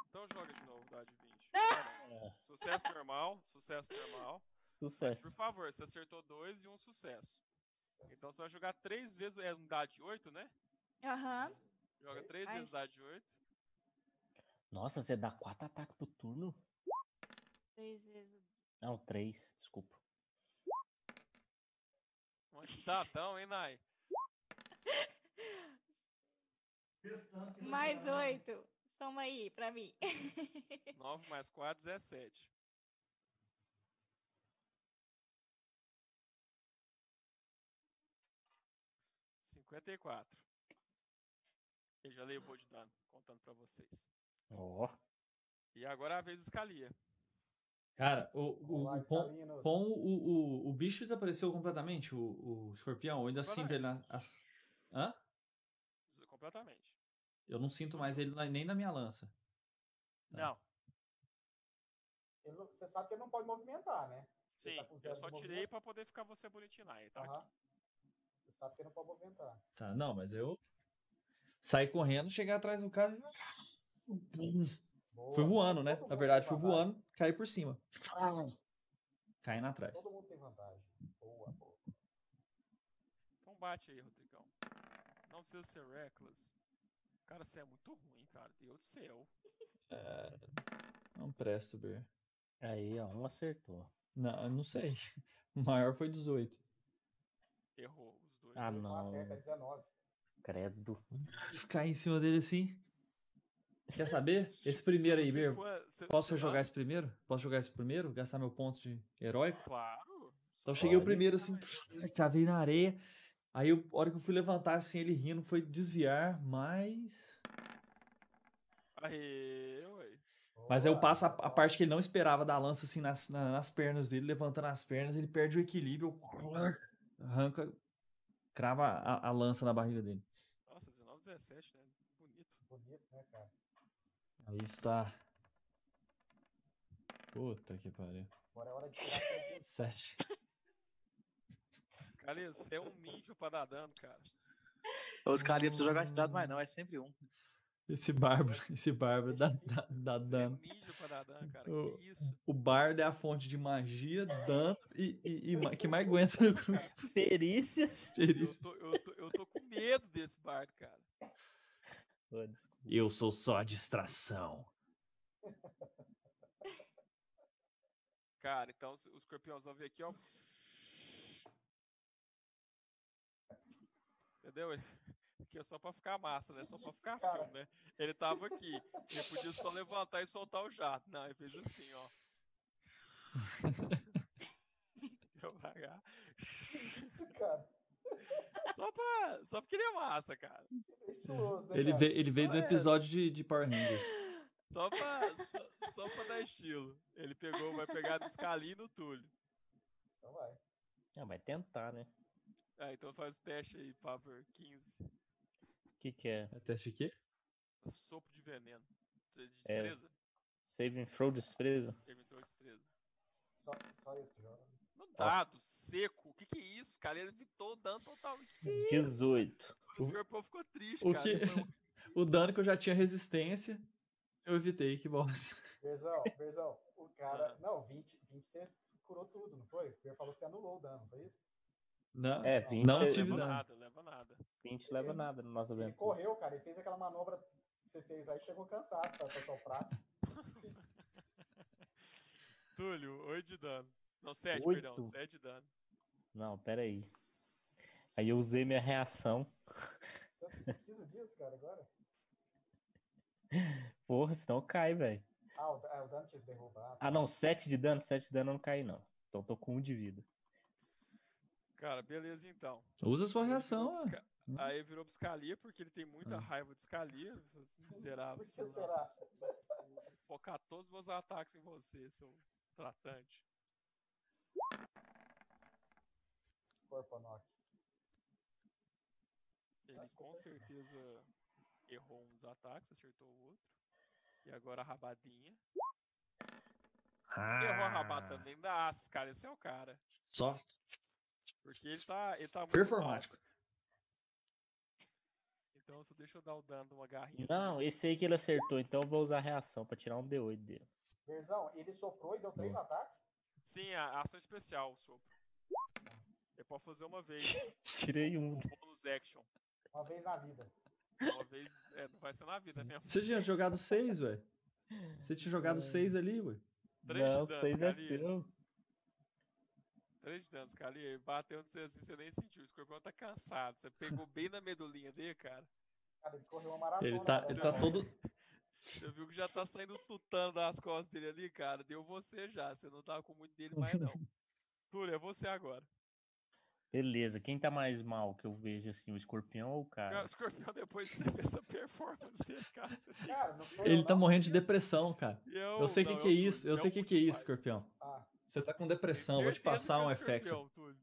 Speaker 1: Então joga de novo, dá de 20. Caramba. Sucesso normal, sucesso normal. Mas, por
Speaker 3: Sucesso.
Speaker 1: favor, você acertou dois e um sucesso.
Speaker 5: tá
Speaker 1: Então você vai jogar três vezes. É um dado de 8, né?
Speaker 2: Aham.
Speaker 1: Joga três
Speaker 2: Ai.
Speaker 1: vezes dado de 8.
Speaker 3: Nossa, você dá quatro ataques por turno?
Speaker 1: Tá
Speaker 2: Três vezes.
Speaker 3: Não, três, desculpa.
Speaker 1: Um estadão, hein, Nai?
Speaker 2: Mais oito. Toma aí, pra mim.
Speaker 1: 9 mais 4, 17. Cinquenta e quatro. Ele já levou de dano, contando pra vocês.
Speaker 3: Ó.
Speaker 1: E agora é a vez do Scalia.
Speaker 4: Cara, o, o,
Speaker 1: Olá,
Speaker 4: o Pom,
Speaker 1: Stalinos.
Speaker 4: Pom- o, o, o bicho desapareceu completamente, o, o escorpião. Eu ainda
Speaker 1: é.
Speaker 4: sinto ele na. Assim, as- Hã?
Speaker 1: Completamente.
Speaker 4: Eu não sinto mais ele na- nem na minha lança.
Speaker 1: Não.
Speaker 5: Ele não- você sabe que ele não pode movimentar, né? Você
Speaker 1: Sim,
Speaker 5: tá com zero
Speaker 1: eu
Speaker 5: de
Speaker 1: só
Speaker 5: movimento.
Speaker 1: tirei pra poder ficar você bonitinho. Nai, tá
Speaker 5: Aham.
Speaker 1: aqui.
Speaker 5: Você sabe que ele não pode movimentar.
Speaker 4: Tá, não, mas eu saí correndo, cheguei atrás do cara. Fui voando, né? Na verdade, fui voando, caí por cima. Caindo atrás.
Speaker 5: Todo mundo tem vantagem. Boa, boa.
Speaker 1: Então bate aí, Rodrigão. Não precisa ser reckless. Cara, você é muito ruim, cara. Deus do céu.
Speaker 4: É, Não presto, Ber.
Speaker 3: Aí, ó, um acertou.
Speaker 4: Não, eu não sei. O maior foi 18.
Speaker 1: Errou os dois.
Speaker 3: Ah, não.
Speaker 5: Acerta, é 19.
Speaker 3: Credo.
Speaker 4: Ficar em cima dele assim. Quer saber? Esse primeiro aí, Ber.
Speaker 1: for- se-
Speaker 4: Posso
Speaker 1: se
Speaker 4: jogar
Speaker 1: não-
Speaker 4: esse primeiro? Posso jogar esse primeiro? Gastar meu ponto de heróico?
Speaker 1: Claro.
Speaker 4: Então eu cheguei o
Speaker 1: Pode.
Speaker 4: primeiro assim, cravei na areia. Aí eu- a hora que eu fui levantar assim, ele rindo, foi desviar, mas.
Speaker 1: Aê, ué.
Speaker 4: Mas aí eu passo a, a parte que ele não esperava da lança assim nas, na- nas pernas dele, levantando as pernas, ele perde o equilíbrio, arranca, crava a, a lança na barriga dele.
Speaker 1: Nossa, 19, 17, né? Bonito.
Speaker 5: Bonito, né, cara?
Speaker 4: Aí está. Puta que pariu.
Speaker 5: Agora é hora de tirar tudo.
Speaker 4: Sete.
Speaker 1: Scalia, você é um ninja pra dar dano, cara.
Speaker 4: Tá
Speaker 9: Os caras não precisam jogar esse dado mais, não. É sempre um.
Speaker 4: Esse bárbaro, esse bárbaro dá, dá, dá dano.
Speaker 1: Ninja é pra dar dano, cara.
Speaker 4: O,
Speaker 1: Que isso?
Speaker 4: o bardo é a fonte de magia, dano e, e- e ma- que mais aguenta no grupo.
Speaker 3: Perícias.
Speaker 1: Eu tô, eu, tô, eu tô com medo desse bardo, cara.
Speaker 8: Eu sou só a distração.
Speaker 1: Cara, então o escorpiãozão veio aqui, ó. Entendeu? Ele- Aqui é só pra ficar massa, né? Só pra ficar filme, né? Ele tava aqui. Ele podia só levantar e soltar o jato. Não, ele fez assim, ó. Devagar.
Speaker 5: Isso, cara.
Speaker 1: Só, pra, só porque ele é massa, cara.
Speaker 5: Estiloso, né,
Speaker 4: Ele
Speaker 5: cara?
Speaker 4: veio, ele veio do
Speaker 1: Não é.
Speaker 4: episódio de, de Power Rangers.
Speaker 1: Só pra, só, só pra dar estilo. Ele pegou, vai pegar do Scali e no Túlio.
Speaker 5: Então vai.
Speaker 3: Ah, vai tentar, né?
Speaker 1: Ah, então faz o teste aí, por favor. 15.
Speaker 3: O que que é?
Speaker 4: Teste de quê?
Speaker 1: Sopro de veneno. De de
Speaker 3: É.
Speaker 1: destreza.
Speaker 3: Saving throw destreza?
Speaker 1: Ele entrou de destreza.
Speaker 5: Só, só esse que joga.
Speaker 1: No dado, seco. O que que é isso, cara? Ele evitou o dano total. O que que é isso?
Speaker 3: 18.
Speaker 1: O escorpião ficou triste,
Speaker 4: O,
Speaker 1: cara. um
Speaker 4: que... o dano que eu já tinha resistência, eu evitei, que bosta.
Speaker 5: Berzão, Berzão, o cara. Não, 20, 20 você curou tudo, não foi? Ele falou que você anulou o dano, foi isso?
Speaker 4: Não,
Speaker 3: É, 20
Speaker 4: não
Speaker 3: leva
Speaker 4: tive
Speaker 1: Leva
Speaker 4: dano.
Speaker 1: nada, leva nada.
Speaker 3: 20 leva nada no nosso
Speaker 5: Ele
Speaker 3: evento.
Speaker 5: correu, cara, ele fez aquela manobra que você fez lá e chegou cansado pra, pra soprar.
Speaker 1: Túlio, 8 de dano. Não, 7,
Speaker 3: Oito.
Speaker 1: perdão. 7 de dano.
Speaker 3: Não, peraí. Aí eu usei minha reação.
Speaker 5: Você precisa disso, cara, agora?
Speaker 3: Porra, senão cai, velho.
Speaker 5: Ah, o, da- ah, o dano te derrubar.
Speaker 3: Ah, não, 7 de dano, 7 de dano eu não cai, não. Então eu tô com 1 de vida.
Speaker 1: Cara, beleza então.
Speaker 4: Usa sua
Speaker 1: Ele
Speaker 4: reação, né?
Speaker 1: virou
Speaker 4: ó.
Speaker 1: pro Sca- Aí virou pro Scalia, porque ele tem muita raiva de Scalia. Miserável.
Speaker 5: Por que
Speaker 1: seu-
Speaker 5: será?
Speaker 1: nossa, Vou focar todos os meus ataques em você, seu tratante.
Speaker 5: Scorponok.
Speaker 1: Ele com certeza errou uns ataques, acertou o outro. E agora a rabadinha.
Speaker 8: Ah.
Speaker 1: Errou a rabada também. Nossa, cara, esse é o cara.
Speaker 4: Só
Speaker 1: Porque ele tá, ele tá muito
Speaker 4: performático.
Speaker 1: mal. Então só deixa eu dar o dano de uma garrinha.
Speaker 3: Não, esse aí que ele acertou, então eu vou usar a reação pra tirar um D8 dele.
Speaker 5: Verzão, ele soprou e deu três ataques?
Speaker 1: Sim, a a ação especial, o sopro. Ele pode fazer uma vez.
Speaker 3: Tirei um.
Speaker 1: com Bonus action.
Speaker 5: Uma vez na vida.
Speaker 1: Uma vez. É, não vai ser na vida mesmo.
Speaker 4: Você tinha jogado 6, velho. Você tinha jogado 6 ali, ué.
Speaker 1: Três
Speaker 3: não,
Speaker 1: danos,
Speaker 3: seis é
Speaker 1: Scalia.
Speaker 3: seu.
Speaker 1: 3 de dano, cara. E ele bateu no seu assim, você nem sentiu. O escorpião tá cansado. Você pegou bem na medulinha dele, cara.
Speaker 5: Cara, ele correu uma maratona.
Speaker 4: Ele tá, ele tá todo.
Speaker 1: Você viu que já tá saindo tutano das costas dele ali, cara. Deu você já. Você não tava com muito dele mais, não. Túlio, é você agora.
Speaker 3: Beleza, quem tá mais mal que eu vejo assim, o escorpião ou o cara?
Speaker 1: O escorpião, depois de você ver essa performance dele, cara. Você tem
Speaker 5: Cara, não
Speaker 1: que-
Speaker 5: foi
Speaker 4: Ele
Speaker 5: eu
Speaker 4: tá
Speaker 5: não.
Speaker 4: morrendo de depressão, cara.
Speaker 1: Eu-
Speaker 4: Eu sei o que,
Speaker 1: não,
Speaker 4: que é
Speaker 1: eu-
Speaker 4: isso. Eu
Speaker 1: eu
Speaker 4: sei o que,
Speaker 1: muito
Speaker 4: que é isso,
Speaker 1: demais.
Speaker 4: escorpião.
Speaker 5: Ah,
Speaker 4: Você tá com depressão. Vou te
Speaker 1: certeza que
Speaker 4: passar
Speaker 1: é
Speaker 4: um
Speaker 1: o
Speaker 4: effect.
Speaker 1: escorpião, Túlio.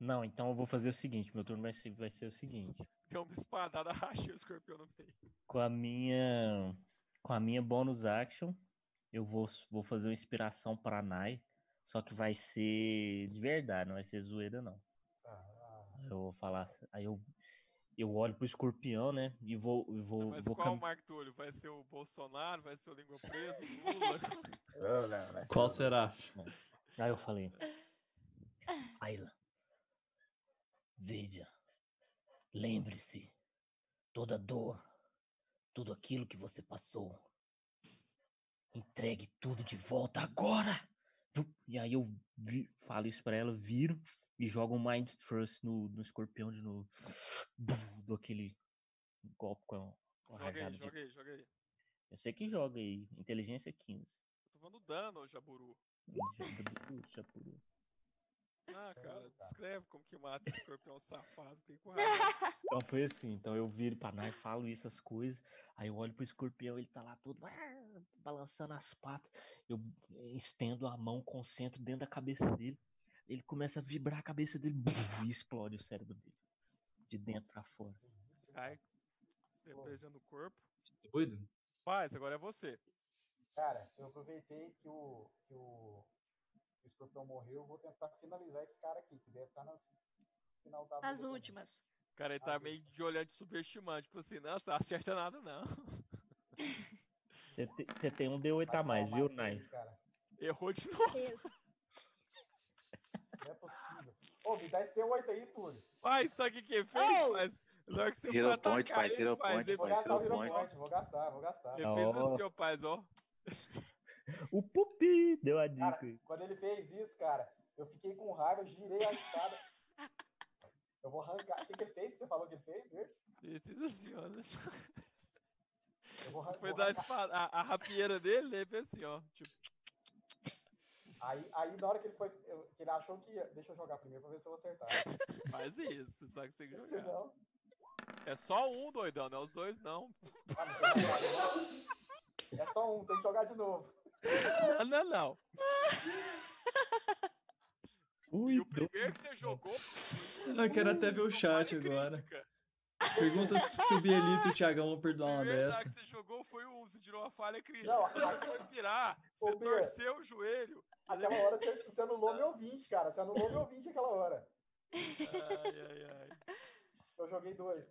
Speaker 3: Não, então eu vou fazer o seguinte, meu turno vai ser, vai ser o seguinte.
Speaker 1: Deu uma espadada, rachei o escorpião no meio.
Speaker 3: Com a minha com a minha bônus action, eu vou vou fazer uma inspiração pra Nai, só que vai ser de verdade, não vai ser zoeira não.
Speaker 5: ah,
Speaker 3: Eu vou falar, aí eu eu olho pro escorpião, né, e vou e vou
Speaker 1: Mas
Speaker 3: vou
Speaker 1: qual
Speaker 3: cam-
Speaker 1: o Marco Túlio? Vai ser o Bolsonaro? Vai ser o Língua Presa? O Lula?
Speaker 4: Qual será?
Speaker 3: Aí eu falei,
Speaker 11: Ayla, veja, lembre-se, toda dor, tudo aquilo que você passou, entregue tudo de volta agora!
Speaker 3: "Vup", e aí eu vi- falo isso pra ela, viro e jogo um mind thrust no, no escorpião de novo. Buf, Dou aquele golpe com a, com a
Speaker 4: é
Speaker 1: Joga
Speaker 3: rajada
Speaker 1: aí,
Speaker 3: de
Speaker 1: joga aí, joga aí. Eu
Speaker 3: Eu sei que joga aí. Inteligência 15.
Speaker 1: tô falando dano, ô Jaburu.
Speaker 3: Joga do- puxa, pô.
Speaker 1: Ah, cara, descreve como que mata esse escorpião safado. Fiquei com raiva.
Speaker 3: Então foi assim. Então eu viro pra Nai, falo isso, as coisas. Aí eu olho pro escorpião, ele tá lá todo ah, balançando as patas. Eu estendo a mão, concentro dentro da cabeça dele. Ele começa a vibrar a cabeça dele buf, e explode o cérebro dele. De dentro pra fora.
Speaker 1: Cai, despejando o corpo.
Speaker 4: tá Doido?
Speaker 1: Paz, agora é você.
Speaker 5: cara, eu aproveitei que o, que o, que o escorpião morreu. Eu vou tentar finalizar esse cara aqui, que deve estar nas final da
Speaker 2: As
Speaker 5: vida também.
Speaker 2: últimas.
Speaker 1: O cara ele tá
Speaker 5: Azul.
Speaker 1: meio de olhar de subestimante. Tipo assim, nossa, acerta nada não.
Speaker 3: Você te- você tem um D8 a mais,
Speaker 5: Vai
Speaker 3: viu,
Speaker 5: tomar
Speaker 3: Nai?
Speaker 5: isso aí, cara.
Speaker 1: Errou de novo.
Speaker 5: Não é possível. Ô, me dá esse T8 aí, Túlio.
Speaker 1: Pai, sabe o que que fez, Paz? Na hora que você
Speaker 9: Hero
Speaker 1: foi atacar
Speaker 9: point, Paz,
Speaker 1: ele,
Speaker 9: hero
Speaker 1: Paz,
Speaker 9: point,
Speaker 1: ele
Speaker 5: Vou
Speaker 9: Paz,
Speaker 1: fez
Speaker 5: gastar o
Speaker 9: hero
Speaker 1: assim,
Speaker 5: Hero
Speaker 1: ó.
Speaker 9: point.
Speaker 5: Point, vou gastar, vou gastar.
Speaker 1: Ele fez
Speaker 3: Ó.
Speaker 1: assim, ó, Paz, ó.
Speaker 3: O Pupi deu a dica
Speaker 5: Cara,
Speaker 3: aí.
Speaker 5: quando ele fez isso, cara, eu fiquei com raiva, eu girei a espada. Eu vou arrancar. O que, que ele fez? Você falou que ele fez, viu?
Speaker 1: Ele fez assim, ó. né?
Speaker 5: Eu vou, arran-
Speaker 1: Foi
Speaker 5: vou
Speaker 1: dar a,
Speaker 5: arrancar.
Speaker 1: espada- a, a rapieira dele, ele fez assim, ó. Tipo,
Speaker 5: Aí, aí, na hora que ele foi. eu- que ele achou que ia. Deixa eu jogar primeiro pra ver se eu vou acertar.
Speaker 1: faz isso, você sabe que você tem que
Speaker 5: Se
Speaker 1: jogar.
Speaker 5: não.
Speaker 1: É só um, doidão, não é os dois, não.
Speaker 5: Ah, não tem que jogar de novo. É só um, tem que jogar de novo.
Speaker 1: Não, não, não.
Speaker 3: Ui,
Speaker 1: E o
Speaker 3: deu-
Speaker 1: primeiro que você jogou. um
Speaker 4: Eu quero até ver o
Speaker 1: não
Speaker 4: chat
Speaker 1: vale
Speaker 4: agora.
Speaker 1: crítica.
Speaker 4: Pergunta se o Bielito e o Thiagão vão
Speaker 1: O
Speaker 4: perdoar uma
Speaker 1: primeiro dado
Speaker 4: dessa.
Speaker 1: que você jogou foi um, você tirou uma falha crítica.
Speaker 5: Não,
Speaker 1: Você
Speaker 5: a-
Speaker 1: foi virar,
Speaker 5: Ô,
Speaker 1: você
Speaker 5: Bia.
Speaker 1: torceu o joelho.
Speaker 5: Aquela hora você, você anulou meu 20, cara. Você anulou meu 20 aquela hora.
Speaker 1: Ai, ai, ai.
Speaker 5: Eu joguei dois.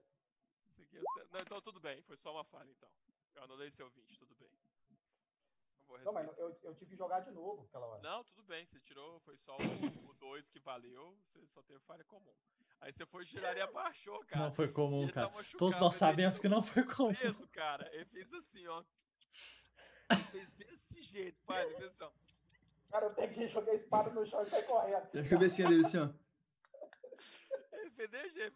Speaker 1: Isso aqui é sério. Não, então tudo bem, foi só uma falha então. Eu anulei seu 20, tudo bem. Não vou
Speaker 5: Não, mas
Speaker 1: respeitar.
Speaker 5: eu, eu tive que jogar de novo aquela hora.
Speaker 1: Não, tudo bem, você tirou, foi só o 2 que valeu, você só teve falha comum. Aí você foi girar e abaixou, cara.
Speaker 4: Não foi comum,
Speaker 1: Ele tá
Speaker 4: cara.
Speaker 1: machucado,
Speaker 4: Todos nós
Speaker 1: mas
Speaker 4: sabemos
Speaker 1: ele-
Speaker 4: que não foi comum.
Speaker 1: preso, cara. Ele fez assim, ó. Ele fez desse jeito, pai. Ele fez assim, ó.
Speaker 5: Cara, eu tenho que jogar a espada no chão e sair correndo.
Speaker 8: E a cabecinha dele assim, ó.
Speaker 1: PDG,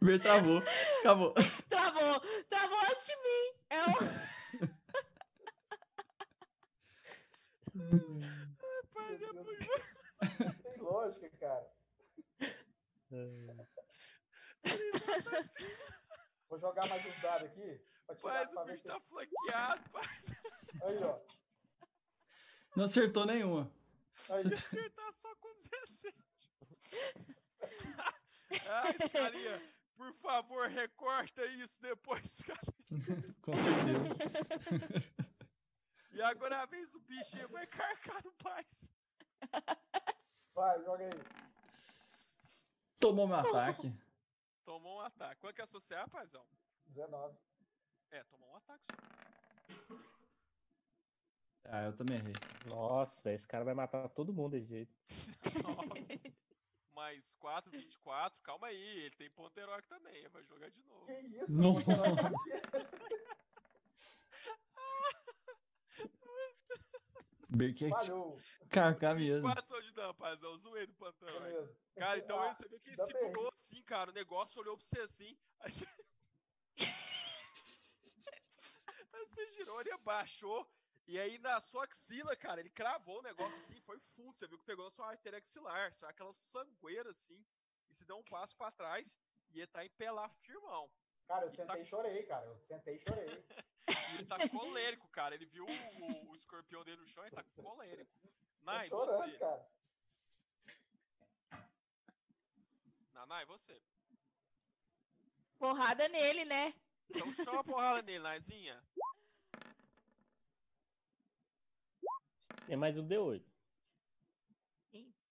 Speaker 8: Ver travou. Acabou.
Speaker 2: Travou, travou antes de mim. É o...
Speaker 5: Rapaz, é muito. Não tem lógica, cara.
Speaker 3: Ah,
Speaker 1: assim.
Speaker 5: Vou jogar mais uns dados aqui. pra tirar-
Speaker 1: Mas o
Speaker 5: pra ver
Speaker 1: bicho
Speaker 5: se-
Speaker 1: tá flanqueado, rapaz.
Speaker 5: Aí, ó.
Speaker 8: Não acertou nenhuma.
Speaker 1: Aí. Se acertar só com 17. ah, Scalinha, por favor, recorta isso depois, Scalinha.
Speaker 8: Com certeza.
Speaker 1: E agora a vez o bichinho vai carcar no paz.
Speaker 5: Vai, joga aí.
Speaker 8: Tomou meu ataque.
Speaker 1: Tomou um ataque. Quanto que é associar, paizão?
Speaker 5: 19.
Speaker 1: É, tomou um ataque só.
Speaker 8: Ah, eu também errei.
Speaker 3: Nossa, velho, esse cara vai matar todo mundo de jeito.
Speaker 1: Mais 4, 24. Calma aí, ele tem ponto heróico também. Ele vai jogar de novo.
Speaker 5: Que isso?
Speaker 8: Não. Berk é
Speaker 5: Falhou.
Speaker 8: carcar mesmo.
Speaker 1: 4 só de dano, paizão. Zoei do plantão. velho.
Speaker 5: Beleza.
Speaker 1: Cara, então
Speaker 5: Ah,
Speaker 1: ele- você viu que ele
Speaker 5: ainda
Speaker 1: segurou assim, cara. O negócio olhou pra você assim. Aí você, aí você girou, ele abaixou. E aí na sua axila, cara, ele cravou o negócio assim, foi fundo. Você viu que pegou na sua artéria axilar. Só aquela sangueira assim. E se deu um passo pra trás e ele tá em pé lá firmão.
Speaker 5: Cara, eu
Speaker 1: tá
Speaker 5: sentei e chorei, cara. Eu sentei e chorei.
Speaker 1: E ele tá colérico, cara. Ele viu o, o escorpião dele no chão e tá colérico. Nai,
Speaker 5: Tô Tá chorando,
Speaker 1: você.
Speaker 5: cara.
Speaker 1: Nanai, você.
Speaker 2: Porrada nele, né?
Speaker 1: Então só uma porrada nele, Naizinha.
Speaker 3: Tem mais um D8.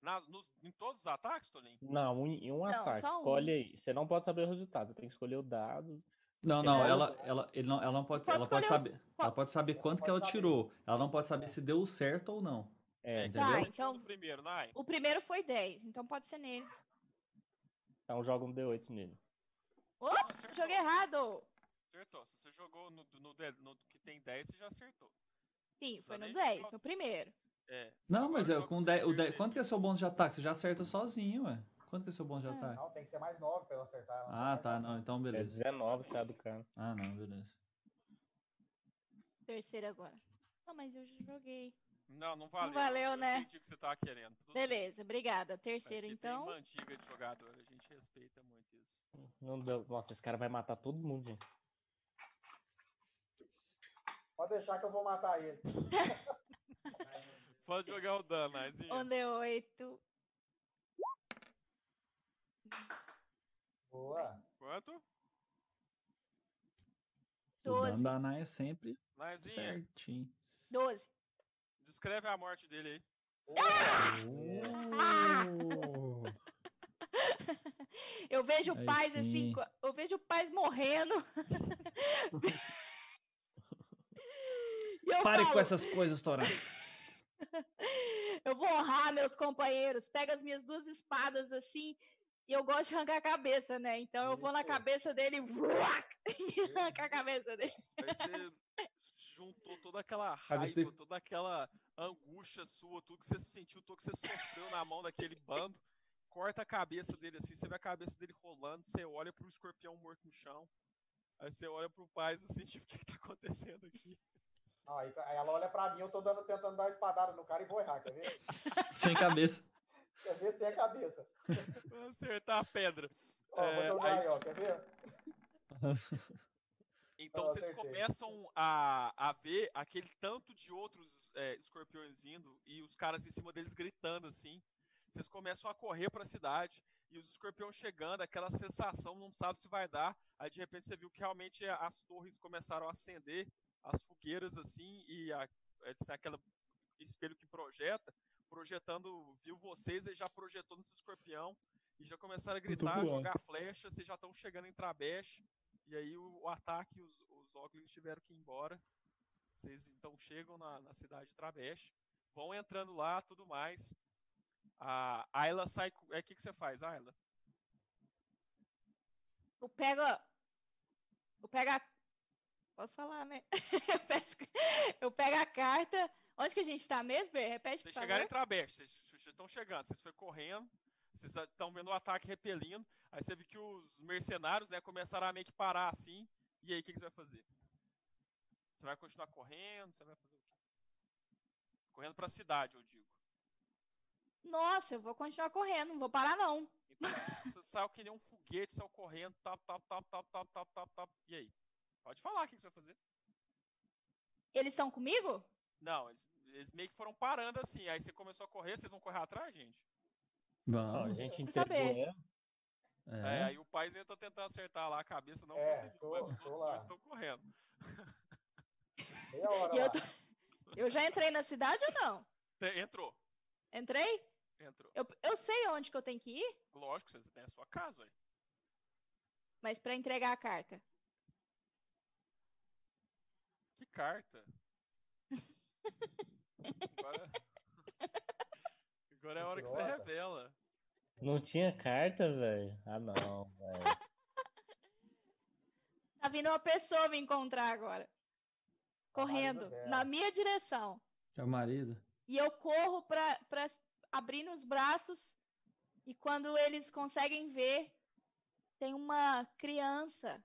Speaker 1: Nas, nos- em todos os ataques, Tolinho?
Speaker 3: Não, um, em um
Speaker 1: Não,
Speaker 3: ataque.
Speaker 1: só um.
Speaker 3: Escolhe aí. Você não pode saber o resultado, você tem que escolher o dado.
Speaker 8: Não, não,
Speaker 3: É.
Speaker 8: ela, ela, ele não, ela não pode,
Speaker 3: Posso
Speaker 8: ela pode
Speaker 3: escolher
Speaker 8: saber, ela pode saber quanto que ela tirou. Ela não pode saber se deu certo ou não.
Speaker 3: É,
Speaker 2: Tá,
Speaker 8: entendeu?
Speaker 2: então.
Speaker 1: um primeiro, é? Nai.
Speaker 2: O primeiro foi 10, então pode ser nele.
Speaker 3: Então joga um D8 nele.
Speaker 2: Ops, joguei errado.
Speaker 1: Acertou. Se você jogou no, no, de- no que tem 10, você já acertou.
Speaker 2: Sim, foi
Speaker 1: nem
Speaker 2: no 10, no primeiro.
Speaker 1: É.
Speaker 8: Não, mas é, com 10, o 10, quanto que é seu bônus de ataque? Você já acerta sozinho, ué. Quanto que é seu bônus de
Speaker 2: tá.
Speaker 8: ataque?
Speaker 5: Não, tem que ser mais 9 pra eu acertar. ela não
Speaker 8: Ah,
Speaker 5: tem mais
Speaker 8: tá,
Speaker 5: nove.
Speaker 8: não, então
Speaker 3: É
Speaker 8: beleza.
Speaker 3: 19, sabe do cara.
Speaker 8: Ah, não, beleza.
Speaker 2: Ah, Terceiro agora. Não, mas eu já joguei.
Speaker 1: Não, não valeu.
Speaker 2: valeu,
Speaker 1: eu
Speaker 2: né?
Speaker 1: entendi o que você tava querendo. Tudo bem.
Speaker 2: Beleza, obrigada. Terceiro,
Speaker 1: Aqui
Speaker 2: então.
Speaker 1: Tem uma antiga de jogador, a gente respeita muito isso.
Speaker 3: Não deu. Nossa, esse cara vai matar todo mundo, gente.
Speaker 5: Pode deixar que eu vou matar ele.
Speaker 1: Pode jogar o dano, Naizinha.
Speaker 2: Um D8.
Speaker 5: Boa.
Speaker 1: Quanto?
Speaker 8: O
Speaker 2: Doze.
Speaker 8: dano da Ana é sempre
Speaker 1: Naizinha.
Speaker 8: certinho.
Speaker 2: 12.
Speaker 1: Descreve a morte dele aí.
Speaker 2: Eu vejo
Speaker 1: Aí
Speaker 2: pais assim,
Speaker 1: sim.
Speaker 2: co- eu vejo pais morrendo. E eu
Speaker 13: Pare
Speaker 2: falo,
Speaker 13: com essas coisas, Torá.
Speaker 2: Eu vou honrar meus companheiros. Pego as minhas duas espadas assim. E eu gosto de arrancar a cabeça, né? Então eu vou na cabeça dele vuac, e arrancar a cabeça dele.
Speaker 1: Aí você juntou toda aquela
Speaker 8: Cabeça
Speaker 1: raiva, toda aquela angústia sua, tudo que você sentiu, tudo que você sofreu na mão daquele bando. Corta a cabeça dele assim, você vê a cabeça dele rolando, você olha pro escorpião morto no chão. Aí você olha pro Paz assim, tipo, o que que tá acontecendo aqui?
Speaker 5: Não, aí aí ela olha pra mim, eu tô dando, tentando dar uma espadada no cara e vou errar, quer ver?
Speaker 8: Sem cabeça.
Speaker 5: Quer ver sem a cabeça.
Speaker 1: Vou acertar a pedra.
Speaker 5: Ó, vou
Speaker 1: É,
Speaker 5: jogar
Speaker 1: aí,
Speaker 5: aí, ó, quer ver?
Speaker 1: Então
Speaker 5: Ah,
Speaker 1: vocês
Speaker 5: acertei.
Speaker 1: começam a, a ver aquele tanto de outros é, escorpiões vindo e os caras em cima deles gritando assim. Vocês começam a correr pra cidade e os escorpiões chegando, aquela sensação, não sabe se vai dar. Aí de repente você viu que realmente a- as torres começaram a acender, as fogueiras assim, e a, é, assim, aquele espelho que projeta, projetando, viu vocês e já projetou nesse escorpião. E já começaram a
Speaker 8: tô
Speaker 1: gritar,
Speaker 8: voando.
Speaker 1: jogar flecha, vocês já estão chegando em Trabeche. E aí o, o ataque, os, os Oglins tiveram que ir embora. Vocês então chegam na, na cidade de Trabeche, vão entrando lá, tudo mais. A Ayla sai. co- É o que, que você faz, Ayla?
Speaker 2: Eu pego. Eu pego a. Posso falar, né? Eu pego, eu pego a carta. Onde que a gente tá mesmo, Ber? Repete, por
Speaker 1: Vocês chegaram em
Speaker 2: favor.
Speaker 1: Trabex, vocês vocês estão chegando, vocês foram correndo, vocês estão vendo o ataque repelindo, aí você viu que os mercenários né, começaram a meio que parar assim, e aí o que, que você vai fazer? Você vai continuar correndo, você vai fazer o quê? Correndo pra cidade, eu digo.
Speaker 2: Nossa, eu vou continuar correndo, não vou parar, não.
Speaker 1: Então, Você saiu que nem um foguete, saiu correndo, tap, tap, tap, tap, tap, tap, tap, tap, e aí? Pode falar o que, que você vai fazer.
Speaker 2: Eles estão comigo?
Speaker 1: Não, eles, eles meio que foram parando assim, aí você começou a correr, vocês vão correr atrás, gente?
Speaker 8: Vamos.
Speaker 3: a gente
Speaker 2: Quero
Speaker 3: entregou
Speaker 2: saber.
Speaker 3: ela.
Speaker 1: É, aí o pai tenta tentar acertar lá a cabeça, não
Speaker 5: É,
Speaker 1: conseguiu,
Speaker 5: tô-
Speaker 1: mas os
Speaker 5: tô
Speaker 1: outros
Speaker 5: lá.
Speaker 1: dois estão correndo.
Speaker 5: Meia hora
Speaker 2: E eu
Speaker 5: lá.
Speaker 2: tô- Eu já entrei na cidade ou não?
Speaker 1: Te- Entrou,
Speaker 2: Entrei?
Speaker 1: entrou.
Speaker 2: Eu, eu sei onde que eu tenho que ir,
Speaker 1: Lógico, você tem a sua casa, velho.
Speaker 2: mas pra entregar a carta.
Speaker 1: Que carta. Agora... Agora é a hora que você
Speaker 5: Mentirosa.
Speaker 1: revela.
Speaker 3: Não tinha carta, velho? Ah, não, velho.
Speaker 2: Tá vindo uma pessoa me encontrar agora. Correndo,
Speaker 8: dela.
Speaker 2: na minha direção.
Speaker 8: É o marido.
Speaker 2: E eu corro pra, pra abrir os braços. E quando eles conseguem ver, tem uma criança.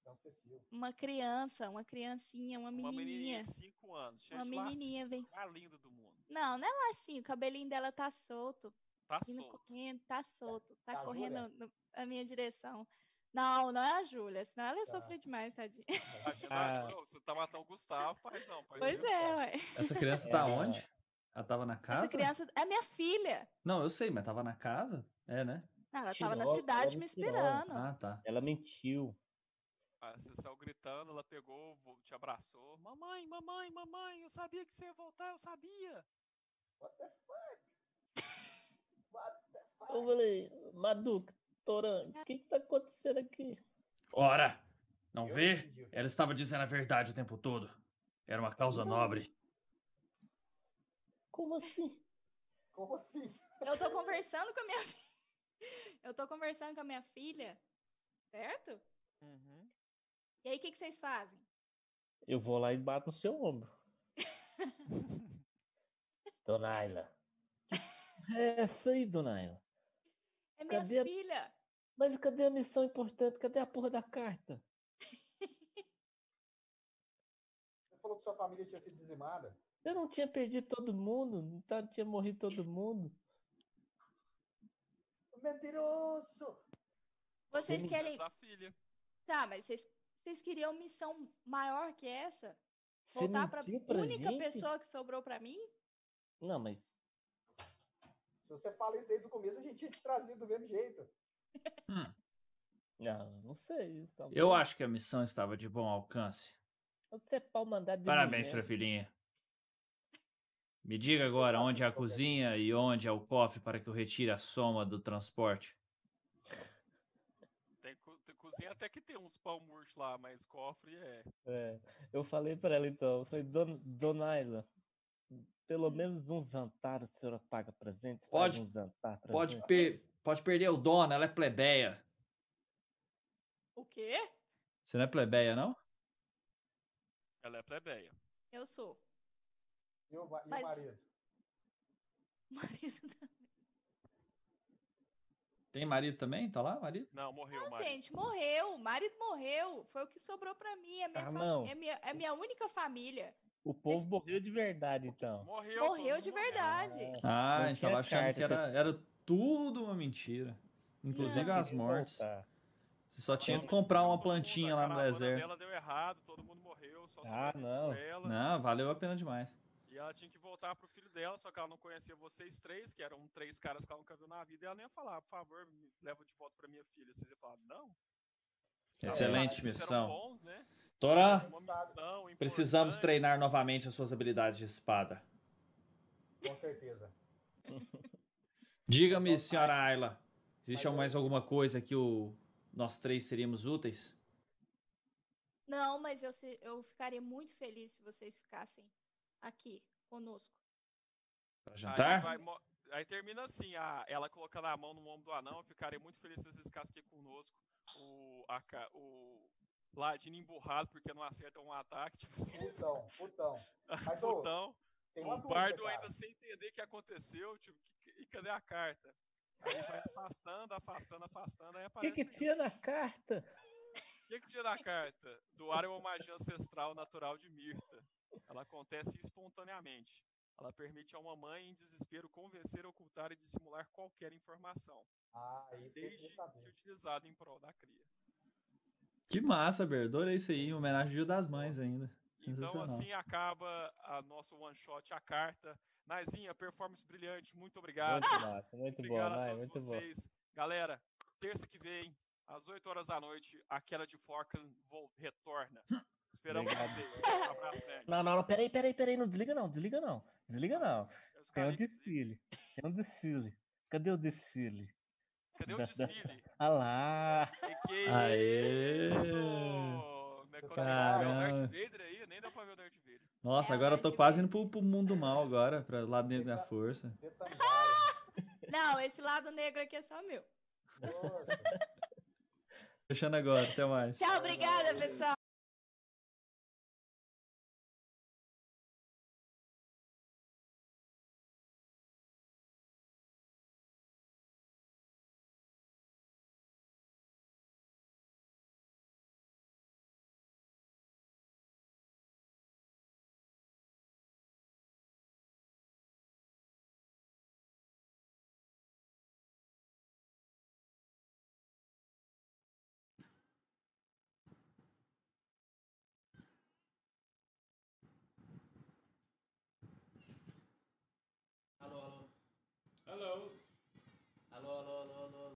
Speaker 5: Então, Cecil.
Speaker 2: Uma criança, uma criancinha, uma
Speaker 1: Uma menininha
Speaker 2: menininha.
Speaker 1: de 5 anos, cheia
Speaker 2: Uma
Speaker 1: de lacinho,
Speaker 2: menininha, vem.
Speaker 1: a linda do mundo.
Speaker 2: Não, não é lacinho, o cabelinho dela tá solto.
Speaker 1: Tá
Speaker 2: Vindo
Speaker 1: solto.
Speaker 2: correndo, tá solto. Tá
Speaker 1: Tá a
Speaker 2: correndo no- na minha direção. Não, não é a Júlia, senão ela ia
Speaker 1: Tá.
Speaker 2: sofrer demais, tadinha.
Speaker 1: Tadinha da
Speaker 8: Ah.
Speaker 1: Júlia, Você tá matando o Gustavo, paizão.
Speaker 2: Pois é, ué.
Speaker 8: Essa criança tá
Speaker 2: É.
Speaker 8: onde? Ela tava na casa?
Speaker 2: Essa criança é minha filha.
Speaker 8: Não, eu sei, mas tava na casa? É, né?
Speaker 2: Não, ela tava na
Speaker 8: Mentirosa,
Speaker 2: cidade me
Speaker 8: é mentirosa.
Speaker 2: esperando.
Speaker 8: Ah, tá.
Speaker 3: Ela mentiu.
Speaker 1: Aí você Ah, saiu gritando, ela pegou, vo- te abraçou. Mamãe, mamãe, mamãe, eu sabia que você ia voltar, eu sabia.
Speaker 5: What the
Speaker 3: Eu falei, Maduca, Toran, o que, que tá acontecendo aqui?
Speaker 4: Ora! Não vê? Ela estava dizendo a verdade o tempo todo. Era uma causa nobre.
Speaker 3: Como assim?
Speaker 5: Como assim?
Speaker 2: Eu tô conversando com a minha filha. Eu tô conversando com a minha filha, certo? E aí, o que, que vocês fazem?
Speaker 3: Eu vou lá e bato no seu ombro. Dona Ayla. É essa aí, Dona Ayla.
Speaker 2: É minha
Speaker 3: Cadê a-
Speaker 2: filha.
Speaker 3: Mas cadê a missão importante? Cadê a porra da carta?
Speaker 5: Você falou que sua família tinha sido dizimada?
Speaker 3: Eu não tinha perdido todo mundo, não tá- tinha morrido todo mundo.
Speaker 5: Mentiroso!
Speaker 2: Vocês
Speaker 3: Sim.
Speaker 2: querem.
Speaker 1: Essa filha.
Speaker 2: Tá, mas vocês, vocês queriam missão maior que essa?
Speaker 3: Você
Speaker 2: Voltar pra
Speaker 3: mentiu pra
Speaker 2: única
Speaker 3: gente?
Speaker 2: pessoa que sobrou pra mim?
Speaker 3: Não, mas
Speaker 5: Se você fala isso aí do começo, a gente tinha te trazido do mesmo jeito.
Speaker 3: ah, Não, não sei.
Speaker 4: Eu acho que a missão estava de bom alcance.
Speaker 3: Você é pau mandado de
Speaker 4: Parabéns pra
Speaker 3: mulher.
Speaker 4: filhinha. Me diga agora onde é a cozinha e onde é o cofre para que eu retire a soma do transporte.
Speaker 1: Tem, co- tem cozinha até que tem uns pão murcho lá, mas cofre é.
Speaker 3: É, eu falei pra ela então, eu falei, Dona, Dona Ayla, pelo menos um jantar a senhora paga presente?
Speaker 4: Pode-
Speaker 3: um jantar pra
Speaker 4: Pode,
Speaker 3: gente?"
Speaker 4: per- pode perder o dono, ela é plebeia.
Speaker 2: O quê?
Speaker 4: Você não é plebeia, não?
Speaker 1: Ela é plebeia.
Speaker 2: Eu sou.
Speaker 5: E o, ma- e o
Speaker 2: Mas-
Speaker 5: marido?
Speaker 8: Tem marido também? Tá lá, marido?
Speaker 1: Não, morreu
Speaker 2: Não, Ah, gente, morreu. O marido morreu. Foi o que sobrou pra mim. É minha, fam-
Speaker 3: Carmão.
Speaker 2: é minha, é minha única família.
Speaker 3: O povo morreu de verdade, então.
Speaker 1: Morreu.
Speaker 2: Morreu de verdade.
Speaker 8: Ah,
Speaker 3: Não
Speaker 4: então
Speaker 8: a gente tava
Speaker 3: tinha
Speaker 8: achando
Speaker 3: carta,
Speaker 8: que era,
Speaker 3: vocês-
Speaker 8: era tudo uma mentira. Inclusive
Speaker 2: Não.
Speaker 8: as mortes.
Speaker 3: Ah,
Speaker 8: Você só tinha que comprar uma plantinha lá no deserto.
Speaker 1: Ela deu errado, todo mundo morreu, só
Speaker 8: Ah, não.
Speaker 1: ela.
Speaker 8: Não, valeu a pena demais.
Speaker 1: E ela tinha que voltar pro filho dela, só que ela não conhecia vocês três, que eram três caras que ela nunca viu na vida, e ela nem ia falar, por favor, me leva de volta pra minha filha. Vocês iam falar, não.
Speaker 4: Excelente
Speaker 1: Vocês eram
Speaker 4: missão.
Speaker 1: bons, né?
Speaker 4: Torá,
Speaker 1: Uma missão importante.
Speaker 4: precisamos treinar novamente as suas habilidades de espada.
Speaker 5: Com certeza.
Speaker 4: Diga-me, senhora Ayla, existe mais alguma coisa que o... nós três seríamos úteis?
Speaker 2: Não, mas eu, se- eu ficaria muito feliz se vocês ficassem aqui conosco.
Speaker 4: Pra
Speaker 1: Aí
Speaker 3: Tá?
Speaker 4: jantar?
Speaker 1: vai mo- Aí termina assim, a, ela colocando a mão no ombro do anão, eu ficarei muito feliz se vocês ficassem aqui conosco. O, a, ca- o Ladino emburrado porque não acerta um ataque, tipo assim.
Speaker 5: Putão, putão. Mas, ô,
Speaker 1: Putão.
Speaker 5: tem uma
Speaker 1: o
Speaker 5: dúvida,
Speaker 1: Bardo
Speaker 5: cara.
Speaker 1: ainda sem entender o que aconteceu, tipo, que- que- e cadê a carta? Aí vai afastando, afastando, afastando, aí
Speaker 3: O que,
Speaker 1: aparece.
Speaker 3: que tinha na carta?
Speaker 1: O que, que tira a carta? Doar é uma magia ancestral natural de Mirta. Ela acontece espontaneamente. Ela permite a uma mãe em desespero convencer, ocultar e dissimular qualquer informação.
Speaker 5: Ah, isso que eu
Speaker 1: desde
Speaker 5: queria saber.
Speaker 1: utilizada em prol da cria.
Speaker 4: Que massa, Berdor, é isso aí, em homenagem ao Dia das Mães ainda.
Speaker 1: Então,
Speaker 4: Sensacional.
Speaker 1: assim acaba a nosso one shot, a carta. Nazinha, performance brilhante, muito obrigado.
Speaker 14: Muito massa, muito bom,
Speaker 1: obrigado a
Speaker 14: Nai,
Speaker 1: todos
Speaker 14: muito bom.
Speaker 1: vocês. Galera, terça que vem, às 8 horas da noite, a queda de Forkland vol- retorna. Esperamos
Speaker 3: Obrigado.
Speaker 1: vocês. Um abraço grande.
Speaker 3: Não, não, não, peraí, peraí, peraí, não desliga não, desliga não,
Speaker 1: Ah,
Speaker 3: desliga não. Tem um desfile, tem um desfile. Cadê o desfile?
Speaker 1: Cadê o
Speaker 3: Da- da-
Speaker 1: desfile? É
Speaker 3: Ah lá!
Speaker 1: Que
Speaker 4: Aê!
Speaker 1: isso? né?
Speaker 4: Caramba. Nossa, agora eu tô quase indo pro, pro mundo mal agora, pra lá dentro da força.
Speaker 2: Não, esse lado negro aqui é só meu.
Speaker 4: Fechando agora, até mais.
Speaker 2: Tchau, obrigada, pessoal.
Speaker 15: Alô, alô. Alô. Alô, alô, alô, alô.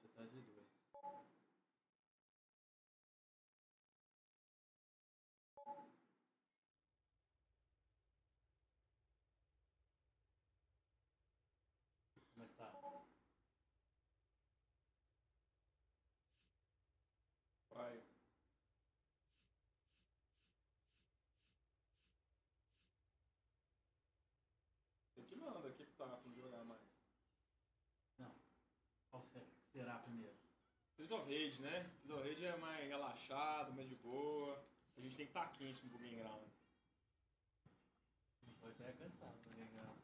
Speaker 8: Você tá de dois.
Speaker 15: Começar.
Speaker 8: Vai.
Speaker 1: Você que manda, o que, que você tá afim de jogar mais?
Speaker 8: Qual será- será primeiro?
Speaker 1: Street of Rage, né? Street of Rage é mais relaxado, mais de boa. A gente tem que estar quente no Booking Grounds.
Speaker 8: Vou até cansar, tá ligado?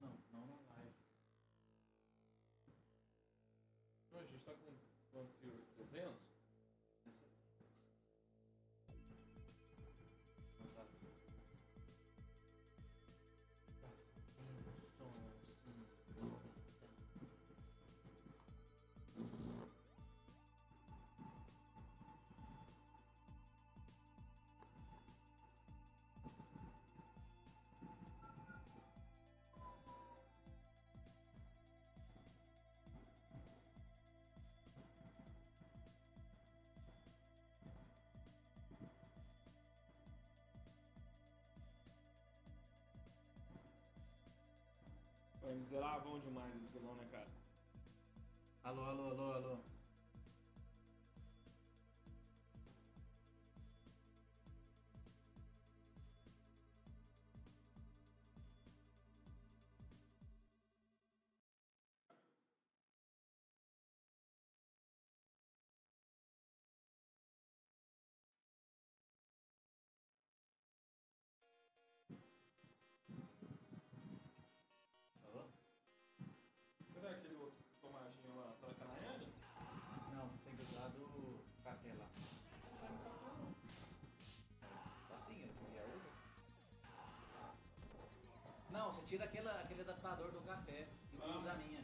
Speaker 8: Não, não na live.
Speaker 1: Então, a gente tá com quantos viewers? 300? Vai me zerar bom demais esse vilão, né, cara?
Speaker 8: Alô, alô, alô, alô. Tá assim, Não, você tira aquela, aquele adaptador do café e
Speaker 1: Ah.
Speaker 8: usa a minha.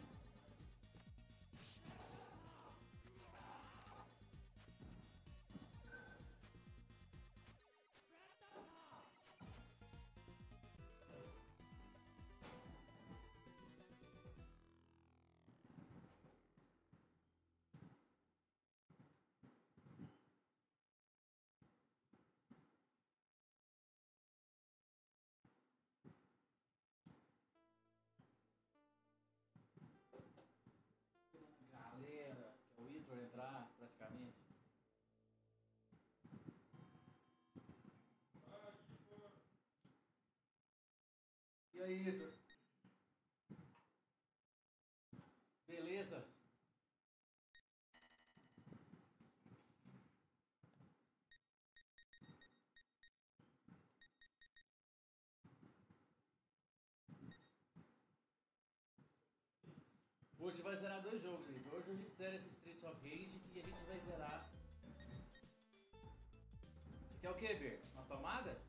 Speaker 8: Galera, que é o Vitor entrar praticamente. E aí, Vitor? Beleza? Hoje vai zerar dois jogos, gente. Hoje a gente zera esse Streets of Rage e a gente vai zerar. Você quer o que, Ber? Uma tomada? Ah,